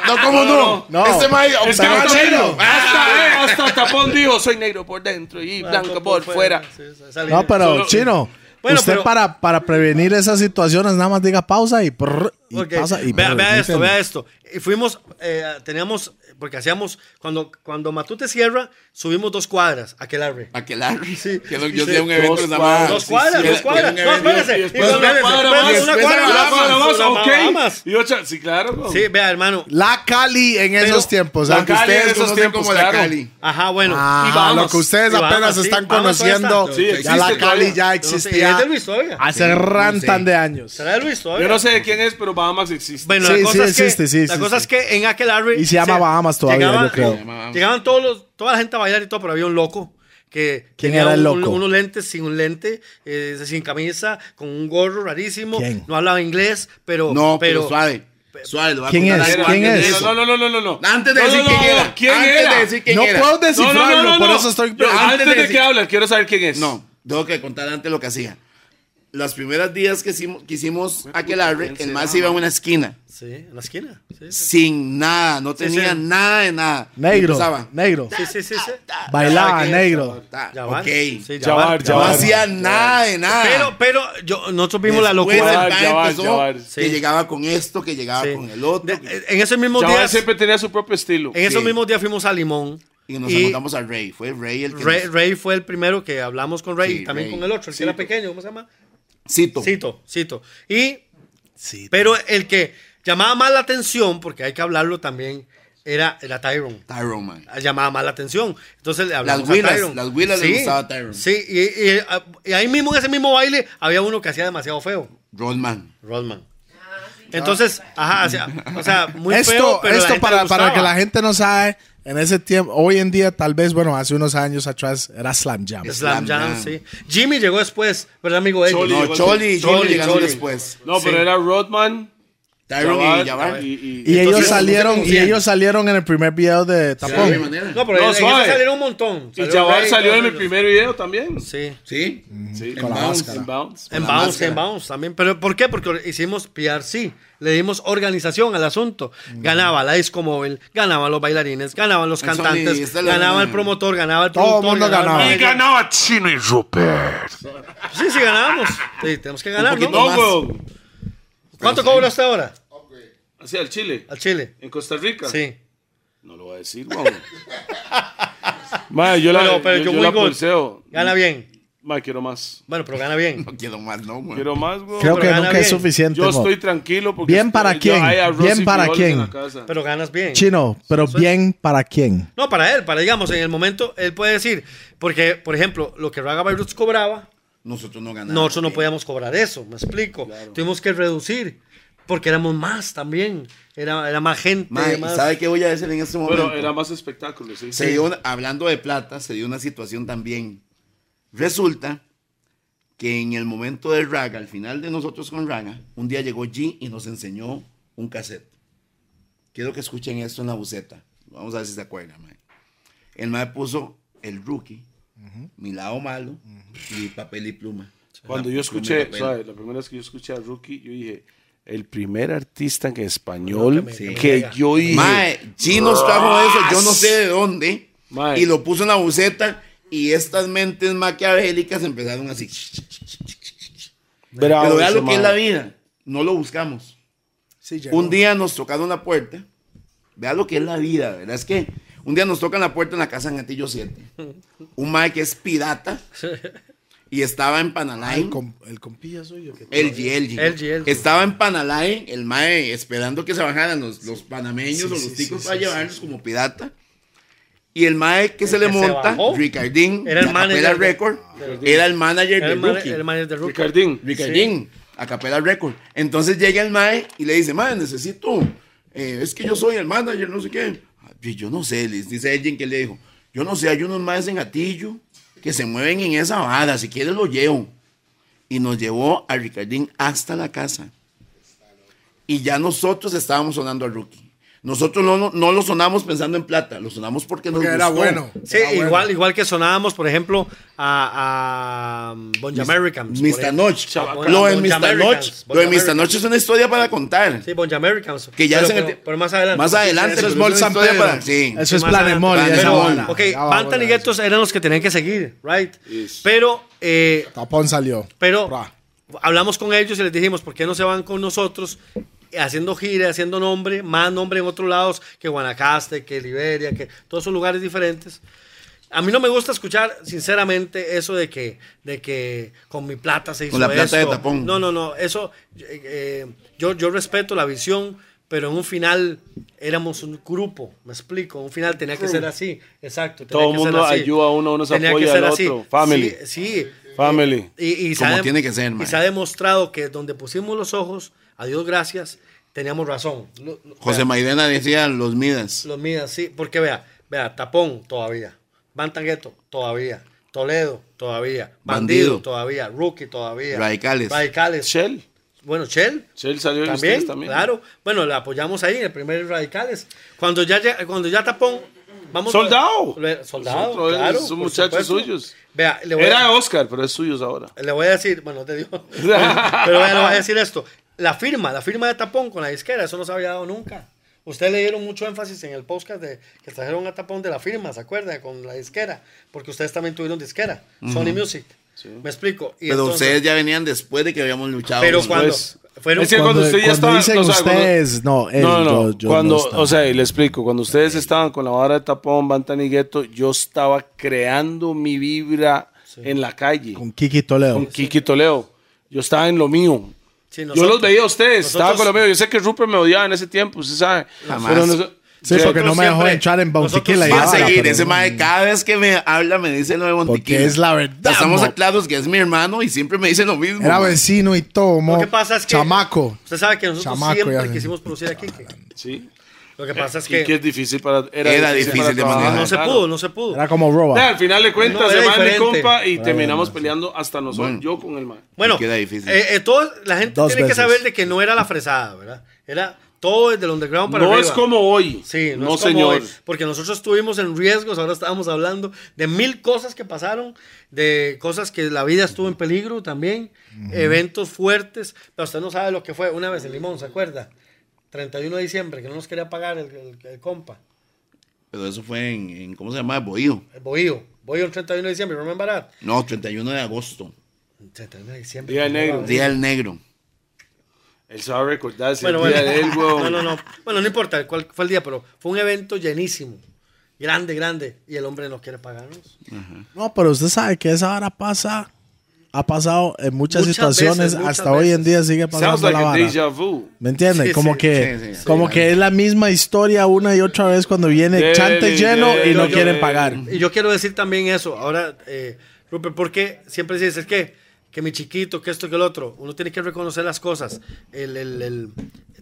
Speaker 3: No, ¿cómo no?
Speaker 1: no.
Speaker 3: Este mae
Speaker 2: Es que
Speaker 3: observa
Speaker 2: hasta,
Speaker 3: chino.
Speaker 2: hasta, eh, hasta Tapón dijo, soy negro por dentro y
Speaker 4: Ah,
Speaker 2: blanco por fuera.
Speaker 1: No, pero
Speaker 2: Solo-
Speaker 1: chino.
Speaker 4: Bueno,
Speaker 1: usted
Speaker 4: pero-
Speaker 1: para, para prevenir esas situaciones, nada más diga pausa y, prrr, y
Speaker 4: Ok,
Speaker 1: pausa y
Speaker 4: vea,
Speaker 1: prrr,
Speaker 4: vea
Speaker 1: ¿me
Speaker 4: esto,
Speaker 1: entiende?
Speaker 4: vea esto. Y fuimos, eh, teníamos, porque hacíamos, cuando, cuando Matute cierra, subimos dos cuadras a Aquelarre.
Speaker 1: Ah,
Speaker 3: Aquelarre.
Speaker 4: Sí.
Speaker 3: Que lo- yo
Speaker 4: Sí.
Speaker 3: tenía un evento en la
Speaker 2: cuadras,
Speaker 3: mano.
Speaker 4: Dos cuadras, dos cuadras. No, espérese.
Speaker 2: después una
Speaker 4: espérese,
Speaker 2: cuadra
Speaker 4: espérese,
Speaker 2: más,
Speaker 4: una
Speaker 3: después
Speaker 4: cuadra
Speaker 3: de la
Speaker 4: más,
Speaker 3: cuadra
Speaker 2: más,
Speaker 4: una cuadra
Speaker 2: ok.
Speaker 4: más.
Speaker 2: Y ocho, sí, claro. bro.
Speaker 4: Sí, vea, hermano.
Speaker 1: La Cali en esos tiempos.
Speaker 2: La
Speaker 1: aunque
Speaker 2: Cali
Speaker 1: ustedes
Speaker 2: en esos
Speaker 1: conocen
Speaker 2: tiempos,
Speaker 1: como la
Speaker 2: claro.
Speaker 1: Cali.
Speaker 4: Ajá, bueno.
Speaker 1: Ah,
Speaker 2: Y Bahamas.
Speaker 1: lo que ustedes
Speaker 4: Y Bahamas,
Speaker 1: apenas
Speaker 4: sí.
Speaker 1: están
Speaker 4: Bahamas todavía
Speaker 1: conociendo,
Speaker 4: está.
Speaker 2: Sí,
Speaker 1: ya la
Speaker 2: existe
Speaker 1: Cali
Speaker 2: todavía.
Speaker 1: ya
Speaker 4: Yo no sé,
Speaker 1: existía
Speaker 4: es de Luis todavía.
Speaker 1: hace rantan de años.
Speaker 4: ¿Será de Luis todavía?
Speaker 2: Yo no sé de quién es, pero Bahamas existe.
Speaker 4: Bueno,
Speaker 1: Sí,
Speaker 4: la cosa
Speaker 1: sí,
Speaker 4: es que,
Speaker 1: existe, sí,
Speaker 4: la
Speaker 1: existe.
Speaker 4: cosa es que en Aquelarre...
Speaker 1: Y se llama
Speaker 4: se-
Speaker 1: Bahamas todavía,
Speaker 4: llegaban-
Speaker 1: yo creo.
Speaker 3: Se llama Bahamas.
Speaker 4: Llegaban todos los, toda la gente a bailar y todo, pero había un loco que
Speaker 1: ¿Quién
Speaker 4: tenía
Speaker 1: era el
Speaker 4: un-
Speaker 1: loco?
Speaker 4: un- unos lentes sin un lente, eh, sin camisa, con un gorro rarísimo.
Speaker 1: ¿Quién?
Speaker 4: No hablaba inglés, pero...
Speaker 3: No, pero suave. Suave, lo voy a
Speaker 1: ¿Quién
Speaker 3: contar
Speaker 1: es?
Speaker 3: algo
Speaker 1: ¿Quién
Speaker 3: antes de
Speaker 1: es?
Speaker 3: eso.
Speaker 2: No, no, no, no, no, no.
Speaker 3: Antes de
Speaker 2: No, no,
Speaker 3: decir
Speaker 2: no,
Speaker 3: quién era.
Speaker 2: ¿Quién
Speaker 3: antes
Speaker 2: era?
Speaker 3: de decir quién
Speaker 1: No
Speaker 3: era.
Speaker 1: puedo
Speaker 2: No, no,
Speaker 1: descifrarlo,
Speaker 2: no, no,
Speaker 1: por
Speaker 2: no.
Speaker 1: eso estoy.
Speaker 2: Yo,
Speaker 3: Antes
Speaker 2: antes
Speaker 3: de
Speaker 2: de que
Speaker 3: decir-
Speaker 2: hablas, quiero saber quién es.
Speaker 3: No, tengo que contar antes lo que hacía. Las primeras días que hicimos, que hicimos Aquelarre, el mae se iba a una esquina.
Speaker 4: Sí, en la esquina. Sí, sí,
Speaker 3: Sin nada, no tenía
Speaker 4: sí.
Speaker 3: nada de nada.
Speaker 1: Negro,
Speaker 3: Empezaba.
Speaker 1: negro.
Speaker 4: sí, sí. sí, sí.
Speaker 1: Bailaba,
Speaker 4: Ya,
Speaker 1: negro.
Speaker 3: Ta-
Speaker 4: ya van.
Speaker 3: Ok.
Speaker 4: Sí, ya
Speaker 2: Jabbar,
Speaker 4: van, ya
Speaker 3: No
Speaker 2: Jabbar.
Speaker 4: van.
Speaker 3: hacía nada de nada.
Speaker 4: Pero, pero yo, nosotros vimos la
Speaker 3: Después
Speaker 4: locura.
Speaker 2: Jabbar,
Speaker 3: el mae
Speaker 2: Jabbar,
Speaker 3: empezó
Speaker 2: Jabbar.
Speaker 4: Sí.
Speaker 3: Que llegaba con esto, que llegaba
Speaker 4: Sí.
Speaker 3: con el otro.
Speaker 4: De- eh, en esos mismos
Speaker 2: Chaval
Speaker 4: días,
Speaker 2: siempre tenía su propio estilo.
Speaker 4: en esos
Speaker 3: Sí.
Speaker 4: mismos días fuimos a Limón.
Speaker 3: Y nos encontramos al Rey. Fue Rey el que
Speaker 4: Rey,
Speaker 3: nos-
Speaker 4: Rey fue el primero que hablamos con Rey
Speaker 3: Sí,
Speaker 4: y también
Speaker 3: Rey.
Speaker 4: con el otro, el que era pequeño, ¿cómo se llama?
Speaker 3: Cito.
Speaker 4: Cito, Cito. Y
Speaker 1: Sí.
Speaker 4: Pero el que llamaba más la atención, porque hay que hablarlo también, era, era Tyron.
Speaker 3: Tyrone, mae.
Speaker 4: Llamaba más la atención. Entonces le hablamos
Speaker 3: Las huilas,
Speaker 4: a Tyron.
Speaker 3: las huilas le
Speaker 4: Sí,
Speaker 3: gustaba Tyron.
Speaker 4: Sí, y, y- y ahí mismo, en ese mismo baile, había uno que hacía demasiado feo,
Speaker 3: Rodman.
Speaker 4: Rodman. Entonces, ajá, o sea, o sea, muy
Speaker 1: esto
Speaker 4: feo, pero la
Speaker 1: esto
Speaker 4: gente
Speaker 1: para,
Speaker 4: le
Speaker 1: para que
Speaker 4: gustaba.
Speaker 1: la gente no sabe, en ese tiempo, hoy en día, tal vez, bueno, hace unos años atrás, era Slam Jam.
Speaker 4: Slam
Speaker 3: Slam
Speaker 4: Jam,
Speaker 3: Jam.
Speaker 4: sí. Jimmy llegó después, ¿verdad, amigo? de
Speaker 2: Choli.
Speaker 4: ellos?
Speaker 3: No,
Speaker 2: llegó-
Speaker 3: Choli y Jimmy
Speaker 4: Choli,
Speaker 3: llegaron
Speaker 4: Choli.
Speaker 3: después.
Speaker 2: No, pero era Rodman,
Speaker 3: Tyron y Jabbar.
Speaker 1: Y
Speaker 3: Entonces,
Speaker 1: ellos
Speaker 3: ¿cómo se
Speaker 1: salieron, y
Speaker 3: conocían?
Speaker 1: ellos salieron en el primer video de
Speaker 3: De alguna
Speaker 1: Tapón.
Speaker 3: manera.
Speaker 4: No, pero
Speaker 2: No,
Speaker 4: en- en
Speaker 2: suave.
Speaker 4: esa salieron un montón.
Speaker 2: Y Jabbar
Speaker 4: Ray,
Speaker 2: salió
Speaker 4: todos
Speaker 2: en el
Speaker 4: ellos.
Speaker 2: primer video también.
Speaker 4: Sí.
Speaker 3: Sí.
Speaker 4: Mm.
Speaker 2: Sí.
Speaker 3: En
Speaker 1: Con la
Speaker 3: Bounce.
Speaker 1: máscara.
Speaker 2: En Bounce.
Speaker 4: En
Speaker 3: la
Speaker 4: Bounce,
Speaker 3: máscara.
Speaker 4: en Bounce también. ¿Pero por qué? Porque hicimos PRC. Le dimos organización al asunto. Ganaba la disco móvil, ganaban los bailarines, ganaban los
Speaker 3: Mm. El Sony,
Speaker 4: cantantes,
Speaker 3: esta es la-
Speaker 4: ganaba el promotor, ganaba el
Speaker 1: Todo el
Speaker 4: productor.
Speaker 1: mundo ganaba.
Speaker 2: Y
Speaker 4: manager.
Speaker 2: ganaba Chino y Rupert.
Speaker 4: Sí, sí, ganábamos. Sí, tenemos que ganar,
Speaker 3: poquito
Speaker 4: ¿no?
Speaker 2: No,
Speaker 3: más.
Speaker 2: weón.
Speaker 4: ¿Cuánto cobra hasta ahora
Speaker 2: Hacia el Chile.
Speaker 4: al Chile?
Speaker 2: En Costa Rica.
Speaker 4: Sí.
Speaker 2: No lo voy a decir, [laughs] weón. Madre, yo la,
Speaker 4: Pero, pero
Speaker 2: yo,
Speaker 4: yo
Speaker 2: yo
Speaker 4: muy
Speaker 2: la
Speaker 4: gol.
Speaker 2: pulseo.
Speaker 4: Gana bien.
Speaker 2: Madre, quiero más.
Speaker 4: Bueno, pero gana bien.
Speaker 3: No quiero más, no, güey.
Speaker 2: Quiero más, weón.
Speaker 1: Creo que
Speaker 4: gana
Speaker 1: nunca es
Speaker 4: bien.
Speaker 1: suficiente.
Speaker 2: Yo
Speaker 1: mo.
Speaker 2: estoy tranquilo porque
Speaker 1: Bien
Speaker 2: estoy-
Speaker 1: para
Speaker 2: yo-
Speaker 1: quién,
Speaker 2: hay arroz
Speaker 1: bien
Speaker 2: y
Speaker 1: para
Speaker 2: frijoles en
Speaker 1: quién.
Speaker 2: la casa.
Speaker 4: Pero ganas bien.
Speaker 1: Chino, pero bien para quién.
Speaker 4: No, para él, para digamos, en el momento, él puede decir, porque, por ejemplo, lo que Raga Bayrutz cobraba,
Speaker 3: Nosotros no ganamos.
Speaker 4: nosotros no
Speaker 3: güey.
Speaker 4: podíamos cobrar eso, me explico. Tuvimos que reducir, porque éramos más también, era, era más gente.
Speaker 3: Mae,
Speaker 4: más-
Speaker 3: ¿sabe qué voy a decir en este momento?
Speaker 2: Pero era más espectáculo, sí.
Speaker 3: se dio una- hablando de plata, se dio una situación también. Resulta que en el momento de Raga, al final de nosotros con Raga, un día llegó G y nos enseñó un cassette. Quiero que escuchen esto en la buceta. Vamos a ver si se acuerdan, mae. El mae puso el rookie, mi lado malo, y papel y pluma.
Speaker 2: Cuando
Speaker 3: La-
Speaker 2: yo
Speaker 3: pluma y
Speaker 2: escuché,
Speaker 3: papel.
Speaker 2: suave, la primera vez que yo escuché a Rookie, yo dije, el primer artista en español
Speaker 4: me-
Speaker 2: que,
Speaker 4: que me pega.
Speaker 2: yo dije.
Speaker 3: Mae, G nos trajo eso, yo no sé de dónde,
Speaker 2: Mae.
Speaker 3: y lo puso en la buceta, y estas mentes maquiavélicas empezaron así.
Speaker 2: bravo
Speaker 3: Pero vea
Speaker 2: ese
Speaker 3: lo que es
Speaker 2: mae.
Speaker 3: la vida. No lo buscamos. Un día nos tocaron la puerta. Vea lo que es la vida, ¿verdad? Es que un día nos tocan la puerta en la casa en Antillo 7. Un mae que es pirata. Y estaba en Panalay.
Speaker 1: el compilla suyo.
Speaker 3: El G, el G.
Speaker 4: LG, LG.
Speaker 3: Estaba en Panalay, el mae esperando que se bajaran los, los panameños o los ticos para llevarnos como pirata. Y el mae que se le
Speaker 4: que se
Speaker 3: monta,
Speaker 4: bajó,
Speaker 3: Ricardín,
Speaker 4: era el
Speaker 3: de Acapella
Speaker 4: manager de-
Speaker 3: Record,
Speaker 4: del-
Speaker 3: era el manager
Speaker 4: era
Speaker 3: de
Speaker 4: el man-
Speaker 3: Rookie.
Speaker 4: era el manager de Rookie.
Speaker 2: Ricardín.
Speaker 3: Ricardín, a Capela Record. Entonces llega el Mae y le dice, Mae, necesito, eh, es que yo soy el manager, no sé qué. Ah, Y yo no sé, les dice alguien que le dijo, yo no sé, hay unos Maes en gatillo que se mueven en esa vara, si quieres lo llevo. Y nos llevó a Ricardín hasta la casa. Y ya nosotros estábamos sonando al rookie. Nosotros no, no, no lo sonamos pensando en plata, lo sonamos porque nos
Speaker 1: Porque era
Speaker 3: gustó.
Speaker 1: bueno.
Speaker 4: Sí,
Speaker 3: Ah,
Speaker 4: igual, igual que sonábamos, por ejemplo, a, a um, Bonja Americans. por
Speaker 3: Mr.
Speaker 4: ejemplo.
Speaker 3: Noche.
Speaker 4: Chabaca.
Speaker 3: Lo de
Speaker 4: Bonja
Speaker 3: Mr. Noche.
Speaker 4: Americans,
Speaker 3: Lo de
Speaker 4: Bonja
Speaker 3: Mr.
Speaker 4: Americans.
Speaker 3: Noche es una historia para contar.
Speaker 4: Sí, Bonja Americans.
Speaker 3: Que ya
Speaker 4: pero,
Speaker 3: se-
Speaker 4: pero- pero más adelante.
Speaker 3: Más adelante. pues,
Speaker 1: Eso es
Speaker 3: pero
Speaker 1: Mall
Speaker 3: una
Speaker 1: San
Speaker 3: historia
Speaker 1: Pedro.
Speaker 3: para- sí.
Speaker 1: Eso es
Speaker 4: Más adelante.
Speaker 1: Planemol.
Speaker 3: Planemol.
Speaker 4: Pero,
Speaker 3: Planemol.
Speaker 4: Ok, Pantan y Guetos eran los que tenían que seguir, right? Pero eh,
Speaker 1: Tapón salió.
Speaker 4: Pero
Speaker 1: Ra.
Speaker 4: hablamos con ellos y les dijimos, ¿por qué no se van con nosotros? Haciendo gira, haciendo nombre, más nombre en otros lados que Guanacaste, que Liberia, que todos esos lugares diferentes. A mí no me gusta escuchar, sinceramente, eso de que, de que con mi plata se hizo
Speaker 3: Con la plata
Speaker 4: esto.
Speaker 3: de tapón.
Speaker 4: No, no, no, eso, eh, eh, yo, yo respeto la visión, pero en un final éramos un grupo, me explico, en un final tenía que ser así, exacto. tenía
Speaker 2: Todo
Speaker 4: que ser
Speaker 2: mundo
Speaker 4: así.
Speaker 2: ayuda a uno, uno se
Speaker 4: Tenía que
Speaker 2: apoya
Speaker 4: ser
Speaker 2: al
Speaker 4: así.
Speaker 2: otro. Family.
Speaker 4: Sí, sí.
Speaker 2: Family.
Speaker 4: Y, y se
Speaker 3: Como
Speaker 4: ha-
Speaker 3: tiene que ser,
Speaker 4: Y
Speaker 3: mae.
Speaker 4: se ha demostrado que donde pusimos los ojos, a Dios gracias, teníamos razón. Lo- lo-
Speaker 3: José
Speaker 4: vea,
Speaker 3: Maidana decía los Midas.
Speaker 4: Los mías, sí, porque vea, vea, Tapón todavía, Bantangueto todavía, Toledo todavía, Bandido,
Speaker 3: Bandido.
Speaker 4: todavía, Rookie todavía,
Speaker 3: Radicales.
Speaker 4: Radicales.
Speaker 2: Shell.
Speaker 4: Bueno, Shell.
Speaker 2: Shell salió en
Speaker 4: También,
Speaker 2: ustedes también.
Speaker 4: claro. Bueno, la apoyamos ahí en el primer Radicales. Cuando ya, llega- cuando ya Tapón. Vamos
Speaker 2: Soldado.
Speaker 4: Le- Soldado.
Speaker 2: Otro de
Speaker 4: claro,
Speaker 2: esos
Speaker 4: por
Speaker 2: muchachos
Speaker 4: supuesto.
Speaker 2: suyos.
Speaker 4: Vea, le voy a-
Speaker 2: Era de Oscar, pero es suyo ahora.
Speaker 4: le voy a decir, bueno, te
Speaker 2: [laughs]
Speaker 4: digo, pero bueno, le voy a decir esto. La firma, la firma de Tapón con la disquera, eso no se había dado nunca. Ustedes le dieron mucho énfasis en el podcast de que trajeron a Tapón de la firma, ¿se acuerdan? Con la disquera, porque ustedes también tuvieron disquera, Sony Music. Me explico. Y
Speaker 3: Pero
Speaker 4: entonces-
Speaker 3: ustedes ya venían después de que habíamos luchado.
Speaker 4: Pero
Speaker 3: Después.
Speaker 4: cuando
Speaker 2: Pues,
Speaker 4: fueron
Speaker 2: es que cuando, usted ya
Speaker 1: cuando
Speaker 2: estaba.
Speaker 1: dicen
Speaker 2: o sea, cuando-
Speaker 1: ustedes, no, él,
Speaker 2: no, no, no.
Speaker 1: yo- yo
Speaker 2: cuando,
Speaker 1: no estaba.
Speaker 2: o sea, y le explico, cuando ustedes estaban con la vara de tapón, Bantan y Gueto, yo estaba creando mi vibra en la calle.
Speaker 1: Con Kiki Toledo.
Speaker 2: con Kiki Toledo. Yo estaba en lo mío.
Speaker 4: Sí,
Speaker 2: Yo
Speaker 4: nosotros-
Speaker 2: los veía a ustedes, estaba
Speaker 4: nosotros-
Speaker 2: con lo mío. Yo sé que Rupert me odiaba en ese tiempo, usted sabe.
Speaker 3: Jamás.
Speaker 2: Pero no-
Speaker 1: Sí,
Speaker 2: Sí,
Speaker 1: porque no me dejó
Speaker 4: siempre-
Speaker 1: entrar en Bountiquila.
Speaker 4: nosotros
Speaker 1: y
Speaker 3: Va
Speaker 1: la
Speaker 3: a
Speaker 1: vara,
Speaker 3: seguir,
Speaker 1: pero
Speaker 3: ese
Speaker 1: no-
Speaker 3: mae cada vez que me habla me dice lo de Montiquilla.
Speaker 1: Porque es la verdad,
Speaker 3: Estamos
Speaker 1: mo.
Speaker 3: aclarados que es mi hermano y siempre me dice lo mismo.
Speaker 1: Era
Speaker 3: mo.
Speaker 1: vecino y todo, mo.
Speaker 4: Lo que pasa es que.
Speaker 1: Chamaco.
Speaker 4: Usted sabe que nosotros
Speaker 1: Chamaco,
Speaker 4: siempre
Speaker 1: ya.
Speaker 4: quisimos producir aquí. que-
Speaker 2: Sí.
Speaker 4: Lo que pasa es
Speaker 2: Y que
Speaker 4: que.
Speaker 2: es difícil para. Era,
Speaker 3: Era difícil
Speaker 2: para
Speaker 3: de
Speaker 2: trabajar,
Speaker 3: manejar.
Speaker 4: No se
Speaker 2: Ah, claro.
Speaker 4: pudo, no se pudo.
Speaker 1: Era como
Speaker 2: O sea,
Speaker 1: Roba.
Speaker 2: al final de
Speaker 4: No,
Speaker 2: cuentas,
Speaker 4: era
Speaker 2: el man de
Speaker 4: diferente.
Speaker 2: compa y terminamos peleando hasta nosotros.
Speaker 3: Bueno.
Speaker 2: Yo con el man.
Speaker 4: Bueno,
Speaker 3: Queda difícil.
Speaker 4: eh, eh, todo- la gente
Speaker 1: Dos
Speaker 4: tiene que
Speaker 1: veces.
Speaker 4: saber de que no era la fresada, ¿verdad? Era todo desde el underground para
Speaker 2: No
Speaker 4: arriba.
Speaker 2: es como hoy.
Speaker 4: Sí, no,
Speaker 2: no
Speaker 4: es como
Speaker 2: señor.
Speaker 4: hoy, porque nosotros estuvimos en riesgos, ahora estábamos hablando de mil cosas que pasaron, de cosas que la vida estuvo en peligro también, eventos fuertes, pero usted no sabe lo que fue una vez en Limón, ¿se acuerda? 31 de diciembre, que no nos quería pagar el, el- el compa,
Speaker 3: Pero eso fue en, en- ¿cómo se llama? Bohío.
Speaker 4: el bohío. Bohío el 31 de diciembre, remember that?
Speaker 3: No, 31 de agosto.
Speaker 4: 31 de diciembre.
Speaker 2: Día del
Speaker 4: ¿cómo
Speaker 2: negro.
Speaker 4: va?
Speaker 3: Día del negro.
Speaker 2: Él se va a recordar ese
Speaker 4: Bueno,
Speaker 2: día
Speaker 4: bueno.
Speaker 2: de él, weón.
Speaker 4: [laughs] No, no, no. Bueno, no importa cuál fue el día, pero fue un evento llenísimo. Grande, grande. Y el hombre no quiere pagarnos.
Speaker 1: No, pero usted sabe que esa vara pasa. Ha pasado en muchas,
Speaker 4: Muchas
Speaker 1: situaciones.
Speaker 4: veces, muchas
Speaker 1: hasta hoy en día sigue
Speaker 2: Sounds
Speaker 1: pasando
Speaker 2: like
Speaker 1: la
Speaker 2: a
Speaker 1: vara.
Speaker 2: déjà vu.
Speaker 1: ¿Me entiendes?
Speaker 4: Sí,
Speaker 1: como
Speaker 4: sí,
Speaker 1: que,
Speaker 3: sí, sí.
Speaker 1: como
Speaker 3: Sí,
Speaker 1: que es la misma historia una y otra vez cuando viene
Speaker 2: Dele,
Speaker 1: chante lleno y no
Speaker 2: dele.
Speaker 1: quieren pagar.
Speaker 4: Y yo quiero decir también eso. Ahora, eh, Rupert, porque siempre se dice que, que mi chiquito, que esto, que el otro. Uno tiene que reconocer las cosas. El, el- el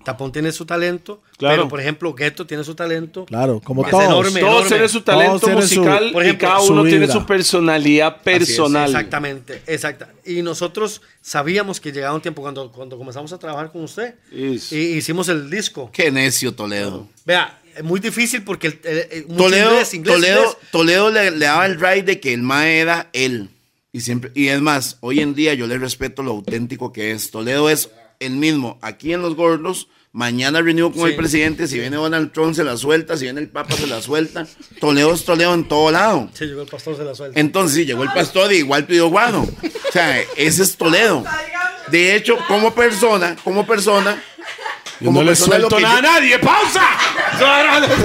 Speaker 4: Tapón tiene su talento.
Speaker 2: Claro.
Speaker 4: Pero, por ejemplo, Gueto tiene su talento.
Speaker 1: Claro, como
Speaker 4: Es
Speaker 1: todos.
Speaker 4: enorme,
Speaker 2: Todos
Speaker 4: enorme.
Speaker 2: tienen su
Speaker 1: Todos
Speaker 2: talento
Speaker 1: tienen su-
Speaker 2: musical
Speaker 4: por
Speaker 2: y
Speaker 4: ejemplo,
Speaker 2: cada
Speaker 1: su
Speaker 2: uno tiene
Speaker 1: vibra.
Speaker 2: su personalidad
Speaker 3: es,
Speaker 2: personal.
Speaker 4: Exactamente, exacta. Y nosotros sabíamos que llegaba un tiempo cuando, cuando comenzamos a trabajar con usted.
Speaker 2: Is.
Speaker 4: Y hicimos el disco.
Speaker 3: Qué necio Toledo.
Speaker 4: Vea, es muy difícil porque el, el- el- mucho
Speaker 3: Toledo,
Speaker 4: inglés, inglés,
Speaker 3: Toledo,
Speaker 4: inglés.
Speaker 3: Toledo le, le daba el ride de que el mae era él. Y, siempre, y es más, hoy en día yo le respeto lo auténtico que es. Toledo es el mismo. Aquí en Los Gordos, mañana reunido con
Speaker 4: Sí.
Speaker 3: el presidente, si viene Donald Trump se la suelta, si viene el Papa se la suelta. Toledo es Toledo en todo lado.
Speaker 4: Sí, llegó el pastor, se la suelta.
Speaker 3: Entonces sí, llegó el pastor y igual pidió guado. O sea, ese es Toledo. De hecho, como persona, como persona,
Speaker 1: Yo no le
Speaker 3: persona lo
Speaker 1: suelto
Speaker 3: que
Speaker 1: nada.
Speaker 2: ¡A nadie! ¡Pausa! [laughs]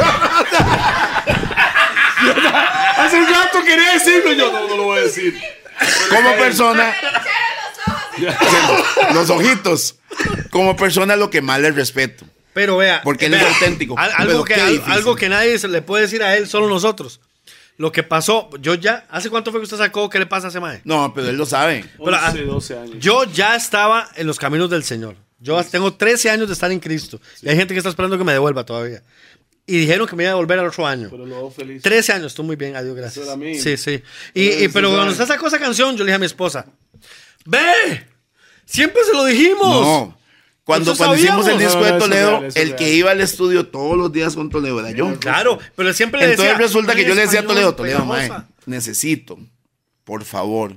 Speaker 2: Hace rato quería decirlo y yo no, no lo voy a decir.
Speaker 3: como persona,
Speaker 5: Me hincharon los ojos y
Speaker 3: los ojitos, como persona lo que más le respeto.
Speaker 4: Pero vea.
Speaker 3: Porque él es
Speaker 4: vea,
Speaker 3: auténtico,
Speaker 4: al-
Speaker 3: pero
Speaker 4: algo, que,
Speaker 3: qué
Speaker 4: al-
Speaker 3: difícil.
Speaker 4: algo que nadie se le puede decir a él, solo nosotros. Lo que pasó, yo ya. ¿Hace cuánto fue que usted sacó? ¿Qué le pasa a ese mae?
Speaker 3: No, pero él lo sabe.
Speaker 4: Pero, ah,
Speaker 2: 11, 12 años.
Speaker 4: Yo ya estaba en los caminos del Señor. Yo tengo 13 años de estar en Cristo. Y hay gente que está esperando que me devuelva todavía. Y dijeron que me iba a devolver al otro año.
Speaker 2: Pero lo hago feliz.
Speaker 4: 13 años, tú muy bien, adiós, gracias.
Speaker 2: Eso era mí.
Speaker 4: Sí, sí. Y, y- pero cuando usted sacó esa canción, yo le dije a mi esposa, ve, siempre se lo dijimos.
Speaker 3: No. Cuando,
Speaker 4: Nosotros
Speaker 3: cuando hicimos el
Speaker 4: sabíamos.
Speaker 3: disco
Speaker 2: No, no, eso
Speaker 3: de
Speaker 2: es
Speaker 3: Toledo,
Speaker 2: real, eso es
Speaker 3: el que
Speaker 2: real.
Speaker 3: iba al estudio todos los días con Toledo era yo.
Speaker 4: Claro, pero siempre le
Speaker 3: Entonces
Speaker 4: decía,
Speaker 3: resulta que
Speaker 4: "Mira,
Speaker 3: yo le decía a Toledo,
Speaker 4: español,
Speaker 3: Toledo, mae,
Speaker 4: pegajosa".
Speaker 3: necesito, por favor,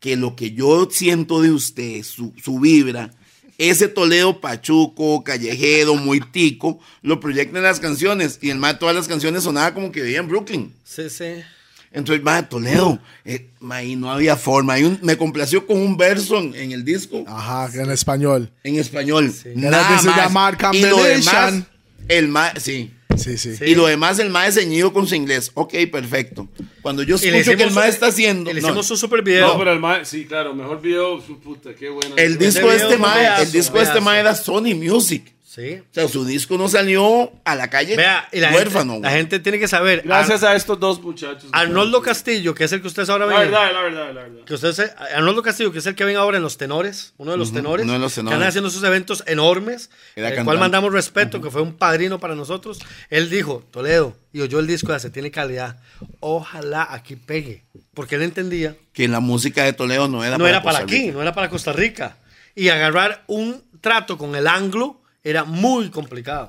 Speaker 3: que lo que yo siento de usted, su, su vibra, ese Toledo pachuco, callejero, muy tico, lo proyecten en las canciones. Y el mae, todas las canciones sonaba como que vivía en Brooklyn.
Speaker 4: Sí, sí.
Speaker 3: Entonces, mae, Toledo, eh, mae, y no había forma. Hay un- me complació con un verso en, en el disco,
Speaker 4: Ah.
Speaker 1: Ajá, en español.
Speaker 3: en español.
Speaker 1: Era
Speaker 3: Nada
Speaker 1: de su llamar
Speaker 3: más. Y lo demás,
Speaker 1: combination.
Speaker 3: el mae, sí.
Speaker 1: Sí, sí.
Speaker 4: Sí.
Speaker 3: Y lo demás, el mae ceñido con su inglés. Ok, perfecto. Cuando yo escucho que el mae está haciendo.
Speaker 4: y le
Speaker 3: no,
Speaker 4: hicimos un super video.
Speaker 2: No, pero el mae, sí, claro, mejor video, su puta, qué buena.
Speaker 3: el
Speaker 4: Ese
Speaker 3: disco de este
Speaker 4: video fue un
Speaker 3: mae, el
Speaker 4: pedazo,
Speaker 3: disco de este
Speaker 4: pedazo.
Speaker 3: mae era Sony Music.
Speaker 4: Sí.
Speaker 3: O sea, su disco no salió a la calle
Speaker 4: Vea, y la,
Speaker 3: huérfano.
Speaker 4: gente,
Speaker 3: güey.
Speaker 4: la gente tiene que saber,
Speaker 2: Gracias
Speaker 4: Ar-
Speaker 2: a estos dos muchachos.
Speaker 4: Arnoldo Castillo, que es el que ustedes ahora
Speaker 2: La
Speaker 4: ven.
Speaker 2: verdad, la verdad, la verdad.
Speaker 4: Que usted se- Arnoldo Castillo, que es el que ven ahora en los tenores, uno de los tenores,
Speaker 3: uno de los tenores.
Speaker 4: que andan haciendo sus eventos enormes,
Speaker 3: Era
Speaker 4: el cual
Speaker 3: cantante.
Speaker 4: mandamos respeto, que fue un padrino para nosotros. Él dijo, Toledo, y oyó el disco de Se Tiene Calidad, ojalá aquí pegue, porque él entendía,
Speaker 3: Que la música de Toledo no era
Speaker 4: no
Speaker 3: para
Speaker 4: era para
Speaker 3: Costa
Speaker 4: aquí,
Speaker 3: Rica.
Speaker 4: no era para Costa Rica. Y agarrar un trato con el anglo era muy complicado,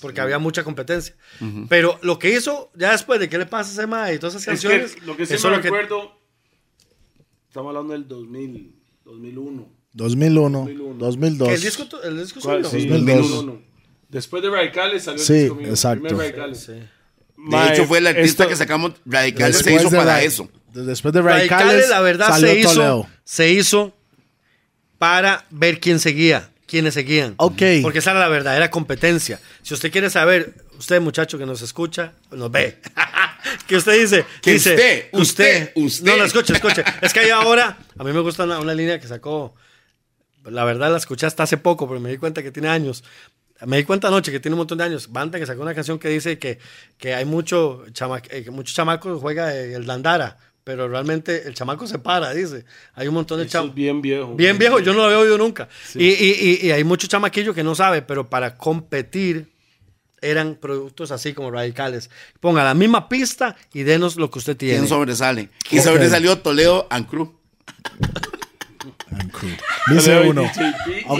Speaker 4: porque había mucha competencia. Pero lo que hizo, ya después de qué le pasa a ese mae y todas esas
Speaker 2: Es
Speaker 4: canciones,
Speaker 2: que lo que sí
Speaker 4: eso
Speaker 2: me
Speaker 4: es lo que-
Speaker 2: recuerdo, estamos hablando del 2000, 2001.
Speaker 1: 2001, 2002.
Speaker 4: que el disco, el disco
Speaker 2: ¿Cuál?
Speaker 4: suyo.
Speaker 2: Sí,
Speaker 1: 2002.
Speaker 2: 2001, Después de Radicales salió
Speaker 1: Sí,
Speaker 2: el disco mío,
Speaker 1: exacto.
Speaker 2: primer Radicales.
Speaker 3: De hecho, fue el artista que sacamos Radical se
Speaker 1: eh, Después
Speaker 3: hizo
Speaker 1: de
Speaker 3: para
Speaker 1: Ra-
Speaker 3: eso.
Speaker 1: Después de Radicales,
Speaker 4: Radicales, la verdad,
Speaker 1: salió
Speaker 4: se hizo,
Speaker 1: Toledo.
Speaker 4: se hizo para ver quién seguía, quiénes seguían.
Speaker 1: Ok.
Speaker 4: Porque esa era la verdadera competencia. Si usted quiere saber, usted, muchacho que nos escucha, nos ve. [laughs] que usted dice,
Speaker 3: Que
Speaker 4: dice,
Speaker 3: usted, usted, usted.
Speaker 4: No, no, escuche, escuche. es que hay ahora, a mí me gusta una, una línea que sacó la verdad la escuché hasta hace poco, pero me di cuenta que tiene años. Me di cuenta anoche que tiene un montón de años. Banda que sacó una canción que dice que, que hay mucho chama, eh, que muchos chamacos juega eh, el dandara, pero realmente el chamaco se para, dice. Hay un montón de
Speaker 2: Eso es
Speaker 4: chamacos.
Speaker 2: bien viejo.
Speaker 4: Bien viejo, yo no lo había oído nunca. Y, y- y- y hay muchos chamaquillos que no sabe, pero para competir eran productos así como radicales. Ponga la misma pista y denos lo que usted tiene.
Speaker 3: ¿Quién sobresale? Y sobresalió Toledo and Crew.
Speaker 1: Dice uno.
Speaker 2: ok.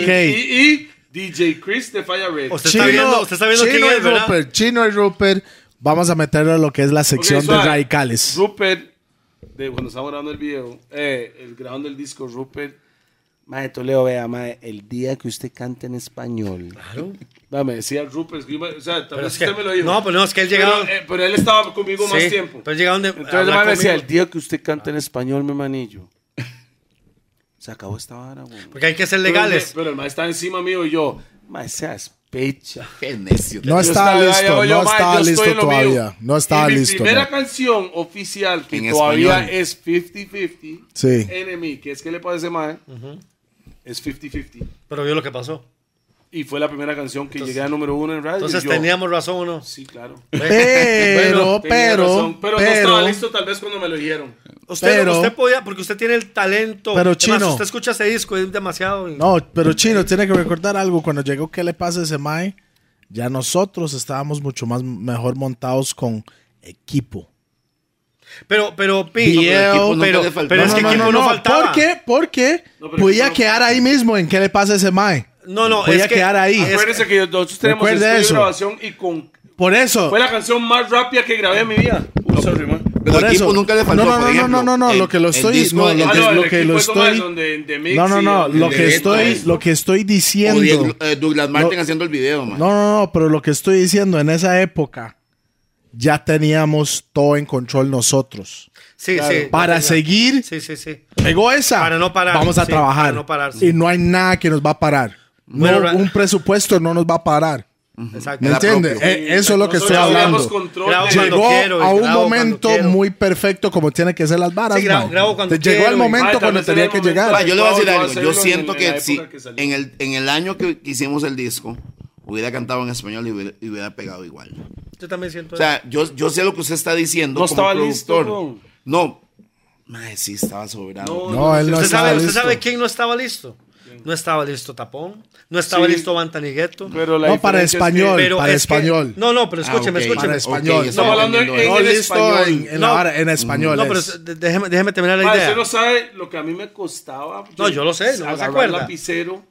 Speaker 1: Ok.
Speaker 2: Y, y DJ Chris de Fire Red.
Speaker 4: Usted está viendo, usted está viendo
Speaker 1: Chino
Speaker 4: quién
Speaker 1: y
Speaker 4: es, ¿verdad?
Speaker 1: Rupert, Chino y Rupert. Vamos a meterlo a lo que es la
Speaker 2: Ok,
Speaker 1: sección de
Speaker 2: suave.
Speaker 1: radicales.
Speaker 2: Rupert, de cuando estábamos grabando el video, eh, el, grabando el disco, Rupert. Mae Toledo, vea, mae, el día que usted cante en español. [laughs] Claro. me decía Rupert, que yo me- o sea, tal
Speaker 4: Pero
Speaker 2: vez
Speaker 4: es que-
Speaker 2: usted me lo dijo.
Speaker 4: no, pero no, es que él
Speaker 2: Pero,
Speaker 4: llegaba-
Speaker 2: eh, pero él estaba conmigo más
Speaker 4: Sí,
Speaker 2: tiempo.
Speaker 4: pero llegaba donde-
Speaker 2: Entonces,
Speaker 4: habla
Speaker 2: mae, me decía,
Speaker 4: conmigo. Ah.
Speaker 2: el día que usted cante en español, mi manillo.
Speaker 4: [laughs]
Speaker 2: Se acabó esta vara, güey.
Speaker 4: Porque hay que ser
Speaker 2: Pero el-
Speaker 4: Pues, legales.
Speaker 2: Pero el mae estaba encima mío y yo, mae, seas pecha.
Speaker 3: Qué necio.
Speaker 1: No
Speaker 2: Yo
Speaker 1: estaba
Speaker 2: estaba-
Speaker 1: listo,
Speaker 2: ya voy yo,
Speaker 1: no
Speaker 2: ma,
Speaker 1: estaba
Speaker 2: yo estoy
Speaker 1: listo
Speaker 2: en lo
Speaker 1: todavía.
Speaker 2: mío.
Speaker 1: No estaba
Speaker 2: Y mi
Speaker 1: listo.
Speaker 2: primera
Speaker 1: no.
Speaker 2: canción oficial que
Speaker 3: En
Speaker 2: todavía
Speaker 3: español.
Speaker 2: es 50-50.
Speaker 1: Sí.
Speaker 2: Enemy, que es que le parece mal. Es 50-50.
Speaker 4: Pero vio lo que pasó.
Speaker 2: Y fue la primera canción que llegué a número uno en radio.
Speaker 4: Entonces
Speaker 2: y yo,
Speaker 4: teníamos razón o no.
Speaker 2: Sí, claro. [laughs]
Speaker 1: Pero,
Speaker 2: Tenía
Speaker 1: pero,
Speaker 2: razón, pero, no estaba
Speaker 1: pero,
Speaker 2: listo tal vez cuando me lo dijeron.
Speaker 4: Usted,
Speaker 1: Pero-
Speaker 4: usted podía, porque usted tiene el talento.
Speaker 1: Pero,
Speaker 4: Además,
Speaker 1: Chino.
Speaker 4: usted escucha ese disco, es demasiado.
Speaker 1: No, pero Chino tiene que recordar algo. Cuando llegó ¿Qué le pasa a ese Mae? Ya nosotros estábamos mucho más mejor montados con equipo.
Speaker 4: Pero, pero, Pi,
Speaker 3: No, pero el equipo
Speaker 4: pero,
Speaker 3: nunca
Speaker 4: pero,
Speaker 3: le faltó.
Speaker 4: pero es
Speaker 3: No,
Speaker 4: que
Speaker 3: no,
Speaker 4: equipo no, faltaba.
Speaker 1: ¿Por qué? Porque
Speaker 2: No, pero
Speaker 1: podía
Speaker 2: equipo no-
Speaker 1: quedar ahí mismo en ¿Qué le pasa a ese Mae?
Speaker 4: No, no,
Speaker 1: Podía
Speaker 4: es que-
Speaker 1: quedar ahí.
Speaker 4: es-
Speaker 2: Acuérdense que nosotros tenemos
Speaker 1: Recuerde
Speaker 2: estudio de
Speaker 1: eso.
Speaker 2: grabación y con...
Speaker 1: Por eso.
Speaker 2: Fue la canción más rápida que grabé en mi vida. Uy, sorry, man.
Speaker 3: Pero
Speaker 1: Por
Speaker 3: el equipo
Speaker 1: eso.
Speaker 3: nunca le faltó,
Speaker 1: No, no,
Speaker 3: por
Speaker 1: no,
Speaker 3: ejemplo,
Speaker 1: no, no, no,
Speaker 3: el-
Speaker 1: lo que lo
Speaker 3: el
Speaker 1: estoy-
Speaker 3: disco
Speaker 1: no,
Speaker 3: de-
Speaker 1: lo
Speaker 2: Ah,
Speaker 1: que-
Speaker 2: no,
Speaker 1: es
Speaker 2: el
Speaker 1: lo que
Speaker 2: equipo
Speaker 1: lo
Speaker 2: es como
Speaker 1: estoy-
Speaker 2: es donde- de mix
Speaker 1: No, no,
Speaker 2: y-
Speaker 1: no. Lo
Speaker 3: de
Speaker 1: que
Speaker 3: esto,
Speaker 1: estoy,
Speaker 3: esto.
Speaker 1: lo que estoy
Speaker 3: O
Speaker 1: diciendo.
Speaker 3: Diego- eh, Douglas Martin
Speaker 1: No.
Speaker 3: haciendo el video, man.
Speaker 1: No, no, no, pero lo que estoy diciendo, en esa época ya teníamos todo en control nosotros.
Speaker 4: Sí, sí.
Speaker 1: Para
Speaker 4: Tenía-
Speaker 1: seguir,
Speaker 4: Sí, sí, sí.
Speaker 1: pegó esa.
Speaker 4: Para no parar,
Speaker 1: Vamos a
Speaker 4: sí,
Speaker 1: trabajar.
Speaker 4: para no parar, sí.
Speaker 1: Y no hay nada que nos va a parar.
Speaker 4: Bueno, ra-
Speaker 1: no, un presupuesto no nos va a parar.
Speaker 4: Exacto.
Speaker 1: ¿Me
Speaker 3: Era
Speaker 1: entiendes?
Speaker 3: propio.
Speaker 1: Eh, eso es lo que
Speaker 2: Nosotros
Speaker 1: estoy
Speaker 2: teníamos
Speaker 1: hablando.
Speaker 2: control
Speaker 4: Grabo
Speaker 2: de-
Speaker 4: cuando
Speaker 1: Llegó
Speaker 4: quiero y
Speaker 1: a un
Speaker 4: grabo cuando
Speaker 1: momento
Speaker 4: quiero.
Speaker 1: muy perfecto como tiene que ser las varas.
Speaker 4: Sí, grabo-
Speaker 1: man.
Speaker 4: grabo cuando
Speaker 1: Te Llegó
Speaker 4: quiero
Speaker 1: el
Speaker 4: y-
Speaker 1: momento
Speaker 2: Ay, tal
Speaker 1: cuando
Speaker 2: vez era
Speaker 1: tenía
Speaker 2: el
Speaker 1: que
Speaker 2: momento.
Speaker 1: llegar.
Speaker 3: Ma, yo le voy a decir
Speaker 2: Yo
Speaker 3: algo.
Speaker 2: hacerlo
Speaker 3: Yo
Speaker 2: en
Speaker 3: siento
Speaker 2: la
Speaker 3: que
Speaker 2: época
Speaker 3: si
Speaker 2: que salió.
Speaker 3: en el, en el año que hicimos el disco, hubiera cantado en español y hubiera, y hubiera pegado igual.
Speaker 4: Yo también siento
Speaker 3: O sea, yo, yo sé lo que usted está diciendo.
Speaker 2: No
Speaker 3: como
Speaker 2: estaba listo,
Speaker 3: productor.
Speaker 2: bro.
Speaker 3: No. Mae, sí, estaba sobrado.
Speaker 2: No,
Speaker 1: No, él no
Speaker 4: ¿Usted,
Speaker 1: estaba
Speaker 4: sabe, ¿Usted
Speaker 1: listo.
Speaker 4: sabe quién no estaba listo? No estaba listo Tapón, no estaba
Speaker 2: Sí.
Speaker 4: listo Bantanigueto.
Speaker 2: Pero la
Speaker 1: No, para
Speaker 2: diferencia es que-
Speaker 1: español, para
Speaker 4: es que-
Speaker 1: español.
Speaker 4: no, no, pero escúcheme,
Speaker 3: Ah, ok.
Speaker 4: escúcheme.
Speaker 1: Para español.
Speaker 3: Ok,
Speaker 2: Estamos hablando en,
Speaker 3: entendiendo
Speaker 2: en
Speaker 1: No,
Speaker 2: el
Speaker 1: listo
Speaker 2: español.
Speaker 1: en, en la
Speaker 4: No.
Speaker 1: vara, en español.
Speaker 4: No, pero
Speaker 1: es.
Speaker 4: es- de- déjeme, déjeme terminar la
Speaker 2: Ma,
Speaker 4: idea.
Speaker 2: usted no sabe lo que a mí me costaba.
Speaker 4: No, yo lo sé, no se
Speaker 2: agarrar
Speaker 4: acuerda.
Speaker 2: lapicero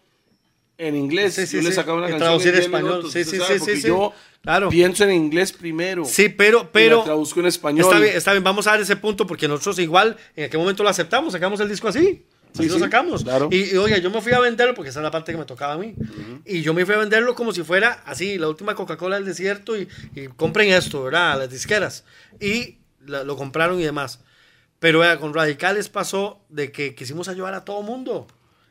Speaker 2: en inglés.
Speaker 4: Sí, sí,
Speaker 2: yo le
Speaker 4: sí.
Speaker 2: sacaba una
Speaker 4: Y
Speaker 2: canción
Speaker 4: traducir
Speaker 2: en diez
Speaker 4: español.
Speaker 2: minutos,
Speaker 4: Sí,
Speaker 2: usted
Speaker 4: sí,
Speaker 2: sabe,
Speaker 4: sí,
Speaker 2: porque
Speaker 4: sí, sí.
Speaker 2: Yo
Speaker 4: Claro.
Speaker 2: pienso en inglés primero.
Speaker 4: Sí, pero,
Speaker 2: y
Speaker 4: pero
Speaker 2: la traduzco en español.
Speaker 4: Está bien, está bien, vamos a dar ese punto porque nosotros igual en aquel momento lo aceptamos, sacamos el disco así. Así
Speaker 2: Sí,
Speaker 4: lo
Speaker 2: sí,
Speaker 4: sacamos.
Speaker 2: claro.
Speaker 4: Y, y, oiga, yo me fui a venderlo porque esa es la parte que me tocaba a mí. Y yo me fui a venderlo como si fuera así, la última Coca-Cola del desierto y, y compren esto, ¿verdad? A Las disqueras. Y la- lo compraron y demás. Pero vea, con Radicales pasó de que quisimos ayudar a todo mundo.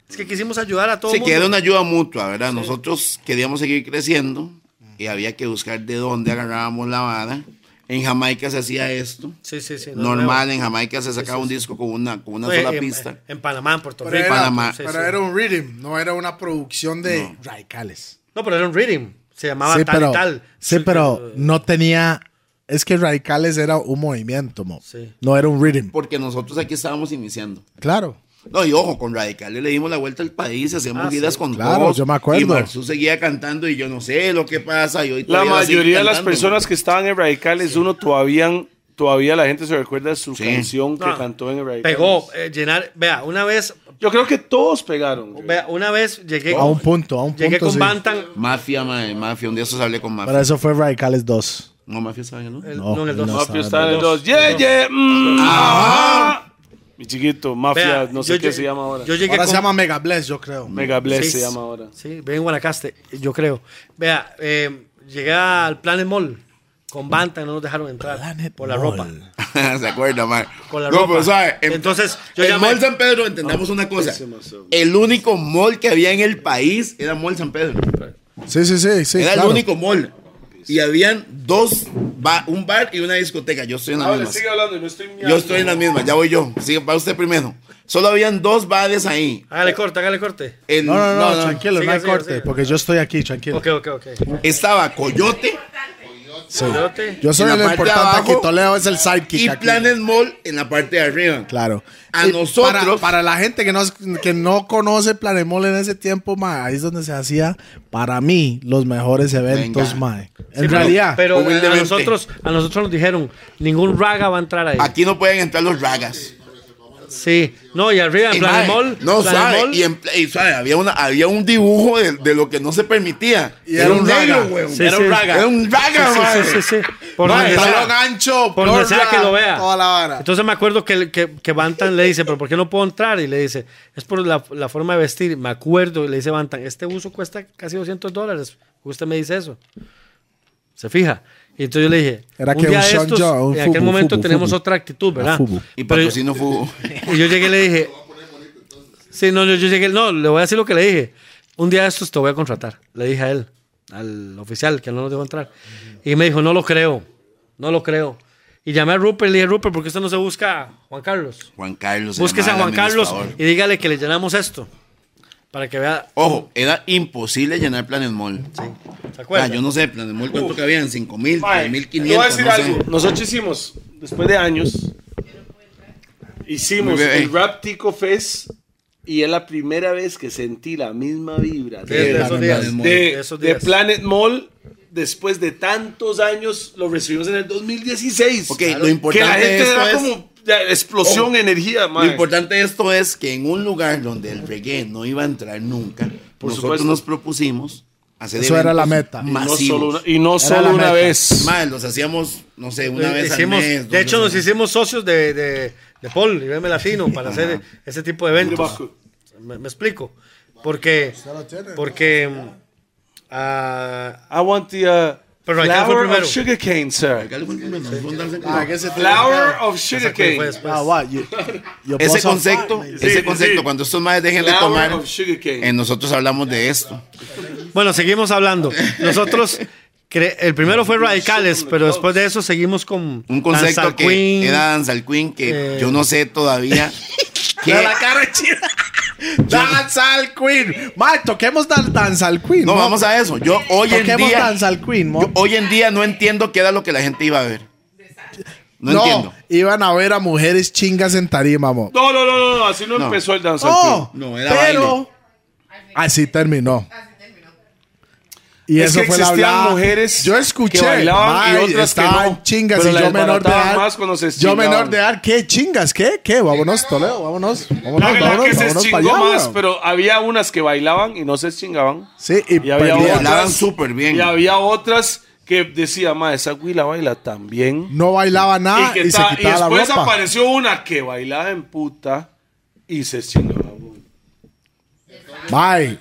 Speaker 4: Es que quisimos ayudar a todo
Speaker 3: Se
Speaker 4: mundo.
Speaker 3: queda una ayuda mutua, ¿verdad? Nosotros queríamos seguir creciendo y había que buscar de dónde agarrábamos la vara. En Jamaica se hacía esto.
Speaker 4: Sí, sí, sí. no es
Speaker 3: Normal,
Speaker 4: nuevo.
Speaker 3: en Jamaica se sacaba un disco con una, con una
Speaker 4: No,
Speaker 3: sola
Speaker 4: en-
Speaker 3: pista.
Speaker 4: En Panamá, en Puerto
Speaker 1: Pero
Speaker 4: Rico.
Speaker 1: era-
Speaker 3: Panamá.
Speaker 4: Sí,
Speaker 1: pero
Speaker 4: sí.
Speaker 1: era un rhythm, no era una producción de radicales.
Speaker 4: No, pero era un reading. Se llamaba tal y tal.
Speaker 1: sí,
Speaker 4: Sí,
Speaker 1: pero no tenía. Es que radicales era un movimiento, mo.
Speaker 4: Sí.
Speaker 1: no era un rhythm.
Speaker 3: Porque nosotros aquí estábamos iniciando.
Speaker 1: Claro.
Speaker 3: No, y ojo, con Radicales le dimos la vuelta al país, hacíamos
Speaker 4: Ah,
Speaker 3: vidas
Speaker 4: sí.
Speaker 3: con
Speaker 1: Claro,
Speaker 3: todos.
Speaker 1: yo me acuerdo.
Speaker 3: Y Marzú seguía cantando y yo no sé lo que pasa. y hoy
Speaker 2: La
Speaker 3: todavía sigue
Speaker 2: mayoría de las
Speaker 3: cantando.
Speaker 2: personas que estaban en Radicales, uno todavía, todavía la gente se recuerda de su
Speaker 3: Sí.
Speaker 2: canción que
Speaker 4: No,
Speaker 2: cantó en Radicales.
Speaker 4: Pegó, eh, llenar, vea, una vez,
Speaker 2: Yo creo que todos pegaron. güey.
Speaker 4: vea, una vez llegué,
Speaker 1: A un punto, a un
Speaker 4: llegué
Speaker 1: punto,
Speaker 4: con
Speaker 1: sí.
Speaker 4: Bantan,
Speaker 3: Mafia, mae, mafia. Un día se hablé con Mafia.
Speaker 1: Pero eso fue Radicales 2.
Speaker 3: No, Mafia estaba en el otro.
Speaker 4: el-
Speaker 1: No,
Speaker 4: no, en el
Speaker 1: no.
Speaker 4: dos.
Speaker 2: Mafia
Speaker 1: Estaba
Speaker 2: está en
Speaker 1: en
Speaker 2: el
Speaker 4: dos.
Speaker 2: 2. Yeah, yeah, mm, ah. Mi chiquito, Mafia,
Speaker 4: Vea,
Speaker 2: no sé
Speaker 4: yo
Speaker 2: qué
Speaker 4: lle-
Speaker 2: se llama ahora.
Speaker 4: Yo llegué
Speaker 1: Ahora
Speaker 4: con,
Speaker 1: se llama Mega Bless, yo creo.
Speaker 2: Mega Bless
Speaker 4: sí,
Speaker 2: se llama ahora.
Speaker 4: Sí, ven en Guanacaste, yo creo. Vea, eh, llegué al Planet Mall con Bantan, no nos dejaron entrar
Speaker 1: Planet
Speaker 4: por la
Speaker 1: Mall.
Speaker 3: [laughs]
Speaker 4: ropa.
Speaker 3: ¿Se acuerda, mae?
Speaker 4: Con la
Speaker 3: no,
Speaker 4: ropa.
Speaker 3: pero sabe,
Speaker 4: Entonces, yo
Speaker 3: el
Speaker 4: llamé-
Speaker 3: Mall San Pedro, entendamos una cosa. El único mall que había en el país era Mall San Pedro.
Speaker 1: Sí, sí, sí. sí
Speaker 3: era
Speaker 1: claro.
Speaker 3: el único mall. y habían dos, ba- un bar y una discoteca. Yo estoy en la
Speaker 2: Ahora
Speaker 3: misma.
Speaker 2: Ah, sigue hablando, yo estoy miando.
Speaker 3: Yo estoy en la misma, ya voy yo. Sí, va usted primero. Solo habían dos bares ahí.
Speaker 4: Hágale corte, hágale corte.
Speaker 3: El-
Speaker 1: No, no, no, tranquilo, no
Speaker 4: Siga,
Speaker 1: hay
Speaker 4: siga,
Speaker 1: corte,
Speaker 4: siga.
Speaker 1: porque yo estoy aquí, tranquilo.
Speaker 4: Ok, ok, ok.
Speaker 3: Estaba Coyote
Speaker 1: Sí.
Speaker 4: Coyote.
Speaker 1: Yo soy
Speaker 3: En la
Speaker 1: el
Speaker 3: parte de
Speaker 1: importante aquí,
Speaker 3: abajo
Speaker 1: Toledo es el sidekick.
Speaker 3: y
Speaker 1: aquí.
Speaker 3: Planet Mall en la parte de arriba.
Speaker 1: Claro.
Speaker 3: A
Speaker 1: Y
Speaker 3: nosotros-
Speaker 1: Para, para la gente que no, que no conoce Planemol en ese tiempo, mae, ahí es donde se hacía, para mí, los mejores eventos,
Speaker 3: Venga.
Speaker 1: mae. En
Speaker 4: Sí, pero-
Speaker 1: realidad.
Speaker 4: Pero, eh, a,
Speaker 3: humildemente.
Speaker 4: nosotros, a nosotros nos dijeron, ningún raga va a entrar ahí.
Speaker 3: Aquí no pueden entrar los ragas.
Speaker 4: Sí. No, y arriba en
Speaker 3: Y, mae,
Speaker 4: Planemol.
Speaker 3: no
Speaker 4: Planemol,
Speaker 3: sabe. Y, en- y sabe, había, una, había un dibujo de, de lo que no se permitía.
Speaker 1: Y era un raga.
Speaker 3: weón.
Speaker 4: Sí, sí.
Speaker 3: Era un raga,
Speaker 4: Sí,
Speaker 3: mae.
Speaker 4: sí, sí, sí, sí. Por
Speaker 3: Mae,
Speaker 4: donde sea.
Speaker 3: estaba-
Speaker 1: ancho,
Speaker 4: Por donde sea
Speaker 1: porra,
Speaker 4: que lo vea.
Speaker 1: Toda la vara.
Speaker 4: Entonces me acuerdo que, que, que Bantan le dice, pero ¿por qué no puedo entrar? Y le dice, es por la, la forma de vestir. Me acuerdo, y le dice Bantan, este uso cuesta casi 200 dólares. Usted me dice eso. Se fija. Y entonces yo le dije,
Speaker 1: Era que un Sean John, un
Speaker 4: en
Speaker 1: fubu,
Speaker 4: aquel momento
Speaker 1: fubu,
Speaker 4: teníamos
Speaker 1: fubu.
Speaker 4: otra actitud,
Speaker 1: Ah,
Speaker 4: ¿verdad?
Speaker 1: fubu.
Speaker 3: Y
Speaker 4: Pero-
Speaker 3: patrocino fútbol.
Speaker 4: y yo llegué y le dije. Sí, no, yo, yo llegué. No, le voy a decir lo que le dije. Un día de estos te voy a contratar. Le dije a él, al oficial, que no nos dejó entrar. Y me dijo, no lo creo. No lo creo. Y llamé a Rupert y le dije, Rupert, ¿por qué usted no se busca a Juan Carlos?
Speaker 3: Juan Carlos. se
Speaker 4: Búsquese a
Speaker 3: llamaba
Speaker 4: Juan
Speaker 3: el
Speaker 4: Carlos
Speaker 3: administrador.
Speaker 4: y dígale que le llenamos esto. Para que vea.
Speaker 3: Ojo, era imposible llenar Planet Mall.
Speaker 4: ¿Se
Speaker 3: Ah,
Speaker 4: acuerda?
Speaker 3: yo no sé, Planet Mall, ¿cuánto que habían? ¿5 mil?
Speaker 2: Mae,
Speaker 3: ¿3 mil
Speaker 2: Yo voy a decir algo.
Speaker 3: 500?
Speaker 2: Nosotros hicimos, después de años, hicimos
Speaker 3: Muy bien.
Speaker 2: el Rap Tico Fest y es la primera vez que sentí la misma vibra
Speaker 4: Desde
Speaker 2: de,
Speaker 4: esos
Speaker 3: Planet
Speaker 4: días.
Speaker 3: Mall.
Speaker 2: de-
Speaker 4: de esos
Speaker 2: de
Speaker 4: días.
Speaker 2: Planet Mall. Después de tantos años, lo recibimos en el 2016.
Speaker 3: Ok, lo importante
Speaker 2: que la gente
Speaker 3: de esto
Speaker 2: da
Speaker 3: es-
Speaker 2: como ya, explosión,
Speaker 3: Ojo,
Speaker 2: energía,
Speaker 3: Lo
Speaker 2: mae.
Speaker 3: importante de esto es que en un lugar donde el reggae no iba a entrar nunca,
Speaker 2: Por
Speaker 3: nosotros
Speaker 2: supuesto.
Speaker 3: nos propusimos hacer
Speaker 1: Eso era
Speaker 3: eventos
Speaker 1: la meta.
Speaker 2: Y no
Speaker 3: Masivos.
Speaker 2: solo una, y no
Speaker 1: Era
Speaker 2: solo
Speaker 1: la
Speaker 2: una
Speaker 1: meta.
Speaker 2: vez.
Speaker 3: Más, los hacíamos, no sé, una vez
Speaker 4: Hicimos-
Speaker 3: al mes. dos
Speaker 4: de hecho, nos
Speaker 3: veces al mes.
Speaker 4: hicimos socios de, de, de Paul y BM
Speaker 3: [laughs]
Speaker 4: Latino para hacer ese tipo de eventos. Me, me explico. Porque. Porque. mm, ah,
Speaker 2: I want the uh,
Speaker 4: Pero ahí quedó fue
Speaker 2: flower
Speaker 4: primero.
Speaker 2: of sugarcane, sir.
Speaker 3: Algo que nos fundan-
Speaker 2: Flower of
Speaker 4: esa que
Speaker 2: sugarcane.
Speaker 4: fue después.
Speaker 1: Ah, what, you- you
Speaker 3: pues, Ese
Speaker 1: boss on
Speaker 3: concepto,
Speaker 1: fire,
Speaker 2: Sí,
Speaker 3: ese
Speaker 2: sí,
Speaker 3: concepto,
Speaker 2: sí.
Speaker 3: cuando estos más dejen de
Speaker 2: Flower
Speaker 3: tomar,
Speaker 2: of sugarcane.
Speaker 3: eh, nosotros hablamos de esto.
Speaker 4: Bueno, seguimos hablando. Nosotros. cre- El primero fue Radicales, pero después de eso seguimos con.
Speaker 3: Un concepto
Speaker 4: Danza
Speaker 3: que
Speaker 4: Queen.
Speaker 3: era Danza al Queen, que
Speaker 4: eh,
Speaker 3: yo no sé
Speaker 4: [laughs]
Speaker 3: todavía. qué-
Speaker 1: cara chida. Danza al Queen. Mae, toquemos dan- Danza al Queen.
Speaker 3: No, vamos a eso. Yo hoy en
Speaker 1: Toquemos
Speaker 3: día.
Speaker 1: Danza al Queen, mo.
Speaker 3: Yo hoy en día no entiendo qué era lo que la gente iba a ver. No, entiendo.
Speaker 1: Iban a ver a mujeres chingas en tarima, mo.
Speaker 2: No, no, no, no, no, así no,
Speaker 3: No.
Speaker 2: empezó el danza.
Speaker 1: No,
Speaker 3: No, era baile.
Speaker 1: pero así terminó. Y
Speaker 2: Es
Speaker 1: eso
Speaker 2: que
Speaker 1: fue la
Speaker 2: existían
Speaker 1: hablada.
Speaker 2: mujeres
Speaker 1: Yo escuché,
Speaker 2: que bailaban y
Speaker 1: mae,
Speaker 2: otras que
Speaker 1: estaban
Speaker 2: no,
Speaker 1: chingas
Speaker 2: pero
Speaker 1: y
Speaker 2: la
Speaker 1: yo menor de
Speaker 2: desbarataban
Speaker 1: edad.
Speaker 2: más cuando se
Speaker 1: yo menor
Speaker 2: chingaban.
Speaker 1: de edad, ¿qué chingas? ¿Qué? ¿Qué? Vámonos, Toledo, vámonos. Vámonos,
Speaker 2: La verdad
Speaker 1: vámonos,
Speaker 2: que se
Speaker 1: vámonos pa'
Speaker 2: chingó
Speaker 1: allá,
Speaker 2: más,
Speaker 1: weón.
Speaker 2: pero había unas que bailaban y no se chingaban.
Speaker 1: Sí, y,
Speaker 2: Y había
Speaker 1: perdían.
Speaker 3: otra. Bailaban
Speaker 2: otras
Speaker 3: súper bien.
Speaker 2: Y había otras que decía, ma, esa güila baila tan bien.
Speaker 1: No bailaba nada
Speaker 2: que
Speaker 1: Ah, y, se
Speaker 2: ta-
Speaker 1: quitaba la
Speaker 2: después
Speaker 1: ropa.
Speaker 2: apareció una que bailaba en puta y se chingaba. güey.
Speaker 1: Bye.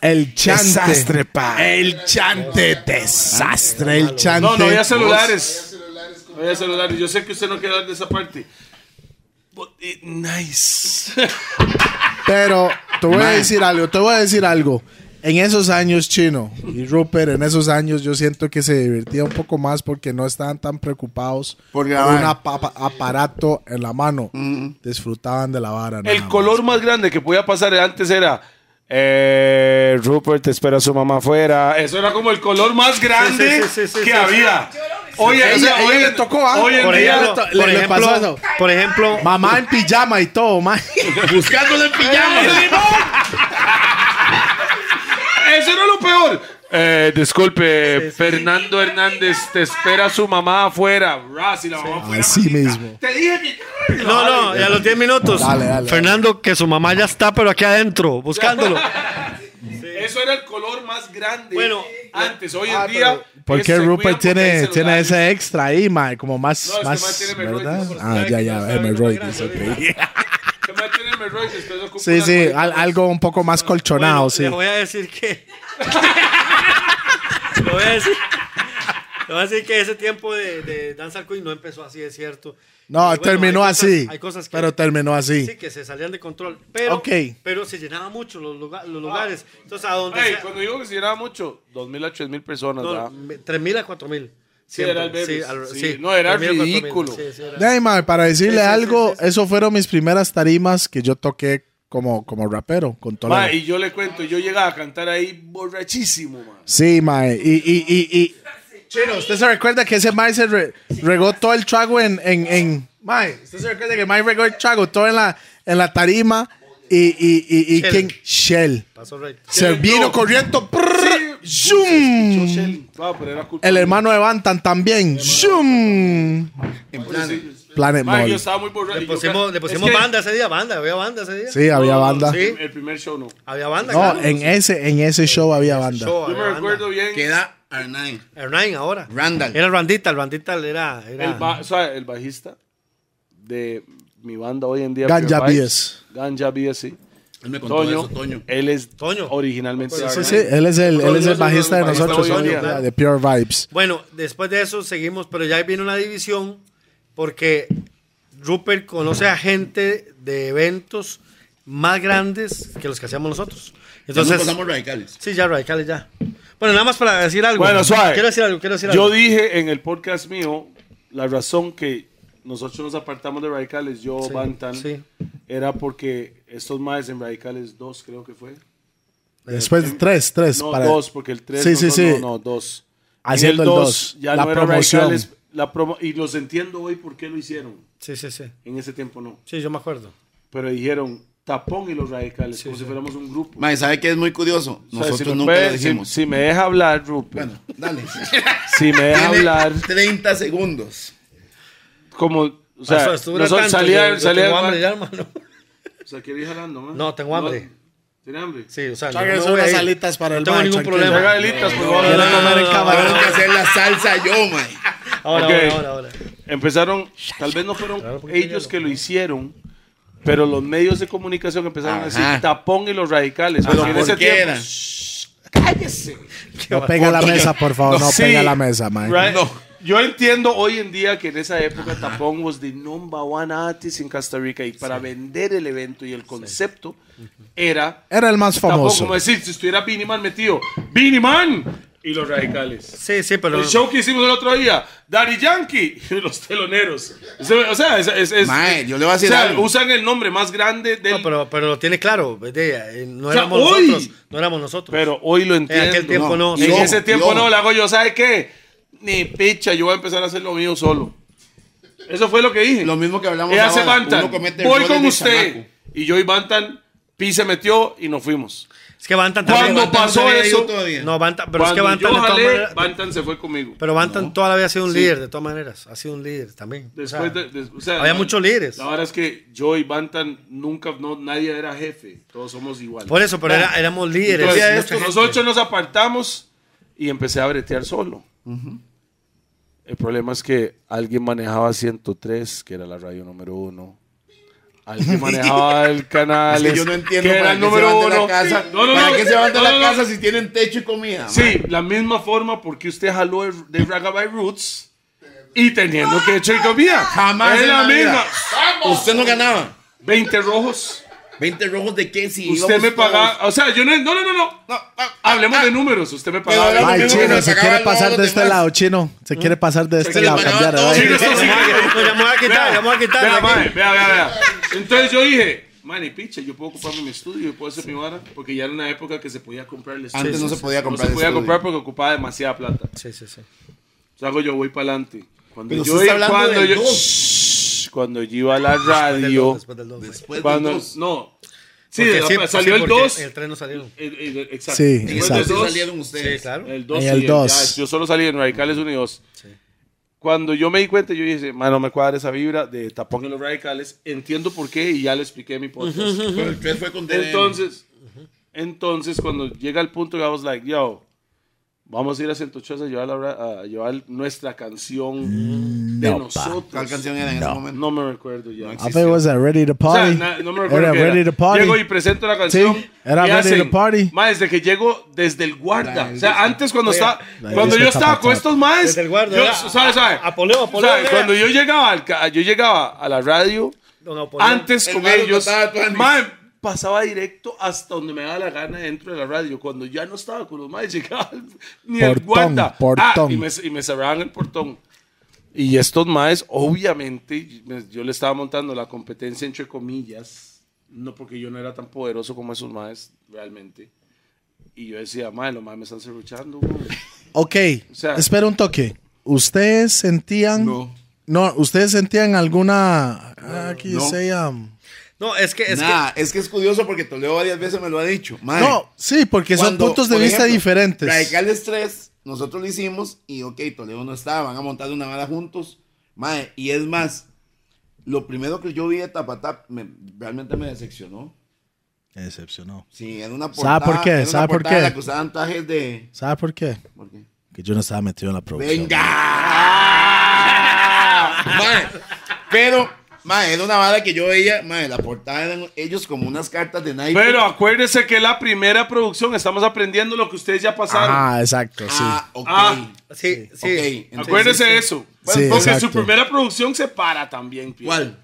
Speaker 1: El chante.
Speaker 3: Desastre, pa.
Speaker 1: El chante. Desastre. El chante.
Speaker 2: No, no había celulares. No había celulares. Yo sé que usted no quiere hablar de esa parte. But it- nice. [laughs]
Speaker 1: Pero te voy a
Speaker 3: Man.
Speaker 1: decir algo, te voy a decir algo. En esos años, Chino y Rupert, en esos años yo siento que se divertía un poco más porque no estaban tan preocupados
Speaker 3: Por Mm-hmm.
Speaker 1: un
Speaker 3: grabar.
Speaker 1: apa- pa- aparato en la mano. Disfrutaban de la vara. nada
Speaker 2: El
Speaker 1: más.
Speaker 2: color más grande que podía pasar antes era. eh, Rupert te espera su mamá afuera. Eso era como el color más grande
Speaker 4: sí, sí, sí,
Speaker 2: que
Speaker 4: sí,
Speaker 2: había. Oye,
Speaker 1: Ella-
Speaker 2: o sea,
Speaker 1: ella
Speaker 2: hoy
Speaker 1: le
Speaker 2: en-
Speaker 1: tocó, ¿ah?
Speaker 2: Hoy en
Speaker 4: Por
Speaker 2: día-
Speaker 4: ejemplo,
Speaker 1: le-
Speaker 4: por
Speaker 1: le pasó
Speaker 4: ejemplo,
Speaker 1: eso.
Speaker 4: por ejemplo,
Speaker 1: Mamá en pijama y todo,
Speaker 2: [laughs]
Speaker 1: man.
Speaker 3: Buscándolo en pijama.
Speaker 2: Eso era lo peor. Eh, disculpe, Fernando Hernández, te espera su mamá afuera. Ras, y la mamá afuera,
Speaker 1: Así
Speaker 2: maldita.
Speaker 1: mismo.
Speaker 2: Te dije que.
Speaker 4: No, no, ya los 10 minutos.
Speaker 1: Dale, dale,
Speaker 4: Fernando, que su mamá ya está, pero aquí adentro, buscándolo.
Speaker 2: Eso era el color más grande.
Speaker 4: Bueno,
Speaker 2: antes, hoy en día.
Speaker 1: ah, ¿Por qué
Speaker 2: se
Speaker 1: Rupert
Speaker 2: cuidan porque
Speaker 1: tiene,
Speaker 2: hay
Speaker 1: tiene
Speaker 2: celulares.
Speaker 1: ese extra ahí, man? Como más,
Speaker 2: No, es que man
Speaker 1: más,
Speaker 2: tiene hemorroides,
Speaker 1: ¿verdad?
Speaker 2: por
Speaker 1: Ah,
Speaker 4: saber
Speaker 1: ya,
Speaker 4: que no
Speaker 1: ya,
Speaker 4: sabe
Speaker 1: hemorroides,
Speaker 4: lo que
Speaker 1: ok.
Speaker 2: Que man tiene hemorroides, después ocupa
Speaker 1: Sí,
Speaker 2: una
Speaker 1: sí,
Speaker 2: almohadita.
Speaker 1: al- algo un poco más colchonado,
Speaker 4: [laughs] Bueno,
Speaker 1: sí.
Speaker 4: Le voy a decir que. Lo voy a decir. Lo voy a decir que ese tiempo de, de Danza al Queen no empezó así, es cierto.
Speaker 1: No,
Speaker 4: Y bueno,
Speaker 1: terminó
Speaker 4: hay cosas-
Speaker 1: así.
Speaker 4: hay cosas que,
Speaker 1: Pero terminó así.
Speaker 4: sí, que se salían de control. Pero,
Speaker 1: Ok.
Speaker 4: pero se llenaban mucho los, lugar- los lugares. Entonces, a donde
Speaker 2: Ah. Ey,
Speaker 4: sea-
Speaker 2: cuando digo que se llenaba mucho, 2.000 a 3.000 personas,
Speaker 4: no,
Speaker 2: ¿verdad?
Speaker 4: me- 3.000 a 4.000.
Speaker 2: Sí, era el
Speaker 4: Siempre.
Speaker 2: Bebes.
Speaker 4: al-
Speaker 2: Sí, no, era
Speaker 4: 3.000 a 4.000.
Speaker 2: ridículo.
Speaker 4: Sí, sí, era-
Speaker 1: De ahí, mae, para decirle
Speaker 4: Sí, sí, sí,
Speaker 1: algo,
Speaker 4: sí, sí.
Speaker 1: eso fueron mis primeras tarimas que yo toqué como, como rapero, con toda
Speaker 2: Ma,
Speaker 1: la-
Speaker 2: y yo le cuento, yo llegaba a cantar ahí borrachísimo, man.
Speaker 1: Sí, mae. Y, y, y, y... Chino, ¿usted se recuerda que ese mae se re- regó todo el trago en... en, en... Mae, ¿usted se recuerda que mae regó el trago todo en la, en la tarima? Y, y, y, y
Speaker 4: Shell.
Speaker 1: ¿quién? Shell.
Speaker 4: Pasó recto.
Speaker 1: Se vino corriendo. prrr,
Speaker 2: Yo,
Speaker 1: zoom.
Speaker 2: Shell, va, pero era culpa
Speaker 1: Mm. El
Speaker 2: mía.
Speaker 1: hermano de Bantan también. zoom.
Speaker 3: En plan,
Speaker 1: Planet
Speaker 2: Ma,
Speaker 1: Mall.
Speaker 2: yo estaba muy borracho.
Speaker 4: Le
Speaker 2: y yo
Speaker 4: pusimos,
Speaker 2: ca-
Speaker 4: le
Speaker 2: es
Speaker 4: pusimos
Speaker 2: que-
Speaker 4: banda ese día, banda, había banda ese día.
Speaker 1: Sí, había
Speaker 2: No,
Speaker 1: banda.
Speaker 4: sí.
Speaker 2: El primer show no.
Speaker 4: Había banda,
Speaker 1: No,
Speaker 4: claro.
Speaker 1: en ese, en ese show había banda.
Speaker 4: Show,
Speaker 2: Yo
Speaker 4: había
Speaker 2: me
Speaker 4: banda.
Speaker 2: recuerdo bien.
Speaker 3: queda Arnay.
Speaker 4: Hernán ahora.
Speaker 3: Randall.
Speaker 4: Era Randita, el Randita era. era-
Speaker 2: El, ba- o sea, el bajista de mi banda hoy en día.
Speaker 1: Ganja
Speaker 2: Pure Vibes,
Speaker 1: BS.
Speaker 2: Ganja BS, sí.
Speaker 3: Él me contó
Speaker 2: Toño,
Speaker 3: eso, Toño.
Speaker 2: Él es
Speaker 4: Toño. Pues,
Speaker 2: originalmente. de
Speaker 1: Sí,
Speaker 2: Arnaiz.
Speaker 1: sí, él es el, él es el bajista de
Speaker 2: Bajista
Speaker 1: nosotros,
Speaker 2: hoy en día.
Speaker 1: de Pure Vibes.
Speaker 4: Bueno, después de eso seguimos, pero ya viene una división porque Rupert conoce a gente de eventos más grandes que los que hacíamos nosotros.
Speaker 3: Entonces,
Speaker 4: Entonces,
Speaker 3: pasamos radicales.
Speaker 4: sí, ya radicales ya. Bueno, nada más para decir algo.
Speaker 2: Bueno, suave.
Speaker 4: Quiero decir algo, quiero decir
Speaker 2: Yo
Speaker 4: algo.
Speaker 2: dije en el podcast mío la razón que nosotros nos apartamos de Radicales, yo,
Speaker 4: Sí,
Speaker 2: Bantan,
Speaker 4: sí.
Speaker 2: era porque estos maes en Radicales 2 creo que fue.
Speaker 1: Después tres, tres.
Speaker 2: No,
Speaker 1: para-
Speaker 2: dos, porque el 3
Speaker 1: Sí, sí, sí.
Speaker 2: no, no, dos.
Speaker 1: Haciendo
Speaker 2: En
Speaker 1: el
Speaker 2: dos,
Speaker 1: dos,
Speaker 2: ya
Speaker 1: la
Speaker 2: no era
Speaker 1: promoción.
Speaker 2: Radicales, la promo- y los entiendo hoy por qué lo hicieron.
Speaker 4: Sí, sí, sí.
Speaker 2: En ese tiempo no.
Speaker 4: Sí, yo me acuerdo.
Speaker 2: Pero dijeron tapón y los radicales, como si fuéramos un grupo.
Speaker 3: Mae, ¿sabe qué es muy curioso?
Speaker 2: O sea,
Speaker 3: Nosotros
Speaker 2: si me
Speaker 3: nunca
Speaker 2: puede-
Speaker 3: lo dijimos.
Speaker 2: Si, si me deja hablar, Rupert.
Speaker 3: Bueno, [laughs] dale.
Speaker 2: Si me deja
Speaker 3: Tiene
Speaker 2: hablar,
Speaker 3: 30 segundos.
Speaker 2: como. O sea,
Speaker 4: Pasó, esto dura
Speaker 2: nosotros
Speaker 4: tanto,
Speaker 2: salía,
Speaker 4: yo- yo
Speaker 2: salía
Speaker 4: tengo
Speaker 2: del
Speaker 4: hambre
Speaker 2: bar-
Speaker 4: ya, hermano.
Speaker 2: O sea, quiero ir jalando, man.
Speaker 4: No, tengo hambre.
Speaker 2: ¿Tiene hambre?
Speaker 4: Sí, o sea,
Speaker 1: Traigan
Speaker 4: voy
Speaker 1: unas
Speaker 4: a ir.
Speaker 1: alitas para el
Speaker 4: No tengo
Speaker 1: bar,
Speaker 4: ningún
Speaker 1: tranquilo.
Speaker 4: problema.
Speaker 2: Traiga alitas, por favor.
Speaker 1: Quiero comer en cámara.
Speaker 3: Tengo que hacer la salsa yo, mae.
Speaker 4: Ahora,
Speaker 2: Ok.
Speaker 4: ahora, ahora, ahora.
Speaker 2: Empezaron, tal vez no fueron ellos que lo hicieron, pero los medios de comunicación empezaron a
Speaker 3: Ajá.
Speaker 2: decir tapón y los radicales.
Speaker 3: Pero
Speaker 2: porque en
Speaker 3: ¿por
Speaker 2: ese
Speaker 3: qué
Speaker 2: tiempo,
Speaker 3: era?
Speaker 1: No pega la mesa, por favor. No,
Speaker 2: Sí.
Speaker 1: pega la mesa, mae.
Speaker 2: Right. Yo entiendo hoy en día que en esa época Tapón was the number one artist en Costa Rica y para vender el evento y el concepto era
Speaker 1: Era el más
Speaker 2: Tapón,
Speaker 1: famoso.
Speaker 2: como decir, si estuviera Beanie Man metido, Beanie Man y los radicales.
Speaker 4: Sí, sí, pero.
Speaker 2: El show que hicimos el otro día, Daddy Yankee [laughs] y los teloneros. O sea, O sea, es, es- es-
Speaker 3: Mae, yo le voy a
Speaker 2: o
Speaker 3: decir
Speaker 2: sea,
Speaker 3: algo.
Speaker 2: usan el nombre más grande del...
Speaker 4: No, pero, pero lo tiene claro. de- eh, no
Speaker 2: O sea,
Speaker 4: éramos
Speaker 2: hoy-
Speaker 4: nosotros. No éramos nosotros.
Speaker 2: Pero hoy lo entiendo.
Speaker 4: En aquel tiempo no.
Speaker 2: En
Speaker 3: Yo,
Speaker 2: ese tiempo
Speaker 3: yo.
Speaker 2: no, le hago yo, ¿sabe qué? Ni picha, yo voy a empezar a hacer lo mío solo. Eso fue lo que dije.
Speaker 3: Lo mismo que hablamos
Speaker 2: Ella se
Speaker 3: ahora,
Speaker 2: Bantan,
Speaker 3: uno comete
Speaker 2: voy
Speaker 3: errores
Speaker 2: con
Speaker 3: de
Speaker 2: usted.
Speaker 3: chamaco.
Speaker 2: Y yo y Bantan, Pi se metió y nos fuimos.
Speaker 4: es que Bantan también.
Speaker 2: Cuando
Speaker 3: Bantan no
Speaker 2: pasó
Speaker 3: sabía yo
Speaker 2: eso,
Speaker 3: todavía.
Speaker 4: No, Bantan, pero es que
Speaker 2: cuando
Speaker 4: Bantan
Speaker 2: yo
Speaker 4: de todas
Speaker 2: jalé,
Speaker 4: maneras-
Speaker 2: Bantan se fue conmigo.
Speaker 4: Pero Bantan toda la vida ha sido un líder, de todas maneras. Ha sido un líder también. O sea,
Speaker 2: Después de- de- o sea,
Speaker 4: había muchos líderes.
Speaker 2: La verdad es que yo y Bantan nunca, no, nadie era jefe. Todos somos iguales.
Speaker 4: Por eso, pero era- éramos líderes.
Speaker 2: Entonces,
Speaker 4: Mucha
Speaker 2: esto,
Speaker 4: gente. [laughs]
Speaker 2: nosotros nos apartamos y empecé a bretear solo. El problema es que alguien manejaba 103, que era la radio número uno.
Speaker 4: [laughs]
Speaker 2: Alguien manejaba el canal.
Speaker 3: Es que yo no entiendo
Speaker 2: que era
Speaker 3: para
Speaker 2: el
Speaker 3: qué se van
Speaker 2: número
Speaker 3: de la
Speaker 2: uno.
Speaker 3: casa.
Speaker 2: No, no,
Speaker 3: ¿Para
Speaker 2: no,
Speaker 3: qué se van de
Speaker 2: no,
Speaker 3: la
Speaker 2: no, no.
Speaker 3: casa si tienen techo y comida? mae?
Speaker 2: Sí, la misma forma porque usted jaló de, de Ragabay Roots y teniendo que echar comida.
Speaker 3: Jamás
Speaker 2: Es
Speaker 3: en
Speaker 2: la
Speaker 3: la vida.
Speaker 2: misma.
Speaker 3: Usted no ganaba.
Speaker 2: 20 rojos.
Speaker 3: 20 rojos de qué si
Speaker 2: Usted
Speaker 3: íbamos
Speaker 2: me
Speaker 3: todos.
Speaker 2: pagaba. O sea, yo no. No, no, no. no.
Speaker 3: No, ah,
Speaker 2: Hablemos de números. Usted me pagaba.
Speaker 3: ahora-
Speaker 1: Mae,
Speaker 3: Lo mismo que
Speaker 1: chino,
Speaker 3: nos
Speaker 1: se quiere
Speaker 3: acababan
Speaker 1: pasar
Speaker 3: los
Speaker 1: de este
Speaker 3: demás.
Speaker 1: lado, chino. Se
Speaker 2: Mm.
Speaker 1: quiere pasar de este
Speaker 2: le
Speaker 1: lado,
Speaker 3: pagaban
Speaker 1: cambiar.
Speaker 3: todo,
Speaker 1: ¿verdad?
Speaker 2: Chino, está
Speaker 4: Ya, ya, ya me voy pues, a quitar, ya me voy a quitar.
Speaker 2: Vea,
Speaker 4: aquí.
Speaker 2: mae, vea, vea, vea. Entonces yo dije, man, y picha, yo puedo comprarme mi estudio y puedo hacer mi vara, porque ya era una época que se podía comprar el estudio.
Speaker 3: Antes no se podía comprar
Speaker 2: No se
Speaker 3: el
Speaker 2: podía
Speaker 3: estudio.
Speaker 2: comprar porque ocupaba demasiada plata.
Speaker 4: Sí, sí, sí.
Speaker 2: O sea, hago yo voy para adelante. Cuando
Speaker 3: Pero
Speaker 2: yo
Speaker 3: usted está hablando
Speaker 2: cuando
Speaker 3: del
Speaker 2: yo
Speaker 3: dos.
Speaker 2: Shh, cuando yo iba a la
Speaker 4: Después del
Speaker 2: radio,
Speaker 4: dos, después del dos, güey.
Speaker 3: Después
Speaker 2: cuando
Speaker 3: del dos.
Speaker 2: no. Sí,
Speaker 4: Porque
Speaker 2: la-
Speaker 4: siempre-
Speaker 2: salió
Speaker 4: sí,
Speaker 2: el
Speaker 4: porque
Speaker 2: 2.
Speaker 4: El tren no salieron.
Speaker 2: exacto.
Speaker 1: Sí,
Speaker 2: Después del
Speaker 1: exacto.
Speaker 3: Entonces
Speaker 2: dos,
Speaker 3: salieron
Speaker 4: Sí,
Speaker 3: ustedes.
Speaker 4: claro.
Speaker 2: El 2
Speaker 1: En
Speaker 2: y
Speaker 1: el
Speaker 2: el
Speaker 1: dos.
Speaker 2: ya, Yo solo salí en Radicales Unidos. Cuando yo me di cuenta, yo dije, mano, me cuadra esa vibra de tapón en los radicales. Entiendo por qué y ya le expliqué en mi podcast.
Speaker 3: Pero el 3 fue con DDM.
Speaker 2: Entonces, entonces, cuando llega el punto, I was like, yo, Vamos a ir a 108 a llevar, la ra- a llevar nuestra
Speaker 1: Mm,
Speaker 2: canción de
Speaker 6: no, pa.
Speaker 2: nosotros.
Speaker 3: ¿Cuál canción era en ese momento?
Speaker 2: No me recuerdo ya.
Speaker 3: No
Speaker 1: I think it was that Ready to
Speaker 2: O sea,
Speaker 1: Party.
Speaker 2: na- no me recuerdo
Speaker 1: Era
Speaker 2: qué era.
Speaker 1: Ready to Party.
Speaker 2: Llego y presento la canción.
Speaker 1: Sí, era
Speaker 2: y
Speaker 1: Ready
Speaker 2: hacen,
Speaker 1: to Party.
Speaker 2: ma, desde que llego desde el guarda.
Speaker 3: La
Speaker 2: o sea, antes cuando estaba,
Speaker 1: la
Speaker 2: cuando
Speaker 1: disco
Speaker 2: yo estaba
Speaker 1: tapatapa.
Speaker 2: con estos maes,
Speaker 4: Desde el guarda,
Speaker 2: yo-
Speaker 4: era-
Speaker 2: sabe, sabe.
Speaker 4: Apoleo, Apoleo,
Speaker 2: Sabe,
Speaker 4: era.
Speaker 2: Cuando yo llegaba, al ca- yo llegaba a la radio,
Speaker 4: Don Apoleo.
Speaker 2: antes
Speaker 3: El
Speaker 2: con
Speaker 3: Mario
Speaker 2: ellos,
Speaker 3: tocaba tuanis.
Speaker 2: ma, pasaba directo hasta donde me daba la gana dentro de la radio. Cuando ya no estaba con los maes, [laughs] llegaba al- ni el
Speaker 1: Portón,
Speaker 2: guarda. Ah,
Speaker 1: portón.
Speaker 2: y, me, y me cerraban el portón. Y estos maes, obviamente, me- yo le estaba montando la competencia entre comillas, no porque yo no era tan poderoso como esos maes realmente. Y yo decía, mae, los maes me están cerruchando. güey".
Speaker 1: [laughs] Ok,
Speaker 2: O sea-
Speaker 1: espera un toque. ¿Ustedes sentían... No. ¿ustedes sentían alguna... ah, Aquí
Speaker 3: no.
Speaker 1: se llama...
Speaker 4: No, es que, es
Speaker 3: Nah, es que es curioso porque Toledo varias veces me lo ha dicho. Mae,
Speaker 1: No, sí, porque son
Speaker 3: cuando,
Speaker 1: puntos de
Speaker 3: por
Speaker 1: vista
Speaker 3: ejemplo,
Speaker 1: diferentes.
Speaker 3: Radical Estrés, nosotros lo hicimos y ok, Toledo no estaba, van a montar una bala juntos. Mae, y es más, lo primero que yo vi de Tapatap me- realmente me decepcionó.
Speaker 1: Decepcionó.
Speaker 3: Sí, era una portada.
Speaker 1: ¿Sabe por qué?
Speaker 3: era una
Speaker 1: ¿Sabe por
Speaker 3: portada
Speaker 1: qué?
Speaker 3: en la que usaban trajes de...
Speaker 1: ¿Sabe por qué?
Speaker 3: ¿por qué?
Speaker 1: Que yo no estaba metido en la producción.
Speaker 3: ¡Venga! Mae, pero, mae, era una bala que yo veía, mae, la portada eran ellos como unas cartas de Nike.
Speaker 2: Pero acuérdese que la primera producción estamos aprendiendo lo que ustedes ya pasaron.
Speaker 1: Ah, exacto, sí.
Speaker 3: Ah, ok.
Speaker 2: Ah,
Speaker 4: que. Sí, sí.
Speaker 3: Ok, entonces-
Speaker 2: Acuérdese de eso.
Speaker 1: Sí,
Speaker 2: Porque su
Speaker 1: exacto.
Speaker 2: primera producción se para también. Pio.
Speaker 3: ¿Cuál?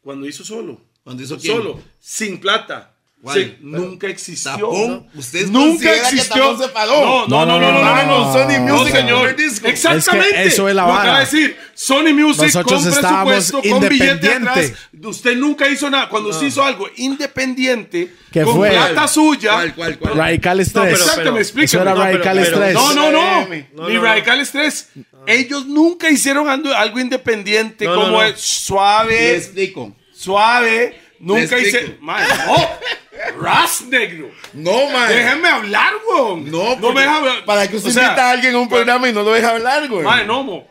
Speaker 2: Cuando hizo solo.
Speaker 3: ¿Cuándo hizo quién?
Speaker 2: Solo. Sin plata.
Speaker 3: ¿Cuál?
Speaker 2: Se- nunca existió.
Speaker 3: ¿Tapón? ¿Usted
Speaker 2: nunca
Speaker 3: considera que
Speaker 2: existió.
Speaker 3: Tapón se pagó?
Speaker 2: No, no, no, no, no, no, no,
Speaker 1: no,
Speaker 3: Sony
Speaker 2: No,
Speaker 3: Music,
Speaker 2: señor.
Speaker 3: el disco.
Speaker 2: Exactamente.
Speaker 1: Es que eso es la
Speaker 2: Lo
Speaker 1: vara.
Speaker 2: acaba de decir, Sony Music
Speaker 1: Nosotros
Speaker 2: con
Speaker 1: estábamos
Speaker 2: presupuesto, con billete
Speaker 1: independiente.
Speaker 2: atrás. Usted nunca hizo nada. Cuando usted hizo algo independiente,
Speaker 1: ¿Qué
Speaker 2: con
Speaker 1: fue?
Speaker 2: plata suya.
Speaker 3: ¿Cuál, cuál, cuál?
Speaker 1: Radical
Speaker 2: No,
Speaker 1: Estrés.
Speaker 2: pero, exacto,
Speaker 4: pero-
Speaker 2: me explica.
Speaker 1: Eso era
Speaker 4: pero-
Speaker 1: Radical
Speaker 4: pero-
Speaker 1: Estrés.
Speaker 2: No, no, no.
Speaker 3: No,
Speaker 2: Ni
Speaker 4: no, no.
Speaker 2: Radical Estrés. Ellos nunca hicieron ando- algo independiente,
Speaker 4: No, no,
Speaker 2: como
Speaker 4: no.
Speaker 2: es suave,
Speaker 3: Le explico.
Speaker 2: suave. Nunca
Speaker 3: explico.
Speaker 2: hicieron. Madre, no. Ras negro.
Speaker 3: No, mae.
Speaker 2: Déjenme hablar, weón.
Speaker 3: No,
Speaker 2: no
Speaker 3: porque-
Speaker 2: me deja hablar.
Speaker 3: Para que usted
Speaker 2: O sea,
Speaker 3: invita a alguien a un programa y no lo deja hablar, güey.
Speaker 2: Madre, no, mo.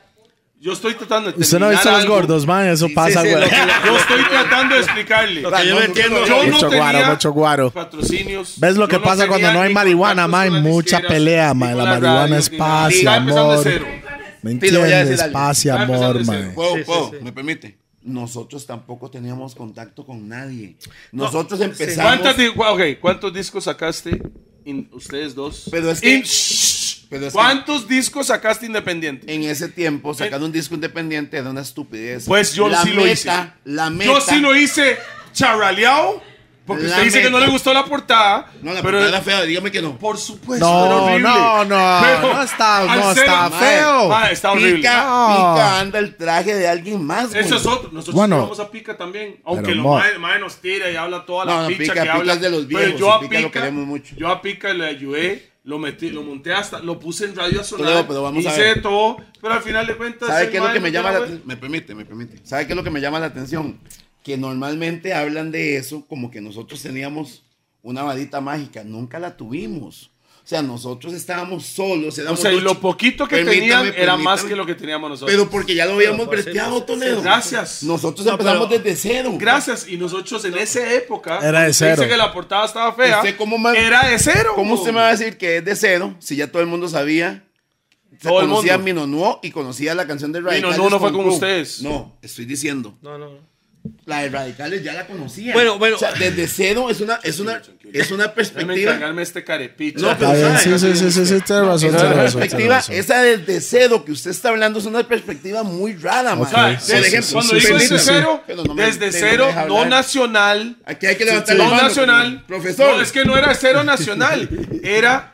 Speaker 2: Yo estoy tratando de.
Speaker 1: Usted no ha visto
Speaker 2: terminar
Speaker 1: a los
Speaker 2: algo.
Speaker 1: gordos, man. Eso pasa,
Speaker 4: sí,
Speaker 1: güey.
Speaker 4: lo que-
Speaker 2: Yo estoy tratando de explicarle.
Speaker 4: Lo que yo no entiendo.
Speaker 2: Yo no
Speaker 1: Mucho
Speaker 2: tenía
Speaker 1: guaro, mucho guaro.
Speaker 2: patrocinios.
Speaker 1: ¿Ves lo
Speaker 2: Yo
Speaker 1: que pasa
Speaker 2: tenía
Speaker 1: cuando no hay
Speaker 2: ni
Speaker 1: marihuana,
Speaker 2: contactos
Speaker 1: ma? Hay
Speaker 2: con las
Speaker 1: mucha
Speaker 2: disqueras,
Speaker 1: pelea,
Speaker 2: ni
Speaker 1: ma.
Speaker 2: con
Speaker 1: La
Speaker 2: las
Speaker 1: marihuana
Speaker 2: radios,
Speaker 1: es
Speaker 2: ni nada.
Speaker 1: paz y
Speaker 2: Estaba empezando de
Speaker 1: amor.
Speaker 2: cero.
Speaker 1: ¿Me
Speaker 3: Pido, voy a
Speaker 1: entiendes?
Speaker 3: decir algo.
Speaker 1: Paz y
Speaker 2: Ah,
Speaker 1: amor,
Speaker 2: empezando de
Speaker 1: man.
Speaker 2: cero.
Speaker 3: Wow,
Speaker 4: Sí, sí,
Speaker 3: wow,
Speaker 4: sí.
Speaker 3: me permite. Nosotros tampoco teníamos contacto con nadie. Nosotros empezamos.
Speaker 2: ¿Cuántas di- gua- ok, ¿Cuántos discos sacaste? in- ustedes dos.
Speaker 3: Pero es que-
Speaker 2: In- shh.
Speaker 3: pero es que-
Speaker 2: ¿Cuántos discos sacaste independiente?
Speaker 3: En ese tiempo, sacar un disco independiente era una estupidez.
Speaker 2: Eh, Pues yo sí lo hice.
Speaker 3: La meta.
Speaker 2: Yo sí lo hice charraleado. Porque
Speaker 3: La
Speaker 2: usted dice que no
Speaker 3: meta.
Speaker 2: le gustó la portada.
Speaker 3: No, la
Speaker 2: pero
Speaker 3: pero era fea, dígame que no.
Speaker 2: Por supuesto,
Speaker 1: No,
Speaker 2: era horrible.
Speaker 1: no, no, no está-
Speaker 2: al
Speaker 1: no
Speaker 2: ser-
Speaker 1: está
Speaker 2: Mae,
Speaker 1: feo.
Speaker 2: mae, está
Speaker 3: pica,
Speaker 2: horrible.
Speaker 3: pica, anda el traje de alguien más.
Speaker 2: Eso
Speaker 3: güey.
Speaker 2: es otro. Nosotros
Speaker 1: Bueno.
Speaker 2: sí vamos a pica también. Aunque
Speaker 1: Pero
Speaker 2: los
Speaker 1: mo-
Speaker 2: mae mae nos tira y habla toda la
Speaker 3: No, no,
Speaker 2: picha
Speaker 3: Pica,
Speaker 2: que
Speaker 3: Pica
Speaker 2: habla.
Speaker 3: es de los
Speaker 2: pero
Speaker 3: viejos,
Speaker 2: yo a
Speaker 3: y
Speaker 2: pica,
Speaker 3: Pica lo queremos mucho.
Speaker 2: Yo a pica le ayudé. Lo, metí, lo monté hasta, lo puse en radio a sonar,
Speaker 3: Toledo, pero vamos a
Speaker 2: hice
Speaker 3: ver.
Speaker 2: de todo, pero al final de cuentas.
Speaker 3: ¿Sabe
Speaker 2: el
Speaker 3: qué es lo
Speaker 2: mae
Speaker 3: que me
Speaker 2: no
Speaker 3: llama la
Speaker 2: tiene
Speaker 3: atención? Me permite, me permite. ¿Sabe qué es lo que me llama la atención? Que normalmente hablan de eso como que nosotros teníamos una varita mágica. Nunca la tuvimos. O sea, nosotros estábamos solos.
Speaker 2: O
Speaker 3: éramos
Speaker 2: sea, y
Speaker 3: los
Speaker 2: lo
Speaker 3: chi-
Speaker 2: poquito que
Speaker 3: Permítame,
Speaker 2: tenían era
Speaker 3: permítame.
Speaker 2: más que lo que teníamos nosotros.
Speaker 3: Pero porque ya lo habíamos
Speaker 4: Pero,
Speaker 3: breteado,
Speaker 4: parcero,
Speaker 3: Toledo.
Speaker 2: Gracias.
Speaker 3: Nosotros
Speaker 4: No,
Speaker 3: empezamos
Speaker 4: pero-
Speaker 3: desde cero.
Speaker 2: Gracias. Y nosotros en esa época.
Speaker 1: Era de
Speaker 2: usted
Speaker 1: cero.
Speaker 2: Dice que la portada estaba fea.
Speaker 3: ¿Usted cómo ma-
Speaker 2: Era de cero.
Speaker 3: ¿Cómo usted me va
Speaker 2: güey.
Speaker 3: a decir que es de cero si ya todo el mundo sabía? Se
Speaker 2: Todo el
Speaker 3: conocía
Speaker 2: mundo.
Speaker 3: a Minonuo y conocía la canción de Radicales.
Speaker 2: Minonuo no fue
Speaker 3: con
Speaker 2: con
Speaker 3: Q.
Speaker 2: ustedes.
Speaker 3: No, estoy diciendo.
Speaker 4: No, no, no.
Speaker 3: La de Radicales ya la conocía.
Speaker 4: Bueno, bueno.
Speaker 3: O sea, desde cero es una, es una, es una
Speaker 2: Déjame
Speaker 3: perspectiva.
Speaker 2: encargarme este carepicho.
Speaker 3: No,
Speaker 1: Está bien,
Speaker 2: [laughs]
Speaker 3: sabe,
Speaker 1: sí,
Speaker 3: no
Speaker 1: sí,
Speaker 3: tiene
Speaker 1: sí, sí, sí, tiene
Speaker 3: No,
Speaker 1: razón, tiene
Speaker 3: esa
Speaker 1: razón, tiene
Speaker 3: perspectiva,
Speaker 1: razón.
Speaker 3: esa desde cero que usted está hablando es una perspectiva muy rara, man.
Speaker 1: Ok,
Speaker 2: O sea,
Speaker 1: sí,
Speaker 2: desde-
Speaker 1: sí, sí,
Speaker 2: cuando
Speaker 1: sí,
Speaker 2: digo
Speaker 1: sí,
Speaker 2: desde
Speaker 1: sí.
Speaker 2: cero,
Speaker 3: Pero no me-
Speaker 2: desde
Speaker 3: usted no me
Speaker 2: cero,
Speaker 3: deja
Speaker 2: no
Speaker 3: hablar.
Speaker 2: nacional,
Speaker 3: Aquí hay que levantar la
Speaker 2: no
Speaker 3: mano.
Speaker 2: nacional,
Speaker 3: Profesor.
Speaker 2: No, es que no era cero nacional, era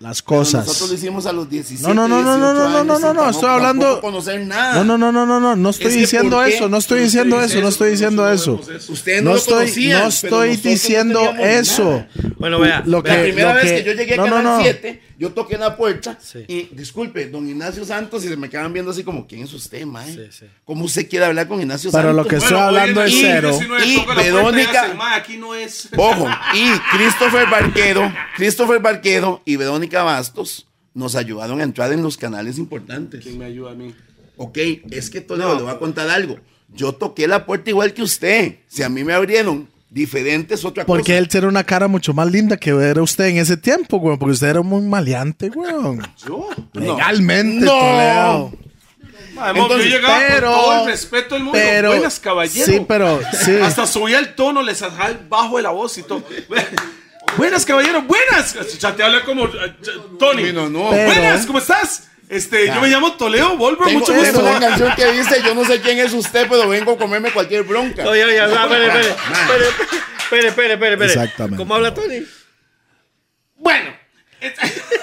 Speaker 1: las
Speaker 3: Nosotros lo
Speaker 1: cosas.
Speaker 3: hicimos a los 17.
Speaker 1: No, no, no, no, no, no,
Speaker 3: 18
Speaker 1: no,
Speaker 3: años,
Speaker 1: no, no, no,
Speaker 3: sin
Speaker 1: estoy
Speaker 3: tampoco
Speaker 1: hablando-
Speaker 3: conocer nada.
Speaker 1: No, no, no, no, no, no. No estoy
Speaker 3: Es que,
Speaker 1: diciendo
Speaker 3: ¿por qué?
Speaker 1: eso. No estoy
Speaker 3: No
Speaker 1: diciendo eso. No estoy diciendo eso.
Speaker 2: nosotros no vemos
Speaker 3: Ustedes
Speaker 1: No
Speaker 3: no, lo
Speaker 1: estoy,
Speaker 3: conocían,
Speaker 1: no
Speaker 3: pero
Speaker 1: estoy
Speaker 3: nosotros no
Speaker 1: diciendo
Speaker 3: teníamos
Speaker 1: eso.
Speaker 3: nada.
Speaker 4: Bueno, vea.
Speaker 1: Lo
Speaker 4: vea.
Speaker 1: que-
Speaker 3: La primera
Speaker 1: lo
Speaker 3: vez
Speaker 1: que-
Speaker 3: que yo llegué a
Speaker 1: no, no,
Speaker 3: Canal
Speaker 1: no.
Speaker 3: 7, yo Yo toqué la puerta
Speaker 4: Sí.
Speaker 3: y disculpe, don Ignacio Santos, y se me quedan viendo así como, ¿quién es usted, mae?
Speaker 4: Sí, sí.
Speaker 3: ¿Cómo usted quiere hablar con Ignacio
Speaker 1: Pero
Speaker 3: Santos?
Speaker 1: lo que estoy hablando es cero.
Speaker 3: Y Verónica-
Speaker 2: aquí no es.
Speaker 3: Ojo, y Christopher Barquero, Christopher Barquero y Verónica Bastos nos ayudaron a entrar en los canales importantes.
Speaker 2: ¿Quién me ayuda a mí?
Speaker 3: Ok, es que Toledo le voy a contar algo. Yo toqué la puerta igual que usted. Si a mí me abrieron diferentes, otra cosa.
Speaker 1: Porque él tiene una cara mucho más linda que era usted en ese tiempo, güey. Porque usted era muy maleante, güey.
Speaker 2: Yo.
Speaker 3: No.
Speaker 1: Legalmente,
Speaker 3: No.
Speaker 1: Toledo.
Speaker 2: Madre,
Speaker 3: Entonces,
Speaker 2: yo llegaba
Speaker 1: pero-
Speaker 2: con todo el respeto del mundo.
Speaker 1: pero-
Speaker 2: Buenas, caballero.
Speaker 1: sí, pero- sí.
Speaker 2: Hasta subía el tono, les bajaba el bajo de la voz y todo. [laughs] buenas, caballero, buenas. Ya te habla como eh, Tony.
Speaker 3: No, no.
Speaker 1: Pero- eh.
Speaker 2: Buenas, ¿cómo estás? Este, yo me llamo Toledo, Volver,
Speaker 3: Tengo
Speaker 2: mucho
Speaker 3: tengo
Speaker 2: gusto.
Speaker 3: una canción que dice, yo no sé quién es usted, pero vengo a comerme cualquier bronca.
Speaker 4: Oye, oye, oye, espere, espere,
Speaker 3: Man.
Speaker 4: espere, espere, espere, espere, espere.
Speaker 1: Exactamente.
Speaker 4: ¿Cómo habla Tony?
Speaker 2: Bueno.
Speaker 1: eh.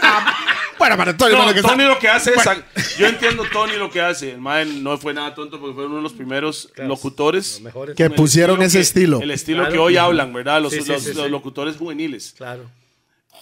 Speaker 1: Ah, Bueno, para todo
Speaker 2: No,
Speaker 1: lo que
Speaker 2: Tony
Speaker 1: está-
Speaker 2: lo que hace es. Yo entiendo Tony lo que hace. El mae no fue nada tonto porque fue uno de los primeros locutores.
Speaker 4: Mejores.
Speaker 1: Que
Speaker 2: el
Speaker 1: pusieron ese
Speaker 2: que-
Speaker 1: estilo.
Speaker 2: El estilo
Speaker 4: Claro.
Speaker 2: que hoy hablan, ¿verdad? Los,
Speaker 4: Sí, sí,
Speaker 2: los-
Speaker 4: sí, sí.
Speaker 2: los locutores juveniles.
Speaker 4: Claro.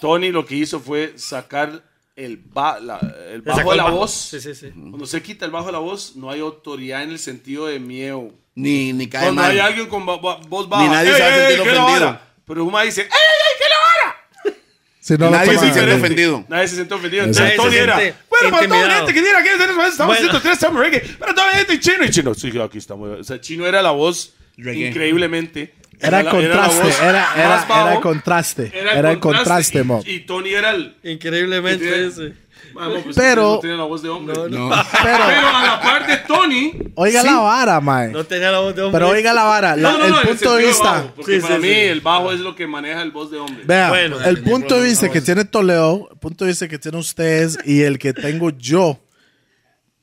Speaker 2: Tony lo que hizo fue sacar el, ba- la- el
Speaker 4: Le
Speaker 2: bajo de
Speaker 4: sacó el
Speaker 2: la
Speaker 4: bajo.
Speaker 2: voz.
Speaker 4: Sí, sí, sí.
Speaker 2: Cuando se quita el bajo de la voz, no hay autoridad en el sentido de miedo.
Speaker 3: Ni, ni cae
Speaker 2: Cuando
Speaker 3: mal.
Speaker 2: hay alguien con ba- ba- voz baja,
Speaker 3: Ni nadie se va a sentir
Speaker 2: ¿qué la
Speaker 3: ofendido.
Speaker 2: vara?" Pero Uma dice, ¡Ey, ey, qué la vara!
Speaker 1: Si no lo
Speaker 3: Nadie
Speaker 1: toma-
Speaker 3: se siente
Speaker 1: Diferente.
Speaker 3: ofendido.
Speaker 2: Nadie se siente ofendido.
Speaker 1: Exacto.
Speaker 2: Entonces Tony
Speaker 4: Nadie se
Speaker 2: era,
Speaker 4: siente
Speaker 2: bueno, para toda la
Speaker 4: intimidado.
Speaker 2: gente que tiene que hacer estamos
Speaker 4: Bueno.
Speaker 2: haciendo tres, estamos reggae. Para toda la gente, y chino y chino. Sí, aquí estamos. O sea, chino era la voz
Speaker 3: Reggae.
Speaker 2: increíblemente.
Speaker 1: Era el
Speaker 2: la- la voz
Speaker 1: contraste, era, era,
Speaker 2: más bajo,
Speaker 1: era el contraste.
Speaker 2: era el
Speaker 1: Era el contraste,
Speaker 2: y-
Speaker 1: mo.
Speaker 2: Y Tony era el... Sí,
Speaker 4: Increíblemente ese.
Speaker 2: Vamos, pues,
Speaker 1: Pero-
Speaker 2: ustedes no tienen la voz de hombre.
Speaker 3: No.
Speaker 2: [laughs] Pero,
Speaker 1: Pero,
Speaker 2: a la par de Tony.
Speaker 1: oiga la vara, mae.
Speaker 4: No tenía la voz de hombre.
Speaker 1: Pero oiga la vara, la-
Speaker 2: no, no,
Speaker 1: el
Speaker 2: no, en
Speaker 1: punto de
Speaker 2: sentido
Speaker 1: vista.
Speaker 2: bajo, porque
Speaker 4: Sí,
Speaker 2: para
Speaker 4: sí,
Speaker 2: mí
Speaker 4: sí.
Speaker 2: el bajo es lo que maneja el voz de hombre.
Speaker 1: Vea,
Speaker 4: Bueno,
Speaker 1: el punto de vista que tiene Toledo, el punto de vista que tienen ustedes y el que tengo yo,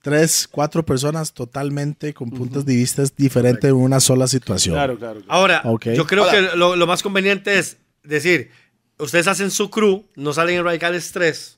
Speaker 1: tres, cuatro personas totalmente con puntos de vista diferentes en una sola situación.
Speaker 2: Claro, claro. claro.
Speaker 4: Ahora,
Speaker 1: Ok.
Speaker 4: yo creo
Speaker 3: Ahora-
Speaker 4: que lo, lo más conveniente es decir, ustedes hacen su crew, no salen en radicales 3.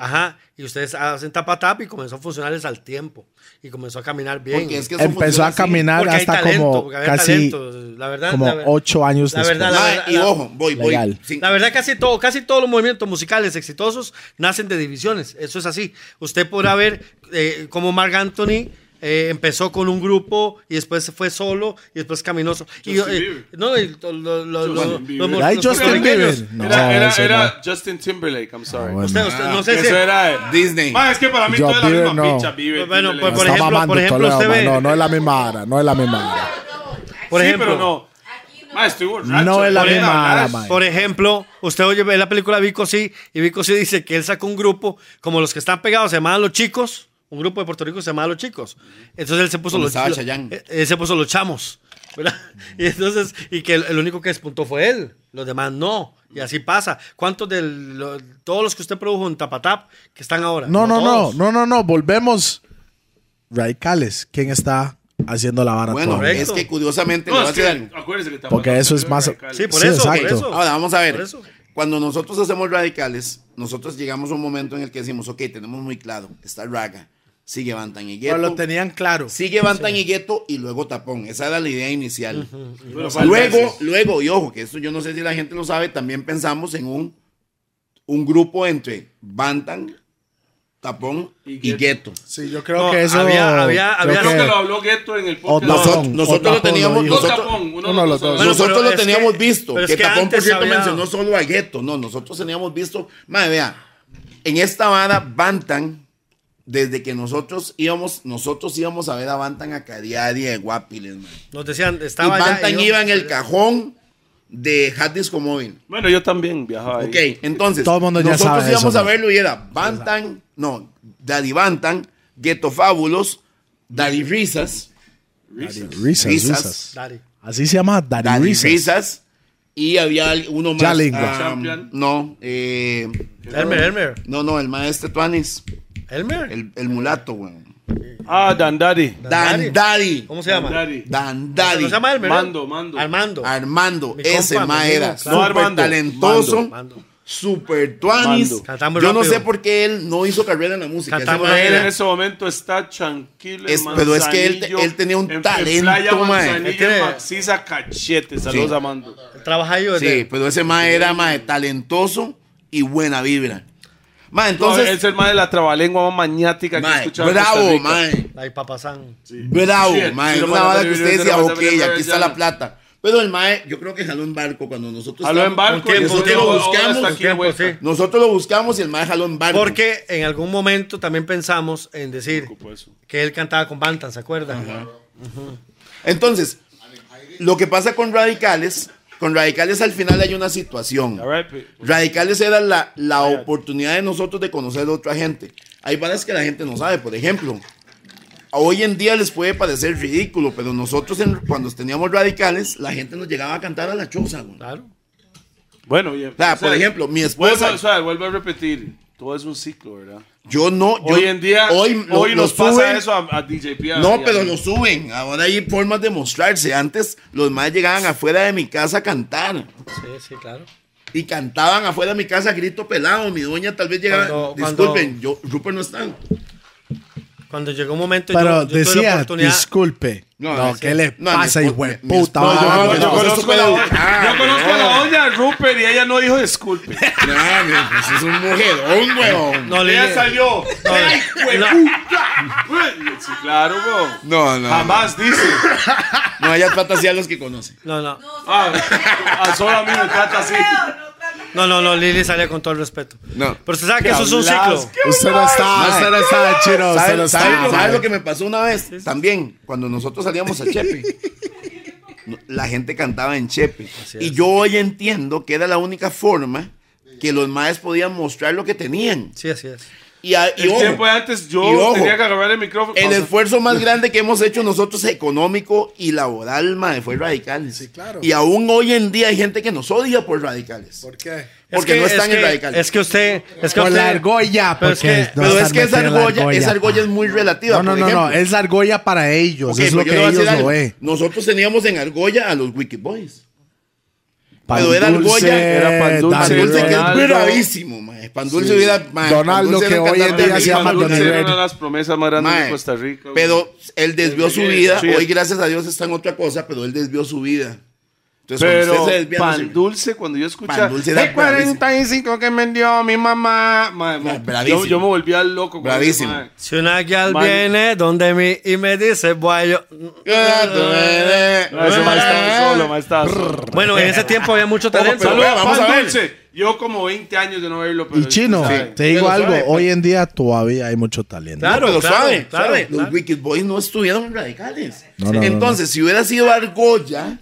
Speaker 4: Ajá. Y ustedes hacen tapa tapa y comenzó a funcionarles al tiempo. Y comenzó a caminar bien.
Speaker 3: Porque es que eso
Speaker 1: Empezó
Speaker 3: funciona
Speaker 1: a
Speaker 3: así.
Speaker 1: caminar
Speaker 4: Porque hay
Speaker 1: hasta
Speaker 4: talento,
Speaker 1: como
Speaker 4: porque había
Speaker 1: casi
Speaker 4: talento, la verdad,
Speaker 1: como
Speaker 4: la ver-
Speaker 1: ocho años
Speaker 4: la
Speaker 1: después.
Speaker 4: verdad, la-
Speaker 3: Mae, Ah, y ojo, voy, voy.
Speaker 1: Legal.
Speaker 3: Sin-
Speaker 4: La verdad, casi, todo, casi todos los movimientos musicales exitosos nacen de divisiones. Eso es así. Usted podrá ver eh, cómo Mark Anthony eh, empezó con un grupo y después se fue solo y después caminó solo. Y,
Speaker 2: Justin
Speaker 4: eh,
Speaker 2: Bieber.
Speaker 4: no, y lo- lo- lo-
Speaker 2: Justin
Speaker 4: lo-
Speaker 2: Bieber.
Speaker 4: los-
Speaker 1: Ay,
Speaker 4: los
Speaker 1: Justin
Speaker 4: puertorriqueños.
Speaker 1: Bieber. No,
Speaker 2: Era, era,
Speaker 1: eso
Speaker 2: era Justin Timberlake, I'm sorry.
Speaker 1: bueno.
Speaker 4: Usted- usted- no sé si.
Speaker 2: Ah, Eso era
Speaker 3: Disney.
Speaker 2: Ma, es que para mí
Speaker 1: Yo,
Speaker 2: todo es la
Speaker 1: Bieber,
Speaker 2: misma
Speaker 1: no.
Speaker 2: picha, Bieber,
Speaker 4: Bueno,
Speaker 2: Timberlake.
Speaker 4: pues, por
Speaker 1: Está
Speaker 4: ejemplo-
Speaker 1: mamando
Speaker 4: por ejemplo,
Speaker 1: Toledo,
Speaker 4: usted
Speaker 1: mae.
Speaker 4: ve-
Speaker 1: No, no es la misma vara, no es la misma vara.
Speaker 4: Por
Speaker 2: sí,
Speaker 4: ejemplo,
Speaker 2: pero no.
Speaker 5: Aquí no.
Speaker 2: Ma, estoy borracho.
Speaker 1: No es la
Speaker 2: Por ahí
Speaker 1: misma
Speaker 2: hablar.
Speaker 1: ala, ma.
Speaker 4: Por ejemplo, usted oye ve la película Vico sí y Vico sí dice que él sacó un grupo como los que están pegados se llamaban Los Chicos, un grupo de Puerto Rico se llamaba Los Chicos. Entonces él se puso
Speaker 3: Donde
Speaker 4: los
Speaker 3: estaba
Speaker 4: lo-
Speaker 3: Chayanne.
Speaker 4: eh, él se puso los chamos, ¿verdad? [laughs] Y entonces y que el, el único que despuntó fue él, los demás no. Y así pasa. ¿Cuántos de todos los que usted produjo en Tapatap que están ahora?
Speaker 1: No, no, no,
Speaker 4: todos.
Speaker 1: no, no, no, volvemos. Radicales, ¿quién está haciendo la vara
Speaker 3: Bueno,
Speaker 1: todavía?
Speaker 3: es que curiosamente le
Speaker 2: No,
Speaker 3: voy a
Speaker 2: es
Speaker 3: decir
Speaker 2: que,
Speaker 3: algo.
Speaker 2: acuérdese que está
Speaker 1: Porque
Speaker 2: pasando
Speaker 1: eso es
Speaker 2: por
Speaker 1: más-
Speaker 2: radicales.
Speaker 4: Sí, por
Speaker 1: Sí,
Speaker 4: eso, por
Speaker 1: exacto.
Speaker 4: eso.
Speaker 3: Ahora vamos a ver.
Speaker 4: Por eso.
Speaker 3: Cuando nosotros hacemos radicales, nosotros llegamos a un momento en el que decimos, ok, tenemos muy claro, está Raga, sigue Van Tanigueto,
Speaker 1: Pero lo tenían claro.
Speaker 3: sigue Van Tanigueto y luego Tapón. Esa era la idea inicial.
Speaker 2: Pero fue al
Speaker 3: Luego,
Speaker 2: revés.
Speaker 3: luego, y ojo, que esto yo no sé si la gente lo sabe, también pensamos en un, un grupo entre Bantan, Tapón
Speaker 2: Y
Speaker 3: y Gueto.
Speaker 1: Sí, yo creo
Speaker 4: No,
Speaker 1: que eso.
Speaker 4: había- había-
Speaker 1: creo
Speaker 4: había-
Speaker 2: Creo
Speaker 1: que-
Speaker 2: que lo habló Gueto en el podcast.
Speaker 1: Tapón,
Speaker 3: Nosotros- nosotros
Speaker 1: o
Speaker 3: lo
Speaker 1: Tapón
Speaker 3: teníamos-
Speaker 1: dijo.
Speaker 3: nosotros-
Speaker 2: Tapón, uno de
Speaker 1: uno de
Speaker 2: los
Speaker 1: los
Speaker 2: dos.
Speaker 1: dos.
Speaker 4: Bueno,
Speaker 3: nosotros
Speaker 4: pero
Speaker 3: lo
Speaker 4: es
Speaker 3: teníamos
Speaker 4: que-
Speaker 3: visto.
Speaker 4: pero es
Speaker 3: Que,
Speaker 4: que
Speaker 3: Tapón, por
Speaker 4: antes
Speaker 3: cierto,
Speaker 4: había-
Speaker 3: mencionó solo a Gueto. No, nosotros teníamos visto. Madre, vea. En esta vara, Bantan, desde que nosotros íbamos, nosotros íbamos a ver a Bantan a Cariadi de Guapiles, man.
Speaker 4: Nos decían,
Speaker 3: Y
Speaker 4: estaba allá
Speaker 3: Bantan
Speaker 4: yo-
Speaker 3: iba en el cajón de Hadis Comóvil.
Speaker 2: Bueno, yo también viajaba ahí.
Speaker 3: Ok, entonces.
Speaker 1: Todo el mundo ya
Speaker 3: nosotros
Speaker 1: sabe
Speaker 3: íbamos
Speaker 1: eso,
Speaker 3: a
Speaker 1: man.
Speaker 3: verlo y era Bantan, no, Daddy Bantan, Gueto Fábulos, Daddy Risas,
Speaker 1: Risas,
Speaker 3: Risas.
Speaker 1: risas.
Speaker 4: Dari.
Speaker 1: Así se llama Daddy,
Speaker 3: Daddy
Speaker 1: Risas.
Speaker 3: Risas. Y había uno más.
Speaker 1: Yalingo.
Speaker 3: ah,
Speaker 2: Champion.
Speaker 3: no, eh,
Speaker 4: Elmer, Elmer.
Speaker 3: No, no, el maestro Tuanis,
Speaker 4: Elmer.
Speaker 3: el, el mulato, güey.
Speaker 2: Ah, Dandari.
Speaker 3: Dan Daddy.
Speaker 4: ¿Cómo se llama?
Speaker 2: Dandari.
Speaker 3: Dan
Speaker 4: ¿Cómo
Speaker 3: Daddy.
Speaker 4: se llama Elmer?
Speaker 2: Mando, Mando.
Speaker 4: Armando.
Speaker 3: Armando,
Speaker 4: Mi
Speaker 3: ese
Speaker 4: compa, mi
Speaker 3: mae
Speaker 4: amigo,
Speaker 3: era
Speaker 4: claro.
Speaker 2: No,
Speaker 3: súper
Speaker 2: Armando.
Speaker 3: talentoso,
Speaker 4: Mando.
Speaker 3: súper tuanis.
Speaker 2: Mando.
Speaker 4: Cantaba muy
Speaker 3: Yo no
Speaker 4: rápido.
Speaker 3: sé por qué él no hizo carrera en la música.
Speaker 4: Cantaba
Speaker 3: Ese mae
Speaker 4: muy
Speaker 2: Él
Speaker 3: era-
Speaker 2: en ese momento está tranquilo.
Speaker 3: Es- pero es que él- él tenía un talento, mae.
Speaker 4: Él tiene-
Speaker 2: Maxiza Cachete. Saludos
Speaker 3: Sí.
Speaker 2: a Mando.
Speaker 4: Trabaja yo desde-
Speaker 3: Sí, pero ese mae era mae talentoso y buena vibra. Ma,
Speaker 2: Entonces, es
Speaker 3: entonces.
Speaker 2: el mae de la trabalengua más mañática que he
Speaker 3: ma,
Speaker 2: escuchado. en Costa
Speaker 3: bravo,
Speaker 2: Rica.
Speaker 3: ma.
Speaker 4: Ay, papasán.
Speaker 3: Bravo,
Speaker 2: Sí,
Speaker 3: mae.
Speaker 2: sí,
Speaker 3: Era
Speaker 2: lo mandaron
Speaker 3: una vara
Speaker 2: a
Speaker 3: que
Speaker 2: vivir,
Speaker 3: usted
Speaker 2: lo
Speaker 3: decía,
Speaker 2: mandaron
Speaker 3: ok,
Speaker 2: a vivir,
Speaker 3: aquí está
Speaker 2: ya.
Speaker 3: la plata. Pero el mae, yo creo que jaló en barco cuando nosotros.
Speaker 2: Habló en
Speaker 3: estábamos-
Speaker 2: barco y
Speaker 3: tiempo,
Speaker 2: después
Speaker 3: tiempo,
Speaker 2: llegó
Speaker 3: buscamos,
Speaker 2: ahora está aquí de
Speaker 4: tiempo,
Speaker 2: vuelta.
Speaker 4: sí.
Speaker 3: Nosotros lo buscamos y el mae jaló en barco.
Speaker 4: Porque en algún momento también pensamos en decir
Speaker 2: Ocupo eso.
Speaker 4: que él cantaba con Bantan, ¿se acuerdan?
Speaker 3: Entonces, lo que pasa con radicales, con radicales al final hay una situación.
Speaker 2: All right, pe-
Speaker 3: Radicales era la, la oportunidad de nosotros de conocer a otra gente. Hay varas que la gente no sabe, por ejemplo. Hoy en día les puede parecer ridículo, pero nosotros en- cuando teníamos radicales, la gente nos llegaba a cantar a la choza. güey.
Speaker 4: Claro.
Speaker 2: Bueno, bien.
Speaker 3: O sea, por ejemplo, mi
Speaker 2: Vuelvo,
Speaker 3: esposa,
Speaker 2: o sea, vuelvo a repetir. Todo es un ciclo, ¿verdad?
Speaker 3: yo no, yo-
Speaker 2: hoy en día, hoy,
Speaker 3: lo- lo
Speaker 2: nos pasa
Speaker 3: suben.
Speaker 2: eso a, a DJ Pia.
Speaker 3: No,
Speaker 2: y a-
Speaker 3: pero lo suben. Ahora hay formas de mostrarse. Antes los más llegaban afuera de mi casa a cantar.
Speaker 4: Sí, sí, claro.
Speaker 3: y cantaban afuera de mi casa grito pelado. Mi doña tal vez llegaba.
Speaker 4: Cuando-
Speaker 3: Disculpen, yo, Rupert no está.
Speaker 4: Cuando llegó un momento yo-
Speaker 1: Pero
Speaker 4: yo, tuve la
Speaker 1: decía,
Speaker 4: oportunidad-
Speaker 1: disculpe. No,
Speaker 3: sí.
Speaker 1: ¿qué le
Speaker 3: No, mi
Speaker 1: pasa,
Speaker 3: espo-
Speaker 1: hijo de
Speaker 3: mi- mi
Speaker 1: puta?
Speaker 3: esposa-
Speaker 1: vara,
Speaker 2: Yo,
Speaker 3: No,
Speaker 1: güey?
Speaker 3: no,
Speaker 1: Entonces,
Speaker 2: conozco, a la, doña-
Speaker 3: Ah,
Speaker 2: yo conozco a la doña Rupert y ella no dijo disculpe.
Speaker 3: [laughs] No, mi- pues es un mujerón, weón.
Speaker 4: No,
Speaker 2: ella
Speaker 4: Lili-
Speaker 2: salió. ¡Ay, hueputa! Sí, claro, bro.
Speaker 3: No, no.
Speaker 2: Jamás dice.
Speaker 3: No, ella trata así a los que conoce.
Speaker 4: No, no,
Speaker 5: No, solo
Speaker 2: Ah, ah, solo [laughs] a mí me trata así.
Speaker 5: creo, no trata-
Speaker 4: no, no, no, Lili salía con todo el respeto.
Speaker 3: No.
Speaker 4: Pero usted sabe que eso es un
Speaker 2: hablas?
Speaker 4: ciclo.
Speaker 1: Usted no está,
Speaker 3: Mae.
Speaker 1: usted no está, chino. Usted no
Speaker 3: ¿Sabes
Speaker 1: está.
Speaker 3: ¿sabe lo
Speaker 1: mae.
Speaker 3: que me pasó una vez? También, cuando nosotros salíamos a Chepe. No, La gente cantaba en Chepe.
Speaker 4: Así
Speaker 3: Y
Speaker 4: es.
Speaker 3: yo hoy entiendo que era la única forma que los maes podían mostrar lo que tenían.
Speaker 4: Sí, así es.
Speaker 3: Y, a- y
Speaker 2: El
Speaker 3: ojo,
Speaker 2: tiempo de antes yo
Speaker 3: y ojo,
Speaker 2: tenía que agarrar el micrófono.
Speaker 3: El
Speaker 2: Pausa.
Speaker 3: esfuerzo más grande que hemos hecho nosotros económico y laboral, mae, fue radicales.
Speaker 1: claro.
Speaker 3: Y aún hoy en día hay gente que nos odia por radicales.
Speaker 1: ¿Por qué?
Speaker 3: Porque no están en radicales.
Speaker 4: Es que usted. Es que
Speaker 1: Con
Speaker 4: usted-
Speaker 1: la argolla,
Speaker 4: pero es
Speaker 1: porque
Speaker 4: que-
Speaker 1: no
Speaker 3: Pero
Speaker 1: están
Speaker 3: es que esa
Speaker 1: metiendo la
Speaker 3: argolla, esa argolla es muy relativa.
Speaker 1: No, no,
Speaker 3: por
Speaker 1: no, no,
Speaker 3: ejemplo.
Speaker 1: es la argolla para ellos,
Speaker 3: Ok,
Speaker 1: Pues es
Speaker 3: pero
Speaker 1: lo
Speaker 3: yo le voy
Speaker 1: que
Speaker 3: a decir
Speaker 1: ellos lo
Speaker 3: algo.
Speaker 1: ven.
Speaker 3: Nosotros teníamos en argolla a los Wiki Boys.
Speaker 1: Pan
Speaker 3: pero era
Speaker 1: dulce, eh,
Speaker 3: argolla,
Speaker 2: era pan
Speaker 1: Daniel,
Speaker 2: dulce,
Speaker 3: Pan Dulce que es
Speaker 2: Ronaldo.
Speaker 3: bravísimo, mae. Pan Dulce hubiera... mae, Pan
Speaker 1: Donaldo,
Speaker 3: Dulce
Speaker 1: que
Speaker 3: era un
Speaker 1: hoy en
Speaker 3: cantante
Speaker 1: día
Speaker 2: Pan
Speaker 1: se llama
Speaker 3: bravísimo,
Speaker 2: Dulce
Speaker 1: Don
Speaker 2: era
Speaker 1: Iver.
Speaker 2: una de las promesas más grandes de
Speaker 3: mae.
Speaker 2: Costa Rica. güey.
Speaker 3: Pero él desvió su
Speaker 2: Sí,
Speaker 3: vida.
Speaker 2: sí.
Speaker 3: Hoy, gracias a Dios, está en otra cosa, pero él desvió su vida. Entonces, cuando
Speaker 2: Pero
Speaker 3: usted se desvía, no
Speaker 2: pan
Speaker 3: sirve.
Speaker 2: dulce, cuando yo escuché
Speaker 3: Pan Dulce era
Speaker 2: el 45 que me dio mi mamá, mae, mae,
Speaker 3: Ah, bravísimo.
Speaker 2: yo, yo me volví al loco. con
Speaker 3: Bravísimo.
Speaker 2: ese mae.
Speaker 4: Si una guial
Speaker 2: Man-
Speaker 4: viene donde mí y me dice, bueno,
Speaker 2: Ah,
Speaker 3: Ah,
Speaker 2: No, ese mae estaba solo, mae, estaba solo.
Speaker 4: bueno, en ese tiempo había mucho talento.
Speaker 3: Eh. pero-
Speaker 2: Saludos,
Speaker 3: vea, vamos
Speaker 2: pan
Speaker 3: a ver.
Speaker 2: dulce. Yo como 20 años de no verlo. Pero
Speaker 1: Y
Speaker 2: este
Speaker 1: chino,
Speaker 2: sabe.
Speaker 1: te digo
Speaker 3: Pero
Speaker 1: algo,
Speaker 3: suave,
Speaker 1: hoy en día todavía hay mucho talento.
Speaker 4: Claro,
Speaker 3: pero
Speaker 4: claro,
Speaker 3: sabe,
Speaker 4: claro,
Speaker 3: sabe,
Speaker 4: claro.
Speaker 3: los Wicked Boys no estuvieron radicales.
Speaker 1: No, no,
Speaker 3: Entonces, si hubiera sido Argolla,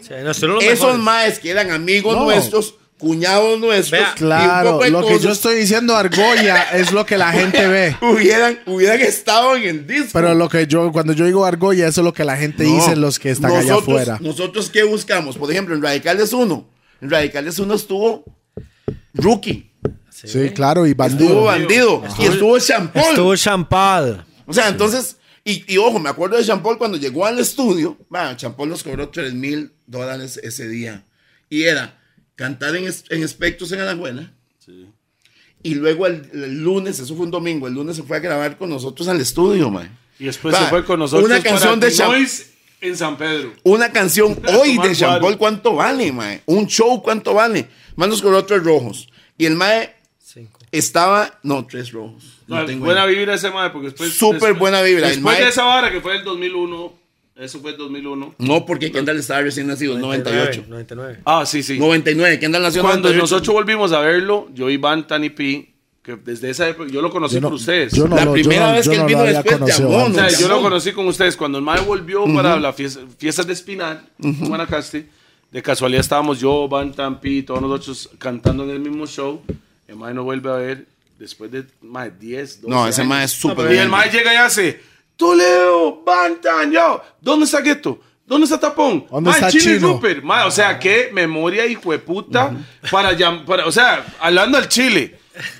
Speaker 4: Sí, no, son los
Speaker 3: esos
Speaker 4: mejores.
Speaker 3: maes que eran amigos
Speaker 1: No.
Speaker 3: nuestros, cuñados nuestros,
Speaker 4: Vea,
Speaker 3: y un
Speaker 1: Claro,
Speaker 3: poco de
Speaker 1: lo que yo
Speaker 3: cosas,
Speaker 1: estoy diciendo argolla es lo que la gente ve.
Speaker 3: hubieran, hubieran estado en el disco.
Speaker 1: Pero lo que yo, cuando yo digo argolla, eso es lo que la gente
Speaker 3: No.
Speaker 1: dice los que están allá
Speaker 3: Nosotros-
Speaker 1: afuera.
Speaker 3: Nosotros, ¿qué buscamos? Por ejemplo, en Radicales 1. En Radicales 1 estuvo Rookie,
Speaker 1: Sí, claro, y bandido.
Speaker 3: estuvo Bandido, y estuvo Champón.
Speaker 4: Estuvo champal.
Speaker 3: O sea, entonces, y, y ojo, me acuerdo de Champol cuando llegó al estudio, bueno, Champol nos cobró 3 mil dólares ese día. Y era cantar en, es- en espectros en Alajuela. Y luego el, el lunes, eso fue un domingo, el lunes se fue a grabar con nosotros al estudio, man.
Speaker 2: Y después
Speaker 3: Va,
Speaker 2: se fue con nosotros
Speaker 3: una canción
Speaker 2: para
Speaker 3: de Cham-
Speaker 2: Noise en San Pedro.
Speaker 3: Una
Speaker 2: [laughs]
Speaker 3: canción hoy
Speaker 2: Tomar
Speaker 3: de Champol,
Speaker 2: cuadro.
Speaker 3: ¿cuánto vale, man? Un show, ¿cuánto vale? Más nos cobró tres rojos. Y el mae
Speaker 4: Cinco.
Speaker 3: estaba, no, tres rojos. No
Speaker 2: Mae,
Speaker 3: tengo
Speaker 2: buena
Speaker 3: idea.
Speaker 2: vibra ese mae, porque después...
Speaker 3: Súper
Speaker 2: después-
Speaker 3: buena vibra, el
Speaker 2: Después
Speaker 3: mae-
Speaker 2: de esa vara que fue el 2001, eso fue el 2001.
Speaker 3: no, porque Kendall estaba recién nacido, 98.
Speaker 4: 99.
Speaker 2: Ah, sí, sí.
Speaker 3: 99, Kendall nació en
Speaker 2: Cuando
Speaker 3: 98.
Speaker 2: nosotros volvimos a verlo, yo, Iván, Tani P, que desde esa época, yo lo conocí
Speaker 1: Yo no-
Speaker 2: por ustedes.
Speaker 1: yo no
Speaker 3: La
Speaker 1: lo- yo
Speaker 3: primera
Speaker 1: no-
Speaker 3: vez
Speaker 1: yo
Speaker 3: que él
Speaker 1: no lo
Speaker 3: vino
Speaker 1: había
Speaker 3: después,
Speaker 1: conocido
Speaker 3: llamó,
Speaker 2: O
Speaker 1: antes.
Speaker 2: sea, yo lo
Speaker 3: Ujú.
Speaker 2: conocí con ustedes cuando el mae volvió para las fiestas de Espinal, en Guanacaste. De casualidad estábamos yo, Van Tampi, todos nosotros cantando en el mismo show. El mae nos vuelve a ver después de mae, 10, 12
Speaker 3: No, ese mae es
Speaker 2: años.
Speaker 3: súper
Speaker 2: Y el
Speaker 3: bien.
Speaker 2: mae llega y hace, tú Leo, Van Tam, yo, ¿dónde está Gueto? ¿Dónde está Tapón?
Speaker 1: ¿Dónde
Speaker 2: Mae,
Speaker 1: está
Speaker 2: Chino y
Speaker 1: Chino?
Speaker 2: Rupert. Mae, o sea, qué memoria y jueputa para, llam- para, o sea, hablando al Chile.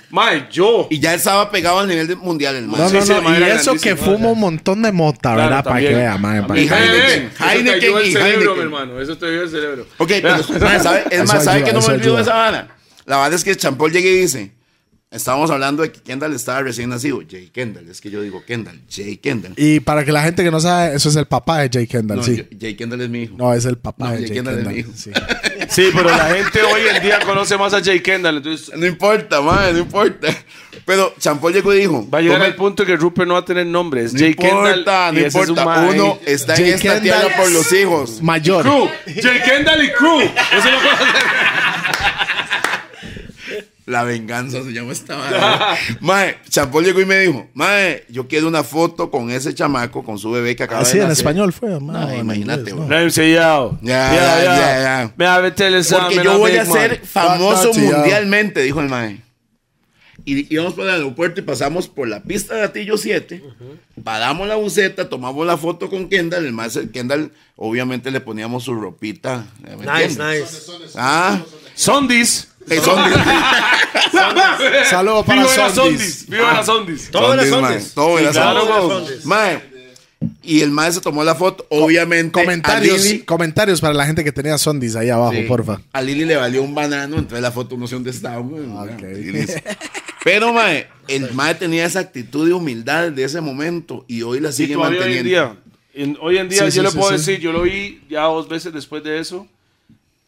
Speaker 2: Mae, yo.
Speaker 3: Y ya él estaba pegado al nivel de- mundial, el
Speaker 1: No,
Speaker 3: man.
Speaker 2: Sí,
Speaker 1: no,
Speaker 2: sí, la
Speaker 1: no,
Speaker 2: madre
Speaker 1: y
Speaker 2: era
Speaker 1: eso que
Speaker 2: grandísima,
Speaker 1: fuma un montón de mota,
Speaker 2: Claro,
Speaker 1: ¿verdad? Para que
Speaker 2: también.
Speaker 1: vea, madre, para
Speaker 2: Y
Speaker 1: que
Speaker 3: Heineken.
Speaker 1: vea.
Speaker 2: Heineken.
Speaker 3: Heineken
Speaker 2: Eso te ayuda
Speaker 3: y
Speaker 2: el cerebro,
Speaker 3: Heineken.
Speaker 2: mi hermano. Eso te ayuda el cerebro.
Speaker 3: Ok,
Speaker 2: [laughs]
Speaker 3: pero
Speaker 2: Vea.
Speaker 3: mae, ¿sabe? es
Speaker 1: Eso
Speaker 3: más, ¿sabe
Speaker 1: ayuda,
Speaker 3: que no me
Speaker 1: eso
Speaker 3: olvido de
Speaker 1: ayuda.
Speaker 3: esa vara? La verdad es que Champol llega y dice, estábamos hablando de que Kendall estaba recién nacido. Jay Kendall, es que yo digo Kendall, Jay Kendall.
Speaker 1: Y para que la gente que no sabe, eso es el papá de Jay Kendall,
Speaker 3: No,
Speaker 1: sí.
Speaker 3: yo- Jay Kendall es mi hijo.
Speaker 1: No, es el papá
Speaker 3: No,
Speaker 1: de
Speaker 3: Jay
Speaker 1: Jay
Speaker 3: Kendall es
Speaker 1: Kendall.
Speaker 3: mi hijo.
Speaker 1: sí.
Speaker 2: Sí, pero [laughs]
Speaker 3: [laughs]
Speaker 2: la gente hoy en día conoce más a Jay Kendall, entonces
Speaker 3: No importa, madre, no importa. Pero Champol llegó y dijo:
Speaker 2: va a llegar
Speaker 3: "Tome-
Speaker 2: al punto que Rupert no va a tener nombre. Es
Speaker 3: No
Speaker 2: Jay
Speaker 3: importa,
Speaker 2: Kendall.
Speaker 3: no
Speaker 2: y ese es un
Speaker 3: importa.
Speaker 2: mae.
Speaker 3: Uno está en
Speaker 1: Jay
Speaker 3: esta
Speaker 1: Kendall.
Speaker 3: tierra por los hijos.
Speaker 1: Mayor.
Speaker 2: Crew. Jay Kendall y Crew. Eso lo conoce.
Speaker 3: La venganza se llama esta
Speaker 4: [laughs]
Speaker 3: madre. mae, Champol llegó y me dijo: Mae, yo quiero una foto con ese chamaco, con su bebé que acaba
Speaker 1: Así
Speaker 3: de
Speaker 1: en
Speaker 3: nacer".
Speaker 1: español fue. ma,
Speaker 3: Ay,
Speaker 1: en
Speaker 3: imagínate,
Speaker 1: inglés,
Speaker 3: güey.
Speaker 1: ¿no?
Speaker 2: Let him say yo.
Speaker 3: Ya, ya, ya, ya.
Speaker 2: Me have a tell you
Speaker 3: Porque
Speaker 2: something,
Speaker 3: yo
Speaker 2: I'm
Speaker 3: voy
Speaker 2: big
Speaker 3: a
Speaker 2: man.
Speaker 3: ser famoso
Speaker 1: Fantástico.
Speaker 3: mundialmente, dijo el mae. Y íbamos para el aeropuerto y pasamos por la pista de Atillo 7, paramos la buceta, tomamos la foto con Kendall, el mae, se- Kendall obviamente le poníamos su ropita. ¿me entiendes?
Speaker 4: Nice, nice.
Speaker 3: Ah, [laughs]
Speaker 2: Sondis.
Speaker 3: que son
Speaker 1: Saludos para
Speaker 2: Viva
Speaker 1: Sondis.
Speaker 2: las Sondis. Viva
Speaker 3: Ah.
Speaker 2: las Sondis.
Speaker 4: Todo era
Speaker 3: Zombies,
Speaker 4: Sundays.
Speaker 3: mae, todo era
Speaker 2: claro, güey.
Speaker 3: Zombies. Mae, y el mae se tomó la foto, obviamente.
Speaker 1: Comentarios,
Speaker 3: A Lili, eh,
Speaker 1: comentarios para la gente que tenía Sondis ahí abajo, porfa.
Speaker 3: a Lili le valió un banano, entonces la foto no sé dónde estaba. güey,
Speaker 1: Ah, ok.
Speaker 3: y listo. Pero mae, el mae tenía esa actitud de humildad de ese momento y hoy la sigue
Speaker 2: Y todavía hoy en
Speaker 3: manteniendo.
Speaker 2: día, en- hoy en día
Speaker 1: Sí,
Speaker 2: yo
Speaker 1: sí,
Speaker 2: le
Speaker 1: sí,
Speaker 2: puedo
Speaker 1: sí.
Speaker 2: decir, yo lo vi ya dos veces después de eso,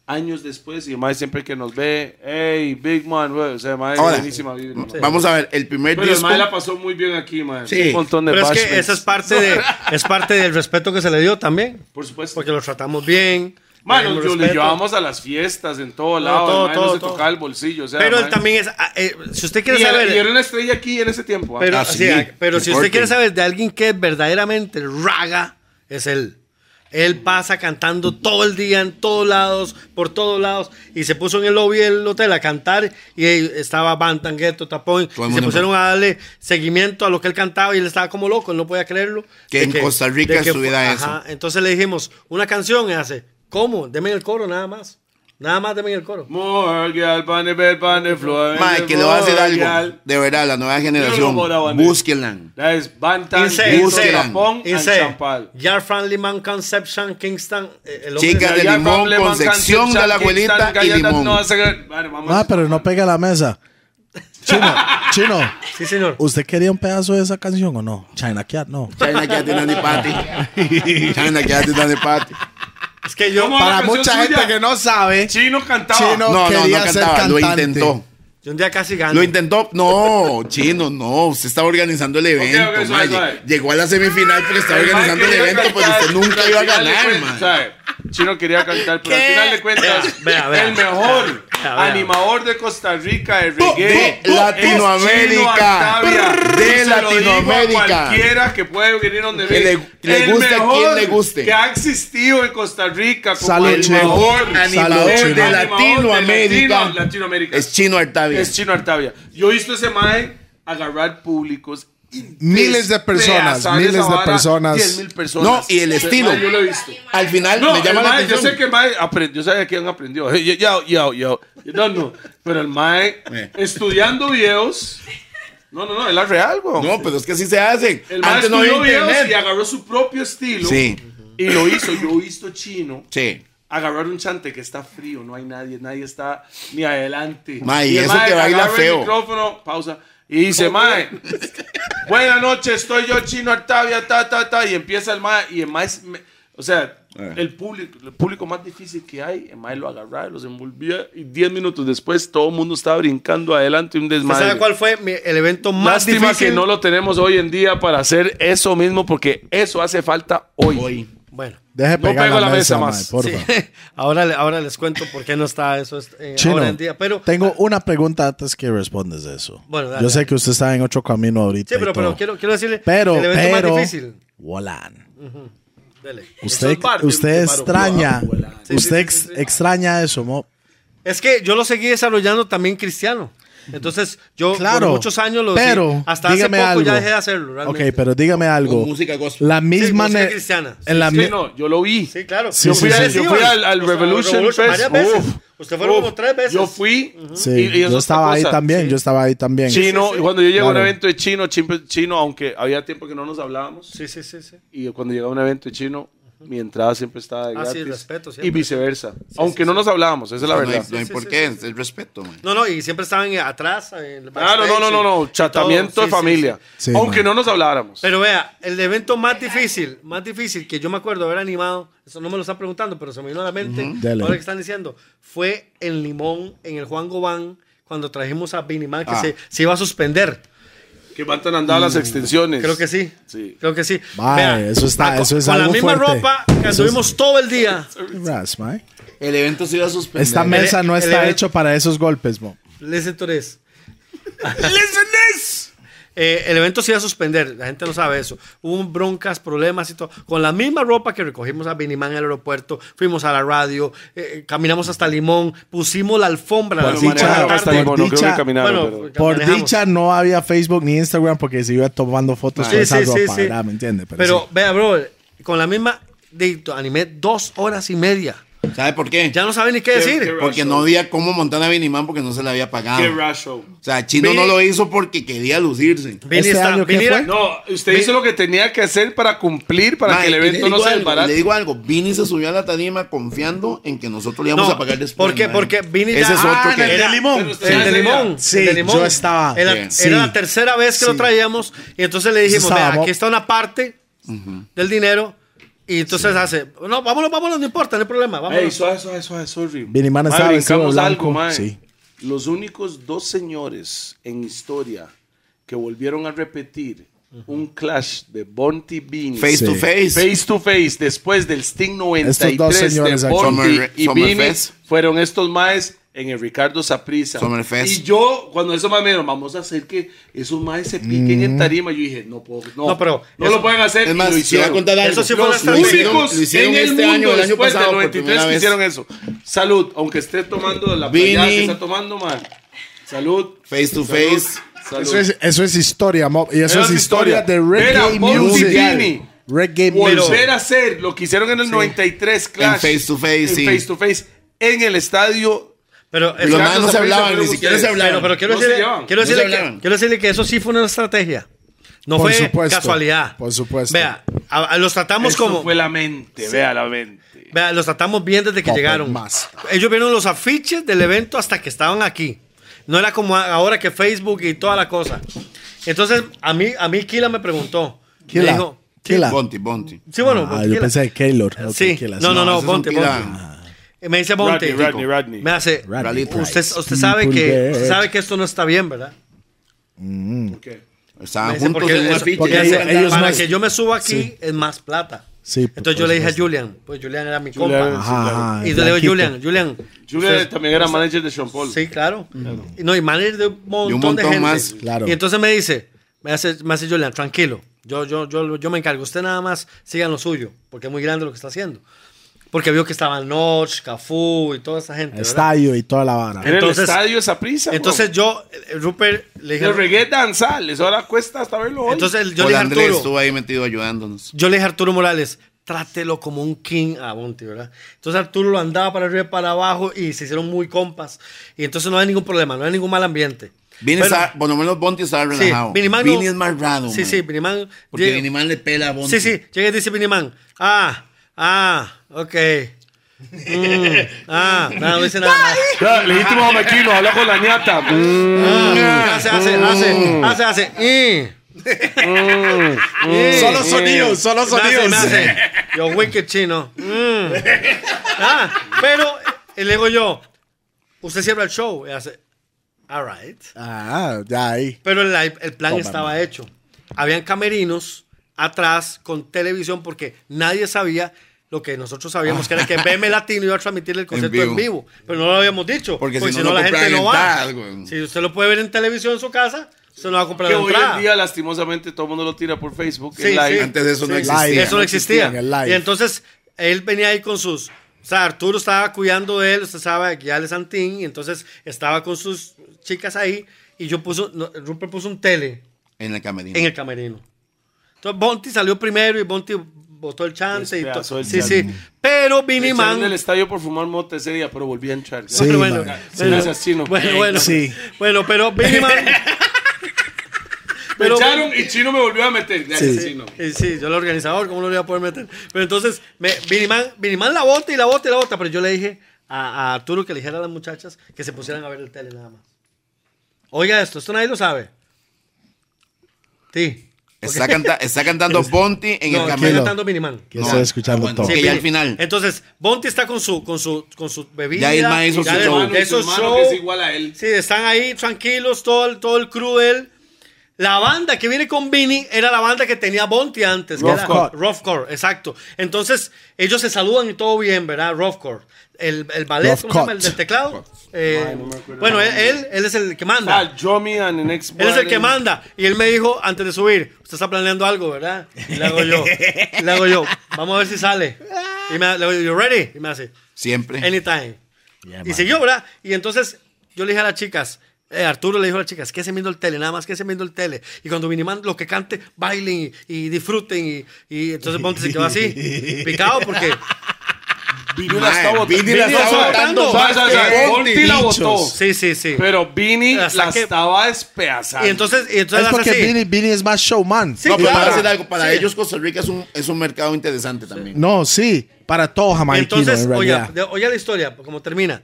Speaker 2: años después, y más siempre que nos ve, hey, Big Man, güey, o sea, mae,
Speaker 3: Ahora,
Speaker 2: buenísima vibra, mae.
Speaker 3: Vamos a ver, el primer
Speaker 2: Pero el
Speaker 3: disco.
Speaker 2: mae la pasó muy bien aquí, mae.
Speaker 3: Sí.
Speaker 2: Un montón de
Speaker 4: Pero es que
Speaker 2: bashments.
Speaker 4: esa es parte, de, es parte del respeto que se le dio también.
Speaker 2: Por supuesto.
Speaker 4: Porque los tratamos bien.
Speaker 2: Mae,
Speaker 4: le
Speaker 2: nos-
Speaker 4: dimos
Speaker 2: yo le
Speaker 4: respeto.
Speaker 2: llevábamos a las fiestas en todo
Speaker 4: No,
Speaker 2: lado,
Speaker 4: todo,
Speaker 2: el mae
Speaker 4: todo,
Speaker 2: no se
Speaker 4: todo.
Speaker 2: tocaba el bolsillo, o sea,
Speaker 4: Pero él
Speaker 2: mae.
Speaker 4: también es. ah, eh, si usted quiere
Speaker 2: Y era,
Speaker 4: saber.
Speaker 2: y era una estrella aquí en ese tiempo. ah.
Speaker 4: Pero,
Speaker 3: Ah,
Speaker 4: sí,
Speaker 3: sí,
Speaker 4: ah, pero si usted
Speaker 3: importante.
Speaker 4: quiere saber de alguien que es verdaderamente raga, es él. Él pasa cantando todo el día, en todos lados, por todos lados. Y se puso en el lobby del hotel a cantar. Y ahí estaba Bantangueto, Tapón.
Speaker 3: Todo el
Speaker 4: Y se
Speaker 3: mundo
Speaker 4: pusieron a darle seguimiento a lo que él cantaba. Y él estaba como loco, él no podía creerlo.
Speaker 3: Que
Speaker 4: de
Speaker 3: en Costa Rica
Speaker 4: de que
Speaker 3: estuviera
Speaker 4: fue-
Speaker 3: eso.
Speaker 4: ajá. Entonces le dijimos, una canción. Y hace, ¿cómo? Deme el coro, nada más. Nada más, deme el coro.
Speaker 2: More girl, bunny bear, bunny floor,
Speaker 3: Mae, que le va a decir
Speaker 2: more
Speaker 3: algo.
Speaker 2: girl.
Speaker 3: De verdad, la nueva
Speaker 2: Yo
Speaker 3: generación.
Speaker 2: no voy a abandonar. [laughs]
Speaker 3: Búsquenla.
Speaker 2: That is Bantan,
Speaker 4: Insane,
Speaker 2: Gusto,
Speaker 3: insane,
Speaker 2: Japón, and
Speaker 4: Insane.
Speaker 2: Champal.
Speaker 4: Yar Friendly Man, Conception, Kingston. eh, el hombre-
Speaker 3: Chicas de
Speaker 2: Ya
Speaker 3: limón
Speaker 2: Pablo
Speaker 3: con
Speaker 2: Mancan,
Speaker 3: sección de la
Speaker 2: Simpson,
Speaker 3: abuelita
Speaker 2: Kingston,
Speaker 3: y
Speaker 2: Gallardo,
Speaker 3: limón.
Speaker 2: no hace gran- Vale, vamos.
Speaker 1: Ah, pero no pegue la mesa.
Speaker 3: [laughs]
Speaker 1: Chino, chino.
Speaker 4: Sí, señor.
Speaker 1: ¿Usted quería un pedazo de esa canción o no? China Cat, no.
Speaker 3: China quédate en Danny Patty. China quédate en Danny Patty.
Speaker 4: Es que yo,
Speaker 2: ¿Cómo?
Speaker 1: Para
Speaker 2: la canción
Speaker 1: mucha
Speaker 2: suya.
Speaker 1: gente que no sabe,
Speaker 2: Chino cantaba.
Speaker 1: Chino.
Speaker 3: No, no, no
Speaker 1: quería ser
Speaker 3: cantaba, lo
Speaker 1: cantante.
Speaker 3: intentó.
Speaker 4: yo un día casi
Speaker 1: Ah,
Speaker 4: gano.
Speaker 3: Lo intentó, no, chino, no, usted estaba organizando el evento,
Speaker 2: ok, suave,
Speaker 3: mae.
Speaker 2: suave.
Speaker 3: Llegó a la semifinal porque estaba
Speaker 2: El man
Speaker 3: organizando el
Speaker 2: quería
Speaker 3: evento, pero
Speaker 2: cantar,
Speaker 3: usted
Speaker 2: pero
Speaker 3: nunca
Speaker 2: al
Speaker 3: iba a
Speaker 2: final de
Speaker 3: ganar,
Speaker 2: cuentas,
Speaker 3: man.
Speaker 2: ¿sabe? Chino quería cantar, pero al final de cuentas,
Speaker 4: Vea, vea.
Speaker 2: el mejor
Speaker 4: Vea, vea.
Speaker 2: animador de Costa Rica de
Speaker 3: de
Speaker 2: reggae es Chino
Speaker 3: Latinoamérica.
Speaker 2: Artavia.
Speaker 3: De
Speaker 2: Y se lo digo a
Speaker 3: Latinoamérica.
Speaker 2: Cualquiera que puede venir donde
Speaker 3: Que
Speaker 2: venga.
Speaker 3: le- que le
Speaker 2: El
Speaker 3: guste a quien
Speaker 2: mejor
Speaker 3: le guste.
Speaker 2: Que ha existido en Costa Rica como
Speaker 1: Salud,
Speaker 2: el
Speaker 1: Chino.
Speaker 2: mejor
Speaker 3: Animador
Speaker 2: el
Speaker 1: Chino.
Speaker 2: animador de
Speaker 3: Latinoamérica.
Speaker 2: Latino- Latinoamérica.
Speaker 3: Es chino Artavia.
Speaker 2: Es Chino Artavia. Yo he visto ese mae agarrar públicos.
Speaker 1: Miles de personas, miles de personas.
Speaker 2: mil personas.
Speaker 3: No, y el
Speaker 2: Ese
Speaker 3: estilo.
Speaker 2: mae yo lo he visto.
Speaker 3: Al final
Speaker 2: No,
Speaker 3: me llama
Speaker 2: el
Speaker 3: la
Speaker 2: mae, yo
Speaker 3: atención.
Speaker 2: sé que el mae aprendió, yo sabía que él aprendió. Hey, [laughs] yo, yo, yo, yo. No, no. Pero el mae
Speaker 3: Eh.
Speaker 2: estudiando videos. No, no, no, es la real, weón.
Speaker 3: No, pero es que así se hacen.
Speaker 2: el mae
Speaker 3: Antes no había
Speaker 2: estudió videos y
Speaker 3: internet.
Speaker 2: agarró su propio estilo.
Speaker 3: Sí.
Speaker 2: Y lo hizo. Yo he visto chino
Speaker 3: Sí.
Speaker 2: agarrar un chante que está frío, no hay nadie, nadie está ni adelante.
Speaker 3: Ma, y
Speaker 2: el
Speaker 3: eso que baila
Speaker 2: agarra
Speaker 3: feo.
Speaker 2: El micrófono, pausa. Y dice,
Speaker 4: [laughs]
Speaker 2: mae, buenas noches, estoy yo, Chino Artavia, ta, ta, ta. Y empieza el mae, y el mae, es me- o sea,
Speaker 3: Eh.
Speaker 2: el público, el público más difícil que hay, el mae lo agarraba, los envolvía, y 10 minutos después todo el mundo estaba brincando adelante, un
Speaker 4: ¿Usted
Speaker 2: desmadre.
Speaker 4: sabe cuál fue mi- el evento más
Speaker 2: Lástima
Speaker 4: difícil?
Speaker 2: que no lo tenemos hoy en día para hacer eso mismo, porque eso hace falta hoy.
Speaker 3: Hoy.
Speaker 4: Bueno,
Speaker 1: Deje
Speaker 2: No
Speaker 1: pegar
Speaker 2: pego
Speaker 1: la,
Speaker 2: la
Speaker 1: mesa,
Speaker 2: mesa
Speaker 1: mae,
Speaker 2: más.
Speaker 1: porfa.
Speaker 4: sí. [laughs] ahora, le- ahora les cuento por qué no está eso eh,
Speaker 1: Chino,
Speaker 4: ahora en día. Pero, ah.
Speaker 1: tengo una pregunta antes que respondes de eso.
Speaker 4: Bueno, dale,
Speaker 1: Yo sé
Speaker 4: dale.
Speaker 1: que usted está en otro camino ahorita.
Speaker 4: sí, pero,
Speaker 1: y todo.
Speaker 4: pero quiero, quiero decirle
Speaker 1: pero,
Speaker 4: el evento
Speaker 1: pero,
Speaker 4: más difícil.
Speaker 1: Volan.
Speaker 4: Dele.
Speaker 1: Usted,
Speaker 2: es parte
Speaker 1: usted
Speaker 2: de un
Speaker 1: extraña,
Speaker 2: paro, Volán. Sí,
Speaker 1: usted
Speaker 2: sí,
Speaker 1: ex- extraña eso, mo.
Speaker 4: Es que yo lo seguí desarrollando también cristiano. Entonces, yo
Speaker 1: Claro.
Speaker 4: por muchos años lo
Speaker 1: pero,
Speaker 4: hasta hace
Speaker 1: dígame
Speaker 4: poco
Speaker 1: algo.
Speaker 4: ya dejé de hacerlo. Realmente.
Speaker 1: Ok, pero dígame algo.
Speaker 3: Con música gospel.
Speaker 1: La misma
Speaker 4: música
Speaker 1: ne-
Speaker 4: cristiana.
Speaker 1: En la
Speaker 2: Sí,
Speaker 1: mi-
Speaker 2: no, yo lo vi.
Speaker 4: Sí, claro.
Speaker 1: Sí, Yo sí, fui sí, al- sí.
Speaker 2: yo fui al- al
Speaker 4: O sea,
Speaker 2: Revolution
Speaker 4: varias
Speaker 2: Fest.
Speaker 4: veces.
Speaker 2: Uf.
Speaker 4: Usted fueron
Speaker 2: Uf.
Speaker 4: como tres veces.
Speaker 2: Yo fui.
Speaker 1: Sí,
Speaker 2: y- y eso
Speaker 1: yo
Speaker 2: es
Speaker 1: estaba
Speaker 2: otra
Speaker 1: ahí
Speaker 2: cosa.
Speaker 1: también, yo estaba ahí también.
Speaker 2: Chino, y cuando yo llego a un
Speaker 1: Claro.
Speaker 2: evento de chino, chino, chino, aunque había tiempo que no nos hablábamos,
Speaker 4: Sí, sí, sí, sí.
Speaker 2: y cuando llegaba a un evento de chino, mi entrada siempre estaba de
Speaker 4: Ah, sí,
Speaker 2: gratis.
Speaker 4: respeto siempre.
Speaker 2: y viceversa. Aunque no nos hablábamos, esa es la
Speaker 3: No hay,
Speaker 2: verdad.
Speaker 3: no hay por qué, es el respeto, mae.
Speaker 4: No, no, y siempre estaban atrás. en el
Speaker 2: Claro, Ah, no, no,
Speaker 4: backstage,
Speaker 2: no,
Speaker 4: y- y
Speaker 2: no,
Speaker 4: todo.
Speaker 2: tratamiento
Speaker 4: Sí,
Speaker 2: de
Speaker 4: sí,
Speaker 2: familia.
Speaker 4: sí.
Speaker 1: sí. Sí,
Speaker 2: Aunque
Speaker 1: man.
Speaker 2: no nos habláramos.
Speaker 4: Pero vea, el evento más difícil, más difícil que yo me acuerdo haber animado, eso no me lo están preguntando, pero se me vino a la mente,
Speaker 1: Dale.
Speaker 4: ahora que están diciendo, fue en Limón, en el Juan Gobán, cuando trajimos a Binimán, que
Speaker 3: Ah.
Speaker 4: se, se iba a suspender.
Speaker 2: que van tan andadas
Speaker 1: Mm.
Speaker 2: las extensiones.
Speaker 4: Creo que sí.
Speaker 2: Pues, Sí.
Speaker 4: Creo que sí.
Speaker 1: Mae, eso está-
Speaker 4: con-
Speaker 1: eso es
Speaker 4: Con la
Speaker 1: algo
Speaker 4: misma
Speaker 1: fuerte.
Speaker 4: ropa que
Speaker 1: Eso es-
Speaker 4: anduvimos todo el día. [laughs]
Speaker 1: Ras, mae.
Speaker 3: El evento se iba a suspender.
Speaker 1: Esta
Speaker 4: me-
Speaker 1: mesa no
Speaker 4: el-
Speaker 1: está
Speaker 4: el-
Speaker 1: hecho para esos golpes, mo.
Speaker 4: Listen to this. Eh, el evento se iba a suspender, la gente no sabe eso. Hubo un broncas, problemas y todo. Con la misma ropa que recogimos a Binimán en el aeropuerto, fuimos a la radio, eh, caminamos hasta Limón, pusimos la alfombra. a
Speaker 2: Bueno,
Speaker 4: las cinco de la
Speaker 2: manejaron
Speaker 1: dicha-
Speaker 2: hasta
Speaker 1: por
Speaker 2: Limón, no creo
Speaker 1: dicha-
Speaker 2: que caminaron,
Speaker 4: Bueno, pues,
Speaker 2: pero-
Speaker 1: Por
Speaker 4: manejamos.
Speaker 1: dicha no había Facebook ni Instagram porque se iba tomando fotos con
Speaker 4: Sí,
Speaker 1: esa
Speaker 4: sí,
Speaker 1: ropa,
Speaker 4: sí, sí.
Speaker 1: ¿verdad? ¿Me entiende?
Speaker 4: Pero, vea, bro, con la misma, de- animé dos horas y media.
Speaker 3: ¿Sabe por qué?
Speaker 4: Ya no saben ni qué decir.
Speaker 3: Porque no había cómo montar a Binimán porque no se la había pagado.
Speaker 2: Qué rasho.
Speaker 3: O sea, Chino
Speaker 4: Vini-
Speaker 3: no lo hizo porque quería lucirse.
Speaker 4: Vini
Speaker 1: ¿Este
Speaker 4: está-
Speaker 1: año qué
Speaker 4: Vini era-
Speaker 1: fue?
Speaker 2: No, usted hizo lo que tenía que hacer para cumplir, para
Speaker 3: Mae,
Speaker 2: que el
Speaker 3: y le
Speaker 2: evento no
Speaker 3: digo
Speaker 2: se
Speaker 3: algo,
Speaker 2: desbarate.
Speaker 3: Le digo algo, Vini se subió a la tarima confiando en que nosotros le íbamos
Speaker 4: No,
Speaker 3: a pagar después.
Speaker 4: porque,
Speaker 3: mae.
Speaker 4: porque Vini ya-
Speaker 3: Ese es otro
Speaker 4: Ah,
Speaker 3: que-
Speaker 4: en
Speaker 1: Era-
Speaker 2: Limón.
Speaker 1: pero usted-
Speaker 4: El de limón.
Speaker 1: Sí,
Speaker 4: el de limón.
Speaker 1: yo estaba.
Speaker 4: Era,
Speaker 3: Bien.
Speaker 1: Sí.
Speaker 4: era la tercera vez que lo
Speaker 1: Sí.
Speaker 4: traíamos. Y entonces le dijimos,
Speaker 1: Yo estaba,
Speaker 4: "Vea,
Speaker 1: mo-
Speaker 4: aquí está una parte del dinero. Y entonces hace, no, vámonos, vámonos, no importa, no hay problema.
Speaker 2: Ey,
Speaker 4: Vámonos.
Speaker 2: suave, suave, suave, sorry.
Speaker 1: Vinimán estaba
Speaker 2: Mae,
Speaker 1: vestido
Speaker 2: brincamos
Speaker 1: blanco,
Speaker 2: mae.
Speaker 1: sí.
Speaker 2: Los únicos dos señores en historia que volvieron a repetir un clash de Bonty Beans.
Speaker 3: Face to
Speaker 1: Sí.
Speaker 3: face.
Speaker 2: Face to face, después del Sting 93
Speaker 1: Estos dos señores
Speaker 2: de
Speaker 1: aquí.
Speaker 2: Bonti
Speaker 3: Summer-
Speaker 2: y
Speaker 3: Summerfest.
Speaker 2: Vini, fueron estos maes en el Ricardo Saprisa.
Speaker 3: Summerfest.
Speaker 2: Y yo, cuando esos maes me dijeron, vamos a hacer que esos maes se piquen
Speaker 1: Mm.
Speaker 2: en tarima, yo dije, no puedo, no,
Speaker 4: No, pero
Speaker 2: no
Speaker 4: eso-
Speaker 2: lo pueden hacer.
Speaker 3: Es
Speaker 2: y
Speaker 3: más,
Speaker 2: lo
Speaker 3: se va
Speaker 2: hicieron.
Speaker 3: a contar algo.
Speaker 4: Eso sí fue
Speaker 2: Los
Speaker 4: una estrategia.
Speaker 2: únicos
Speaker 3: Lo hicieron
Speaker 2: en el
Speaker 3: este
Speaker 2: mundo
Speaker 3: año, el año
Speaker 2: después
Speaker 3: pasado,
Speaker 2: del
Speaker 3: por
Speaker 2: 93
Speaker 3: primera
Speaker 2: que
Speaker 3: vez.
Speaker 2: hicieron eso. Salud, aunque esté tomando la
Speaker 3: Vini.
Speaker 2: payada que está tomando, man. Salud.
Speaker 3: Face to face.
Speaker 2: Salud.
Speaker 1: Eso es, eso es historia, mo. Y eso
Speaker 2: Eso
Speaker 1: es
Speaker 2: es
Speaker 1: historia,
Speaker 2: historia.
Speaker 1: de
Speaker 2: Era
Speaker 1: reggae
Speaker 2: Bon
Speaker 1: music.
Speaker 2: Vini.
Speaker 1: Reggae
Speaker 4: Eh,
Speaker 1: music.
Speaker 2: Volver a hacer lo que hicieron en el 93 Clash.
Speaker 3: En face to face,
Speaker 2: En
Speaker 3: sí.
Speaker 2: face to face. En el estadio.
Speaker 4: Pero,
Speaker 3: Los más
Speaker 4: pero-
Speaker 3: no se
Speaker 2: Saprissa
Speaker 3: hablaban,
Speaker 2: fueron
Speaker 3: ni siquiera se
Speaker 2: ustedes.
Speaker 3: hablaban.
Speaker 4: pero quiero,
Speaker 2: no se
Speaker 4: decirle,
Speaker 2: llevan,
Speaker 4: quiero,
Speaker 3: no se
Speaker 4: decirle que,
Speaker 3: hablaban.
Speaker 4: quiero decirle que eso sí fue una estrategia. No
Speaker 1: Por
Speaker 4: fue
Speaker 1: supuesto,
Speaker 4: casualidad.
Speaker 1: por supuesto.
Speaker 4: Vea, a- a- los tratamos
Speaker 2: Eso
Speaker 4: como...
Speaker 2: fue la mente, vea la mente.
Speaker 4: Vea, los tratamos bien desde que
Speaker 1: Papel
Speaker 4: llegaron.
Speaker 1: pues, más.
Speaker 4: Ellos vieron los afiches del evento hasta que estaban aquí. No era como a- ahora que Facebook y toda la cosa. Entonces, a mí, a mí Kila me preguntó.
Speaker 1: Kila,
Speaker 4: Me dijo, sí,
Speaker 1: Kila.
Speaker 3: Bonti, Bonti.
Speaker 4: Sí, bueno.
Speaker 1: Ah, yo
Speaker 4: Kila.
Speaker 1: pensé que Keylor. Ok,
Speaker 4: sí.
Speaker 1: que las-
Speaker 4: no,
Speaker 3: No,
Speaker 4: no, no,
Speaker 3: ese es un
Speaker 4: Bonte,
Speaker 3: Kila.
Speaker 4: Bonte. Y me dice Bonte.
Speaker 2: Rodney, Rodney, Rodney.
Speaker 4: Me hace,
Speaker 1: Rally
Speaker 3: Rally
Speaker 1: Price.
Speaker 4: usted, usted sabe
Speaker 1: People
Speaker 4: que,
Speaker 1: get-
Speaker 4: usted sabe que esto no está bien, ¿verdad? Me
Speaker 3: Estaban
Speaker 4: dice,
Speaker 3: juntos
Speaker 4: porque
Speaker 3: en un
Speaker 4: eso-
Speaker 3: afiche.
Speaker 4: porque
Speaker 1: ellos-
Speaker 4: hace-
Speaker 1: ellos
Speaker 4: para
Speaker 1: más-
Speaker 4: que yo me suba aquí
Speaker 1: sí.
Speaker 4: es más plata.
Speaker 1: Sí, por-
Speaker 4: Entonces yo
Speaker 1: por
Speaker 4: le dije a
Speaker 1: supuesto.
Speaker 4: Julian, pues Julian era mi
Speaker 2: Julian,
Speaker 4: compa.
Speaker 2: sí,
Speaker 1: Ajá,
Speaker 4: Y yo le digo,
Speaker 1: blanquito.
Speaker 4: Julian, Julian.
Speaker 2: Julia
Speaker 4: usted-
Speaker 2: también era manager de Sean Paul.
Speaker 4: Sí, claro. Y No, y manager de un montón,
Speaker 3: un
Speaker 4: de
Speaker 3: montón
Speaker 4: gente.
Speaker 3: más.
Speaker 1: Claro.
Speaker 4: Y entonces me dice, me hace, me hace Julian, tranquilo, yo, yo, yo, yo me encargo, usted nada más sigan lo suyo, porque es muy grande lo que está haciendo. Porque vio que estaban Notch, Cafú y toda esa gente. ¿verdad?
Speaker 1: Estadio y toda la vara.
Speaker 2: Era el
Speaker 4: Entonces-
Speaker 2: estadio esa prisa.
Speaker 4: Entonces yo, eh, Rupert, le dije,
Speaker 2: el reggae danzal, eso ahora cuesta hasta verlo hoy.
Speaker 4: entonces
Speaker 3: Hola,
Speaker 4: yo le dije a
Speaker 3: Andrés
Speaker 4: Arturo,
Speaker 3: estuvo ahí metido ayudándonos.
Speaker 4: yo le dije a Arturo Morales, trátelo como un king a Bonte, ¿verdad? Entonces Arturo lo andaba para arriba y para abajo y se hicieron muy compas. Y entonces no hay ningún problema, no hay ningún mal ambiente.
Speaker 3: Vini
Speaker 4: Pero-
Speaker 3: está- por lo menos Bonti estaba
Speaker 4: Sí,
Speaker 3: relajado.
Speaker 4: Vinimán
Speaker 3: Vini
Speaker 4: no-
Speaker 3: es más raro.
Speaker 4: Sí,
Speaker 3: man,
Speaker 4: sí, Vinimán.
Speaker 3: Porque
Speaker 4: llega-
Speaker 3: Vinimán le pela a Bonti.
Speaker 4: Sí, sí, llega y dice Vinimán. Ah, ah, ok. Mm, ah, no, no dice nada más.
Speaker 2: Ya, legítimo maquino, habla con la ñata. Mm.
Speaker 4: Ah, hace, hace,
Speaker 1: Mm.
Speaker 4: hace, hace, hace. mm. Mm.
Speaker 1: Solo sonidos, solo
Speaker 4: Me hace,
Speaker 1: sonidos.
Speaker 4: me hace. Yo, wicked chino. Mm. Ah, pero eh, le digo yo, usted cierra el show. Y hace, all right.
Speaker 1: Ah, ya ahí.
Speaker 4: Pero el, live- el plan
Speaker 1: Toma,
Speaker 4: estaba hecho. Habían camerinos atrás con televisión porque nadie sabía lo que nosotros sabíamos, que era
Speaker 3: [laughs]
Speaker 4: que BM Latino iba a transmitir el concierto
Speaker 3: vivo.
Speaker 4: en vivo. Pero no lo habíamos dicho.
Speaker 3: Porque si no,
Speaker 4: no,
Speaker 3: no
Speaker 4: la gente
Speaker 3: compraban
Speaker 4: no va.
Speaker 3: entradas, güey.
Speaker 4: Si usted lo puede ver en televisión en su casa, usted no va a comprar
Speaker 2: Que
Speaker 4: la
Speaker 2: hoy en
Speaker 4: entrada.
Speaker 2: día, lastimosamente, todo el mundo lo tira por Facebook.
Speaker 4: Sí,
Speaker 2: en live.
Speaker 4: sí.
Speaker 3: Antes de eso no
Speaker 4: Sí,
Speaker 3: existía.
Speaker 1: live.
Speaker 4: Eso no existía.
Speaker 1: en el live.
Speaker 4: Y entonces él venía ahí con sus. O sea, Arturo estaba cuidando de él, usted sabe, guiarle Santín, y entonces estaba con sus chicas ahí, y yo puso, no, Rupert puso un tele
Speaker 3: En la camerina.
Speaker 4: en el camerino. Entonces Bonti salió primero y Bonti botó el chance y
Speaker 2: Despedazó
Speaker 4: todo.
Speaker 2: el
Speaker 4: Sí,
Speaker 2: chance.
Speaker 4: sí. Pero
Speaker 2: Me
Speaker 4: Vinny
Speaker 2: echaron del
Speaker 4: Man.
Speaker 2: estadio por fumar mota ese día, pero volví a entrar.
Speaker 1: Sí,
Speaker 4: Pero
Speaker 1: man.
Speaker 4: bueno,
Speaker 1: Sí.
Speaker 4: bueno,
Speaker 2: Gracias, Chino.
Speaker 4: Bueno, bueno.
Speaker 1: Sí.
Speaker 4: Bueno, pero Vinny Man. Pero-
Speaker 7: me echaron y Chino me volvió a meter. Gracias,
Speaker 1: Sí.
Speaker 7: Chino.
Speaker 4: Y sí, yo el organizador, ¿cómo no lo voy a poder meter? Pero entonces, me, Vinimán, Vinimán la bota y la bota y la bota. Pero yo le dije a, a Arturo que le dijera a las muchachas que se pusieran a ver el tele nada más. Oiga esto, esto nadie lo sabe. Sí.
Speaker 3: Está, canta- está
Speaker 7: [laughs]
Speaker 3: cantando Bonti en el
Speaker 4: No, estoy
Speaker 1: Camilo.
Speaker 3: camino.
Speaker 4: cantando Vinimán.
Speaker 1: Que estoy escuchando
Speaker 3: aguanta.
Speaker 1: todo.
Speaker 3: Sí. que
Speaker 4: Vini.
Speaker 3: ya al final.
Speaker 4: Entonces, Bonti está con su, con su, con su
Speaker 3: Ya
Speaker 4: bebida.
Speaker 3: Isma hizo
Speaker 4: y
Speaker 3: su
Speaker 4: le-
Speaker 3: show.
Speaker 7: Hermano, y
Speaker 4: hizo
Speaker 7: su hermano
Speaker 4: show.
Speaker 7: que es igual a él.
Speaker 4: Sí, están ahí tranquilos, todo el, todo el crew de él. La banda que viene con Vini era la banda que tenía Bonti antes, que era
Speaker 1: Roughcore.
Speaker 4: Roughcore, exacto. Entonces, ellos se saludan y todo bien, ¿verdad? Roughcore. El, el ballet, ¿cómo se
Speaker 1: Roughcut.
Speaker 4: llama? El del teclado. Eh, bueno, él, él, él es el que manda.
Speaker 7: Ah, Yomi and the next
Speaker 4: Él es el
Speaker 7: brother.
Speaker 4: que manda. Y él me dijo antes de subir, usted está planeando algo, ¿verdad? Y le hago yo, le hago yo, vamos a ver si sale. Y me le digo, "You ready? Y me hace,
Speaker 3: Siempre.
Speaker 4: anytime. y
Speaker 1: man.
Speaker 4: siguió, ¿verdad? Y entonces yo le dije a las chicas, eh, Arturo le dijo a las chicas, que se viendo el tele, nada más que se viendo el tele. Y cuando Vinimán lo que cante, bailen y, y disfruten. Y, y entonces Ponte se quedó así, picado, porque
Speaker 7: Vini la está botando.
Speaker 3: Vini la
Speaker 4: está botando.
Speaker 7: Sabe, sabe, sabe,
Speaker 3: Ponte
Speaker 7: Ponti la
Speaker 1: bichos.
Speaker 7: botó.
Speaker 4: sí, sí, sí.
Speaker 7: Pero Vini
Speaker 4: La
Speaker 7: la,
Speaker 4: saqué.
Speaker 7: estaba despedazando.
Speaker 4: y entonces, y entonces
Speaker 1: Es
Speaker 4: las
Speaker 1: porque
Speaker 4: así.
Speaker 1: Vinny, Vinny es más showman.
Speaker 4: Sí,
Speaker 3: no, pero para
Speaker 4: claro.
Speaker 3: decir algo, para
Speaker 4: Sí.
Speaker 3: ellos Costa Rica es un, es un mercado interesante también.
Speaker 1: No, sí. Para todo jamaiquino,
Speaker 4: Entonces,
Speaker 1: en
Speaker 4: oiga,
Speaker 1: realidad.
Speaker 4: de- oiga la historia, como termina.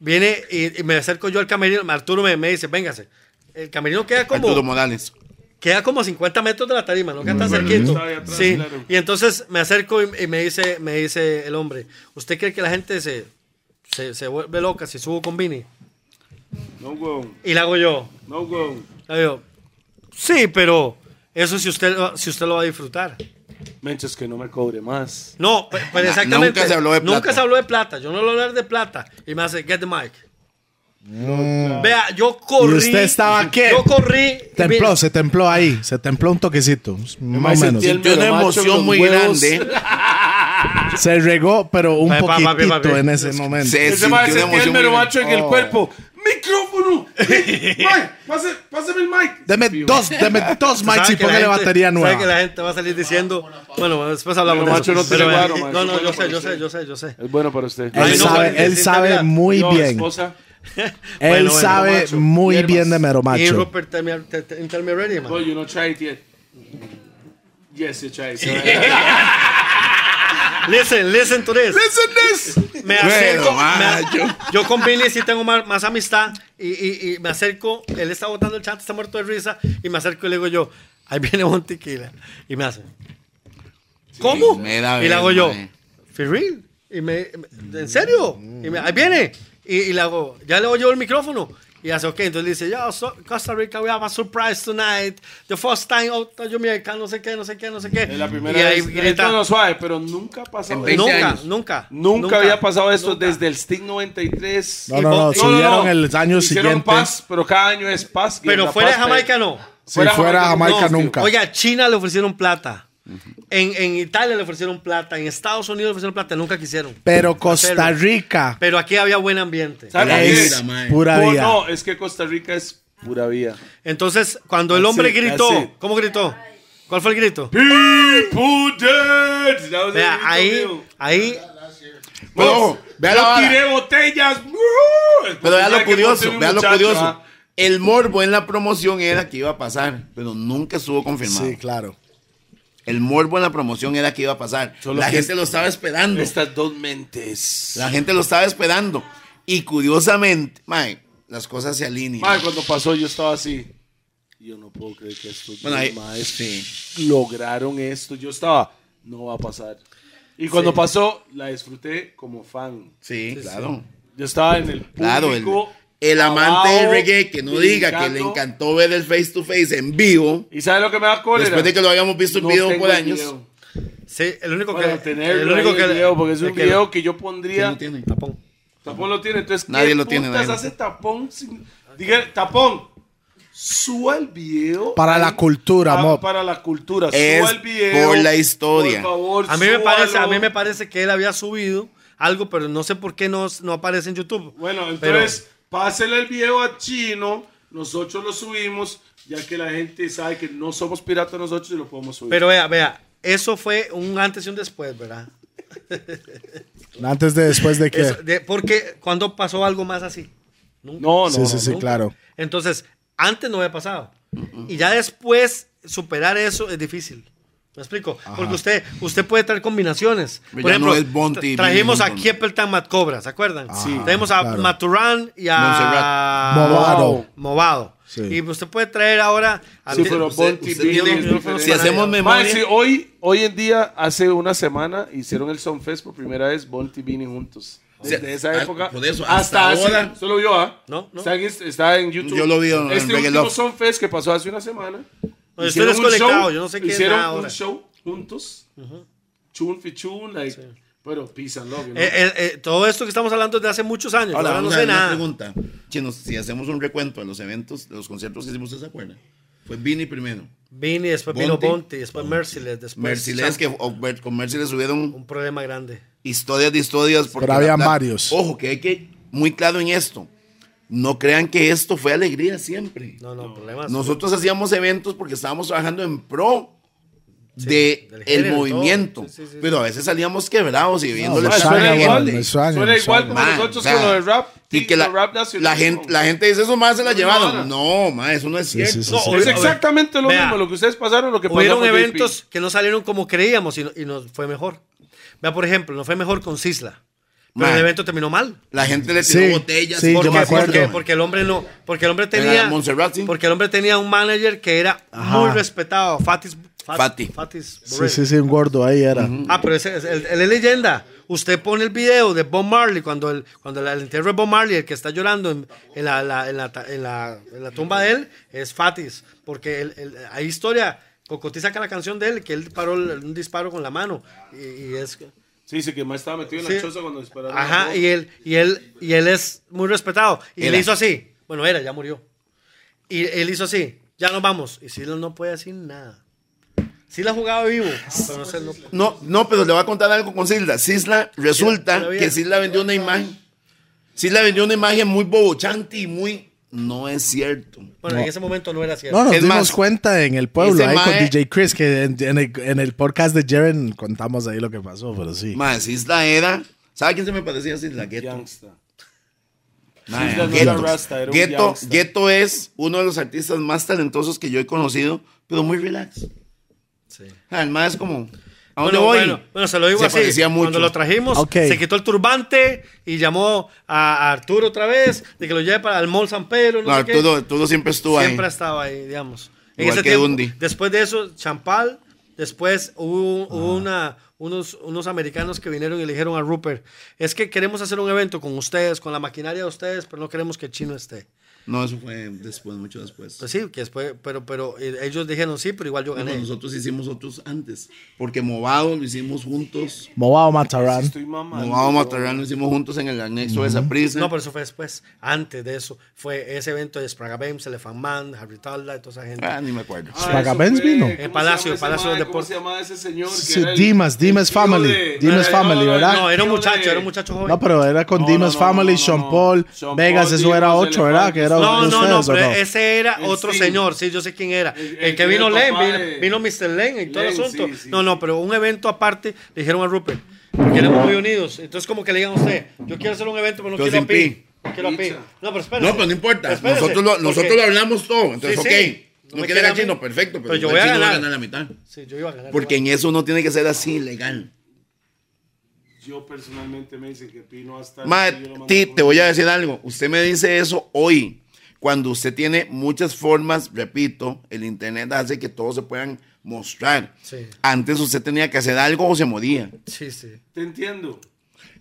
Speaker 4: Viene y, y me acerco yo al camerino. Arturo me, me dice, véngase. El camerino queda
Speaker 3: Arturo
Speaker 4: como,
Speaker 3: Morales.
Speaker 4: queda como a 50 metros de la tarima, no queda tan cerquito.
Speaker 7: Estaba ahí atrás,
Speaker 4: Sí.
Speaker 7: claro.
Speaker 4: Y entonces me acerco y, y me, dice, me dice el hombre, ¿usted cree que la gente se, se, se vuelve loca si subo con Vini?
Speaker 7: No, weón.
Speaker 4: Y le hago yo.
Speaker 7: No, weón.
Speaker 4: Le digo, sí, pero eso si usted, lo- si usted lo va a disfrutar.
Speaker 7: Menches que no me cobre más.
Speaker 4: No, pe- pero
Speaker 3: Na-
Speaker 4: exactamente.
Speaker 3: nunca se habló de plata.
Speaker 4: Nunca se habló de plata. Yo no lo hablar de plata. Y me hace, get the mic.
Speaker 7: Mm.
Speaker 4: Vea, yo corrí.
Speaker 1: ¿Y usted
Speaker 4: [laughs]
Speaker 1: estaba qué?
Speaker 4: Yo corrí.
Speaker 1: Templó,
Speaker 4: mira,
Speaker 1: se templó ahí. Se templó un toquecito. Más o
Speaker 7: sentí
Speaker 1: menos.
Speaker 7: el-
Speaker 3: Tiene una
Speaker 7: Pero macho,
Speaker 3: emoción
Speaker 7: los
Speaker 3: muy
Speaker 7: huevos.
Speaker 3: grande.
Speaker 1: Se regó, pero un
Speaker 4: Papi, papi,
Speaker 1: poquitito
Speaker 4: papi.
Speaker 1: en ese momento.
Speaker 3: Se
Speaker 7: Ese
Speaker 3: sintió
Speaker 7: mae
Speaker 3: una
Speaker 7: sentía el
Speaker 3: emoción muy
Speaker 7: mero
Speaker 3: grande.
Speaker 7: macho en el cuerpo. ¡Micrófono! Mike, pase- pásame el mic.
Speaker 1: Deme dos, deme dos mics y
Speaker 4: sabe que la
Speaker 1: póngale
Speaker 4: gente-
Speaker 1: batería
Speaker 4: sabe
Speaker 1: nueva.
Speaker 4: que la gente va a salir diciendo. Bueno, bueno, después hablamos
Speaker 7: Pero,
Speaker 4: de eso.
Speaker 7: macho, no te
Speaker 4: vea,
Speaker 7: llevaron, macho.
Speaker 4: no, no, yo
Speaker 7: Bueno,
Speaker 4: sé, yo
Speaker 7: sí.
Speaker 4: sé, yo sé, yo sé.
Speaker 7: Es bueno para usted.
Speaker 1: Él
Speaker 4: Ay, no,
Speaker 1: sabe,
Speaker 4: Jorge,
Speaker 1: él
Speaker 4: sí,
Speaker 1: sabe
Speaker 4: mira.
Speaker 1: muy
Speaker 7: No,
Speaker 1: bien.
Speaker 7: esposa.
Speaker 1: él
Speaker 4: Bueno, bueno,
Speaker 1: sabe
Speaker 7: macho.
Speaker 1: muy
Speaker 7: Hierbas.
Speaker 1: bien de mero
Speaker 4: Y
Speaker 1: macho.
Speaker 4: Rupert, tell me, tell- tell- tell me ready, man.
Speaker 7: No, you not try it yet. Yes, you try it.
Speaker 4: Listen, listen to this. Me acerco.
Speaker 3: Bueno,
Speaker 4: me a-
Speaker 3: mayo.
Speaker 4: yo con Billy sí tengo más, más amistad y, y- y me acerco. Él está botando el chat, está muerto de risa. Y me acerco y le digo yo, ahí viene un tequila. Y me hace. ¿Cómo?
Speaker 3: me da
Speaker 4: Y le hago
Speaker 3: vergüenza,
Speaker 4: yo,
Speaker 3: eh.
Speaker 4: ¿for real? Y me, me- ¿En serio? Y me, ahí viene. Y, y le hago, ya le oyo el micrófono. Y hace, ok, entonces le dice, yo, so- Costa Rica, we have a surprise tonight. The first time out yo Jamaica, no sé qué, no sé qué, no sé qué.
Speaker 7: Es la
Speaker 4: [laughs]
Speaker 7: primera
Speaker 4: y ahí
Speaker 7: vez.
Speaker 4: grita,
Speaker 7: Esto no suave, pero nunca ha pasado
Speaker 3: En
Speaker 7: esto.
Speaker 3: 20
Speaker 4: nunca,
Speaker 3: años.
Speaker 4: nunca,
Speaker 7: Nunca, había pasado esto desde el Sting 93.
Speaker 1: No, no, no,
Speaker 4: Y-
Speaker 1: subieron el año
Speaker 7: Hicieron
Speaker 1: siguiente.
Speaker 7: paz, pero cada año es paz. y en
Speaker 4: Pero
Speaker 7: la
Speaker 4: fuera de
Speaker 7: paz
Speaker 4: Jamaica
Speaker 7: te-
Speaker 4: no.
Speaker 1: Si fuera Jamaica,
Speaker 7: no,
Speaker 1: nunca.
Speaker 4: Oiga, a China le ofrecieron plata. En, en Italia le ofrecieron plata. En Estados Unidos le ofrecieron plata. Nunca quisieron.
Speaker 1: Pero Costa
Speaker 4: Hacerlo.
Speaker 1: Rica
Speaker 4: Pero aquí había buen ambiente.
Speaker 7: ¿Sabe
Speaker 3: La
Speaker 7: qué?
Speaker 1: es
Speaker 3: vida, mae.
Speaker 1: pura
Speaker 7: Oh,
Speaker 1: vida.
Speaker 7: No, es que Costa Rica es pura vida.
Speaker 4: Entonces, cuando el
Speaker 7: That's
Speaker 4: hombre
Speaker 7: it, that's it.
Speaker 4: gritó, ¿cómo gritó? ¿Cuál fue el grito?
Speaker 7: People dead. That was
Speaker 4: Vea,
Speaker 7: it,
Speaker 4: ahí,
Speaker 7: mío.
Speaker 4: ahí,
Speaker 3: Pero, ojo, vea
Speaker 7: Yo
Speaker 3: la vara.
Speaker 7: tiré botellas.
Speaker 3: Pero vea
Speaker 7: Ya
Speaker 3: lo
Speaker 7: que
Speaker 3: curioso,
Speaker 7: boté
Speaker 3: vea lo
Speaker 7: muchacho,
Speaker 3: curioso.
Speaker 7: ah.
Speaker 3: El morbo en la promoción era que iba a pasar, pero nunca estuvo confirmado.
Speaker 1: Sí, claro.
Speaker 3: El morbo en la promoción era que iba a pasar.
Speaker 7: Solo
Speaker 3: la
Speaker 7: que-
Speaker 3: gente lo estaba esperando.
Speaker 7: Estas dos mentes.
Speaker 3: La gente lo estaba esperando. Y curiosamente, mae, las cosas se alinean.
Speaker 7: Mae, cuando pasó yo estaba así. Yo no puedo creer que estos
Speaker 3: Bueno,
Speaker 7: dos
Speaker 3: ahí-
Speaker 7: maes
Speaker 3: sí.
Speaker 7: lograron esto. Yo estaba, no va a pasar. Y cuando pasó, la disfruté como fan.
Speaker 3: Sí, claro.
Speaker 7: Yo estaba en el público.
Speaker 3: Claro, el, el amante
Speaker 7: abajo,
Speaker 3: del reggae que no diga que le
Speaker 7: brincando.
Speaker 3: encantó ver el face to face en vivo,
Speaker 7: ¿Y sabes lo que me da cólera?
Speaker 3: después de que lo habíamos visto en
Speaker 7: No
Speaker 3: video
Speaker 7: tengo
Speaker 3: por
Speaker 7: el
Speaker 3: años.
Speaker 7: video.
Speaker 4: sí, el único que.
Speaker 7: Bueno, tenerlo
Speaker 4: el único
Speaker 7: ahí el video, porque es
Speaker 4: el
Speaker 7: un
Speaker 4: que-
Speaker 7: video que yo pondría.
Speaker 3: ¿Quién lo tiene?
Speaker 4: Tapón.
Speaker 7: Tapón lo tiene, entonces ¿qué
Speaker 3: Nadie lo tiene,
Speaker 7: putas
Speaker 3: nadie lo
Speaker 7: hace tapón sin- Diga, tapón. Suba el video.
Speaker 1: Para la cultura,
Speaker 7: Pa-
Speaker 1: Mop.
Speaker 7: Para la cultura.
Speaker 3: Es
Speaker 7: Suba el video.
Speaker 3: por la historia.
Speaker 7: Por favor,
Speaker 4: A mí me
Speaker 7: súbalo.
Speaker 4: parece, a mí me parece que él había subido algo, pero no sé por qué no, no aparece en YouTube.
Speaker 7: Bueno,
Speaker 4: Pero-
Speaker 7: entonces, pásele el video a Chino. Nosotros lo subimos, ya que la gente sabe que no somos piratas nosotros y lo podemos subir.
Speaker 4: Pero vea, vea, eso fue un antes y un después, ¿verdad?
Speaker 1: Antes de después de que.
Speaker 4: Eso, de- porque cuando pasó algo más así. Nunca.
Speaker 7: no, no.
Speaker 1: sí, sí,
Speaker 7: no,
Speaker 1: sí,
Speaker 7: no.
Speaker 1: claro.
Speaker 4: Entonces, antes no había pasado. Y ya después superar eso es difícil. ¿Me explico? Porque usted, usted puede traer combinaciones.
Speaker 3: Ya
Speaker 4: Por
Speaker 3: no
Speaker 4: ejemplo,
Speaker 3: es Bonte y
Speaker 4: tra- trajimos a
Speaker 3: Billy Hunton.
Speaker 4: Kiepeltan Mat Cobra, ¿se acuerdan?
Speaker 1: Sí.
Speaker 4: Tenemos a
Speaker 1: Ah, claro.
Speaker 4: Maturán y a
Speaker 1: Montserrat.
Speaker 4: Movado. Movado.
Speaker 1: Sí.
Speaker 4: Y usted puede traer ahora a
Speaker 2: Sí, pero Bonte y
Speaker 3: usted
Speaker 2: Billy
Speaker 3: tiene-
Speaker 2: Hunton fueron
Speaker 3: si
Speaker 2: para
Speaker 3: hacemos
Speaker 2: allá.
Speaker 3: memoria-
Speaker 2: Mae, sí, hoy, hoy en día, hace una semana, hicieron el Son Fest por primera vez Bonte y Vinny juntos. Desde
Speaker 3: sea,
Speaker 2: esa
Speaker 3: ah,
Speaker 2: época.
Speaker 3: por eso, hasta
Speaker 2: hace-
Speaker 3: ahora.
Speaker 2: ¿Usted lo vio, ah?
Speaker 4: No, no.
Speaker 2: Está en, está en YouTube.
Speaker 3: Yo lo vi en
Speaker 2: Este
Speaker 3: Reggae
Speaker 2: último
Speaker 3: Love.
Speaker 2: Son Fest que pasó hace una semana.
Speaker 4: No, yo
Speaker 2: hicieron
Speaker 4: estoy
Speaker 2: un
Speaker 4: desconectado,
Speaker 2: show,
Speaker 4: yo no sé qué es
Speaker 2: Hicieron
Speaker 4: nada ahora.
Speaker 2: un show juntos. Chun fi chun, like, pero peace and love. you know?
Speaker 4: Eh, eh, eh, todo esto que estamos hablando es de hace muchos años.
Speaker 3: Ahora,
Speaker 4: ahora no
Speaker 3: vamos a
Speaker 4: sé
Speaker 3: ver una
Speaker 4: nada.
Speaker 3: pregunta. Chinos, si hacemos un recuento de los eventos, de los conciertos que hicimos, ¿ustedes se acuerdan? Fue Vini primero.
Speaker 4: Vini, después vino
Speaker 3: Bonte.
Speaker 4: Bonte, después Merciless, después
Speaker 3: Mercedes,
Speaker 4: Champ-
Speaker 3: que Pues, o- ver- con Mercedes subieron
Speaker 4: un problema grande.
Speaker 3: historias de historias. porque
Speaker 1: Pero
Speaker 3: la
Speaker 1: habían
Speaker 3: verdad-
Speaker 1: varios.
Speaker 3: Ojo, que hay que, muy claro en esto. No crean que esto fue alegría siempre.
Speaker 4: No, no, problemas.
Speaker 3: Nosotros hacíamos eventos porque estábamos trabajando en pro de
Speaker 4: del
Speaker 3: el
Speaker 4: género,
Speaker 3: movimiento.
Speaker 4: todo. Sí, sí, sí,
Speaker 3: pero a veces salíamos quebrados y viéndole
Speaker 1: me
Speaker 2: Mae,
Speaker 3: la cara
Speaker 1: suena
Speaker 2: suena
Speaker 3: a la
Speaker 1: igual,
Speaker 2: igual,
Speaker 1: me suena,
Speaker 2: suena
Speaker 1: me
Speaker 2: igual como
Speaker 1: suena.
Speaker 2: nosotros
Speaker 3: Man, o
Speaker 2: con
Speaker 3: sea,
Speaker 2: lo del rap.
Speaker 3: y que
Speaker 2: lo
Speaker 3: la,
Speaker 2: rap
Speaker 3: la
Speaker 2: nacional,
Speaker 3: gente,
Speaker 2: ¿no?
Speaker 3: la gente dice, esos más se la
Speaker 2: No,
Speaker 3: llevaron.
Speaker 2: no,
Speaker 3: No, ma, eso no es
Speaker 1: Sí,
Speaker 3: cierto.
Speaker 1: sí, sí,
Speaker 4: No,
Speaker 1: sí.
Speaker 2: Es
Speaker 4: Oye,
Speaker 2: exactamente lo
Speaker 4: vea.
Speaker 2: mismo lo que ustedes pasaron, lo que
Speaker 4: Hubieron
Speaker 2: pasamos, JP.
Speaker 4: eventos que no salieron como creíamos y, no- y nos fue mejor. Vea, por ejemplo, nos fue mejor con Sisla. Pero
Speaker 3: Man.
Speaker 4: el evento terminó mal.
Speaker 3: La gente le tiró
Speaker 1: Sí,
Speaker 3: botellas.
Speaker 1: sí,
Speaker 3: y
Speaker 1: yo
Speaker 4: ¿Por
Speaker 3: todo.
Speaker 1: me
Speaker 4: qué?
Speaker 1: acuerdo.
Speaker 4: Porque, porque el hombre no, porque el hombre tenía,
Speaker 3: Montserrat, sí.
Speaker 4: porque el hombre tenía un manager que era
Speaker 1: Ajá.
Speaker 4: muy respetado, Fatis, Fat-
Speaker 3: Fati.
Speaker 4: Fatis
Speaker 1: Sí,
Speaker 4: Borrell.
Speaker 1: sí, sí, un gordo ahí era.
Speaker 4: Ah, pero ese, ese- él, él es leyenda. Usted pone el video de Bob Marley cuando el, cuando el, el entierro de Bob Marley, el que está llorando en, en la, la- en la ta- en la- en la tumba de él, es Fatis. Porque él- él- hay historia. Cocotti saca la canción de él, que él paró el- un disparo con la mano. Y, y es.
Speaker 2: Sí, sí, que más estaba metido en la
Speaker 4: Sí.
Speaker 2: choza cuando dispararon.
Speaker 4: Ajá, y él, y él, y él es muy respetado. Y
Speaker 3: Era.
Speaker 4: le hizo así. Bueno, era, ya murió. Y él hizo así. Ya nos vamos. Y Silas no puede decir nada. Silas jugaba vivo. Pero no, se- no-
Speaker 3: No, no, pero le voy a contar algo con Sisla. Sisla, resulta
Speaker 4: Todavía.
Speaker 3: que Sisla vendió una imagen. Sisla vendió una imagen muy bobochante y muy. No es cierto.
Speaker 4: bueno, en ese momento no era cierto.
Speaker 1: No, nos
Speaker 3: Es
Speaker 1: dimos
Speaker 3: más,
Speaker 1: cuenta en el pueblo,
Speaker 3: ese
Speaker 1: ahí con
Speaker 3: mae-
Speaker 1: DJ Chris, que en, en el, en el podcast de Jaren contamos ahí lo que pasó, pero sí.
Speaker 3: Mae, Sisla era. ¿Sabe quién se me parecía a Sisla? Gueto.
Speaker 2: Gangsta.
Speaker 3: Mae,
Speaker 2: Sisla no
Speaker 3: Gueto.
Speaker 2: era rasta, era un
Speaker 3: Gueto-
Speaker 2: gangsta.
Speaker 3: Gueto es uno de los artistas más talentosos que yo he conocido, pero muy relax.
Speaker 4: Sí.
Speaker 3: Además, es como. ¿A dónde
Speaker 4: Bueno,
Speaker 3: voy?
Speaker 4: bueno, bueno, se lo digo
Speaker 3: Se
Speaker 4: así.
Speaker 3: parecía mucho.
Speaker 4: Cuando lo trajimos,
Speaker 1: Ok.
Speaker 4: se quitó el turbante y llamó a, a Arturo otra vez, de que lo lleve para el Mall San Pedro. No
Speaker 3: No,
Speaker 4: sé
Speaker 3: Arturo, Arturo siempre
Speaker 4: qué.
Speaker 3: estuvo
Speaker 4: Siempre
Speaker 3: ahí.
Speaker 4: estaba ahí, digamos. En
Speaker 3: Igual
Speaker 4: ese
Speaker 3: que
Speaker 4: tiempo,
Speaker 3: Dundee.
Speaker 4: Después de eso, Champal, después hubo, hubo una, unos, unos americanos que vinieron y le dijeron a Rupert, es que queremos hacer un evento con ustedes, con la maquinaria de ustedes, pero no queremos que el chino esté.
Speaker 3: No, eso fue después, mucho después.
Speaker 4: Pues sí, que después, pero, pero eh, ellos dijeron sí, pero igual yo
Speaker 3: Bueno,
Speaker 4: gané.
Speaker 3: nosotros hicimos otros antes, porque Movado lo hicimos juntos.
Speaker 1: Movado Matarán.
Speaker 2: Estoy mamando.
Speaker 3: Movado Matarrán lo hicimos juntos en el anexo de esa prisa.
Speaker 4: No, pero eso fue después. Antes de eso, fue ese evento de Sprague Bames, Elephant Man, Harry Talda y toda esa gente.
Speaker 3: Ah, ni me acuerdo.
Speaker 2: Ah, eso
Speaker 1: Pagabens
Speaker 2: fue-
Speaker 1: vino.
Speaker 2: ¿cómo se
Speaker 4: Palacio,
Speaker 2: llama ese
Speaker 4: Palacio de
Speaker 2: mae? ¿Cómo
Speaker 4: Deportes.
Speaker 2: se llamaba ese señor? que
Speaker 1: Sí,
Speaker 2: era el-
Speaker 1: Dimas,
Speaker 2: el
Speaker 1: Dimas
Speaker 2: tío
Speaker 1: Family,
Speaker 2: de-
Speaker 1: Dimas
Speaker 2: no, no,
Speaker 1: Family,
Speaker 2: no,
Speaker 1: ¿verdad?
Speaker 4: no, era un
Speaker 2: tío
Speaker 4: muchacho,
Speaker 2: de-
Speaker 4: era un muchacho joven.
Speaker 1: No, pero era con
Speaker 2: No,
Speaker 1: Dimas
Speaker 2: no, no,
Speaker 1: Family,
Speaker 2: no, no,
Speaker 1: Sean
Speaker 2: no.
Speaker 1: Paul,
Speaker 2: Sean
Speaker 1: Vegas,
Speaker 2: Paul,
Speaker 1: eso era
Speaker 2: Dimas,
Speaker 1: 8, ¿verdad? Que era
Speaker 2: Elefantes.
Speaker 1: uno
Speaker 4: No,
Speaker 1: de
Speaker 4: no, no,
Speaker 1: ustedes, ¿o
Speaker 4: pero
Speaker 1: no?
Speaker 4: ese era
Speaker 2: El
Speaker 4: otro
Speaker 2: Sting.
Speaker 4: señor, sí, yo sé quién era. El,
Speaker 2: El- el
Speaker 4: que
Speaker 2: que era
Speaker 4: vino
Speaker 2: el
Speaker 4: Len,
Speaker 2: papá
Speaker 4: vino,
Speaker 2: de-
Speaker 4: vino Mr. Len y todo el
Speaker 2: Len,
Speaker 4: asunto.
Speaker 2: sí, sí.
Speaker 4: No, no, pero un evento aparte, le dijeron a Rupert, porque éramos muy unidos. Entonces, como que le digan a usted, yo quiero hacer un evento, pero no
Speaker 3: Yo
Speaker 4: quiero a
Speaker 3: sin
Speaker 4: Pi.
Speaker 3: pi.
Speaker 4: no Quiero a Pi.
Speaker 2: Picha.
Speaker 4: No, pero espérate.
Speaker 3: No, pero no importa. nosotros lo, nosotros lo hablamos todo. Entonces,
Speaker 4: Sí, sí.
Speaker 3: ok.
Speaker 4: No
Speaker 3: No
Speaker 4: me
Speaker 3: queda
Speaker 4: queda
Speaker 3: el chino,
Speaker 4: muy-
Speaker 3: perfecto. Pero,
Speaker 4: pero yo
Speaker 3: el
Speaker 4: voy a
Speaker 3: chino va
Speaker 4: ganar.
Speaker 3: la mitad.
Speaker 4: Sí, yo iba a ganar.
Speaker 3: Porque en eso no tiene que ser así legal.
Speaker 2: Yo personalmente me dicen que Pino hasta.
Speaker 3: Mati, te voy a decir algo. Usted me dice eso hoy, cuando usted tiene muchas formas, repito, el Internet hace que todos se puedan mostrar.
Speaker 4: Sí.
Speaker 3: Antes usted tenía que hacer algo o se moría.
Speaker 4: Sí, sí.
Speaker 2: Te entiendo.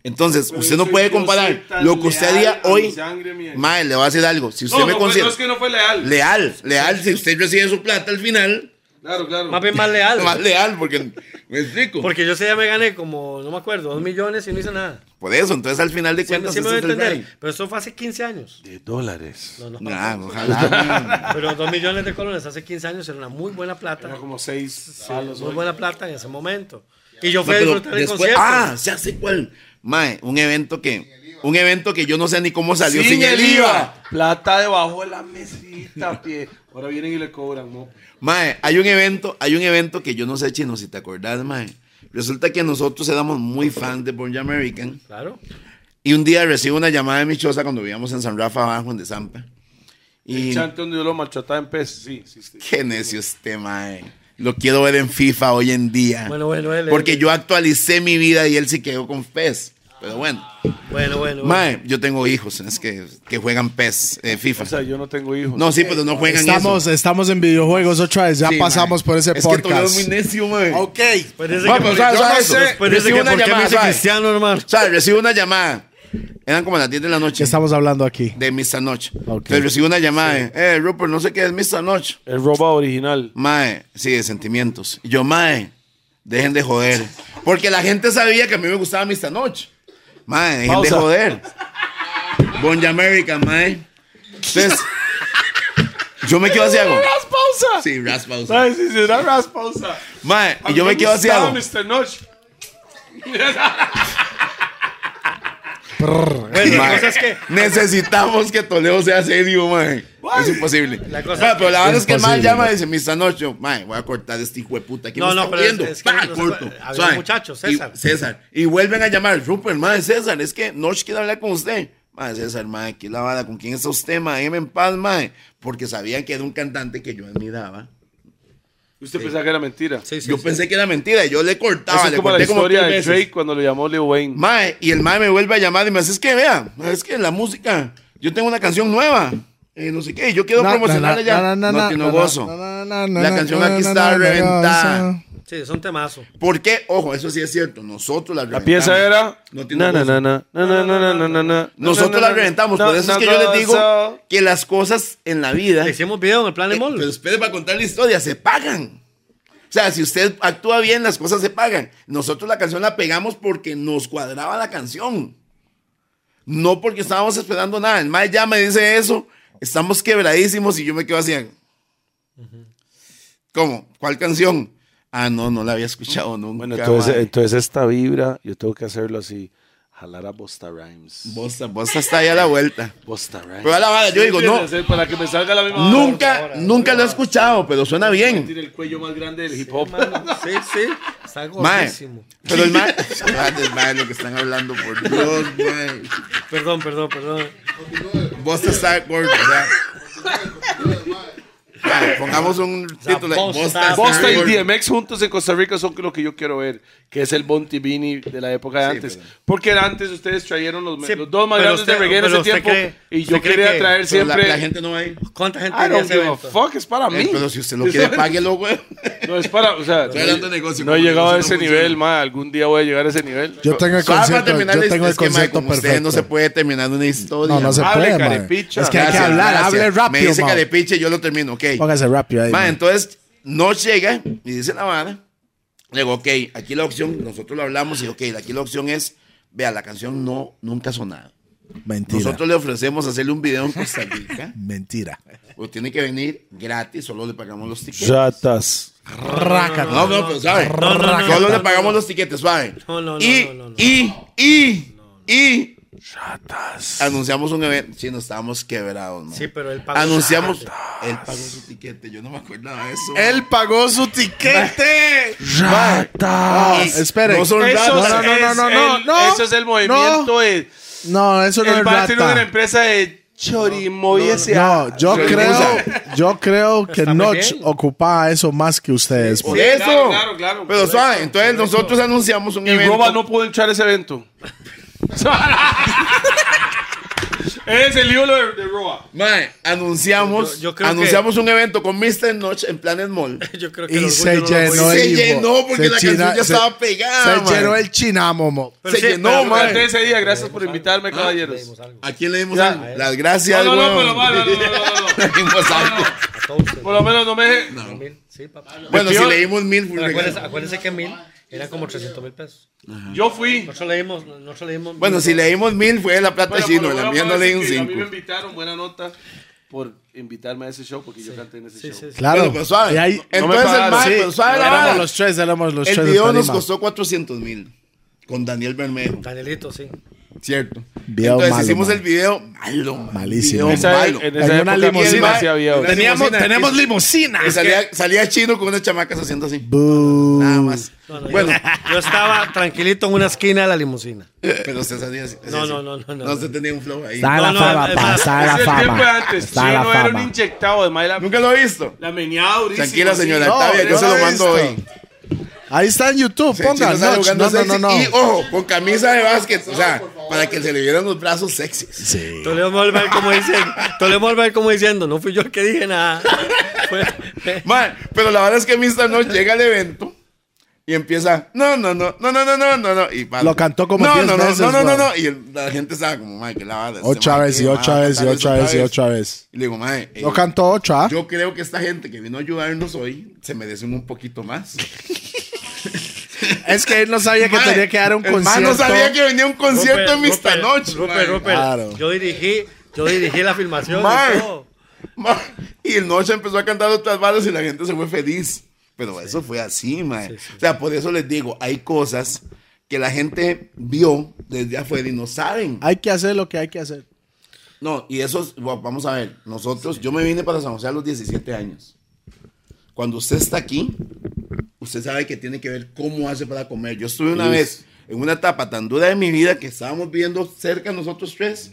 Speaker 3: Entonces,
Speaker 2: Pero
Speaker 3: usted
Speaker 2: yo
Speaker 3: no
Speaker 2: soy-
Speaker 3: puede
Speaker 2: yo
Speaker 3: comparar
Speaker 2: soy tan
Speaker 3: lo que usted
Speaker 2: leal
Speaker 3: haría
Speaker 2: a mi
Speaker 3: hoy.
Speaker 2: sangre, mía.
Speaker 3: Mae, le voy a decir algo. Si usted
Speaker 2: No,
Speaker 3: me
Speaker 2: no, fue,
Speaker 3: considera
Speaker 2: no es que no fue leal.
Speaker 3: leal, leal, si usted recibe su plata al final,
Speaker 2: Claro, claro.
Speaker 4: Más bien más leal.
Speaker 3: [laughs] más leal, porque me explico.
Speaker 4: Porque yo sé ya me gané como, no me acuerdo, dos millones y no hice nada.
Speaker 3: Por eso, entonces al final de
Speaker 4: Sí,
Speaker 3: cuentas,
Speaker 4: sí me voy a
Speaker 3: ese es el
Speaker 4: entender.
Speaker 3: rey.
Speaker 4: Pero eso fue hace 15 años.
Speaker 2: De dólares.
Speaker 4: No, no.
Speaker 3: Nah,
Speaker 4: [laughs]
Speaker 3: ojalá.
Speaker 4: Pero dos millones de colones hace 15 años era una muy buena plata.
Speaker 2: Era como seis
Speaker 4: Sí,
Speaker 2: palos.
Speaker 4: muy
Speaker 2: hoy.
Speaker 4: buena plata en ese momento. Y yo
Speaker 3: No,
Speaker 4: fui a
Speaker 3: pero
Speaker 4: disfrutar el
Speaker 3: después-
Speaker 4: concierto.
Speaker 3: Ah, ya sé cuál. Mae, un evento que. Un evento que yo no sé ni cómo salió sin, el IVA.
Speaker 2: Plata debajo de la mesita, [laughs] pie. Ahora vienen y le cobran, ¿no?
Speaker 3: Mae, hay un evento, hay un evento que yo no sé, Chino, si te acordás, mae. Resulta que nosotros éramos muy fans de Born American.
Speaker 4: Claro.
Speaker 3: Y un día recibo una llamada de mi choza cuando vivíamos en San Rafa, abajo en De Zampa. Y
Speaker 2: El chante donde yo lo maltrataba en pez. Sí, sí, sí.
Speaker 3: qué necio este mae. Lo quiero ver en FIFA hoy en día.
Speaker 4: Bueno, bueno, él-
Speaker 3: porque yo actualicé mi vida y él se quedó con PES. Pero bueno.
Speaker 4: Bueno, bueno. bueno.
Speaker 3: Mae, yo tengo hijos es que, que juegan PES, eh, FIFA.
Speaker 2: O sea, yo no tengo hijos.
Speaker 3: no, sí, pero no juegan
Speaker 1: Estamos,
Speaker 3: eso.
Speaker 1: estamos en videojuegos otra vez. Ya
Speaker 3: Sí, mae.
Speaker 1: pasamos por ese
Speaker 3: es Que Toledo es
Speaker 1: podcast.
Speaker 3: muy necio, mae.
Speaker 1: ok.
Speaker 3: Vamos,
Speaker 4: Parece Pues que,
Speaker 3: suave,
Speaker 1: yo no
Speaker 3: suave,
Speaker 1: sé.
Speaker 3: suave.
Speaker 4: parece
Speaker 3: Recibo
Speaker 4: que
Speaker 3: una
Speaker 4: ¿por qué me
Speaker 3: llamada,
Speaker 4: pues dice
Speaker 3: suave.
Speaker 4: cristiano, hermano?
Speaker 3: O sea, recibo una llamada. Eran como las 10 de la noche.
Speaker 1: ¿Qué estamos hablando aquí?
Speaker 3: De Mr. Noche. Entonces recibo una llamada. eh, Eh, Rupert, no sé qué es Mr. Noche.
Speaker 2: El roba original.
Speaker 3: Mae, sí, de sentimientos. Y yo, mae, dejen de joder. Porque la gente sabía que a mí me gustaba Mr. Noche. Mae, dejen
Speaker 2: Pausa.
Speaker 3: de joder. Bonja America, mae. Entonces, yo me quedo así hago.
Speaker 2: pausa!
Speaker 3: Sí, raspa. o sea.
Speaker 2: ¿Sabes? Si será pausa.
Speaker 3: Mae,
Speaker 2: A
Speaker 3: y
Speaker 2: mí
Speaker 3: yo me
Speaker 2: me
Speaker 3: quedo así
Speaker 2: gustaba
Speaker 3: hago.
Speaker 2: Mr. Notch.
Speaker 4: Bueno, la
Speaker 3: Mae,
Speaker 4: cosa es que
Speaker 3: Necesitamos que Toledo sea serio, mae. Es imposible. Mae, pero la verdad es que el mae
Speaker 1: Imposible.
Speaker 3: llama y dice, mis anocho, mae, voy a cortar este hijo de puta. ¿Quién
Speaker 4: No,
Speaker 3: me
Speaker 4: no,
Speaker 3: está
Speaker 4: pero
Speaker 3: viendo?
Speaker 4: es- es que
Speaker 3: Pa,
Speaker 4: los-
Speaker 3: corto.
Speaker 4: había
Speaker 3: ¿sabe?
Speaker 4: muchachos,
Speaker 3: Y-
Speaker 4: César.
Speaker 3: César. Y vuelven a llamar, Rupert, mae, César, es que Noche quiere hablar con usted. Mae, César, mae, aquí la vara, ¿con quién está usted, mae? Déjeme en paz, mae. Porque sabían que era un cantante que yo admiraba.
Speaker 2: Usted pensaba que era mentira.
Speaker 4: Sí, sí,
Speaker 3: yo
Speaker 4: sí.
Speaker 3: pensé que era mentira, yo le cortaba,
Speaker 2: Eso es
Speaker 3: le
Speaker 2: como la
Speaker 3: corté
Speaker 2: historia
Speaker 3: tres
Speaker 2: de
Speaker 3: veces.
Speaker 2: Drake cuando le llamó Lil Wayne.
Speaker 3: Mae, y el mae me vuelve a llamar y me dice, es que vea, es que la música, yo tengo una canción nueva, eh, no sé qué, y yo quiero
Speaker 1: Na, na,
Speaker 3: promocionarla
Speaker 1: na, na,
Speaker 3: ya.
Speaker 1: na,
Speaker 3: no,
Speaker 1: na,
Speaker 3: que no
Speaker 1: na, na,
Speaker 3: gozo.
Speaker 1: na, na, na,
Speaker 3: la
Speaker 1: na,
Speaker 3: canción
Speaker 1: na,
Speaker 3: aquí
Speaker 1: na,
Speaker 3: está
Speaker 1: na, na,
Speaker 3: reventada.
Speaker 1: na.
Speaker 4: Sí, son temazos.
Speaker 3: ¿Por qué? Ojo, eso sí es cierto, nosotros la
Speaker 2: La
Speaker 3: reventamos.
Speaker 2: pieza era.
Speaker 3: No tiene
Speaker 2: Na, na,
Speaker 3: gozo.
Speaker 2: na, na, na, na, na, na, na, na, na.
Speaker 3: Nosotros
Speaker 2: Na, na,
Speaker 3: la
Speaker 2: na,
Speaker 3: reventamos,
Speaker 2: na,
Speaker 3: por eso es
Speaker 2: na,
Speaker 3: que yo les digo
Speaker 2: gozo.
Speaker 3: que las cosas en la vida,
Speaker 4: Le
Speaker 3: eh,
Speaker 4: hicimos video en el plan de
Speaker 3: pero
Speaker 4: mol.
Speaker 3: ustedes para contar la historia, se pagan. O sea, si usted actúa bien, las cosas se pagan. Nosotros la canción la pegamos porque nos cuadraba la canción. No porque estábamos esperando nada. El mae ya me dice eso. Estamos quebradísimos y yo me quedo así. ¿Cómo? ¿Cuál canción? Ah, no, no la había escuchado nunca.
Speaker 2: Bueno, entonces,
Speaker 3: mae.
Speaker 2: entonces esta vibra, yo tengo que hacerlo así. Jalar a Bosta Rhymes.
Speaker 3: Bosta, Bosta está ahí a la vuelta.
Speaker 2: Bosta Rhymes.
Speaker 3: Pero a la vara, yo digo, no,
Speaker 2: Para que me salga la misma.
Speaker 3: nunca, nunca lo he escuchado, pero suena bien.
Speaker 2: Tiene el cuello más grande del hip hop.
Speaker 4: Sí, sí. Está
Speaker 3: Mae,
Speaker 4: gordísimo.
Speaker 3: pero el [laughs] mae, mae, lo que están hablando, por Dios, mae.
Speaker 4: Perdón, perdón, perdón.
Speaker 3: Bosta está gordo, o sea. Mae, Pongamos un título.
Speaker 4: Bosta-
Speaker 3: está
Speaker 2: Bosta y
Speaker 3: gordo.
Speaker 2: DMX juntos en Costa Rica son lo que yo quiero ver, que es el Bonti Bini de la época de
Speaker 3: Sí,
Speaker 2: antes.
Speaker 3: pero-
Speaker 2: Porque antes ustedes trajeron los,
Speaker 4: Sí,
Speaker 2: los dos más
Speaker 4: pero
Speaker 2: grandes de
Speaker 4: usted-
Speaker 2: reggae en
Speaker 4: pero
Speaker 2: ese
Speaker 4: usted
Speaker 2: tiempo.
Speaker 4: cree-
Speaker 2: y yo
Speaker 4: usted cree
Speaker 2: quería
Speaker 4: que-
Speaker 2: traer
Speaker 3: Pero la,
Speaker 2: siempre.
Speaker 3: la gente no va a ir.
Speaker 4: ¿Cuánta gente
Speaker 2: I
Speaker 4: haría
Speaker 2: don't
Speaker 4: ese
Speaker 2: give a
Speaker 4: evento?
Speaker 2: fuck, es para
Speaker 3: Eh,
Speaker 2: mí.
Speaker 3: pero si usted lo quiere, páguelo, güey.
Speaker 2: No es para, o sea,
Speaker 3: Estoy hablando de negocio,
Speaker 2: no he
Speaker 3: como
Speaker 2: llegado a ese
Speaker 3: negocio no
Speaker 2: nivel,
Speaker 3: funciona.
Speaker 2: ma, algún día voy a llegar a ese nivel.
Speaker 1: Yo tengo el
Speaker 3: Solo para
Speaker 1: concierto,
Speaker 3: terminar
Speaker 1: yo
Speaker 3: la-
Speaker 1: tengo el
Speaker 3: es que, mae,
Speaker 1: concierto
Speaker 3: con usted
Speaker 1: perfecto.
Speaker 3: no se puede terminar una historia.
Speaker 1: No, no se
Speaker 3: mae.
Speaker 2: Hable,
Speaker 1: puede, mae.
Speaker 2: carepicha.
Speaker 1: Es que hay que
Speaker 3: Gracias,
Speaker 1: hablar,
Speaker 3: gracias.
Speaker 1: hable
Speaker 3: Me
Speaker 1: rápido,
Speaker 3: dice
Speaker 1: mae.
Speaker 3: carepiche, yo lo termino, ok.
Speaker 1: Póngase rápido ahí.
Speaker 3: Mae,
Speaker 1: mae.
Speaker 3: entonces, no llega y dice la vara. Le digo, ok, aquí la opción, nosotros lo hablamos y ok, aquí la opción es, vea, la canción no, nunca ha sonado.
Speaker 1: Mentira.
Speaker 3: Nosotros le ofrecemos hacerle un video en Costa Rica. [laughs]
Speaker 1: Mentira.
Speaker 3: o tiene que venir gratis, solo le pagamos los tickets.
Speaker 2: Chatas.
Speaker 1: Rácata.
Speaker 3: No, no, pero sabe.
Speaker 4: no, no, no,
Speaker 3: Solo
Speaker 4: no,
Speaker 3: le
Speaker 4: no,
Speaker 3: pagamos los tiquetes, suave.
Speaker 4: No, no, no,
Speaker 3: y,
Speaker 4: no, no, no.
Speaker 3: y, y, y. Anunciamos un evento. Sí, nos estábamos quebrados, man.
Speaker 4: Sí, pero él pagó.
Speaker 3: Anunciamos. Él pagó su tiquete. Yo no me acordaba de eso.
Speaker 1: Él pagó su tiquete.
Speaker 3: Ratas.
Speaker 1: Esperen.
Speaker 3: No son ratas.
Speaker 2: Eso,
Speaker 1: No,
Speaker 2: es,
Speaker 1: no, no, no, no, no,
Speaker 2: el-
Speaker 1: no.
Speaker 2: eso es el movimiento. de-
Speaker 1: No, eso no
Speaker 2: el
Speaker 1: es
Speaker 2: bar tiene una
Speaker 1: rata.
Speaker 2: empresa de chorimoy ese-
Speaker 1: No, yo
Speaker 3: Pero
Speaker 1: creo,
Speaker 3: usa.
Speaker 1: yo creo que
Speaker 4: Está muy
Speaker 1: Notch
Speaker 4: bien.
Speaker 1: ocupaba eso más que ustedes.
Speaker 3: Por
Speaker 1: porque-
Speaker 3: eso.
Speaker 2: Claro, claro, claro,
Speaker 3: Pero
Speaker 2: correcto,
Speaker 3: suave, entonces nosotros anunciamos un
Speaker 2: Y
Speaker 3: evento.
Speaker 2: Roba no pudo entrar a ese evento. [laughs] es el lío de, de Roba.
Speaker 3: Mae, anunciamos,
Speaker 4: Yo- yo creo
Speaker 3: anunciamos un evento con Mr. Notch en Planet Mall.
Speaker 4: [laughs] Yo creo que el
Speaker 1: Y
Speaker 4: orgullo
Speaker 1: se
Speaker 4: Pues no
Speaker 1: llenó
Speaker 4: lo voy a-
Speaker 3: Se
Speaker 1: el hijo.
Speaker 3: llenó porque
Speaker 1: Se
Speaker 3: la
Speaker 1: china-
Speaker 3: canción ya
Speaker 1: se-
Speaker 3: estaba pegada,
Speaker 1: Se
Speaker 3: mae.
Speaker 1: llenó el chinamomo.
Speaker 4: Pero
Speaker 3: se
Speaker 4: sí,
Speaker 3: llenó,
Speaker 4: pero-
Speaker 3: mae.
Speaker 2: Durante ese día, gracias por invitarme, caballeros.
Speaker 4: Leímos algo.
Speaker 3: ¿A quién le dimos
Speaker 2: Ya.
Speaker 3: algo? Las gracias,
Speaker 2: No, no, no,
Speaker 3: weón.
Speaker 2: pero vale, no, no, no, no,
Speaker 3: [laughs] Le dimos algo.
Speaker 4: A todos.
Speaker 2: Por lo menos no me deje.
Speaker 4: Mil, Sí, papá.
Speaker 3: Bueno,
Speaker 2: Me
Speaker 3: si
Speaker 2: pidió-
Speaker 3: le dimos mil, fue un
Speaker 4: Pero acuérdense,
Speaker 3: regalo.
Speaker 4: acuérdense que mil era como 300 mil pesos.
Speaker 2: Yo fui.
Speaker 4: Nosotros leímos, nosotros leímos.
Speaker 3: Bueno, si le dimos mil, fue la plata
Speaker 2: Bueno,
Speaker 3: chino.
Speaker 2: por lo
Speaker 3: La
Speaker 2: menos
Speaker 3: mía no
Speaker 2: para
Speaker 3: le di un
Speaker 2: decir que A mí me
Speaker 3: cinco.
Speaker 2: invitaron, buena nota, por invitarme a ese show, porque yo canté en ese show.
Speaker 4: sí, sí.
Speaker 1: Claro.
Speaker 3: Bueno, pues suave.
Speaker 1: Y ahí-
Speaker 3: Entonces
Speaker 2: No me
Speaker 3: el
Speaker 2: pagaron,
Speaker 3: mae,
Speaker 2: sí.
Speaker 3: pero suave la
Speaker 1: éramos
Speaker 3: vara.
Speaker 1: los tres, éramos los
Speaker 3: El
Speaker 1: tres. de
Speaker 3: video nos
Speaker 1: Tolima.
Speaker 3: costó 400 mil. Con Daniel Bermejo.
Speaker 4: Danielito, sí.
Speaker 3: Cierto.
Speaker 1: Video
Speaker 3: Entonces
Speaker 1: malo,
Speaker 3: hicimos
Speaker 1: man.
Speaker 3: el video malo. man.
Speaker 1: Malísimo.
Speaker 3: Video
Speaker 1: Esa
Speaker 2: Esa-
Speaker 3: malo.
Speaker 2: En
Speaker 1: Hay una
Speaker 2: esa época
Speaker 1: limusina.
Speaker 2: sí me hacía viejo.
Speaker 3: Una
Speaker 1: Teníamos,
Speaker 3: limusina,
Speaker 1: tenemos
Speaker 3: es-
Speaker 1: limusina.
Speaker 3: Y salía, salía chino con unas chamacas haciendo así.
Speaker 1: Boo.
Speaker 3: Nada más. Bueno,
Speaker 1: [laughs]
Speaker 4: Yo estaba tranquilito en una esquina de la limusina.
Speaker 3: pero usted salía así.
Speaker 4: No,
Speaker 3: así.
Speaker 4: no, no, no, no.
Speaker 3: No se tenía un flow ahí.
Speaker 1: Está
Speaker 4: No,
Speaker 1: la
Speaker 4: no,
Speaker 1: fama,
Speaker 4: es
Speaker 1: pa, está
Speaker 4: más,
Speaker 2: Ese
Speaker 1: la
Speaker 2: es el tiempo de
Speaker 1: fama.
Speaker 2: antes.
Speaker 1: Está
Speaker 2: Chino
Speaker 1: la
Speaker 2: era un
Speaker 1: fama.
Speaker 2: inyectado de Mayla.
Speaker 3: Nunca lo he visto.
Speaker 2: La meneaba durísimo.
Speaker 3: Tranquila,
Speaker 2: sí.
Speaker 3: señora
Speaker 1: No,
Speaker 3: Octavia, yo
Speaker 1: yo
Speaker 3: se
Speaker 1: lo
Speaker 3: lo
Speaker 1: he
Speaker 3: mando
Speaker 1: visto.
Speaker 3: hoy.
Speaker 1: Ahí está en YouTube,
Speaker 3: Sí,
Speaker 1: pongan.
Speaker 3: Chino sale
Speaker 1: No,
Speaker 3: jugando
Speaker 1: no, no, no, no.
Speaker 3: sexy. Y ojo, con camisa de básquet, o sea, para que se le vieran los brazos sexys.
Speaker 1: Sí.
Speaker 4: Toledo Molver como diciendo, Toledo Molver como diciendo, no fui yo el que dije nada. [laughs] Fue-
Speaker 3: Man, pero la verdad es que Mr. No llega al evento y empieza, no, no, no, no, no, no, no, no, no. Y para.
Speaker 1: Lo cantó como
Speaker 3: no,
Speaker 1: 10
Speaker 3: no, no,
Speaker 1: veces,
Speaker 3: no, no, no,
Speaker 1: bro.
Speaker 3: no. Y el- la gente estaba como, man, que la vara. este
Speaker 1: Otra
Speaker 3: man,
Speaker 1: vez
Speaker 3: que
Speaker 1: y
Speaker 3: va
Speaker 1: otra
Speaker 3: a
Speaker 1: vez y
Speaker 3: cantar
Speaker 1: otra vez y otra vez.
Speaker 3: Y le digo, man, eh,
Speaker 1: Lo cantó otra.
Speaker 3: yo creo que esta gente que vino a ayudarnos hoy se merecen un poquito más.
Speaker 1: Es que él no sabía que
Speaker 3: Mae,
Speaker 1: tenía que dar un
Speaker 3: el man
Speaker 1: concierto.
Speaker 3: no sabía que venía un concierto en
Speaker 4: Rupert,
Speaker 3: Mr. Noche.
Speaker 4: Rupert,
Speaker 3: man.
Speaker 4: Rupert,
Speaker 1: Claro.
Speaker 4: Yo dirigí, yo dirigí la filmación. y
Speaker 3: Mae.
Speaker 4: todo.
Speaker 3: Ma, Y el noche empezó a cantar otras balas y la gente se fue feliz. Pero eso fue así, mae. O sea, por eso les digo, hay cosas que la gente vio desde afuera y no saben.
Speaker 1: Hay que hacer lo que hay que hacer.
Speaker 3: No, y eso, es- bueno, vamos a ver, nosotros, yo me vine para San José a los 17 años. Cuando usted está aquí, usted sabe que tiene que ver cómo hace para comer. Yo estuve una vez en una etapa tan dura de mi vida que estábamos viendo cerca nosotros tres.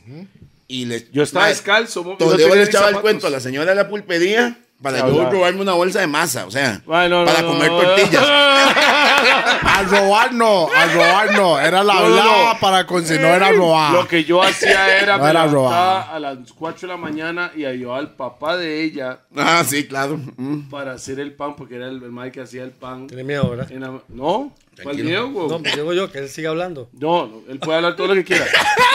Speaker 3: y le,
Speaker 2: Yo estaba
Speaker 3: mae,
Speaker 2: descalzo. mo- no
Speaker 3: Toledo
Speaker 2: tenía
Speaker 3: le
Speaker 2: ni
Speaker 3: echaba el
Speaker 2: zapatos.
Speaker 3: cuento a la señora de la pulpería para
Speaker 2: Se
Speaker 3: yo
Speaker 2: hablaba.
Speaker 3: robarme una bolsa de masa, o sea,
Speaker 2: Ay, no, no,
Speaker 3: para
Speaker 2: no,
Speaker 3: comer
Speaker 2: no.
Speaker 3: tortillas.
Speaker 2: [laughs]
Speaker 1: A robar no, a robar no. Era la
Speaker 2: No, no,
Speaker 1: hablada
Speaker 2: no.
Speaker 1: para con si no era
Speaker 2: Lo
Speaker 1: robar.
Speaker 2: que yo hacía era
Speaker 1: No
Speaker 2: me
Speaker 1: era
Speaker 2: levantaba
Speaker 1: robado.
Speaker 2: a las 4 de la mañana y ayudaba al papá de ella
Speaker 3: Ah, sí, claro. Mm.
Speaker 2: para hacer el pan, porque era el, el mae que hacía el pan.
Speaker 4: Tiene miedo, ¿verdad?
Speaker 2: en la- ¿No? ¿Cuál miedo, güey?
Speaker 4: No, pues digo yo que él sigue hablando.
Speaker 2: No, no, él puede hablar todo lo que quiera.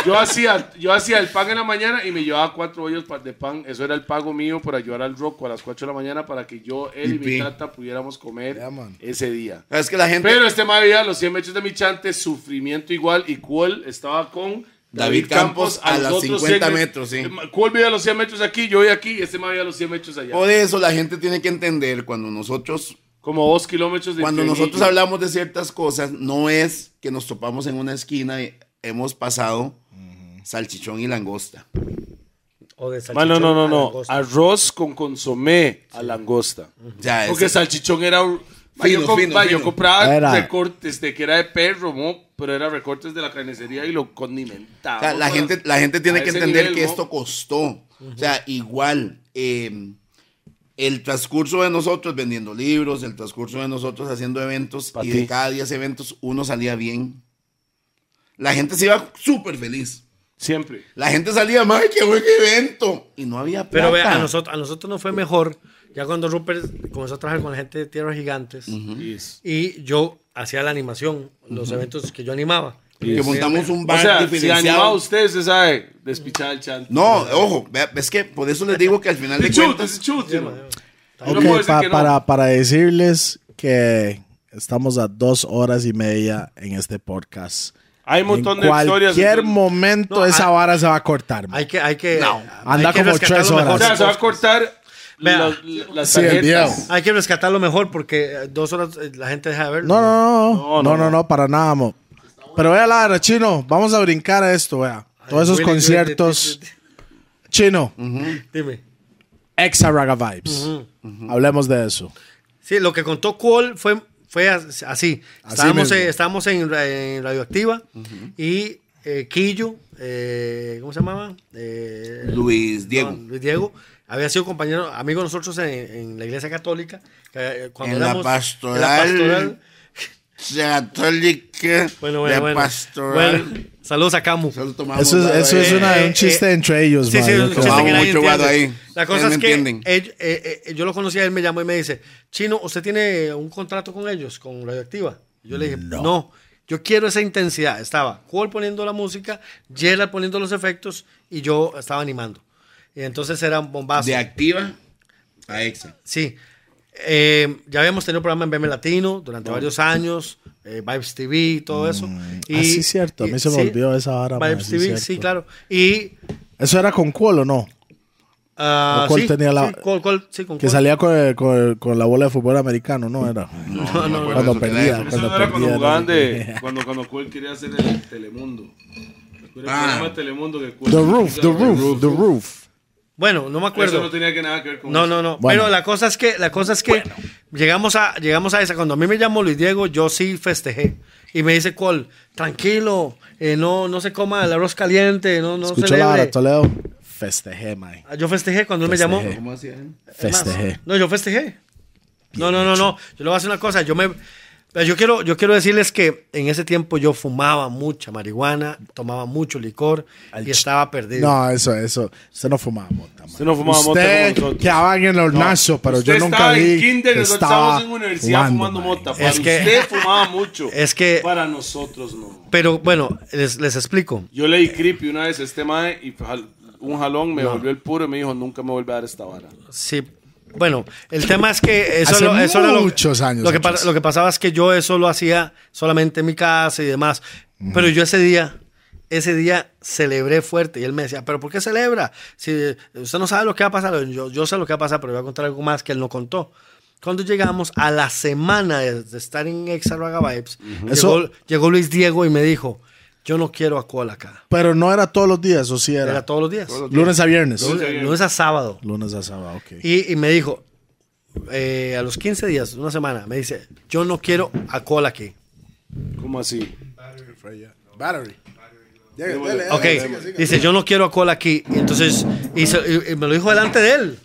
Speaker 2: Yo hacía, yo hacía el pan en la mañana y me llevaba cuatro bollos pa- de pan. Eso era el pago mío por ayudar al Rocco a las cuatro de la mañana para que yo, él y,
Speaker 3: Y
Speaker 2: mi
Speaker 3: pi.
Speaker 2: tata pudiéramos comer
Speaker 1: Ya, man.
Speaker 2: ese día.
Speaker 3: Es que la gente
Speaker 2: Pero este mal día, los 100 metros de Michante, sufrimiento igual. Y Cuol estaba con
Speaker 3: David Campos a
Speaker 2: los
Speaker 3: las
Speaker 2: otros
Speaker 3: 50
Speaker 2: segmen-
Speaker 3: metros, sí.
Speaker 2: Cuol vive a los 100 metros aquí, yo voy aquí y este mal vive a los 100 metros allá.
Speaker 3: por eso la gente tiene que entender cuando nosotros
Speaker 2: Como dos kilómetros de
Speaker 3: cuando
Speaker 2: infinito.
Speaker 3: nosotros hablamos de ciertas cosas no es que nos topamos en una esquina y hemos pasado salchichón y langosta.
Speaker 4: O de
Speaker 2: Ma, no,
Speaker 4: salchichón
Speaker 2: no, no,
Speaker 4: a
Speaker 2: no.
Speaker 4: langosta.
Speaker 2: Arroz con consomé a langosta.
Speaker 3: Ya
Speaker 2: Porque
Speaker 3: Ah, es.
Speaker 2: salchichón era un- Ma,
Speaker 3: Fino,
Speaker 2: yo, com-
Speaker 3: fino,
Speaker 2: ma,
Speaker 3: fino.
Speaker 2: yo compraba
Speaker 1: Era.
Speaker 2: recortes de que era de perro, mo, pero era recortes de la carnicería y lo condimentaba.
Speaker 3: O sea, la
Speaker 2: ma.
Speaker 3: gente, la gente tiene
Speaker 2: Ah, A
Speaker 3: que
Speaker 2: ese
Speaker 3: entender
Speaker 2: nivel,
Speaker 3: que
Speaker 2: ¿no?
Speaker 3: esto costó. O sea, igual, eh, el transcurso de nosotros vendiendo libros, el transcurso de nosotros haciendo eventos,
Speaker 2: Pa'
Speaker 3: y
Speaker 2: ti.
Speaker 3: de cada 10 eventos uno salía bien. La gente se iba súper feliz.
Speaker 2: Siempre.
Speaker 3: La gente salía, ¡ay, qué buen evento! Y no había plata.
Speaker 4: Pero vea, a nosotros, a nosotros nos fue mejor. Ya cuando Rupert comenzó a trabajar con la gente de Tierras Gigantes
Speaker 2: Yes.
Speaker 4: y yo hacía la animación, los eventos que yo animaba.
Speaker 3: Que montamos un
Speaker 2: O
Speaker 3: bar
Speaker 2: sea, si
Speaker 3: diferenciado.
Speaker 2: animaba a ustedes, usted sabe, despichaba el chante.
Speaker 3: No, ojo, vea, es que por eso les digo que al final de
Speaker 2: It's truth,
Speaker 3: cuentas...
Speaker 2: it's truth, you know. No
Speaker 1: Ok,
Speaker 2: puedo decir
Speaker 1: pa-
Speaker 2: que no.
Speaker 1: para, para decirles que estamos a dos horas y media en este podcast.
Speaker 2: Hay un montón
Speaker 1: en
Speaker 2: de
Speaker 1: cualquier
Speaker 2: historias. entonces-
Speaker 1: momento
Speaker 4: No,
Speaker 1: esa
Speaker 4: hay-
Speaker 1: vara se va a cortar. man.
Speaker 4: Hay que, hay que,
Speaker 3: No,
Speaker 4: hay
Speaker 1: anda
Speaker 4: que
Speaker 1: como
Speaker 4: rescatar
Speaker 1: tres
Speaker 4: lo mejor.
Speaker 2: O
Speaker 1: horas.
Speaker 2: sea, se va a cortar
Speaker 4: Vea.
Speaker 2: los- las
Speaker 1: Sí, el video.
Speaker 2: tarjetas.
Speaker 4: Hay que rescatarlo mejor porque eh, dos horas eh, la gente deja de verlo.
Speaker 1: No, no, no, no,
Speaker 2: No,
Speaker 1: no,
Speaker 2: no,
Speaker 1: no,
Speaker 2: no.
Speaker 1: para nada, mo. Pero vea la verdad, chino, vamos a brincar a esto, vea. Todos esos
Speaker 4: Willy,
Speaker 1: conciertos.
Speaker 4: Willy,
Speaker 1: Chino,
Speaker 4: Dime.
Speaker 1: exa Raga Vibes. Hablemos de eso.
Speaker 4: Sí, lo que contó Cole fue, fue as- así. Estábamos,
Speaker 1: mismo.
Speaker 4: eh, estábamos en, ra- en Radioactiva y eh, Quillo, eh, ¿cómo se llamaba? Eh,
Speaker 3: Luis Diego.
Speaker 4: no, Luis Diego. Había sido compañero, amigo de nosotros en, en la iglesia católica. que, eh, cuando
Speaker 3: En la
Speaker 4: éramos-
Speaker 3: pastoral.
Speaker 4: en la
Speaker 3: [laughs]
Speaker 4: pastoral.
Speaker 3: Católica,
Speaker 4: Bueno, bueno,
Speaker 3: de
Speaker 4: bueno.
Speaker 3: pastoral.
Speaker 4: Bueno, saludos a Camu.
Speaker 3: Eso,
Speaker 1: Eso es, eso es
Speaker 4: eh,
Speaker 1: una,
Speaker 4: eh,
Speaker 1: un chiste
Speaker 4: eh,
Speaker 1: entre ellos,
Speaker 4: Sí,
Speaker 1: man,
Speaker 4: sí,
Speaker 1: yo
Speaker 4: un
Speaker 1: creo.
Speaker 4: chiste
Speaker 3: Vamos,
Speaker 4: que nadie
Speaker 3: mucho guado
Speaker 4: entiende.
Speaker 3: ahí.
Speaker 4: La cosa
Speaker 3: Ustedes
Speaker 4: es
Speaker 3: me
Speaker 4: que
Speaker 3: entienden.
Speaker 4: ellos- eh, eh, yo lo conocía, él me llamó y me dice, Chino, ¿usted tiene un contrato con ellos, con Radioactiva? Y Yo le dije, no. yo quiero esa intensidad. Estaba Cole poniendo la música, Gerald poniendo los efectos y yo estaba animando. Y entonces era un bombazo.
Speaker 3: De activa a exa.
Speaker 4: Sí. Eh, ya habíamos tenido programa en BM Latino durante varios años, eh, Vibes TV y todo eso. y,
Speaker 1: ah, sí, cierto. A mí se me olvidó esa vara, man,
Speaker 4: Vibes
Speaker 1: sí,
Speaker 4: TV,
Speaker 1: cierto.
Speaker 4: sí, claro. Y
Speaker 1: Eso era con Cuol, ¿o no?
Speaker 4: Ah,
Speaker 1: ¿O cuál
Speaker 4: sí,
Speaker 1: tenía la-
Speaker 4: sí, cuál- cuál- sí, con
Speaker 1: Que
Speaker 4: cuál.
Speaker 1: salía con, con- con la bola de fútbol americano, ¿no? Era.
Speaker 3: No, no,
Speaker 1: cuando
Speaker 3: eso queda
Speaker 1: perdía,
Speaker 3: eso.
Speaker 2: Eso
Speaker 1: cuando
Speaker 2: no era cuando
Speaker 1: perdía. no
Speaker 2: jugaban
Speaker 1: sé qué.
Speaker 2: de. Cuando, cuando Cuel quería hacer el Telemundo. Era el
Speaker 4: Ah.
Speaker 2: programa de Telemundo que
Speaker 1: [laughs] The roof, the roof, the roof.
Speaker 4: Bueno, no me
Speaker 2: Eso no
Speaker 4: acuerdo.
Speaker 2: tenía que nada que ver con
Speaker 4: No,
Speaker 2: eso.
Speaker 4: no, no.
Speaker 1: Bueno.
Speaker 4: Pero la cosa es que, la cosa es que llegamos, a, llegamos a esa. Cuando a mí me llamó Luis Diego, yo sí festejé. Y me dice, Col, tranquilo, eh, no, no se coma el arroz caliente, no, no
Speaker 1: Escuchó la
Speaker 4: celebre".
Speaker 1: vara, Toledo. Festejé, mae.
Speaker 4: Ah, Yo festejé cuando él me llamó.
Speaker 1: Festejé.
Speaker 3: ¿Cómo hacía él?
Speaker 1: Festejé.
Speaker 4: Más. No, yo festejé. No, no, no, no. Yo le voy a hacer una cosa. Yo me. pues, Yo quiero, yo quiero decirles que en ese tiempo yo fumaba mucha marihuana, tomaba mucho licor y estaba perdido.
Speaker 1: No, eso, eso. Usted no fumaba mota, mae.
Speaker 2: Usted no fumaba mota
Speaker 1: Usted
Speaker 2: como nosotros.
Speaker 1: quedaba en el hornazo, pero
Speaker 2: Usted
Speaker 1: yo nunca
Speaker 2: estaba
Speaker 1: vi.
Speaker 2: en kinder,
Speaker 1: que
Speaker 2: nosotros
Speaker 1: estaba
Speaker 2: estábamos en universidad fumando,
Speaker 1: mae.
Speaker 2: mota.
Speaker 7: pues.
Speaker 2: Para
Speaker 4: Es que-
Speaker 2: usted fumaba mucho.
Speaker 4: es que-
Speaker 2: Para nosotros no.
Speaker 4: Pero bueno, les, les explico.
Speaker 2: Yo leí creepy una vez a este mae y jal- un jalón me volvió el puro y me dijo, nunca me vuelve a dar esta vara.
Speaker 4: Sí. Bueno, el tema es que eso,
Speaker 1: Hace
Speaker 4: lo, eso era lo-
Speaker 1: muchos años,
Speaker 4: Lo que, pa-
Speaker 1: muchos.
Speaker 4: lo que pasaba es que yo eso lo hacía solamente en mi casa y demás. Pero yo ese día, ese día celebré fuerte. Y él me decía, ¿pero por qué celebra? Si eh, usted no sabe lo que va a pasar. Yo, yo sé lo que va a pasar, pero voy a contar algo más que él no contó. Cuando llegamos a la semana de, de estar en Exarraga Vibes,
Speaker 1: Eso-
Speaker 4: llegó, llegó Luis Diego y me dijo, yo no quiero a Cola acá.
Speaker 1: Eh, Pero no era todos los días, o sí era.
Speaker 4: Era todos los días.
Speaker 1: Lunes a viernes.
Speaker 4: Lunes- lunes a sábado.
Speaker 1: Lunes a sábado, ok.
Speaker 4: Y, y me dijo, eh, a los 15 días, una semana, me dice, yo no quiero a cola aquí.
Speaker 2: ¿Cómo así?
Speaker 1: Battery.
Speaker 3: Ah,
Speaker 4: Ok, dice, yo no quiero a cola aquí. Y entonces, y se- y- y me lo dijo delante de él.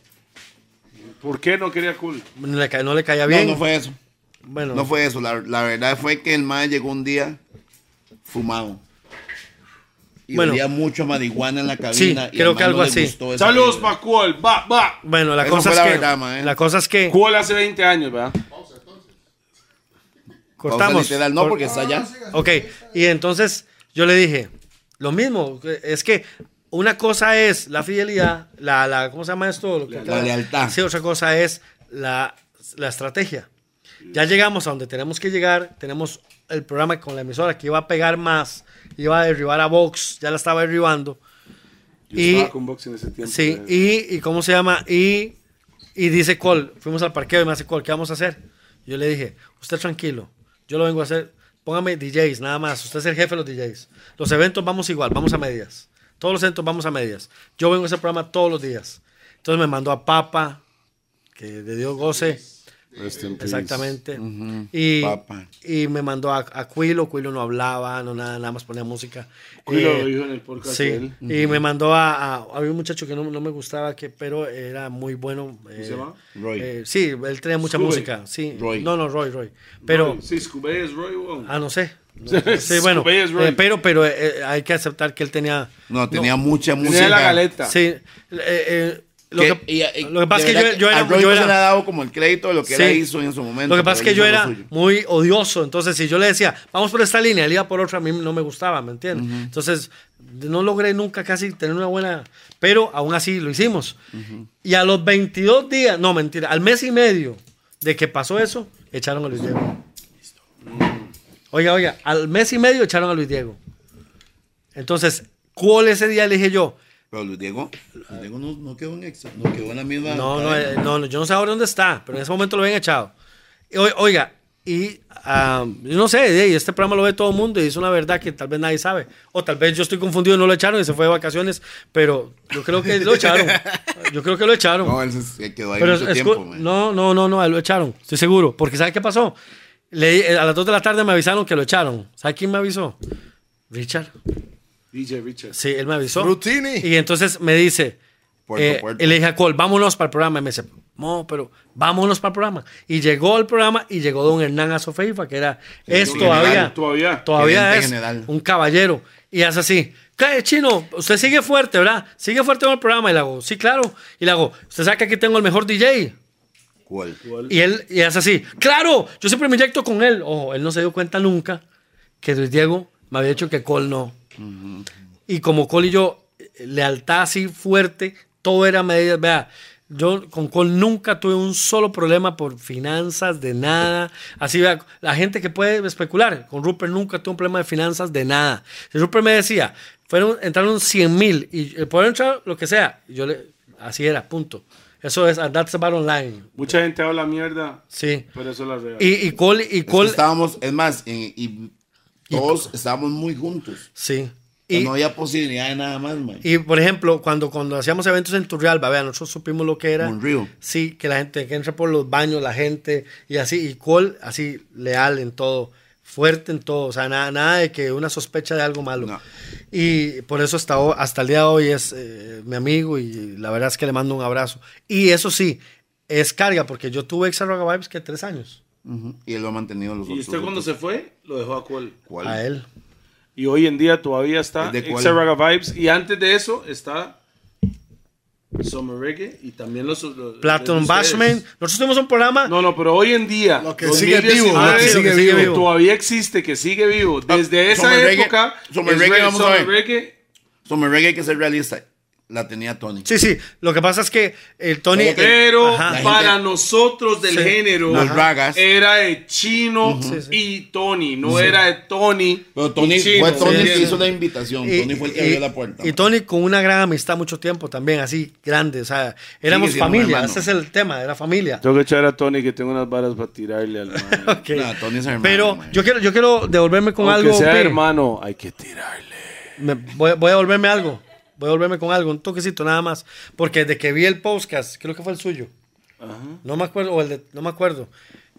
Speaker 2: ¿Por qué no quería cool?
Speaker 4: No le, ca- no le caía
Speaker 3: No,
Speaker 4: bien.
Speaker 3: no fue eso.
Speaker 4: Bueno,
Speaker 3: No fue eso. La, la verdad fue que el mae llegó un día fumado. Y
Speaker 4: Bueno.
Speaker 3: olía mucho a marihuana en la cabina.
Speaker 4: creo que algo así.
Speaker 2: Saludos
Speaker 3: para
Speaker 2: para cool. Va, va.
Speaker 4: bueno, la
Speaker 3: Eso
Speaker 4: cosa,
Speaker 3: fue
Speaker 4: es
Speaker 3: la
Speaker 4: que,
Speaker 3: verdad, ma, eh.
Speaker 4: la cosa es que
Speaker 2: Cool hace 20 años, ¿verdad?
Speaker 4: cortamos.
Speaker 3: Literal, no,
Speaker 4: Cor-
Speaker 3: porque está allá.
Speaker 4: Ok, y entonces yo le dije, lo mismo, que- es que una cosa es la fidelidad, la, la ¿cómo se llama esto? Lo que-
Speaker 3: La lealtad.
Speaker 4: Sí, otra cosa es la, la estrategia. Ya llegamos a donde tenemos que llegar, tenemos el programa con la emisora que iba a pegar más, iba a derribar a Vox, ya la estaba derribando.
Speaker 2: Yo
Speaker 4: Y-
Speaker 2: estaba con boxing en ese tiempo.
Speaker 4: Sí,
Speaker 2: ¿verdad?
Speaker 4: y, y ¿cómo se llama? Y, y dice Col, fuimos al parqueo y me hace Col, ¿qué vamos a hacer? Yo le dije, usted tranquilo, yo lo vengo a hacer, póngame DJs nada más, usted es el jefe de los DJs. Los eventos vamos igual, vamos a medias. Todos los eventos vamos a medias. Yo vengo a ese programa todos los días. Entonces me mandó a Papa, que de Dios goce.
Speaker 2: Rest in peace.
Speaker 4: Exactamente. y,
Speaker 3: Papa.
Speaker 4: y me mandó a, a Cuilo, Cuilo no hablaba, no nada, nada más ponía música. Eh,
Speaker 2: Cuilo lo dijo en el podcast
Speaker 4: Sí,
Speaker 2: de él.
Speaker 4: y me mandó a, a, había un muchacho que no, no me gustaba, que, pero era muy bueno. eh,
Speaker 2: se llama?
Speaker 3: Roy.
Speaker 4: eh, sí, él tenía mucha
Speaker 2: Scooby.
Speaker 4: música. Sí.
Speaker 3: Roy.
Speaker 4: No, no, Roy, Roy. Pero,
Speaker 2: Roy, sí, Scooby es Roy, weón.
Speaker 4: ah,
Speaker 2: [laughs]
Speaker 4: no sé. Sí, bueno,
Speaker 2: Scooby es Roy.
Speaker 4: eh, pero, pero eh, hay que aceptar que él tenía...
Speaker 3: No, tenía mucha
Speaker 2: Tenía
Speaker 3: música.
Speaker 2: la galeta.
Speaker 4: Sí. eh, eh, lo,
Speaker 3: Que-
Speaker 4: que,
Speaker 3: y- y-
Speaker 4: lo que pasa
Speaker 3: de
Speaker 4: es que
Speaker 3: verdad
Speaker 4: yo, yo
Speaker 3: a
Speaker 4: era...
Speaker 3: Roy
Speaker 4: yo
Speaker 3: no
Speaker 4: era-
Speaker 3: se le ha dado como el crédito de lo que
Speaker 4: Sí.
Speaker 3: él hizo en su momento.
Speaker 4: Lo que pasa es
Speaker 3: pero él
Speaker 4: que yo
Speaker 3: hizo lo
Speaker 4: era
Speaker 3: suyo.
Speaker 4: muy odioso. Entonces, si yo le decía, vamos por esta línea, él iba por otra, a mí no me gustaba, ¿me entiendes? Entonces, no logré nunca casi tener una buena. Pero aún así lo hicimos. Y a los 22 días, no, mentira, al mes y medio de que pasó eso, echaron a Luis Diego. Oiga, oiga, al mes y medio echaron a Luis Diego. Entonces, ¿cuál ese día le dije yo?
Speaker 3: Pero Luis Diego, Luis Diego no, no quedó en exa, no quedó en la misma.
Speaker 4: Ah. No, no,
Speaker 3: cadena.
Speaker 4: eh, no, no, yo no sé ahora dónde está, pero en ese momento lo habían echado. Y, o- oiga, y ah, yo no sé, de ahí, este programa lo ve todo el mundo y es una verdad que tal vez nadie sabe. O tal vez yo estoy confundido, no lo echaron y se fue de vacaciones, pero yo creo que lo echaron. Yo creo que lo echaron.
Speaker 3: No, él se quedó ahí
Speaker 4: Pero
Speaker 3: mucho
Speaker 4: escu-
Speaker 3: tiempo, man.
Speaker 4: no, no, no, no, a él lo echaron, estoy seguro. Porque ¿sabe qué pasó? Le- eh, a las 2 de la tarde me avisaron que lo echaron. ¿Sabe quién me avisó? Richard.
Speaker 2: DJ Richard.
Speaker 4: Sí, él me avisó.
Speaker 1: Rutini.
Speaker 4: Y entonces me dice,
Speaker 3: Puerto,
Speaker 4: eh,
Speaker 3: puerto.
Speaker 4: y le dije a Cole, vámonos para el programa. Y me dice, no, pero vámonos para el programa. Y llegó al programa y llegó don Hernán Azofeifa, que era, es
Speaker 3: don
Speaker 4: todavía,
Speaker 3: General,
Speaker 2: todavía.
Speaker 4: todavía
Speaker 3: Gerente
Speaker 4: es
Speaker 3: general.
Speaker 4: un caballero. Y hace así, ¿qué, chino? Usted sigue fuerte, ¿verdad? Sigue fuerte con el programa. Y le hago, sí, claro. Y le hago, usted sabe que aquí tengo el mejor DJ.
Speaker 3: ¿Cuál?
Speaker 4: Y él y hace así, claro, yo siempre me inyecto con él. Ojo, él no se dio cuenta nunca que Luis Diego me había dicho que Cole no. Y como Cole y yo, eh, lealtad así fuerte, todo era medida. Vea, yo con Cole nunca tuve un solo problema por finanzas, de nada. Así, vea, la gente que puede especular, con Rupert nunca tuve un problema de finanzas, de nada. Si Rupert me decía, fueron, entraron 100 mil y eh, pueden entrar lo que sea, yo le, así era, punto. Eso es, and that's about online.
Speaker 2: Mucha gente habla mierda,
Speaker 4: Sí.
Speaker 2: pero eso es la real.
Speaker 4: Y, y Cole, y
Speaker 3: Es que
Speaker 4: Cole-
Speaker 3: estábamos, es más, en- y todos estábamos muy juntos.
Speaker 4: sí. Y-
Speaker 3: no había posibilidad de nada más, mae.
Speaker 4: Y por ejemplo, cuando, cuando hacíamos eventos en Turrialba, vean, nosotros supimos lo que era.
Speaker 3: Monrío.
Speaker 4: Sí, que la gente que entra por los baños, la gente, y así, y Cole, así, leal en todo, fuerte en todo, o sea, nada, nada de que una sospecha de algo malo.
Speaker 3: No.
Speaker 4: Y por eso hasta, ho- hasta el día de hoy es eh, mi amigo y la verdad es que le mando un abrazo. Y eso sí, es carga, porque yo tuve Exa Roga Vibes que tres años
Speaker 3: Ujú. Y él lo ha mantenido los
Speaker 7: Y
Speaker 3: otros
Speaker 7: usted cuando
Speaker 3: grupos.
Speaker 7: se fue, lo dejó a Cole.
Speaker 3: ¿Cuál?
Speaker 4: a él.
Speaker 7: Y hoy en día todavía está
Speaker 3: ¿De cuál?
Speaker 7: Extra Raga Vibes. Y antes de eso está Summer Reggae y también los. los-
Speaker 4: Platinum
Speaker 7: los de ustedes.
Speaker 4: Bashman. Nosotros tuvimos un programa.
Speaker 7: No, no, pero hoy en día.
Speaker 1: Lo que sigue vivo,
Speaker 4: lo que sigue
Speaker 7: que
Speaker 4: vivo.
Speaker 7: Todavía existe, que sigue vivo. Desde
Speaker 3: Ah,
Speaker 7: esa
Speaker 3: Summer Reggae-
Speaker 7: época.
Speaker 3: Summer
Speaker 7: es
Speaker 3: Reggae,
Speaker 7: Red
Speaker 3: vamos a
Speaker 7: Summer
Speaker 3: ver.
Speaker 7: Reggae.
Speaker 3: Summer Reggae hay que ser realista. La tenía Tony.
Speaker 4: Sí, sí. Lo que pasa es que el Tony. eh,
Speaker 3: Solo que-
Speaker 7: Pero
Speaker 4: Ajá.
Speaker 3: La
Speaker 7: para
Speaker 3: gente-
Speaker 7: nosotros del
Speaker 4: Sí.
Speaker 7: género.
Speaker 3: Los ragas.
Speaker 7: Era de Chino
Speaker 4: Sí, sí.
Speaker 7: y Tony. No era de Tony.
Speaker 3: Pero Tony,
Speaker 7: y Chino,
Speaker 3: fue Tony
Speaker 7: ¿me
Speaker 3: que
Speaker 7: entiendes?
Speaker 3: hizo la invitación. Tony fue el que
Speaker 4: y-
Speaker 3: abrió la puerta.
Speaker 4: y Tony con una gran amistad mucho tiempo también, así grande. O sea, éramos
Speaker 3: siendo un
Speaker 4: familia.
Speaker 3: hermano.
Speaker 4: Ese es el tema, era familia.
Speaker 7: Tengo que echar a Tony que tengo unas varas para tirarle al man.
Speaker 4: Ok.
Speaker 3: Nah, Tony es hermano,
Speaker 4: Pero
Speaker 3: man.
Speaker 4: yo quiero, yo quiero devolverme [laughs] con
Speaker 7: Aunque
Speaker 4: algo.
Speaker 7: sea
Speaker 4: Pi.
Speaker 7: hermano, hay que tirarle.
Speaker 4: Me- voy, voy a devolverme algo. Voy a devolverme con algo, un toquecito nada más. Porque desde que vi el podcast, creo que fue el suyo. No me acuerdo, o el de- no me acuerdo.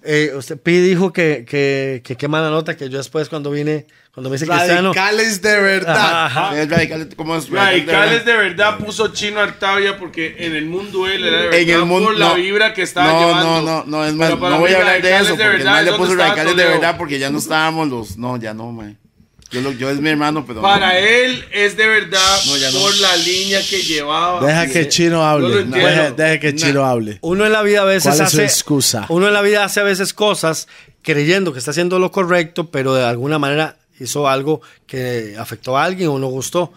Speaker 4: Eh, usted Pi dijo que, que, que qué mala nota que yo después cuando vine, cuando me hice cristiano.
Speaker 1: Radicales de verdad.
Speaker 4: Ajá, ajá.
Speaker 3: Es radical, ¿cómo es?
Speaker 7: Radicales de verdad puso chino a Artavia porque en el mundo él era de verdad
Speaker 3: En el mundo.
Speaker 7: por la
Speaker 3: no.
Speaker 7: vibra que estaba
Speaker 3: no,
Speaker 7: llevando.
Speaker 3: No, no, no, es más,
Speaker 7: Pero para
Speaker 3: no voy
Speaker 7: mí
Speaker 3: a hablar de
Speaker 7: radicales
Speaker 3: eso. Porque el
Speaker 7: verdad
Speaker 3: man
Speaker 7: es
Speaker 3: le
Speaker 7: donde
Speaker 3: puso
Speaker 7: estaba
Speaker 3: radicales de
Speaker 7: Toledo.
Speaker 3: verdad porque ya no estábamos los. No, ya no, man. Yo, lo- yo es mi hermano, pero. no.
Speaker 7: Para él es de verdad
Speaker 3: No, ya no.
Speaker 7: por la línea que llevaba.
Speaker 1: Deja
Speaker 7: Sí.
Speaker 1: que Chino
Speaker 7: Yo lo
Speaker 1: hable.
Speaker 7: entiendo.
Speaker 1: Deja, deja que Chino hable.
Speaker 4: Uno en la vida a veces
Speaker 1: ¿Cuál es su
Speaker 4: hace
Speaker 1: excusa?
Speaker 4: Uno en la vida hace a veces cosas creyendo que está haciendo lo correcto, pero de alguna manera hizo algo que afectó a alguien o no gustó.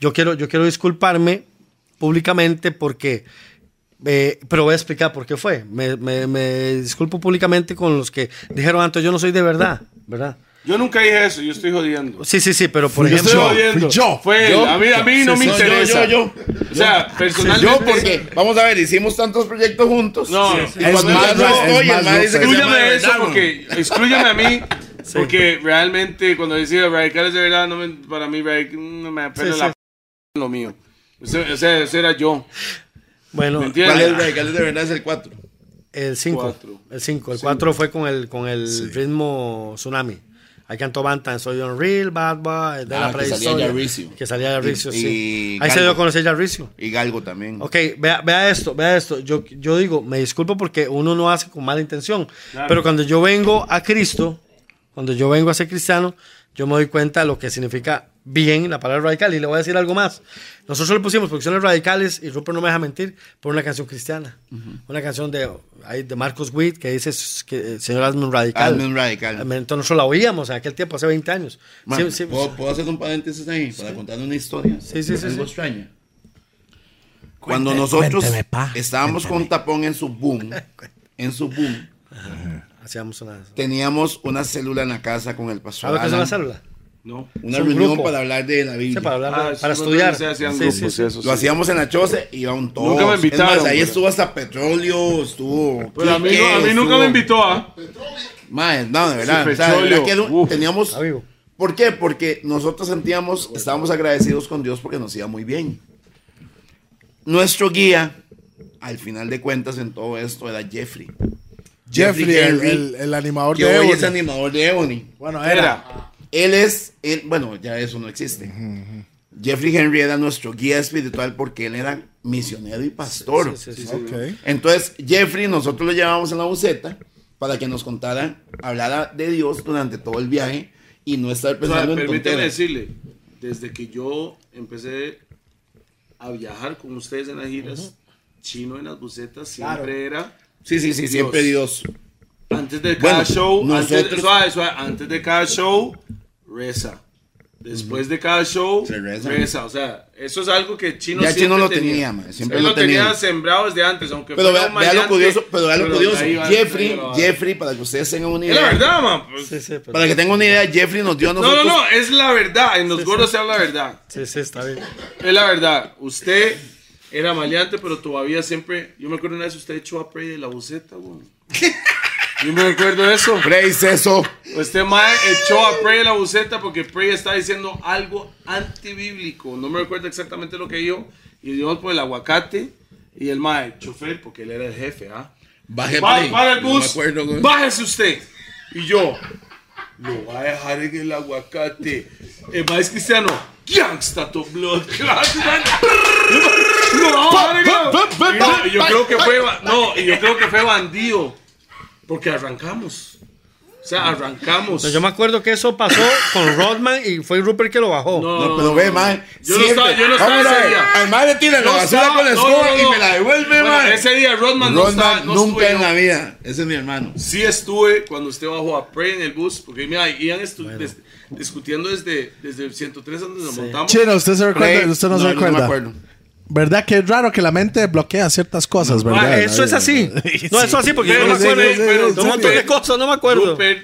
Speaker 4: Yo quiero, yo quiero disculparme públicamente porque, eh, pero voy a explicar por qué fue. Me, me- me disculpo públicamente con los que dijeron antes, yo no soy de verdad, ¿verdad?
Speaker 7: Yo nunca dije eso, yo estoy jodiendo.
Speaker 4: Sí, sí, sí, pero por
Speaker 1: Yo
Speaker 7: Estoy
Speaker 1: soy
Speaker 4: ejemplo,
Speaker 7: jodiendo.
Speaker 1: fui yo.
Speaker 7: Fue él.
Speaker 3: Yo.
Speaker 7: a mí, a mí no
Speaker 3: Sí,
Speaker 7: me
Speaker 3: sí, no, yo,
Speaker 7: interesa.
Speaker 3: yo,
Speaker 7: O sea, personalmente.
Speaker 3: Yo, porque, vamos a ver, hicimos tantos proyectos juntos.
Speaker 7: No,
Speaker 3: Sí,
Speaker 7: no.
Speaker 3: y cuando
Speaker 1: Es
Speaker 3: yo
Speaker 1: más,
Speaker 3: no
Speaker 1: no,
Speaker 3: estoy,
Speaker 1: es
Speaker 3: el
Speaker 1: más,
Speaker 3: man
Speaker 1: no,
Speaker 3: dice que se llama
Speaker 7: Exclúyame
Speaker 3: de
Speaker 7: eso
Speaker 3: verdad, man.
Speaker 7: porque exclúyame
Speaker 3: [laughs]
Speaker 7: a mí porque realmente cuando decía radicales de verdad no me, para mí radic- no me apela
Speaker 4: Sí,
Speaker 7: la
Speaker 4: sí.
Speaker 7: p- lo mío. O sea, o sea, eso era yo.
Speaker 4: bueno,
Speaker 7: ¿Me entiendes?
Speaker 3: ¿Cuál es radicales de verdad? Es el 4.
Speaker 4: el 5,
Speaker 7: Cuatro.
Speaker 4: el 5, el 4 fue con el, con el ritmo tsunami. Ahí cantó Bantan, Soy Unreal, Bad Boy, de
Speaker 3: Ah,
Speaker 4: la
Speaker 3: que salía
Speaker 4: prehistoria.
Speaker 3: Yarricio.
Speaker 4: Que salía Yarricio,
Speaker 3: Y-
Speaker 4: sí.
Speaker 3: y
Speaker 4: Ahí se
Speaker 3: Galgo.
Speaker 4: dio a conocer Yarricio.
Speaker 3: Y Galgo también.
Speaker 4: Ok, vea, vea esto, vea esto. Yo, yo digo, me disculpo porque uno no hace con mala intención. Pero cuando yo vengo a Cristo, cuando yo vengo a ser cristiano, yo me doy cuenta de lo que significa bien la palabra radical. Y le voy a decir algo más. Nosotros le pusimos producciones radicales, y Rupert no me deja mentir, por una canción cristiana. Una canción de, ahí de Marcos Witt que dice, que, eh, Señor, hazme un radical. Eh,
Speaker 3: Hazme un radical.
Speaker 4: Entonces nosotros la oíamos en aquel tiempo, hace 20 años.
Speaker 3: Man,
Speaker 4: Sí, sí,
Speaker 3: ¿puedo, puedo hacer un paréntesis ahí para contar una historia?
Speaker 4: Sí, sí, sí,
Speaker 3: Algo
Speaker 4: sí.
Speaker 3: extraña. Cuando nosotros
Speaker 1: cuénteme, pa,
Speaker 3: estábamos con Tapón en
Speaker 1: [laughs]
Speaker 3: su boom, en su boom,
Speaker 4: hacíamos una...
Speaker 3: Ah, teníamos una célula en la casa con el pastor.
Speaker 4: ¿Sabes qué es una
Speaker 3: Alan,
Speaker 4: célula?
Speaker 7: No.
Speaker 3: Una
Speaker 4: Es un
Speaker 3: reunión
Speaker 4: grupo.
Speaker 3: para hablar de la
Speaker 4: Sí,
Speaker 3: Biblia.
Speaker 4: para hablar,
Speaker 7: Ah,
Speaker 4: para
Speaker 7: eso no
Speaker 4: estudiar.
Speaker 7: se hacían
Speaker 4: Sí,
Speaker 7: grupos,
Speaker 4: sí, sí.
Speaker 7: eso sí.
Speaker 3: Lo hacíamos en la choza y iban todos.
Speaker 7: Nunca me
Speaker 3: Es más,
Speaker 7: invitaron,
Speaker 3: ahí
Speaker 7: pero-
Speaker 3: estuvo hasta Petróleo, estuvo.
Speaker 7: Pero a mí, no- a mí
Speaker 3: Quique,
Speaker 7: nunca
Speaker 3: estuvo-
Speaker 7: me invitó ¿ah? a.
Speaker 3: Pues Mae, no, de verdad.
Speaker 7: Sí,
Speaker 3: o sea, de verdad
Speaker 7: petróleo.
Speaker 3: que era un-
Speaker 7: Uf.
Speaker 3: teníamos.
Speaker 4: Está vivo.
Speaker 3: ¿Por qué? Porque nosotros sentíamos, estábamos agradecidos con Dios porque nos iba muy bien. Nuestro guía, al final de cuentas, en todo esto era Jeffrey.
Speaker 1: Jeffrey, el,
Speaker 3: Henry,
Speaker 1: el- el animador
Speaker 3: que
Speaker 1: de
Speaker 3: hoy
Speaker 1: Ebony.
Speaker 3: es animador de Ebony.
Speaker 1: Bueno, era.
Speaker 7: Era.
Speaker 3: Él es, él- bueno, ya eso no existe. Jeffrey Henry era nuestro guía espiritual porque él era misionero y pastor.
Speaker 4: Sí, sí, sí.
Speaker 1: Ok.
Speaker 3: Entonces, Jeffrey, nosotros lo llevábamos en la buceta para que nos contara, hablara de Dios durante todo el viaje y no estar
Speaker 7: O sea,
Speaker 3: pensando en
Speaker 7: permítame
Speaker 3: tonteras.
Speaker 7: decirle, desde que yo empecé a viajar con ustedes en las giras, chino en las bucetas siempre era
Speaker 3: Sí, sí, sí, siempre Dios.
Speaker 7: Antes de cada
Speaker 3: Bueno,
Speaker 7: show, antes,
Speaker 3: nosotros-
Speaker 7: suave, suave, antes de cada show, reza. Después de cada show,
Speaker 3: Se reza.
Speaker 7: reza. O sea, eso es algo que Chino
Speaker 3: Ya
Speaker 7: siempre
Speaker 3: Chino lo tenía, man, siempre
Speaker 7: Él
Speaker 3: lo
Speaker 7: lo tenía.
Speaker 3: tenía.
Speaker 7: sembrado desde antes, aunque
Speaker 3: Pero
Speaker 7: fuera
Speaker 3: vea,
Speaker 7: un
Speaker 3: vea lo
Speaker 7: maleante,
Speaker 3: curioso, pero vea lo curioso.
Speaker 7: ahí va, ahí
Speaker 3: Jeffrey,
Speaker 7: va.
Speaker 3: Jeffrey, para que ustedes tengan una
Speaker 7: Es la
Speaker 3: idea.
Speaker 7: verdad, man. pues.
Speaker 4: Sí, sí, pero-
Speaker 3: Para que tengan una idea, Jeffrey nos dio a
Speaker 7: No, no,
Speaker 3: nosotros.
Speaker 7: no, es la verdad. En los gordos se habla la verdad.
Speaker 4: Sí, sí, está bien.
Speaker 7: Es la verdad. Usted era
Speaker 4: [laughs]
Speaker 7: maleante, pero todavía siempre. Yo me acuerdo una vez usted echó a Prey de la buceta, güey. Yo me acuerdo de eso.
Speaker 3: Prey, eso.
Speaker 7: Este mae echó a Prey la buceta porque Prey está diciendo algo antibíblico. No me recuerdo exactamente lo que dijo. Y dio por el aguacate y el mae, chofer, porque él era el jefe, ¿ah?
Speaker 3: Baje
Speaker 7: Pa-
Speaker 3: Prey.
Speaker 7: para el
Speaker 3: No me
Speaker 7: bus,
Speaker 3: acuerdo, güey.
Speaker 7: bájese usted. Y yo, lo va a dejar en el aguacate. El mae es cristiano. Gangsta to blood. [laughs] clot, man. Lo va a dejar en el- Y no, y yo creo que fue, ba- no, y yo creo que fue bandido. Porque arrancamos. O sea, arrancamos.
Speaker 4: No, yo me acuerdo que eso pasó con Rodman y fue Rupert que lo bajó. Ah,
Speaker 3: No, pero ve, mae.
Speaker 7: Yo no estaba- yo no estaba
Speaker 3: Vamos a
Speaker 7: ese
Speaker 3: ver,
Speaker 7: día.
Speaker 3: Al mae le tira la
Speaker 7: No
Speaker 3: basura
Speaker 7: estaba-
Speaker 3: con la
Speaker 7: no,
Speaker 3: escoba
Speaker 7: no, no.
Speaker 3: y me la devuelve,
Speaker 7: Bueno,
Speaker 3: mae.
Speaker 7: Ese día Rodman, no
Speaker 3: Rodman,
Speaker 7: estaba, no
Speaker 3: nunca
Speaker 7: estuve
Speaker 3: en
Speaker 7: yo.
Speaker 3: la vida. Ese es mi hermano.
Speaker 7: Sí estuve cuando usted bajó a Prey en el bus, porque mira, iban estu- des- discutiendo desde, desde el 103 donde nos montamos.
Speaker 1: Chino, ¿usted se recuerda?
Speaker 3: Prey,
Speaker 1: ¿Usted no, se
Speaker 3: No me
Speaker 1: recuerda?
Speaker 3: acuerdo.
Speaker 1: ¿Verdad que es raro que la mente bloquea ciertas cosas,
Speaker 4: Ah,
Speaker 1: verdad?
Speaker 4: eso
Speaker 1: [laughs]
Speaker 4: es así. No, eso así porque
Speaker 7: Pero
Speaker 4: yo no me
Speaker 7: sí,
Speaker 4: acuerdo.
Speaker 7: sí, pero
Speaker 4: un montón de
Speaker 7: Rupert-
Speaker 4: cosas, no me acuerdo.
Speaker 7: Rupert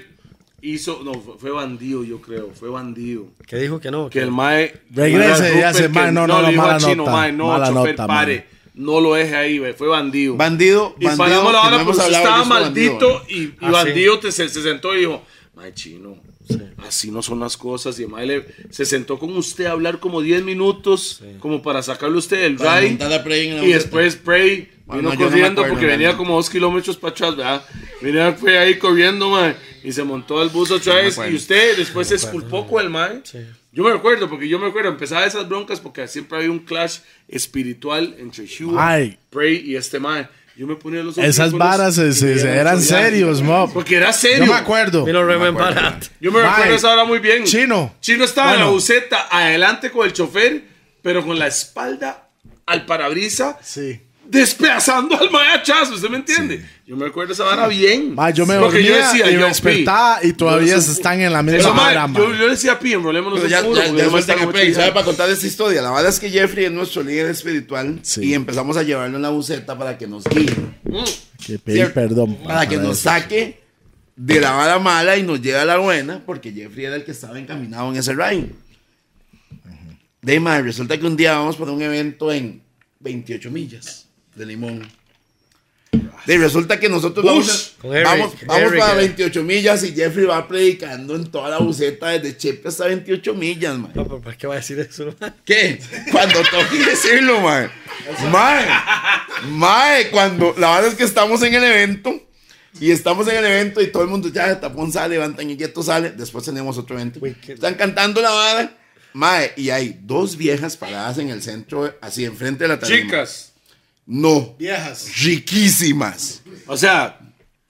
Speaker 7: hizo, no, fue- fue bandido, yo creo, fue bandido.
Speaker 4: Que dijo que no.
Speaker 7: Que el mae.
Speaker 1: Regrese
Speaker 7: Rupert
Speaker 1: y hace,
Speaker 7: que
Speaker 1: "Mae, no, no, no,
Speaker 7: le dijo a
Speaker 1: mala
Speaker 7: Chino,
Speaker 1: nota,
Speaker 7: "Mae, no,
Speaker 1: mala
Speaker 7: chofer,
Speaker 1: nota,
Speaker 7: pare,
Speaker 1: mae".
Speaker 7: no lo deje ahí, güey, fue bandido.
Speaker 3: Bandido,
Speaker 7: Y
Speaker 3: bandido,
Speaker 7: pagamos la
Speaker 3: que
Speaker 7: hora
Speaker 3: no hemos
Speaker 7: porque usted
Speaker 3: hablado
Speaker 7: estaba
Speaker 3: de eso, bandido, eh.
Speaker 7: maldito
Speaker 3: ¿no?
Speaker 7: y, y
Speaker 4: Ah,
Speaker 7: bandido te- se, se sentó y dijo, mae chino, así no son las cosas. Y el mae le- se sentó con usted a hablar como 10 minutos, como para sacarle usted del
Speaker 3: Para
Speaker 7: ride.
Speaker 3: montar a Prey en la
Speaker 7: Y
Speaker 3: buceta.
Speaker 7: después Prey
Speaker 3: Bueno, no, yo
Speaker 7: vino
Speaker 3: no me
Speaker 7: corriendo
Speaker 3: acuerdo,
Speaker 7: porque
Speaker 3: man.
Speaker 7: venía como dos kilómetros para atrás, ¿verdad? Venía Prey ahí corriendo, mae, y se montó al bus otra vez.
Speaker 3: acuerdo.
Speaker 7: Y usted después se esculpó con el mae. Yo me recuerdo, porque yo me acuerdo, empezaba esas broncas porque siempre había un clash espiritual entre Shua,
Speaker 1: Ay.
Speaker 7: Prey y este mae. Yo me ponía los
Speaker 1: Esas
Speaker 7: audífonos
Speaker 1: varas se-
Speaker 7: y
Speaker 1: se- se-
Speaker 7: era
Speaker 1: eran
Speaker 7: mucho ya.
Speaker 1: serios, mob.
Speaker 7: Porque era serio.
Speaker 1: Yo me acuerdo.
Speaker 4: Mira, Rubén Barat.
Speaker 7: Yo me
Speaker 1: Mae.
Speaker 7: recuerdo esa hora muy bien.
Speaker 1: Chino.
Speaker 7: Chino estaba en la
Speaker 1: Bueno.
Speaker 7: buceta, adelante con el chofer, pero con la espalda al parabrisa,
Speaker 1: Sí.
Speaker 7: despedazando al mayachazo, ¿usted me entiende? Yo me recuerdo esa vara bien.
Speaker 1: Ma, yo me
Speaker 7: Porque
Speaker 1: dormía y
Speaker 7: yo,
Speaker 1: me despertaba
Speaker 7: Pi,
Speaker 1: y todavía
Speaker 7: yo-
Speaker 1: están en la misma
Speaker 7: Eso, ma,
Speaker 1: vara, ma.
Speaker 7: yo, yo decía, Pi, enrolémonos
Speaker 3: Pero
Speaker 7: en
Speaker 3: ya,
Speaker 7: puro,
Speaker 3: ya,
Speaker 7: porque
Speaker 3: ya
Speaker 7: no me
Speaker 3: sueltan
Speaker 7: tengo
Speaker 3: a Prey,
Speaker 7: mucho
Speaker 3: ¿sabe?
Speaker 7: idea.
Speaker 3: Para contar esta historia. La verdad es que Jeffrey es nuestro líder espiritual
Speaker 1: Sí.
Speaker 3: y empezamos a llevarlo en la buceta para que nos guíe.
Speaker 1: Que pedí
Speaker 3: ¿cierto?
Speaker 1: perdón.
Speaker 3: Para que nos
Speaker 1: eso.
Speaker 3: saque de la vara mala y nos lleve a la buena, porque Jeffrey era el que estaba encaminado en ese ride. De ahí, madre, resulta que un día vamos para un evento en 28 millas de Limón. De ahí, resulta que nosotros vamos,
Speaker 4: Con Eric,
Speaker 3: vamos, vamos
Speaker 4: Eric,
Speaker 3: para
Speaker 4: eh.
Speaker 3: 28 millas y Jeffrey va predicando en toda la buceta desde Chepe hasta 28 millas, man.
Speaker 4: No, pero ¿para qué va a decir eso?
Speaker 3: ¿Qué? Cuando toque decirlo, mae. Mae. Mae, cuando la verdad es que estamos en el evento y estamos en el evento y todo el mundo ya tapón sale, levantan y Yeto sale, después tenemos otro evento.
Speaker 4: Uy, qué-
Speaker 3: Están cantando la vara. Mae, y hay dos viejas paradas en el centro, así enfrente de la tarima.
Speaker 7: Chicas,
Speaker 3: No,
Speaker 1: Viejas.
Speaker 3: riquísimas.
Speaker 7: o sea,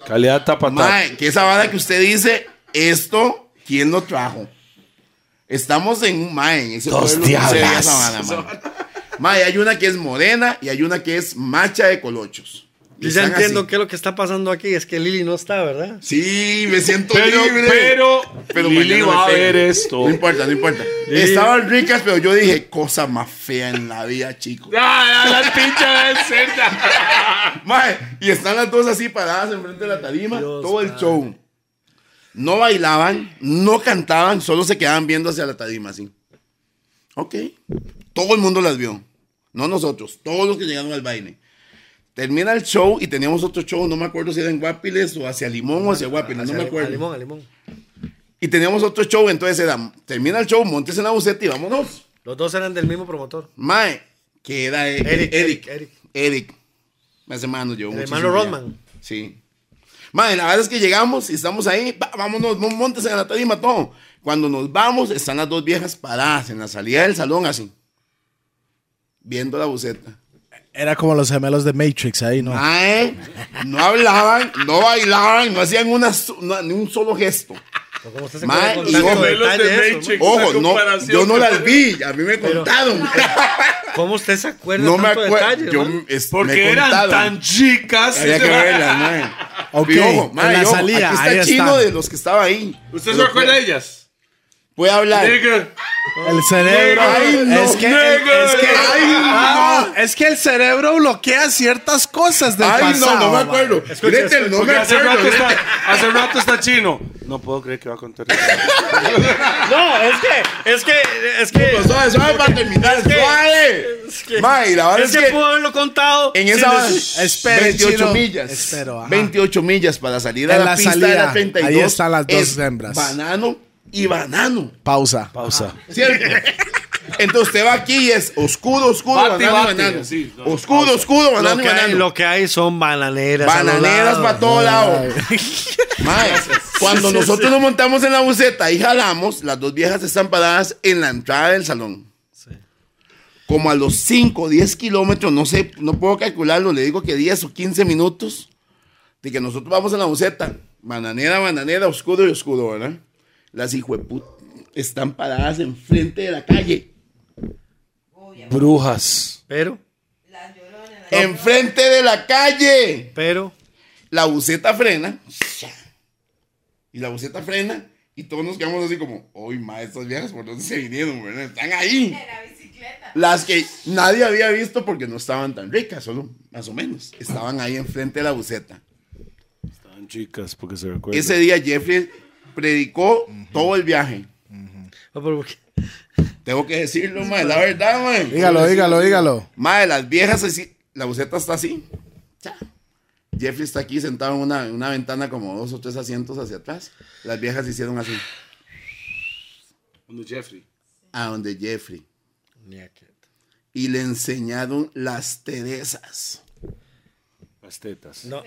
Speaker 7: calidad tapatá.
Speaker 3: Mae, que esa vara que usted dice, esto, ¿quién lo trajo? Estamos en un mae, en ese
Speaker 1: Dos
Speaker 3: pueblo no se veía
Speaker 1: diablas.
Speaker 3: esa vara, mae. Mae, hay una que es morena y hay una que es macha de colochos.
Speaker 4: Yo ya
Speaker 3: Están
Speaker 4: entiendo
Speaker 3: así.
Speaker 4: qué es lo que está pasando aquí. Es que Lili no está, ¿verdad?
Speaker 3: Sí, me siento
Speaker 7: Pero,
Speaker 3: libre.
Speaker 7: pero,
Speaker 3: Pero
Speaker 7: Lili
Speaker 3: mañana
Speaker 7: va a
Speaker 3: me
Speaker 7: ver
Speaker 3: pego.
Speaker 7: esto.
Speaker 3: No importa, no importa. Estaban ricas, pero yo dije, cosa más fea en la vida, chicos.
Speaker 7: Ah, la pincha de cerda.
Speaker 3: Mae, y están las dos así paradas enfrente de la tarima,
Speaker 4: Dios,
Speaker 3: todo el
Speaker 4: mae.
Speaker 3: show. No bailaban, no cantaban, solo se quedaban viendo hacia la tarima así. Ok. Todo el mundo las vio. No nosotros, todos los que llegaron al baile. Termina el show y teníamos otro show, no me acuerdo si era en Guapiles o hacia Limón o hacia Guapiles, no
Speaker 4: Hacia
Speaker 3: me
Speaker 4: li- a
Speaker 3: acuerdo.
Speaker 4: limón, a limón.
Speaker 3: Y teníamos otro show, entonces era, termina el show, montes en la buceta y vámonos.
Speaker 4: Los dos eran del mismo promotor.
Speaker 3: Mae, que era eh,
Speaker 4: Eric,
Speaker 3: Eric.
Speaker 4: Eric,
Speaker 3: Eric.
Speaker 4: Eric.
Speaker 3: Eric. Más hermano yo. muchísimo
Speaker 4: hermano
Speaker 3: ya.
Speaker 4: Rodman.
Speaker 3: Sí. Mae, la verdad es que llegamos y estamos ahí. pa, vámonos, mon- montes en la tarima, todo. Cuando nos vamos, están las dos viejas paradas en la salida del salón, así. Viendo la buceta.
Speaker 1: Era como los gemelos de Matrix ahí,
Speaker 3: Ah,
Speaker 1: ¿no?
Speaker 3: Mae, no hablaban, no bailaban, no hacían una, so- no- ni un solo gesto.
Speaker 4: Pero como usted se
Speaker 3: Mae,
Speaker 4: acuerda con
Speaker 3: y
Speaker 4: tanto
Speaker 3: ojo,
Speaker 4: detalle
Speaker 7: los de
Speaker 4: de eso,
Speaker 7: Matrix.
Speaker 4: ¿no?
Speaker 3: Ojo, no,
Speaker 7: comparación.
Speaker 3: yo no las vi, a mí me
Speaker 4: [laughs]
Speaker 3: contaron.
Speaker 4: ¿Cómo usted se acuerda
Speaker 3: No me
Speaker 4: tanto detalle?
Speaker 3: acuerdo. yo-
Speaker 4: man?
Speaker 3: es-
Speaker 7: Porque
Speaker 3: me
Speaker 7: eran
Speaker 3: contaron.
Speaker 7: tan chicas.
Speaker 3: Había que verlas, mae.
Speaker 1: Ok,
Speaker 3: Y ojo, mae,
Speaker 1: en la
Speaker 3: y ojo,
Speaker 1: salida,
Speaker 3: aquí está
Speaker 1: ahí
Speaker 3: el chino
Speaker 1: están.
Speaker 3: de los que estaba ahí.
Speaker 7: ¿Usted se
Speaker 3: Pero
Speaker 7: acuerda de
Speaker 3: puede-
Speaker 7: ellas?
Speaker 3: Puede hablar.
Speaker 7: Nigga.
Speaker 1: El cerebro.
Speaker 3: Ay, no,
Speaker 1: es, que,
Speaker 7: nigga.
Speaker 1: es, que,
Speaker 3: Ay,
Speaker 1: Ah, es que el cerebro bloquea ciertas cosas del
Speaker 3: Ay,
Speaker 1: pasado.
Speaker 3: no, no me
Speaker 1: ma.
Speaker 3: acuerdo. Grete, no me
Speaker 7: Porque hace
Speaker 3: acuerdo.
Speaker 7: rato,
Speaker 3: Grete.
Speaker 7: está, hace rato está chino.
Speaker 2: No puedo creer que va a contar.
Speaker 3: [laughs]
Speaker 2: eso.
Speaker 4: No, es que, es que, es que.
Speaker 3: Pero suave, suave para terminar.
Speaker 4: Es que-
Speaker 3: ¡Suave!
Speaker 4: Es que,
Speaker 3: Mae, la verdad
Speaker 4: es que pudo haberlo contado.
Speaker 3: en
Speaker 4: sin
Speaker 3: esa
Speaker 4: decir-
Speaker 1: Espere,
Speaker 3: 28
Speaker 1: Chino.
Speaker 3: millas.
Speaker 1: Espero, ajá.
Speaker 3: 28 millas para salir a
Speaker 1: En
Speaker 3: la,
Speaker 1: la
Speaker 3: pista de
Speaker 1: salida.
Speaker 3: la 32.
Speaker 1: Ahí están las dos
Speaker 3: es
Speaker 1: hembras.
Speaker 3: Banano y banano.
Speaker 1: Pausa.
Speaker 2: Pausa.
Speaker 3: ¿Cierto? Entonces usted va aquí y es oscuro, oscuro,
Speaker 2: Bate,
Speaker 3: banano,
Speaker 2: bate,
Speaker 3: banano.
Speaker 2: sí, no,
Speaker 3: oscuro, oscuro,
Speaker 4: Lo
Speaker 3: banano,
Speaker 4: que, hay,
Speaker 3: banano.
Speaker 4: lo que hay son bananeras. a los
Speaker 3: Pues Bananeras
Speaker 4: lados.
Speaker 3: para todo lado. [laughs] Mae, cuando nosotros nos montamos en la buceta y jalamos, las dos viejas están paradas en la entrada del salón. Como a los 5 o 10 kilómetros, no sé, no puedo calcularlo, le digo que 10 o 15 minutos de que nosotros vamos en la buceta. Bananera, bananera, oscuro y oscuro, ¿verdad? Las hijueput están paradas enfrente de la calle.
Speaker 2: Brujas.
Speaker 4: Pero,
Speaker 3: ¡Enfrente de la calle!
Speaker 4: pero.
Speaker 3: La buceta frena. Y la buceta frena. Y todos nos quedamos así como, uy, ma, estas viejas por dónde se vinieron, ¿verdad? Están ahí.
Speaker 5: En la bicicleta.
Speaker 3: Las que nadie había visto porque no estaban tan ricas, solo más o menos. Estaban ahí enfrente de la buceta.
Speaker 2: Están chicas, porque se recuerdan.
Speaker 3: Ese día Jeffrey predicó todo el viaje.
Speaker 4: ¿por qué?
Speaker 3: Tengo que decirlo, ma, la verdad, ma.
Speaker 1: Dígalo, dígalo, dígalo.
Speaker 3: Madre, las viejas así. La buceta está así. Cha. Jeffrey está aquí sentado en una, en una ventana como dos o tres asientos hacia atrás. Las viejas hicieron así.
Speaker 2: Cuando Jeffrey.
Speaker 3: A donde Jeffrey.
Speaker 4: Ni a qué.
Speaker 3: Y le enseñaron las Teresas.
Speaker 2: Las tetas.
Speaker 4: No.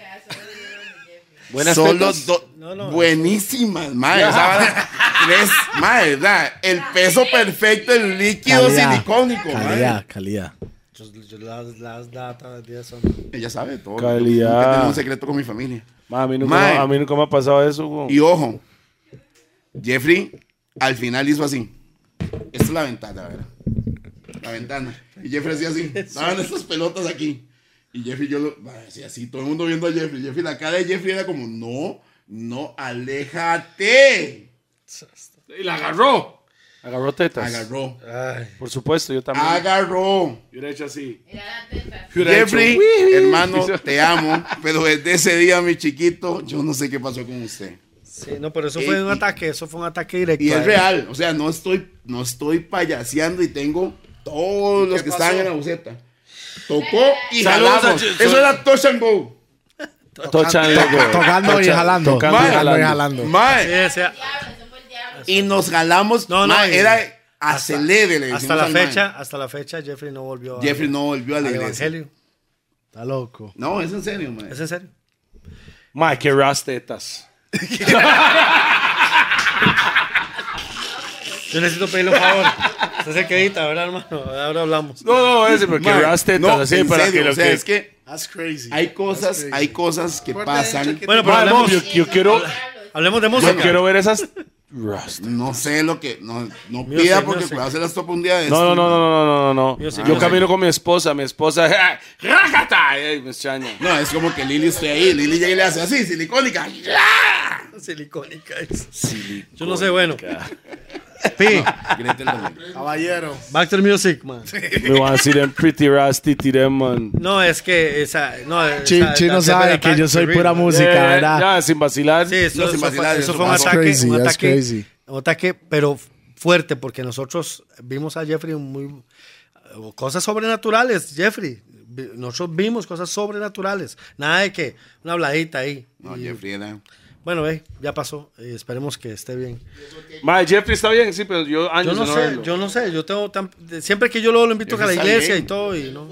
Speaker 2: Buenas
Speaker 3: Solo
Speaker 2: tetas.
Speaker 3: do-
Speaker 4: No, no.
Speaker 3: Buenísimas, madre. esa
Speaker 4: [laughs]
Speaker 3: vara- tres, madre, ¿verdad? El peso perfecto, el líquido
Speaker 1: Calidad.
Speaker 3: silicónico, madre.
Speaker 1: Calidad, calidad.
Speaker 4: Yo- yo las, las datas de son.
Speaker 3: Ella sabe todo.
Speaker 2: Calidad.
Speaker 3: Nunca he tenido un secreto con mi familia.
Speaker 2: Ma, a, mí nunca,
Speaker 3: Mae.
Speaker 2: me- a mí nunca me ha pasado eso, güey.
Speaker 3: Y ojo, Jeffrey al final hizo así. Esta es la ventana, ¿verdad? La ventana. Y Jeffrey hacía así. Estaban estas pelotas aquí. Y Jeffrey yo lo ma, hacía así. Todo el mundo viendo a Jeffrey. Jeffrey, la cara de Jeffrey era como, no, no, aléjate.
Speaker 2: Y la agarró. Agarró tetas.
Speaker 3: Agarró.
Speaker 4: Ay.
Speaker 2: Por supuesto, yo también.
Speaker 3: Ah, Agarró.
Speaker 2: Yo hubiera hecho así.
Speaker 5: Era la teta.
Speaker 2: Yo hubiera
Speaker 3: Jeffrey,
Speaker 2: hecho, "Wii".
Speaker 3: hermano, te amo. Pero desde ese día, mi chiquito, yo no sé qué pasó con usted.
Speaker 4: Sí, no, pero eso fue
Speaker 3: Ey,
Speaker 4: un
Speaker 3: y-
Speaker 4: ataque, eso fue un ataque directo.
Speaker 3: Y
Speaker 4: a
Speaker 3: es
Speaker 4: él.
Speaker 3: real, o sea, no estoy, no estoy payaseando y tengo todos los que estaban en la buceta. Tocó y
Speaker 2: Saludos
Speaker 3: jalamos.
Speaker 2: a Ch-
Speaker 3: Eso era touch and go. ah,
Speaker 2: Tóchale, güey.
Speaker 1: Tocando y
Speaker 2: Tocha-
Speaker 1: jalando.
Speaker 2: tocando
Speaker 1: Tocando
Speaker 2: y
Speaker 1: y
Speaker 2: jalando.
Speaker 1: jalando.
Speaker 3: Mae,
Speaker 4: Sí, o sea,
Speaker 5: Diablo, eso fue el diablo.
Speaker 3: Y nos jalamos.
Speaker 4: No, no,
Speaker 3: mae,
Speaker 4: y-
Speaker 3: era acelere. le
Speaker 4: hasta
Speaker 3: decimos
Speaker 4: la
Speaker 3: al mae.
Speaker 4: fecha, hasta la fecha, Jeffrey no volvió a-
Speaker 3: Jeffrey no volvió a la
Speaker 4: al
Speaker 3: iglesia.
Speaker 4: evangelio.
Speaker 1: Está loco.
Speaker 3: No, es en serio, mae.
Speaker 4: ¿Es en serio?
Speaker 2: Ma, qué ras tetas.
Speaker 4: Yo necesito pedirle un favor. Usted es el que edita, ¿verdad, hermano? Ahora hablamos.
Speaker 2: No, no, ese, pero qué
Speaker 3: Mae,
Speaker 2: ras tetas.
Speaker 3: no,
Speaker 2: así
Speaker 3: en
Speaker 2: para
Speaker 3: serio,
Speaker 2: que lo
Speaker 3: o sea,
Speaker 2: que-
Speaker 3: es que
Speaker 1: That's crazy.
Speaker 3: hay cosas, hay cosas que pasan.
Speaker 4: Bueno, pero
Speaker 2: Ma, no,
Speaker 4: hablemos,
Speaker 2: yo, yo quiero,
Speaker 4: hablemos de
Speaker 2: yo
Speaker 4: música.
Speaker 2: quiero ver esas ras.
Speaker 3: No sé lo que. No, no
Speaker 4: Mío
Speaker 3: pida
Speaker 4: sé,
Speaker 3: porque
Speaker 4: mío sé.
Speaker 3: cuidado se las topa un día de
Speaker 2: No, no,
Speaker 3: estos,
Speaker 2: no, no, no, no, no,
Speaker 4: Yo sí,
Speaker 2: no. Yo
Speaker 4: yo sí.
Speaker 2: camino con mi esposa, mi esposa. ¡Rájata! Ey, me extraña.
Speaker 3: No, es como que Lili esté ahí. Lili llega y le hace así, silicónica. ¡Ya!
Speaker 4: Silicónica es. Yo no sé, bueno. Pi,
Speaker 3: [laughs] Gretel también.
Speaker 1: Caballero.
Speaker 4: back to the music, man.
Speaker 2: We want to see them "Em, pretty ras titty them, man.
Speaker 4: No, es que esa. No, esa-
Speaker 1: Chi-
Speaker 4: esa-
Speaker 1: Chino
Speaker 4: esa-
Speaker 1: sabe
Speaker 4: esa-
Speaker 1: que yo soy
Speaker 4: terrible.
Speaker 1: pura música,
Speaker 2: Eh,
Speaker 1: ¿verdad?
Speaker 2: Ya, sin vacilar.
Speaker 4: Sí, eso,
Speaker 3: No, sin
Speaker 4: eso
Speaker 3: vacilar,
Speaker 4: fue, eso
Speaker 3: eso
Speaker 4: fue un
Speaker 3: pasó.
Speaker 4: ataque.
Speaker 1: That's
Speaker 4: un
Speaker 1: crazy,
Speaker 4: ataque,
Speaker 1: that's crazy.
Speaker 4: un ataque, pero fuerte, porque nosotros vimos a Jeffrey muy. Cosas sobrenaturales, Jeffrey. Vi- Nosotros vimos cosas sobrenaturales. Nada de que una habladita ahí.
Speaker 3: No,
Speaker 4: Y-
Speaker 3: Jeffrey era.
Speaker 4: Bueno, ve, ya pasó. Eh, esperemos que esté bien.
Speaker 2: Ma, Jeffrey está bien, sí, pero yo
Speaker 4: Yo
Speaker 2: años
Speaker 4: no
Speaker 2: de no
Speaker 4: sé,
Speaker 2: verlo.
Speaker 4: yo no sé. Yo tengo tan- de- siempre que yo lo, lo invito a la
Speaker 3: Jeffrey está
Speaker 4: iglesia y
Speaker 3: bien.
Speaker 4: todo. Y no.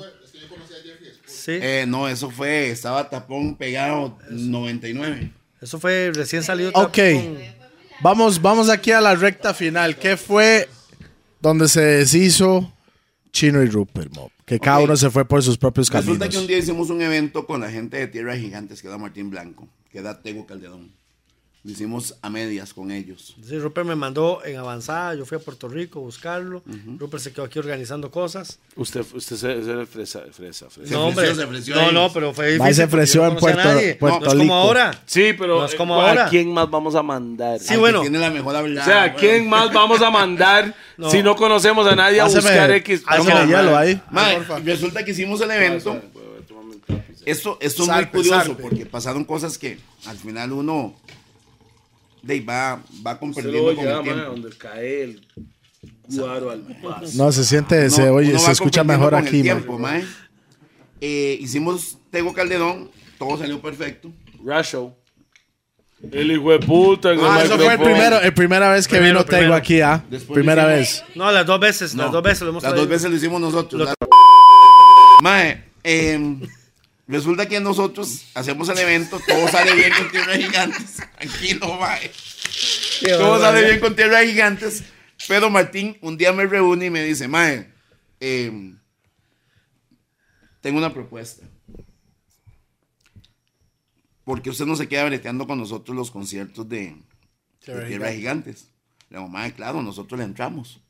Speaker 4: Sí,
Speaker 3: Eh, no, eso fue, estaba tapón pegado 99.
Speaker 4: eso fue recién salido.
Speaker 1: Ok. Vamos, vamos aquí a la recta final. ¿Qué fue donde se deshizo Chino y Rupert Mob? Que cada
Speaker 3: Ok.
Speaker 1: uno se fue por sus propios caminos.
Speaker 3: Resulta que un día hicimos un evento con la gente de Tierra de Gigantes, que era Martín Blanco, que era Tego Calderón. Lo hicimos a medias con ellos.
Speaker 4: Sí, Rupert me mandó en avanzada, yo fui a Puerto Rico a buscarlo. Rupert se quedó aquí organizando cosas.
Speaker 2: Usted, usted se, se fresa, fresa, fresa.
Speaker 3: Se ofreció,
Speaker 4: no, hombre.
Speaker 3: se ofreció
Speaker 4: no,
Speaker 3: ahí.
Speaker 4: no, pero fue difícil.
Speaker 1: Mae, se
Speaker 4: porque yo
Speaker 1: ofreció
Speaker 4: no
Speaker 1: en
Speaker 4: conocía a
Speaker 1: Puerto-
Speaker 4: nadie.
Speaker 1: Puerto
Speaker 4: no, es como
Speaker 1: Rico.
Speaker 4: ahora.
Speaker 2: Sí, pero
Speaker 4: No es como
Speaker 2: eh,
Speaker 4: ahora.
Speaker 2: ¿a quién más vamos a mandar?
Speaker 4: Sí,
Speaker 3: Al que
Speaker 4: bueno.
Speaker 3: Tiene la mejor hablada.
Speaker 2: O sea, ¿a
Speaker 3: weón.
Speaker 2: quién más vamos a mandar
Speaker 4: [laughs] No.
Speaker 2: si no conocemos a nadie a
Speaker 1: Pásame-
Speaker 2: buscar X?
Speaker 1: pásame
Speaker 2: No,
Speaker 1: el hielo
Speaker 2: ma.
Speaker 1: ahí.
Speaker 3: Mae, resulta que hicimos el
Speaker 4: Ah,
Speaker 3: evento. Esto, esto es muy
Speaker 1: Zarpe,
Speaker 3: curioso
Speaker 1: zarpe.
Speaker 3: porque pasaron cosas que al final uno de ahí va, va
Speaker 7: Usted lo
Speaker 3: comprendiendo con
Speaker 7: oye,
Speaker 3: el
Speaker 7: mae,
Speaker 3: tiempo.
Speaker 7: donde cae el guaro al paso.
Speaker 1: No, se siente, se
Speaker 3: Uno-
Speaker 1: oye,
Speaker 3: uno
Speaker 1: se
Speaker 3: va
Speaker 1: escucha
Speaker 3: comprendiendo
Speaker 1: mejor
Speaker 3: con el
Speaker 1: aquí, mae.
Speaker 3: tiempo, mae. Eh, hicimos Tego Calderón, todo salió perfecto.
Speaker 7: Rasho. El hijo de puta. en
Speaker 2: Pues
Speaker 3: Ah,
Speaker 1: Eso fue el
Speaker 7: micrófono.
Speaker 1: primero, el primera vez que
Speaker 4: Primero,
Speaker 1: vino Tego
Speaker 4: primero.
Speaker 1: aquí, ¿ah?
Speaker 3: Después
Speaker 1: Primera
Speaker 3: hicimos-
Speaker 1: vez.
Speaker 4: No, las dos veces, las
Speaker 3: No,
Speaker 4: dos veces lo hemos
Speaker 3: Las
Speaker 4: traído.
Speaker 3: dos veces lo hicimos nosotros.
Speaker 4: Lo
Speaker 3: la- Mae, eh, resulta que nosotros hacemos el evento, todo sale bien con Tierra de Gigantes. [laughs] Tranquilo, mae. Todo
Speaker 4: ¿eh?
Speaker 3: sale bien con Tierra de Gigantes. Pero Martín un día me reúne y me dice, mae, eh, tengo una propuesta. Porque usted no se queda breteando con nosotros los conciertos de, de Tierra de Gigantes. Le digo, mae, claro, nosotros le entramos.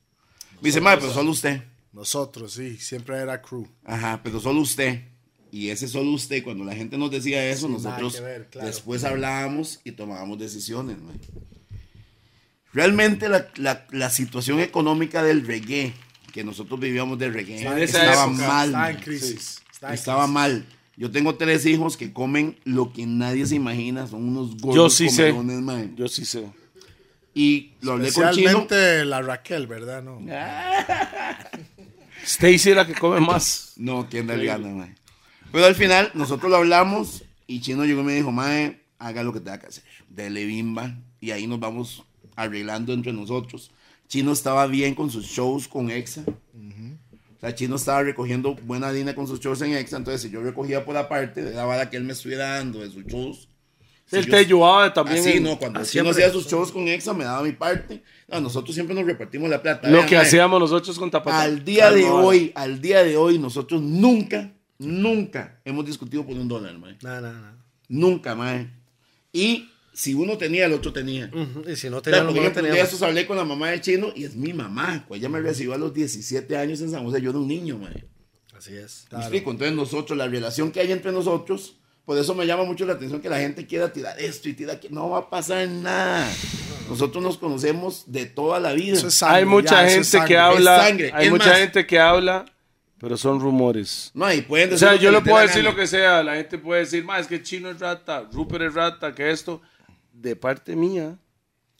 Speaker 3: Me dice, mae, pero solo usted.
Speaker 1: Nosotros, sí, siempre era crew.
Speaker 3: Ajá, pero solo usted. Y ese solo usted, cuando la gente nos decía eso, nosotros
Speaker 1: que ver, claro.
Speaker 3: después hablábamos y tomábamos decisiones. mae. Realmente la, la- la situación económica del reggae, que nosotros vivíamos del reggae,
Speaker 7: En esa
Speaker 3: estaba
Speaker 7: época,
Speaker 3: mal.
Speaker 1: Está en
Speaker 3: mae.
Speaker 1: crisis. está en
Speaker 3: Estaba mal. Yo tengo tres hijos que comen lo que nadie se imagina, son unos gordos
Speaker 7: Yo sí sé.
Speaker 3: comelones, mae.
Speaker 7: Yo sí sé.
Speaker 3: Y lo hablé con Chino.
Speaker 1: Especialmente la Raquel, ¿verdad? No.
Speaker 7: Stacy es la que come más.
Speaker 3: No, ¿quién da el gana, mae? Pero al final, nosotros lo hablamos y Chino llegó y me dijo, mae, haga lo que tenga que hacer. Dele bimba. Y ahí nos vamos arreglando entre nosotros. Chino estaba bien con sus shows con Exa. O sea, Chino estaba recogiendo buena línea con sus shows en Exa. Entonces, si yo recogía por aparte de la bala que él me estuviera dando de sus shows. si
Speaker 7: El
Speaker 3: yo-
Speaker 7: te ayudaba también.
Speaker 3: Así,
Speaker 7: en-
Speaker 3: no, cuando
Speaker 4: así
Speaker 3: Chino
Speaker 4: siempre.
Speaker 3: hacía sus shows con Exa, me daba mi parte. No, nosotros siempre nos repartimos la plata.
Speaker 7: Lo
Speaker 3: Vea,
Speaker 7: que
Speaker 3: mae,
Speaker 7: hacíamos nosotros con Tapatá.
Speaker 3: eh. al
Speaker 2: Ah,
Speaker 3: día de
Speaker 7: Calma,
Speaker 3: hoy, al día de hoy, nosotros nunca, nunca hemos discutido por un dólar, mae.
Speaker 4: No, no, no.
Speaker 3: Nunca, mae. Y si uno tenía, el otro tenía.
Speaker 7: Mm,
Speaker 4: Ujú, Y si no
Speaker 3: O sea,
Speaker 4: tenía,
Speaker 3: por
Speaker 4: no
Speaker 3: ejemplo,
Speaker 4: tenía.
Speaker 3: de esos hablé con la mamá de Chino y es mi mamá. Pues ella me recibió a los 17 años en San José. Yo era un niño, mae.
Speaker 4: Así es.
Speaker 3: ¿Me explico? Entonces nosotros, la relación que hay entre nosotros, por eso me llama mucho la atención que la gente quiera tirar esto y tirar que no va a pasar nada. Nosotros nos conocemos de toda la vida.
Speaker 1: Eso es sangre,
Speaker 7: Hay mucha
Speaker 1: ya, eso es
Speaker 7: gente que
Speaker 1: sangre.
Speaker 7: habla.
Speaker 3: sangre.
Speaker 7: Hay
Speaker 3: Es
Speaker 7: mucha
Speaker 3: más-
Speaker 7: gente que habla, pero son rumores.
Speaker 3: No, y pueden
Speaker 7: O
Speaker 3: decir
Speaker 7: sea,
Speaker 3: lo que
Speaker 7: yo
Speaker 3: les
Speaker 7: le
Speaker 3: dé
Speaker 7: puedo
Speaker 3: la
Speaker 7: decir
Speaker 3: gana.
Speaker 7: lo que sea. La gente puede decir, más es que Chino es rata, Rupert es rata, que esto. De parte mía,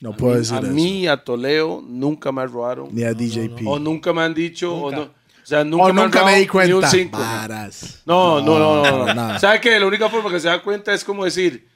Speaker 1: No puedo decir
Speaker 7: a
Speaker 1: eso.
Speaker 7: mí, a Toleo, nunca me robaron.
Speaker 1: Ni a DJP.
Speaker 7: O nunca me han dicho, o no. O sea, nunca,
Speaker 1: O
Speaker 7: han
Speaker 1: nunca me
Speaker 7: dado
Speaker 1: di
Speaker 7: Ni un
Speaker 1: cuenta.
Speaker 7: cinco.
Speaker 1: Varas.
Speaker 7: No, no, no, no. no,
Speaker 1: nada.
Speaker 7: ¿Sabes qué? La única forma que se da cuenta es como decir,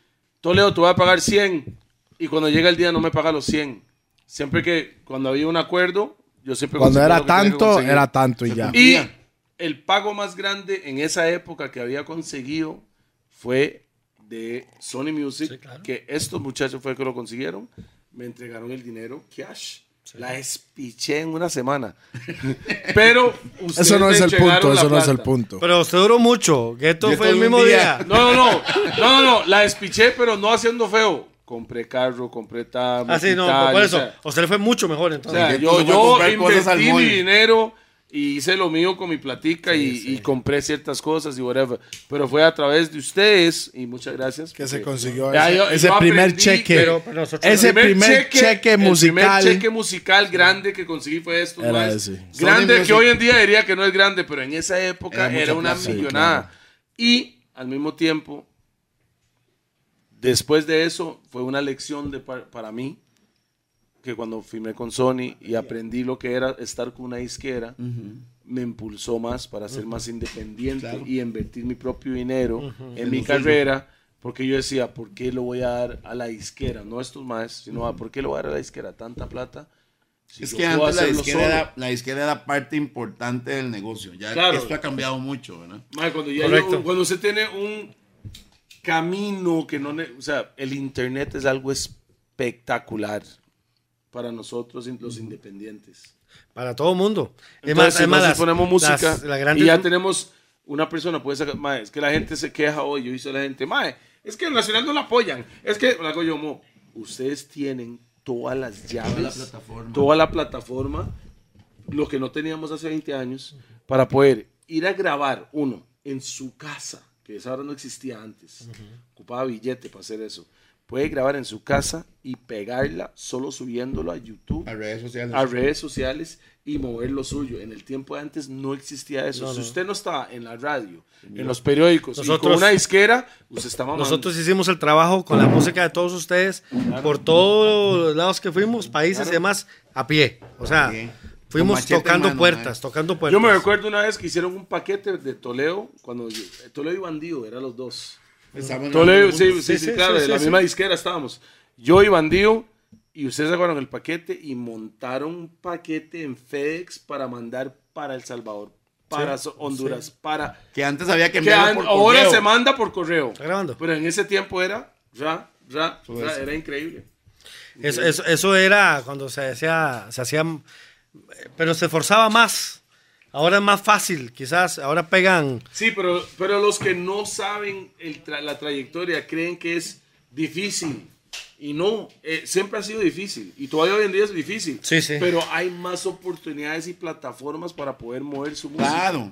Speaker 7: Toledo, tú vas a pagar 100 y cuando llega el día no me paga los 100. Siempre que, cuando había un acuerdo, yo siempre...
Speaker 1: Cuando
Speaker 7: conseguía
Speaker 1: era
Speaker 7: lo que tenía que
Speaker 1: tanto,
Speaker 7: conseguir.
Speaker 1: era tanto y ya.
Speaker 7: Y
Speaker 3: Mira.
Speaker 7: el pago más grande en esa época que había conseguido fue de Sony Music, que estos muchachos fue que lo consiguieron. Me entregaron el dinero cash. La espiché en una semana. [laughs] Pero
Speaker 1: Eso
Speaker 7: ustedes
Speaker 1: no
Speaker 7: me
Speaker 1: es el
Speaker 7: entregaron
Speaker 1: punto,
Speaker 7: la
Speaker 1: eso no es el
Speaker 7: plata.
Speaker 1: punto.
Speaker 4: Pero usted duró mucho. Gueto
Speaker 3: Yo
Speaker 4: fue el
Speaker 3: todo un
Speaker 4: mismo
Speaker 3: día.
Speaker 4: día.
Speaker 7: No, no, no, no, no, no, la despiché, pero no haciendo feo. Compré carro, compré tabla.
Speaker 4: Así Ah, no,
Speaker 7: hospital,
Speaker 4: por
Speaker 7: o
Speaker 4: eso.
Speaker 7: sea,
Speaker 4: O sea, le fue mucho mejor
Speaker 7: O
Speaker 4: entonces.
Speaker 7: sea,
Speaker 3: Porque tú
Speaker 7: yo,
Speaker 3: se fue a
Speaker 7: yo
Speaker 3: comprar cosas al
Speaker 7: invertí mi
Speaker 3: mall.
Speaker 7: dinero y hice lo mío con mi platica y, y compré ciertas cosas y whatever. Pero fue a través de ustedes y muchas gracias.
Speaker 1: Que se
Speaker 7: porque-
Speaker 1: consiguió
Speaker 7: Ya,
Speaker 1: ese,
Speaker 7: yo-
Speaker 1: ese
Speaker 7: yo
Speaker 1: primer
Speaker 7: aprendí
Speaker 1: cheque.
Speaker 7: que-
Speaker 4: Pero- pero nosotros-
Speaker 1: ese
Speaker 7: el
Speaker 1: primer, cheque, musical.
Speaker 7: El primer cheque musical grande que conseguí fue esto.
Speaker 1: Era
Speaker 7: más
Speaker 1: ese.
Speaker 3: Sony
Speaker 7: Grande
Speaker 3: Music.
Speaker 7: que hoy en día diría que no es grande, pero en esa época
Speaker 3: Era
Speaker 7: era,
Speaker 3: mucha
Speaker 7: una
Speaker 3: plata. Sí,
Speaker 7: millonada. Y al mismo tiempo, después de eso, fue una lección de par- para mí que cuando firmé con Sony y aprendí lo que era estar con una disquera, me impulsó más para ser más independiente y invertir mi propio dinero en mi carrera, porque yo decía, ¿por qué lo voy a dar a la disquera? No a estos más, sino a ¿por qué lo voy a dar a la disquera tanta plata? Si
Speaker 3: Es
Speaker 7: yo
Speaker 3: que
Speaker 7: puedo
Speaker 3: antes la
Speaker 7: hacerlo
Speaker 3: izquierda,
Speaker 7: solo?
Speaker 3: era, la izquierda era parte importante del negocio. Ya
Speaker 7: Claro.
Speaker 3: esto ha cambiado mucho, ¿verdad?
Speaker 7: Mae, cuando, ya
Speaker 4: Correcto.
Speaker 7: yo- cuando usted tiene un camino que no... ne- O sea, el internet es algo espectacular para nosotros in- los independientes.
Speaker 4: Para todo el mundo. Es más,
Speaker 7: Entonces,
Speaker 4: es más,
Speaker 7: nosotros
Speaker 4: las-
Speaker 7: ponemos música
Speaker 4: las- la grande-
Speaker 7: y ya tenemos una persona, puede sacar, mae, es que la gente se queja hoy, yo hice a la gente, mae, es que el Nacional no la apoyan, es que, hago yo, mo, ustedes tienen todas las llaves, toda la plataforma, lo que no teníamos hace 20 años, para poder ir a grabar, uno, en su casa, que esa ahora no existía antes, ocupaba billete para hacer eso, puede grabar en su casa y pegarla solo subiéndolo a YouTube,
Speaker 3: A redes sociales.
Speaker 7: a redes sociales y mover lo suyo. En el tiempo de antes no existía eso. Si usted no estaba en la radio, en los periódicos, y con
Speaker 4: Nosotros-
Speaker 7: una disquera, usted está mamando.
Speaker 4: Nosotros hicimos el trabajo con la música de todos ustedes, por todos los lados que fuimos, países y demás, a pie. O sea,
Speaker 3: pie. Con
Speaker 4: fuimos
Speaker 3: machete en
Speaker 4: tocando
Speaker 3: mano, ¿eh?
Speaker 4: puertas,
Speaker 3: mae.
Speaker 4: tocando puertas.
Speaker 7: Yo me recuerdo una vez que hicieron un paquete de Toledo, cuando yo- eh, Toledo y Bandido eran los dos.
Speaker 3: Estaban
Speaker 7: Toledo,
Speaker 3: hablando
Speaker 7: sí, Ah, sí,
Speaker 3: juntos.
Speaker 7: sí, claro, de la misma disquera estábamos. Yo y Bandido, y ustedes sacaron el paquete y montaron un paquete en FedEx para mandar para El Salvador, para So- Honduras, para...
Speaker 3: Que antes había que
Speaker 7: Que
Speaker 3: enviarlo
Speaker 7: an-
Speaker 3: por
Speaker 7: ahora
Speaker 3: correo.
Speaker 7: se manda por correo.
Speaker 4: ¿Está grabando?
Speaker 7: Pero en ese tiempo era, ra, ra,
Speaker 3: Todo
Speaker 7: ra,
Speaker 3: eso.
Speaker 7: era increíble.
Speaker 4: Eso, eso- eso era cuando se hacía, se hacía, pero se forzaba más. Ahora es más fácil, quizás. Ahora pegan.
Speaker 7: Sí, pero, pero los que no saben el tra- la trayectoria creen que es difícil. Y no, eh, siempre ha sido difícil. Y todavía hoy en día es difícil.
Speaker 4: Sí, sí.
Speaker 7: Pero hay más oportunidades y plataformas para poder mover su música.
Speaker 3: Claro.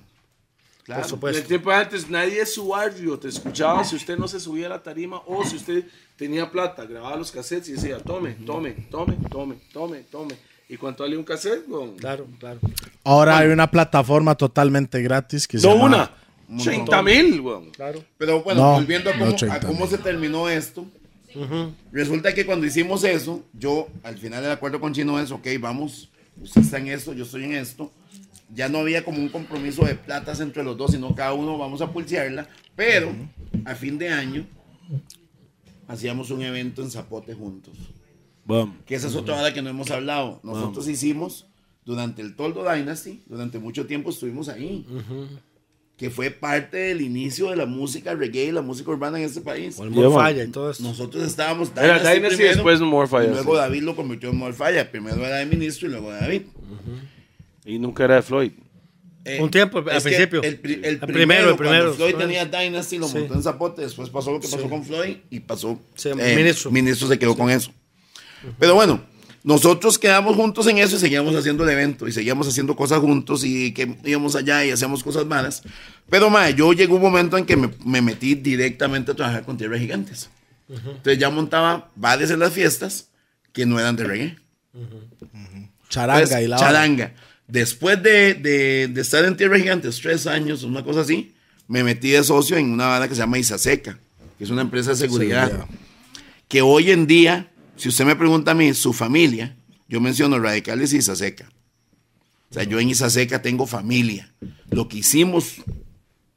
Speaker 3: Claro.
Speaker 4: Por
Speaker 7: En
Speaker 4: supuesto.
Speaker 7: el tiempo de antes nadie de su barrio te escuchaba si usted no se subía a la tarima o si usted tenía plata, grababa los cassettes y decía, tome, tome, tome, tome, tome, tome. Y cuando sale un cassette, weón,
Speaker 4: Claro, claro.
Speaker 1: Ahora hay una plataforma totalmente gratis que se
Speaker 7: no
Speaker 1: llama-
Speaker 7: una, 30 mil, weón.
Speaker 3: Pero bueno,
Speaker 1: No,
Speaker 3: volviendo a
Speaker 1: no,
Speaker 3: cómo, a
Speaker 1: 80
Speaker 3: cómo
Speaker 1: mil.
Speaker 3: se terminó esto. Resulta que cuando hicimos eso, yo al final del acuerdo con Chino es, ok, vamos, usted está en esto, yo estoy en esto. Ya no había como un compromiso de platas entre los dos, sino cada uno vamos a pulsearla. Pero a fin de año hacíamos un evento en Zapote juntos. Que esa es otra hora que no hemos hablado. Nosotros hicimos durante el Toldo Dynasty, durante mucho tiempo estuvimos ahí. Que fue parte del inicio de la música reggae y la música urbana en este país.
Speaker 4: O el Morfalla y todo eso.
Speaker 3: Nosotros estábamos
Speaker 7: pues, Era Dynasty y después Morfalla,
Speaker 3: y Luego
Speaker 7: sí.
Speaker 3: David lo convirtió en Morfalla. Primero era de ministro y luego de David.
Speaker 7: Y nunca era de Floyd.
Speaker 3: Eh,
Speaker 4: Un tiempo, al
Speaker 3: es que
Speaker 4: principio.
Speaker 3: El, pri- el
Speaker 4: El
Speaker 3: primero,
Speaker 4: primero,
Speaker 3: cuando
Speaker 4: el primero.
Speaker 3: Floyd tenía Dynasty, lo
Speaker 4: Sí.
Speaker 3: montó en Zapote. Después pasó lo que pasó con Floyd y pasó.
Speaker 4: Sí,
Speaker 3: eh,
Speaker 4: ministro.
Speaker 3: Ministro se quedó con eso. Pero bueno, nosotros quedamos juntos en eso y seguíamos haciendo el evento y seguíamos haciendo cosas juntos y que íbamos allá y hacíamos cosas malas. Pero mae, yo llegó un momento en que me, me metí directamente a trabajar con Tierra Gigantes. Entonces ya montaba bares en las fiestas que no eran de reggae.
Speaker 1: charanga
Speaker 3: Pues,
Speaker 1: y la vara.
Speaker 3: charanga. Después de, de- de estar en Tierra Gigantes tres años, una cosa así, me metí de socio en una banda que se llama Isaseca, que es una empresa de seguridad.
Speaker 1: Seguridad.
Speaker 3: Que hoy en día, si usted me pregunta a mí, su familia, yo menciono Radicales y Isaseca. O sea, yo en Isaseca tengo familia. Lo que hicimos,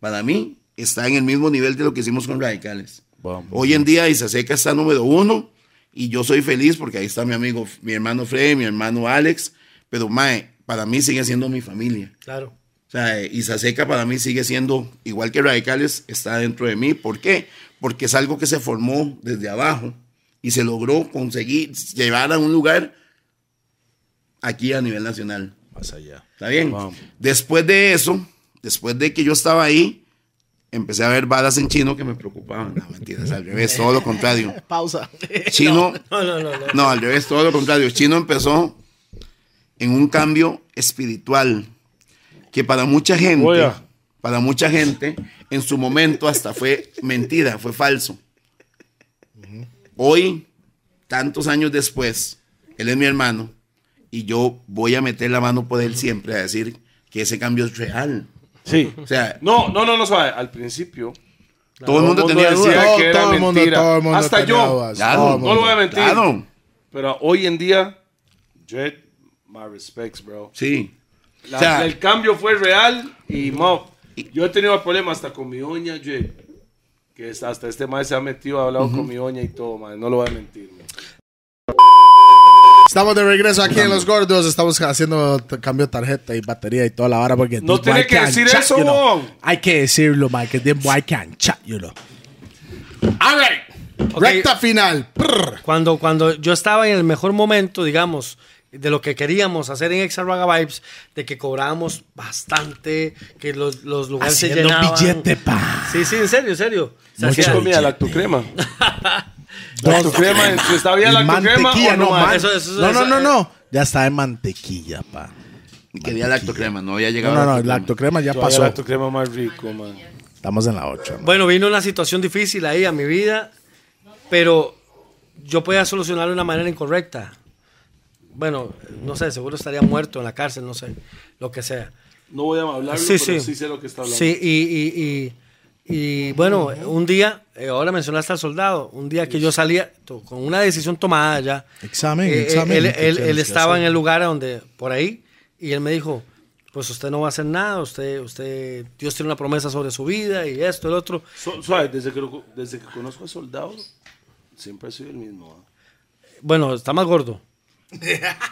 Speaker 3: para mí, está en el mismo nivel de lo que hicimos con Radicales. Hoy en día Isaseca está número uno y yo soy feliz porque ahí está mi amigo, mi hermano Fred, mi hermano Alex, pero mae, para mí sigue siendo mi familia.
Speaker 4: Claro.
Speaker 3: O sea, eh, Isaseca para mí sigue siendo, igual que Radicales, está dentro de mí. ¿Por qué? Porque es algo que se formó desde abajo y se logró conseguir llevar a un lugar aquí a nivel nacional.
Speaker 7: Más allá.
Speaker 3: ¿Está bien? Después de eso, después de que yo estaba ahí, empecé a ver balas en chino que me preocupaban. No, mentiras, al revés, todo lo contrario.
Speaker 1: Pausa.
Speaker 3: Chino,
Speaker 4: No, no, no. no.
Speaker 3: no, al revés, todo lo contrario. Chino empezó en un cambio espiritual que para mucha gente,
Speaker 7: Oiga.
Speaker 3: para mucha gente, en su momento hasta fue mentira, fue falso. Hoy, tantos años después, él es mi hermano y yo voy a meter la mano por él siempre a decir que ese cambio es real.
Speaker 7: Sí.
Speaker 3: O sea,
Speaker 7: No, no, no, no, suave. Al principio.
Speaker 3: todo el mundo tenía
Speaker 7: decía
Speaker 3: dudas.
Speaker 1: Todo-
Speaker 7: que era
Speaker 1: todo el mundo-
Speaker 7: mentira.
Speaker 1: todo el mundo
Speaker 7: Hasta
Speaker 1: tenía
Speaker 7: yo.
Speaker 1: dudas.
Speaker 3: Claro,
Speaker 1: Todo el
Speaker 7: no
Speaker 1: mundo.
Speaker 7: lo voy a mentir.
Speaker 3: Claro,
Speaker 7: Pero hoy en día, Dread, my respects, bro.
Speaker 3: sí.
Speaker 7: La-
Speaker 3: O sea-
Speaker 7: el cambio fue real y mo, Yo he tenido problemas hasta con mi doña, Dread. Que es- hasta este maestro se ha metido, ha hablado con mi doña y todo, man. No lo voy a mentir, man.
Speaker 1: Estamos de regreso aquí en Los Gordos. Estamos haciendo t- cambio de tarjeta y batería y toda la vara porque...
Speaker 7: No
Speaker 1: this
Speaker 7: tiene
Speaker 1: boy
Speaker 7: que
Speaker 1: can
Speaker 7: decir
Speaker 1: chat,
Speaker 7: eso,
Speaker 1: you know.
Speaker 7: Bon.
Speaker 1: Hay que decirlo, Mike. que This boy can chat, you know. All right.
Speaker 4: Ok.
Speaker 1: Recta final. Prrr.
Speaker 4: Cuando, cuando yo estaba en el mejor momento, digamos, de lo que queríamos hacer en Exarraga Vibes, de que cobrábamos bastante, que los, los lugares se
Speaker 1: Haciendo
Speaker 4: llenaban.
Speaker 1: billete, pa.
Speaker 4: Sí, sí, en serio, en serio. Se
Speaker 1: Mucho
Speaker 4: hacía-
Speaker 1: Claro,
Speaker 7: comida?
Speaker 1: Jay.
Speaker 7: Lactocrema.
Speaker 1: Dos
Speaker 7: Lactocrema.
Speaker 1: crema.
Speaker 7: ¿Está bien
Speaker 1: Y
Speaker 7: lactocrema
Speaker 1: mantequilla,
Speaker 7: o no,
Speaker 1: no,
Speaker 7: man?
Speaker 1: man-
Speaker 4: Eso- eso-
Speaker 1: no, no,
Speaker 4: eso- eh.
Speaker 1: no, no. Ya está en mantequilla, pa.
Speaker 3: Quería lactocrema, no había
Speaker 1: No,
Speaker 3: llegado
Speaker 1: no, no.
Speaker 3: lactocrema.
Speaker 1: Lactocrema ya
Speaker 7: Todavía
Speaker 1: pasó.
Speaker 7: Lactocrema más rico, man.
Speaker 1: Estamos en la 8.
Speaker 4: Bueno, vino una situación difícil ahí a mi vida, pero yo podía solucionarlo de una manera incorrecta. Bueno, no sé, seguro estaría muerto en la cárcel, no sé, lo que sea.
Speaker 2: No voy a hablarlo,
Speaker 4: Sí,
Speaker 2: pero
Speaker 4: sí.
Speaker 2: sí sé lo que está hablando.
Speaker 4: Sí, y, y- y- y, bueno, un día, eh, ahora mencionaste al soldado, un día que yo salía to- con una decisión tomada ya.
Speaker 1: Examen,
Speaker 4: Eh, eh,
Speaker 1: examen,
Speaker 4: Él,
Speaker 1: ¿qué
Speaker 4: él-
Speaker 1: tienes
Speaker 4: él
Speaker 1: que
Speaker 4: estaba
Speaker 1: hacer?
Speaker 4: en el lugar a donde, por ahí, y él me dijo, pues usted no va a hacer nada, usted, usted, Dios tiene una promesa sobre su vida y esto, el otro.
Speaker 2: So- suave, desde que, lo- desde que conozco a Soldado, siempre ha sido el mismo. ¿ah?
Speaker 4: Bueno, está más gordo.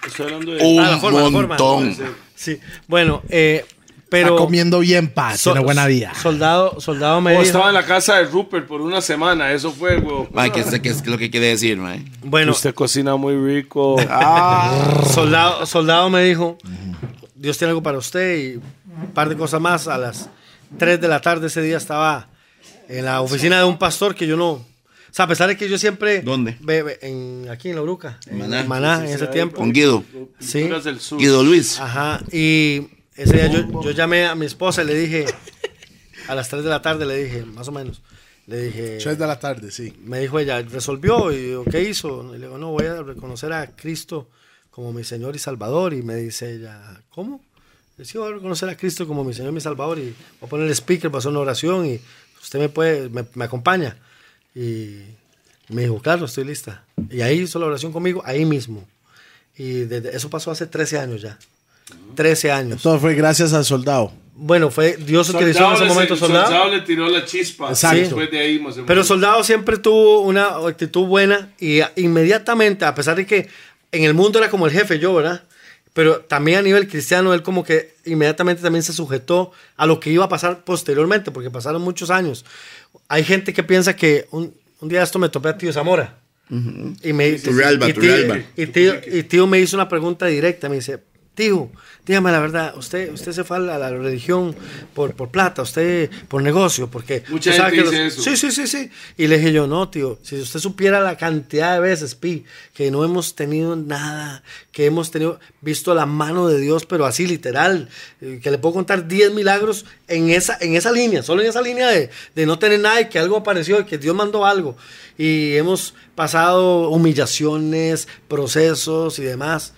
Speaker 2: Estoy hablando de...
Speaker 3: Un
Speaker 4: Ah, la forma, la forma.
Speaker 3: montón.
Speaker 4: Sí, bueno, eh, pero...
Speaker 1: Está comiendo bien, pa.
Speaker 4: so-
Speaker 1: Tiene buena vida.
Speaker 4: Soldado, soldado me
Speaker 2: Oh,
Speaker 4: dijo...
Speaker 2: estaba en la casa de Rupert por una semana, eso fue, güey.
Speaker 3: Mae, que sé que es lo que quiere decir, mae.
Speaker 4: Bueno,
Speaker 2: Usted cocina muy rico.
Speaker 4: soldado, soldado me dijo, Dios tiene algo para usted y un par de cosas más. A las 3 de la tarde ese día estaba en la oficina de un pastor que yo no... O sea, a pesar de que yo siempre...
Speaker 3: ¿Dónde?
Speaker 4: ve- ve- en, aquí en La Bruca, en
Speaker 3: Maná.
Speaker 4: Maná,
Speaker 2: Sí, sí,
Speaker 4: en
Speaker 2: sí,
Speaker 4: ese
Speaker 2: ahí,
Speaker 4: tiempo.
Speaker 3: Con Guido.
Speaker 4: Sí.
Speaker 2: Culturas del sur.
Speaker 3: Guido Luis.
Speaker 4: Ajá, y ese día yo, yo llamé a mi esposa y le dije, a las 3 de la tarde le dije, más o menos, le dije...
Speaker 1: Tres de la tarde, sí.
Speaker 4: me dijo ella, resolvió y yo, ¿qué hizo? Y le digo, no, voy a reconocer a Cristo como mi Señor y Salvador. Y me dice ella, ¿cómo? Le digo, "Sí, voy a reconocer a Cristo como mi Señor y mi Salvador. Y voy a poner el speaker para hacer una oración y usted me puede, me, me acompaña. Y me dijo, claro, estoy lista. Y ahí hizo la oración conmigo, ahí mismo. Y desde, eso pasó hace 13 años ya. 13 años.
Speaker 1: Todo fue gracias al soldado.
Speaker 4: Bueno, fue Dios utilizó en ese
Speaker 2: le-
Speaker 4: momento soldado.
Speaker 2: Soldado le tiró la chispa.
Speaker 1: Exacto.
Speaker 2: Después de ahí, más o menos.
Speaker 4: Pero Soldado siempre tuvo una actitud buena y a- inmediatamente, a pesar de que en el mundo era como el jefe, yo, ¿verdad? Pero también a nivel cristiano, él como que inmediatamente también se sujetó a lo que iba a pasar posteriormente, porque pasaron muchos años. Hay gente que piensa que un, un día esto me topé a Tío Zamora. Y me y
Speaker 3: Turrialba,
Speaker 4: y tío-
Speaker 3: Turrialba.
Speaker 4: y tío, y tío me hizo una pregunta directa, me dice, tío, dígame la verdad, usted, usted se fue a la, a la religión por, por plata, usted por negocio, porque...
Speaker 2: Mucha
Speaker 4: usted sabe
Speaker 2: gente
Speaker 4: que
Speaker 2: dice eso.
Speaker 4: Sí, sí, sí, sí. Y le dije yo, no, tío, si usted supiera la cantidad de veces, Pi, que no hemos tenido nada, que hemos tenido, visto la mano de Dios, pero así literal, eh, que le puedo contar 10 milagros en esa, en esa línea, solo en esa línea de, de no tener nada y que algo apareció y que Dios mandó algo. Y hemos pasado humillaciones, procesos y demás.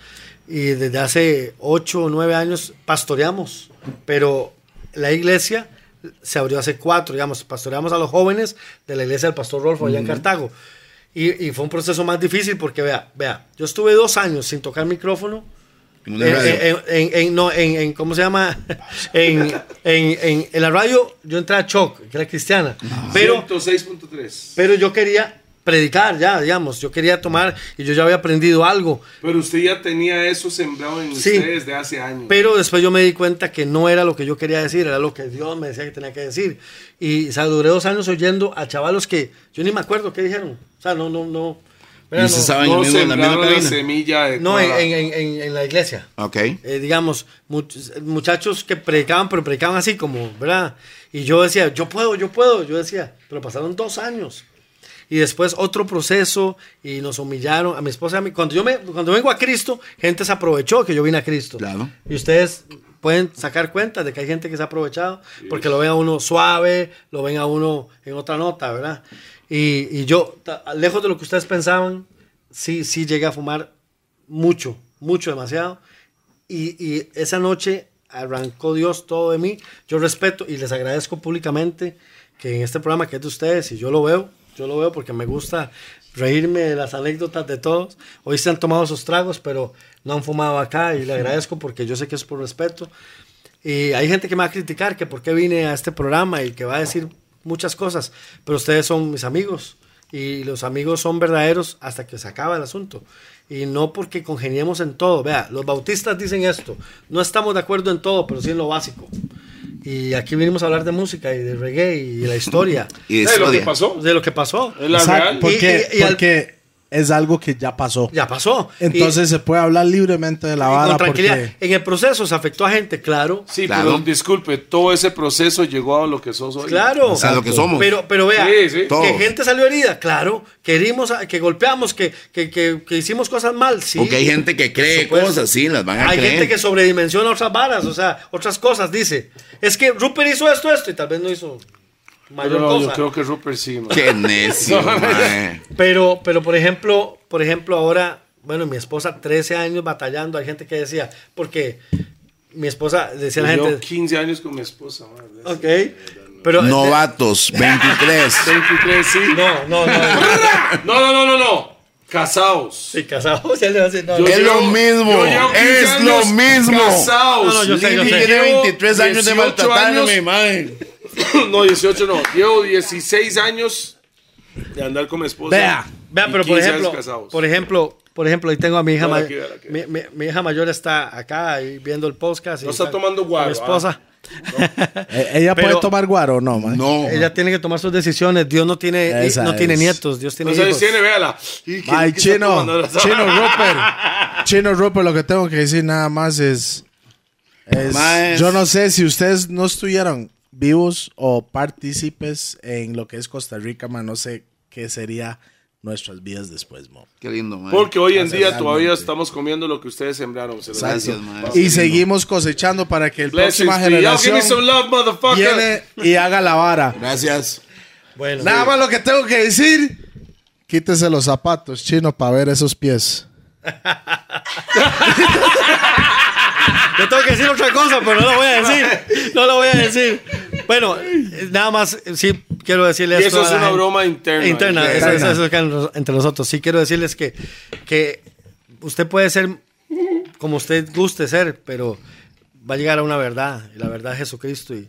Speaker 4: Y desde hace 8 o 9 años pastoreamos, pero la iglesia se abrió hace cuatro, digamos, pastoreamos a los jóvenes de la iglesia del pastor Rolfo allá en Cartago. Y, y fue un proceso más difícil porque, vea, vea, yo estuve dos años sin tocar micrófono.
Speaker 3: En
Speaker 4: En,
Speaker 3: una radio.
Speaker 4: en- en- en- no, en, en- ¿cómo se llama? En, en, en- en la radio yo entré a Choc, que era cristiana.
Speaker 3: Ah.
Speaker 4: Pero
Speaker 2: 106.3.
Speaker 4: pero yo quería predicar ya, digamos, yo quería tomar y yo ya había aprendido algo.
Speaker 2: Pero usted ya tenía eso sembrado en
Speaker 4: Sí.
Speaker 2: usted desde hace años.
Speaker 4: Pero después yo me di cuenta que no era lo que yo quería decir, era lo que Dios me decía que tenía que decir. Y o sea, duré dos años oyendo a chavalos que yo ni me acuerdo qué dijeron. O sea, no, no, no. Mira,
Speaker 3: Ni
Speaker 4: no,
Speaker 3: se sabe. en
Speaker 2: no
Speaker 3: el mismo- en la misma
Speaker 2: sembraron la,
Speaker 3: cabina.
Speaker 2: semilla de
Speaker 4: no, en, en- en- en- en la iglesia.
Speaker 3: Ok.
Speaker 4: Eh, digamos, much- muchachos que predicaban, pero predicaban así como, ¿verdad? Y yo decía, yo puedo, yo puedo, yo decía, pero pasaron dos años. Y después otro proceso y nos humillaron a mi esposa y a mí. Cuando yo me, cuando vengo a Cristo, gente se aprovechó que yo vine a Cristo.
Speaker 3: Claro.
Speaker 4: Y ustedes pueden sacar cuenta de que hay gente que se ha aprovechado porque lo ven a uno suave, lo ven a uno en otra nota, ¿verdad? Y, y yo, ta- lejos de lo que ustedes pensaban, sí, sí llegué a fumar mucho, mucho, demasiado. Y, y esa noche arrancó Dios todo de mí. Yo respeto y les agradezco públicamente que en este programa que es de ustedes, y yo lo veo, yo lo veo porque me gusta reírme de las anécdotas de todos. Hoy se han tomado sus tragos, pero no han fumado acá y le agradezco porque yo sé que es por respeto. Y hay gente que me va a criticar que por qué vine a este programa y que va a decir muchas cosas, pero ustedes son mis amigos y los amigos son verdaderos hasta que se acaba el asunto. Y no porque congeniemos en todo. Vea, los bautistas dicen esto, no estamos de acuerdo en todo, pero sí en lo básico. Y aquí vinimos a hablar de música y de reggae y la historia,
Speaker 2: [laughs]
Speaker 3: Y
Speaker 2: ¿Sabe lo que
Speaker 3: historia.
Speaker 2: pasó?
Speaker 4: de lo que pasó.
Speaker 2: Es la
Speaker 1: Exacto,
Speaker 2: real.
Speaker 1: Porque,
Speaker 4: Y- y- y al-
Speaker 1: porque es algo que ya pasó.
Speaker 4: Ya pasó. Y-
Speaker 1: Entonces se puede hablar libremente de la
Speaker 4: y con
Speaker 1: vara
Speaker 4: tranquilidad.
Speaker 1: porque eh,
Speaker 4: En el proceso se afectó a gente, claro.
Speaker 2: Sí,
Speaker 3: Claro.
Speaker 2: pero disculpe, todo ese proceso llegó a lo que sos hoy.
Speaker 4: Pues Claro.
Speaker 3: O sea, lo que somos.
Speaker 4: Pero, pero vea,
Speaker 2: Sí, sí.
Speaker 3: Todos.
Speaker 4: que gente salió herida, claro. Que herimos, a- que golpeamos, que, que, que- que hicimos cosas mal, sí.
Speaker 3: Porque hay gente que cree
Speaker 4: Por supuesto.
Speaker 3: cosas, sí, las van a
Speaker 4: Hay
Speaker 3: creer.
Speaker 4: gente que sobredimensiona otras varas, o sea, otras cosas, dice. Es que Rupert hizo esto, esto, y tal vez no hizo.
Speaker 7: Pero
Speaker 4: mayor
Speaker 7: no, yo
Speaker 4: cosa.
Speaker 7: creo que Rupert sí, man.
Speaker 3: Qué
Speaker 4: [laughs]
Speaker 3: necio, mae.
Speaker 4: Pero, pero por ejemplo, por ejemplo, ahora, bueno, mi esposa 13 años batallando, hay gente que decía, porque mi esposa decía la
Speaker 7: Pues Yo
Speaker 4: gente,
Speaker 7: 15 años con mi esposa, man.
Speaker 4: ok, pero este [laughs]
Speaker 3: Novatos, 23.
Speaker 7: 23, sí.
Speaker 4: no, no, no,
Speaker 7: No, no, no, no, no.
Speaker 2: [clears throat]
Speaker 7: Casados.
Speaker 4: sí, casado, [laughs] ya le va a decir, no,
Speaker 7: Yo
Speaker 4: no.
Speaker 3: Es lo mismo,
Speaker 7: yo llevo 15
Speaker 3: es lo
Speaker 7: años
Speaker 3: mismo.
Speaker 7: Casados.
Speaker 4: No, no, yo sé, yo
Speaker 3: Lili
Speaker 4: sé.
Speaker 3: tiene
Speaker 7: Llevo
Speaker 3: 23 años de
Speaker 7: 18
Speaker 3: maltratarme,
Speaker 7: años.
Speaker 3: mae.
Speaker 7: No, 18 no. Llevo 16 años de andar con mi esposa.
Speaker 1: Vea,
Speaker 4: Vea,
Speaker 7: Y
Speaker 4: pero por
Speaker 7: 15 años
Speaker 4: ejemplo,
Speaker 7: casados.
Speaker 4: por ejemplo, por ejemplo, ahí tengo a mi hija
Speaker 7: No,
Speaker 4: mayor.
Speaker 7: aquí, aquí.
Speaker 4: Mi, mi- mi hija mayor está acá y viendo el podcast. y
Speaker 7: No está tomando guaro, ah.
Speaker 4: Mi esposa. [laughs]
Speaker 1: Eh, ¿Ella
Speaker 4: Pero-
Speaker 1: puede tomar guaro o no, mae?
Speaker 3: No.
Speaker 4: Ella tiene que tomar sus decisiones. Dios no tiene,
Speaker 1: Esa
Speaker 4: no tiene
Speaker 1: es.
Speaker 4: nietos, Dios tiene
Speaker 7: ¿Cuántos años
Speaker 4: hijos.
Speaker 7: tiene? Véala. Y que-
Speaker 1: Ay,
Speaker 7: que está
Speaker 1: chino,
Speaker 7: tomando las-
Speaker 1: chino
Speaker 7: [laughs]
Speaker 1: Rupert. Chino Rupert, lo que tengo que decir nada más es. es-
Speaker 3: Mae.
Speaker 1: Yo no sé si ustedes no estuvieron vivos o partícipes en lo que es Costa Rica, man. No sé qué sería nuestras vidas después, mo.
Speaker 3: Qué lindo, mae.
Speaker 7: Porque hoy en día
Speaker 1: Realmente.
Speaker 7: todavía estamos comiendo lo que ustedes sembraron. Se los
Speaker 3: Gracias,
Speaker 7: digo.
Speaker 3: mae.
Speaker 1: Y seguimos cosechando para que el
Speaker 7: Blessings
Speaker 1: próxima
Speaker 7: to you. Y'all give me some
Speaker 1: generación
Speaker 7: love, motherfucker.
Speaker 1: viene y haga la vara.
Speaker 3: Gracias.
Speaker 4: Bueno,
Speaker 1: Nada más lo que tengo que decir. Quítese los zapatos, chino, para ver esos pies.
Speaker 4: yo tengo que decir otra cosa, pero no lo voy a decir. No lo voy a decir. Bueno, eh, nada más, eh, sí quiero decirles.
Speaker 7: Y eso es una broma interna.
Speaker 4: Interna,
Speaker 1: Interna.
Speaker 4: eso- eso es lo que hay nos- entre nosotros. Sí quiero decirles que, que usted puede ser como usted guste ser, pero va a llegar a una verdad, y la verdad es Jesucristo. Y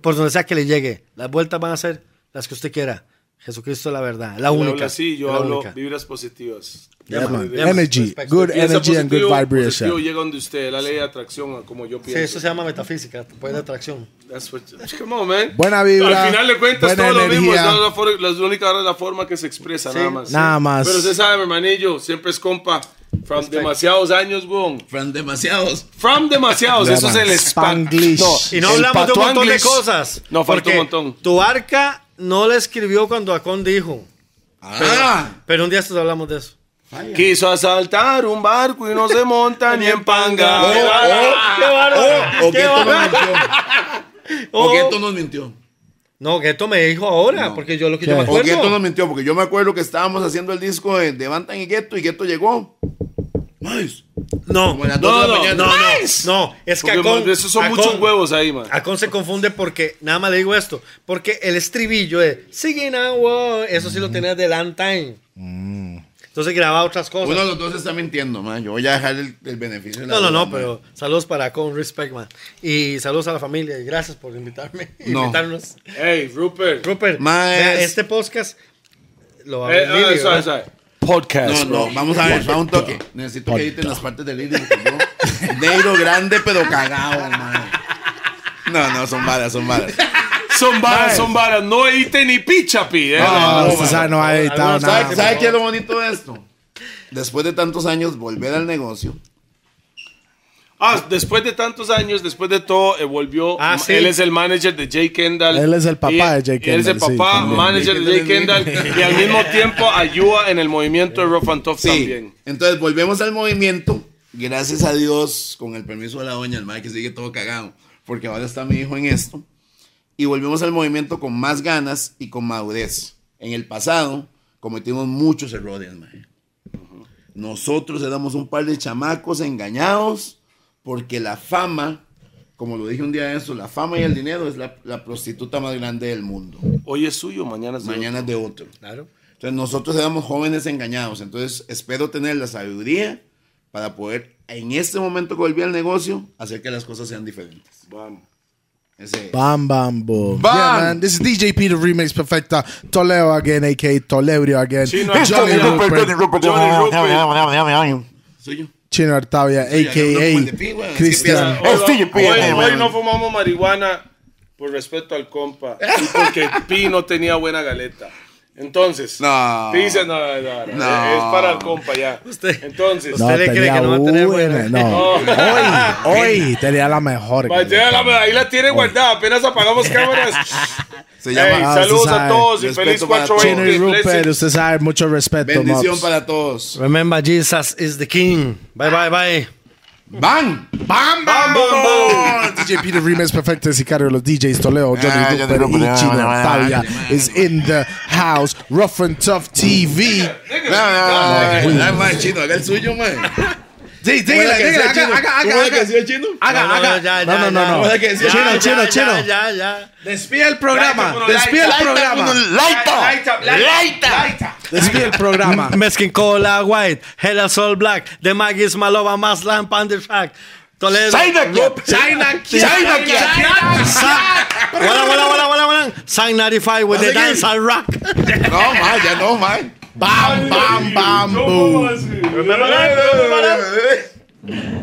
Speaker 4: por donde sea que le llegue, las vueltas van a ser las que usted quiera. Jesucristo es la verdad, la
Speaker 7: Él
Speaker 4: única.
Speaker 7: habla así, yo
Speaker 4: la
Speaker 7: hablo
Speaker 4: única.
Speaker 7: vibras positivas.
Speaker 1: Yeah, man.
Speaker 4: yeah, man.
Speaker 1: Energy,
Speaker 4: Respect.
Speaker 1: good
Speaker 7: Piensa
Speaker 1: energy and good
Speaker 7: positivo, positivo
Speaker 1: vibration.
Speaker 7: llega donde usted, la ley de atracción, a como yo
Speaker 4: Sí,
Speaker 7: pienso.
Speaker 4: eso se llama metafísica, poder de atracción.
Speaker 7: That's what- come on, man.
Speaker 1: Buena vibra,
Speaker 7: Al final le cuentas
Speaker 1: buena
Speaker 7: todo lo mismo. Es
Speaker 1: energía.
Speaker 7: la, for- la única la forma que se expresa, nada más.
Speaker 1: Nada más.
Speaker 7: Pero usted sabe, mi hermanillo, siempre es compa. From demasiados años, weón.
Speaker 3: Fran, demasiados.
Speaker 7: From demasiados.
Speaker 1: Yeah,
Speaker 7: eso es
Speaker 1: man.
Speaker 7: el span-
Speaker 1: Spanglish.
Speaker 4: Y no
Speaker 7: el
Speaker 4: hablamos de un montón
Speaker 7: patuanglish.
Speaker 4: de cosas.
Speaker 7: No, falta
Speaker 4: porque
Speaker 7: un montón.
Speaker 4: Tu arca no la escribió cuando Acón dijo.
Speaker 3: Ah.
Speaker 4: Pero un día estos hablamos de eso.
Speaker 7: Quiso asaltar un barco y no se monta ni en panga.
Speaker 3: Oh, oh,
Speaker 4: ¡Qué bárbaro!
Speaker 3: O que
Speaker 4: ¡Qué
Speaker 3: esto nos
Speaker 4: bárbaro!
Speaker 3: mintió. O
Speaker 4: Oh.
Speaker 3: que esto nos mintió.
Speaker 4: No, que esto me dijo ahora,
Speaker 3: No.
Speaker 4: porque yo lo que
Speaker 1: ¿Qué?
Speaker 4: yo me
Speaker 3: O Gueto nos
Speaker 4: acuerdo.
Speaker 3: mintió, porque yo me acuerdo que estábamos haciendo el disco de, de Bantan y Gueto, y Gueto llegó. Nice.
Speaker 4: No,
Speaker 3: Como a las
Speaker 4: no,
Speaker 3: dos de la mañana.
Speaker 4: no, no, no,
Speaker 7: Nice.
Speaker 4: no, es que
Speaker 7: Porque,
Speaker 4: Acón,
Speaker 7: man, esos son
Speaker 4: Acón-
Speaker 7: muchos huevos ahí, man.
Speaker 4: Acón se confunde porque, nada más le digo esto, porque el estribillo de Singing Out Loud", eso sí lo tenía de Land Time. Entonces grababa otras cosas.
Speaker 3: Uno de los dos está mintiendo, man. Yo voy a dejar el, el beneficio de la
Speaker 4: No, no,
Speaker 3: duda,
Speaker 4: no,
Speaker 3: man.
Speaker 4: pero saludos para Acón, respect, man. Y saludos a la familia y gracias por invitarme, [laughs]
Speaker 3: No.
Speaker 4: invitarnos.
Speaker 7: Hey, Rupert.
Speaker 4: Rupert,
Speaker 3: Más-
Speaker 4: vea, este podcast lo va a
Speaker 7: Eh,
Speaker 4: ver
Speaker 7: ah,
Speaker 4: Lili,
Speaker 7: sorry,
Speaker 4: ¿verdad?
Speaker 7: sorry. Podcast.
Speaker 3: No, no, vamos a ver, va un toque. Necesito que editen las partes del líder. Neiro grande, pero cagado, man. No, no, son malas, son malas.
Speaker 7: Son varas, son varas. No editen ni picha, pi. eh.
Speaker 1: Ah,
Speaker 3: No,
Speaker 1: usted
Speaker 3: man.
Speaker 1: sabe, no ha editado
Speaker 4: Algunos saben
Speaker 1: nada.
Speaker 3: ¿Sabes sabe qué es lo bonito de esto? Después de tantos años, volver al negocio.
Speaker 7: Ah, después de tantos años, después de todo, eh, volvió.
Speaker 4: Ah, sí.
Speaker 7: Él es el manager de Jay Kendall.
Speaker 1: Él es el papá
Speaker 7: Y-
Speaker 1: de Jay
Speaker 7: Él es el
Speaker 1: Kendall, sí,
Speaker 7: papá,
Speaker 1: también.
Speaker 7: manager de Jay Kendall. y al mismo tiempo ayuda en el movimiento de Rough and Tough
Speaker 3: Sí.
Speaker 7: también.
Speaker 3: Entonces volvemos al movimiento. Gracias a Dios, con el permiso de la doña, el mae que sigue todo cagado. Porque ahora está mi hijo en esto. Y volvemos al movimiento con más ganas y con madurez. En el pasado cometimos muchos errores, mae. Nosotros éramos un par de chamacos engañados porque la fama, como lo dije un día de eso, la fama y el dinero es la, la prostituta más grande del mundo.
Speaker 7: Hoy es suyo, mañana es de
Speaker 3: Mañana es de otro.
Speaker 4: Claro.
Speaker 3: Entonces nosotros éramos jóvenes engañados. Entonces espero tener la sabiduría para poder, en este momento que volví al negocio, hacer que las cosas sean diferentes.
Speaker 7: otro. Vamos.
Speaker 3: Ese-
Speaker 1: Bam, bam, boom.
Speaker 3: Bam.
Speaker 1: Yeah, man. This is DJ Peter Remix Perfecta. Toledo again, aka Tolebrio again.
Speaker 7: Chino
Speaker 1: Johnny
Speaker 7: Artavia.
Speaker 1: Rupert.
Speaker 7: Johnny Rupert.
Speaker 3: Soy yo.
Speaker 1: Chino Artavia,
Speaker 3: hablando como el de Pi,
Speaker 1: aka
Speaker 3: weón.
Speaker 1: Cristian.
Speaker 7: Hoy, hoy- hoy no fumamos marihuana por respeto al compa. y porque Pi no tenía buena galeta. Entonces,
Speaker 3: No.
Speaker 7: Pi dice, no, no, no,
Speaker 3: No.
Speaker 7: es para el compa ya.
Speaker 4: Usted-
Speaker 7: Entonces,
Speaker 1: No,
Speaker 4: ¿Usted le cree
Speaker 1: tenía
Speaker 4: que no va a tener
Speaker 1: buena.
Speaker 4: buena? [laughs] Oh.
Speaker 1: No. Hoy, hoy tenía la mejor.
Speaker 7: Ma, ya la- ahí la tiene guardada, apenas apagamos cámaras.
Speaker 3: Se
Speaker 7: Ey,
Speaker 3: llama
Speaker 1: Ah,
Speaker 7: saludos
Speaker 1: usted
Speaker 7: a
Speaker 1: sabe.
Speaker 7: todos y
Speaker 3: Respeto
Speaker 7: feliz
Speaker 3: para todos.
Speaker 1: Chino y
Speaker 7: 420.
Speaker 1: Rupert,
Speaker 7: Blessings.
Speaker 1: usted sabe, mucho respeto.
Speaker 3: Bendición
Speaker 1: Mops.
Speaker 3: para todos.
Speaker 4: Remember, Jesus is the King. Bye, bye, bye.
Speaker 3: ¡Van!
Speaker 1: ¡Bam, bam, bam! DJ Oh, Peter Remix Perfecto de Sicario, los DJs Toledo,
Speaker 3: Ah,
Speaker 1: Johnny
Speaker 3: yo
Speaker 1: Duper
Speaker 3: digo,
Speaker 1: y
Speaker 3: bueno,
Speaker 1: Chino
Speaker 4: ah,
Speaker 3: bueno, bueno,
Speaker 1: Pavia
Speaker 3: bueno, bueno.
Speaker 1: is in the house. Rough and Tough TV.
Speaker 3: No, no, no, no, no, mae, chino, haga el suyo, mae.
Speaker 1: Sí,
Speaker 3: ¿Cómo
Speaker 1: dígale,
Speaker 3: es que
Speaker 1: dígale,
Speaker 3: decía
Speaker 1: haga,
Speaker 3: chino?
Speaker 1: haga,
Speaker 3: ¿Cómo es que
Speaker 1: haga, haga.
Speaker 3: decía chino?
Speaker 1: Haga,
Speaker 4: No, no,
Speaker 1: haga.
Speaker 4: no, ya,
Speaker 1: No,
Speaker 4: ya,
Speaker 1: no, no,
Speaker 4: ya.
Speaker 1: no.
Speaker 4: Ahora
Speaker 3: que decía,
Speaker 1: Chino,
Speaker 4: Ya,
Speaker 1: chino,
Speaker 4: ya,
Speaker 1: chino.
Speaker 4: Ya, ya, ya.
Speaker 1: Despide el programa.
Speaker 2: Like,
Speaker 1: Despide el
Speaker 2: like,
Speaker 1: programa.
Speaker 3: ¡Laita! ¡Laita!
Speaker 1: Despide el programa.
Speaker 4: Mexican Cola White, Hella Soul Black, The Maggie's Malova, Maslan, Panda Shack, Toledo.
Speaker 3: ¡Saida Club!
Speaker 1: China,
Speaker 3: China,
Speaker 1: China,
Speaker 3: China.
Speaker 4: Sa- Wala, wala, wala, wala, wala. Sign 95 with the
Speaker 3: Sige.
Speaker 4: dance and rock.
Speaker 3: No, mae, ya no, mae.
Speaker 1: Bam, bam, bam, boom.
Speaker 3: Eh,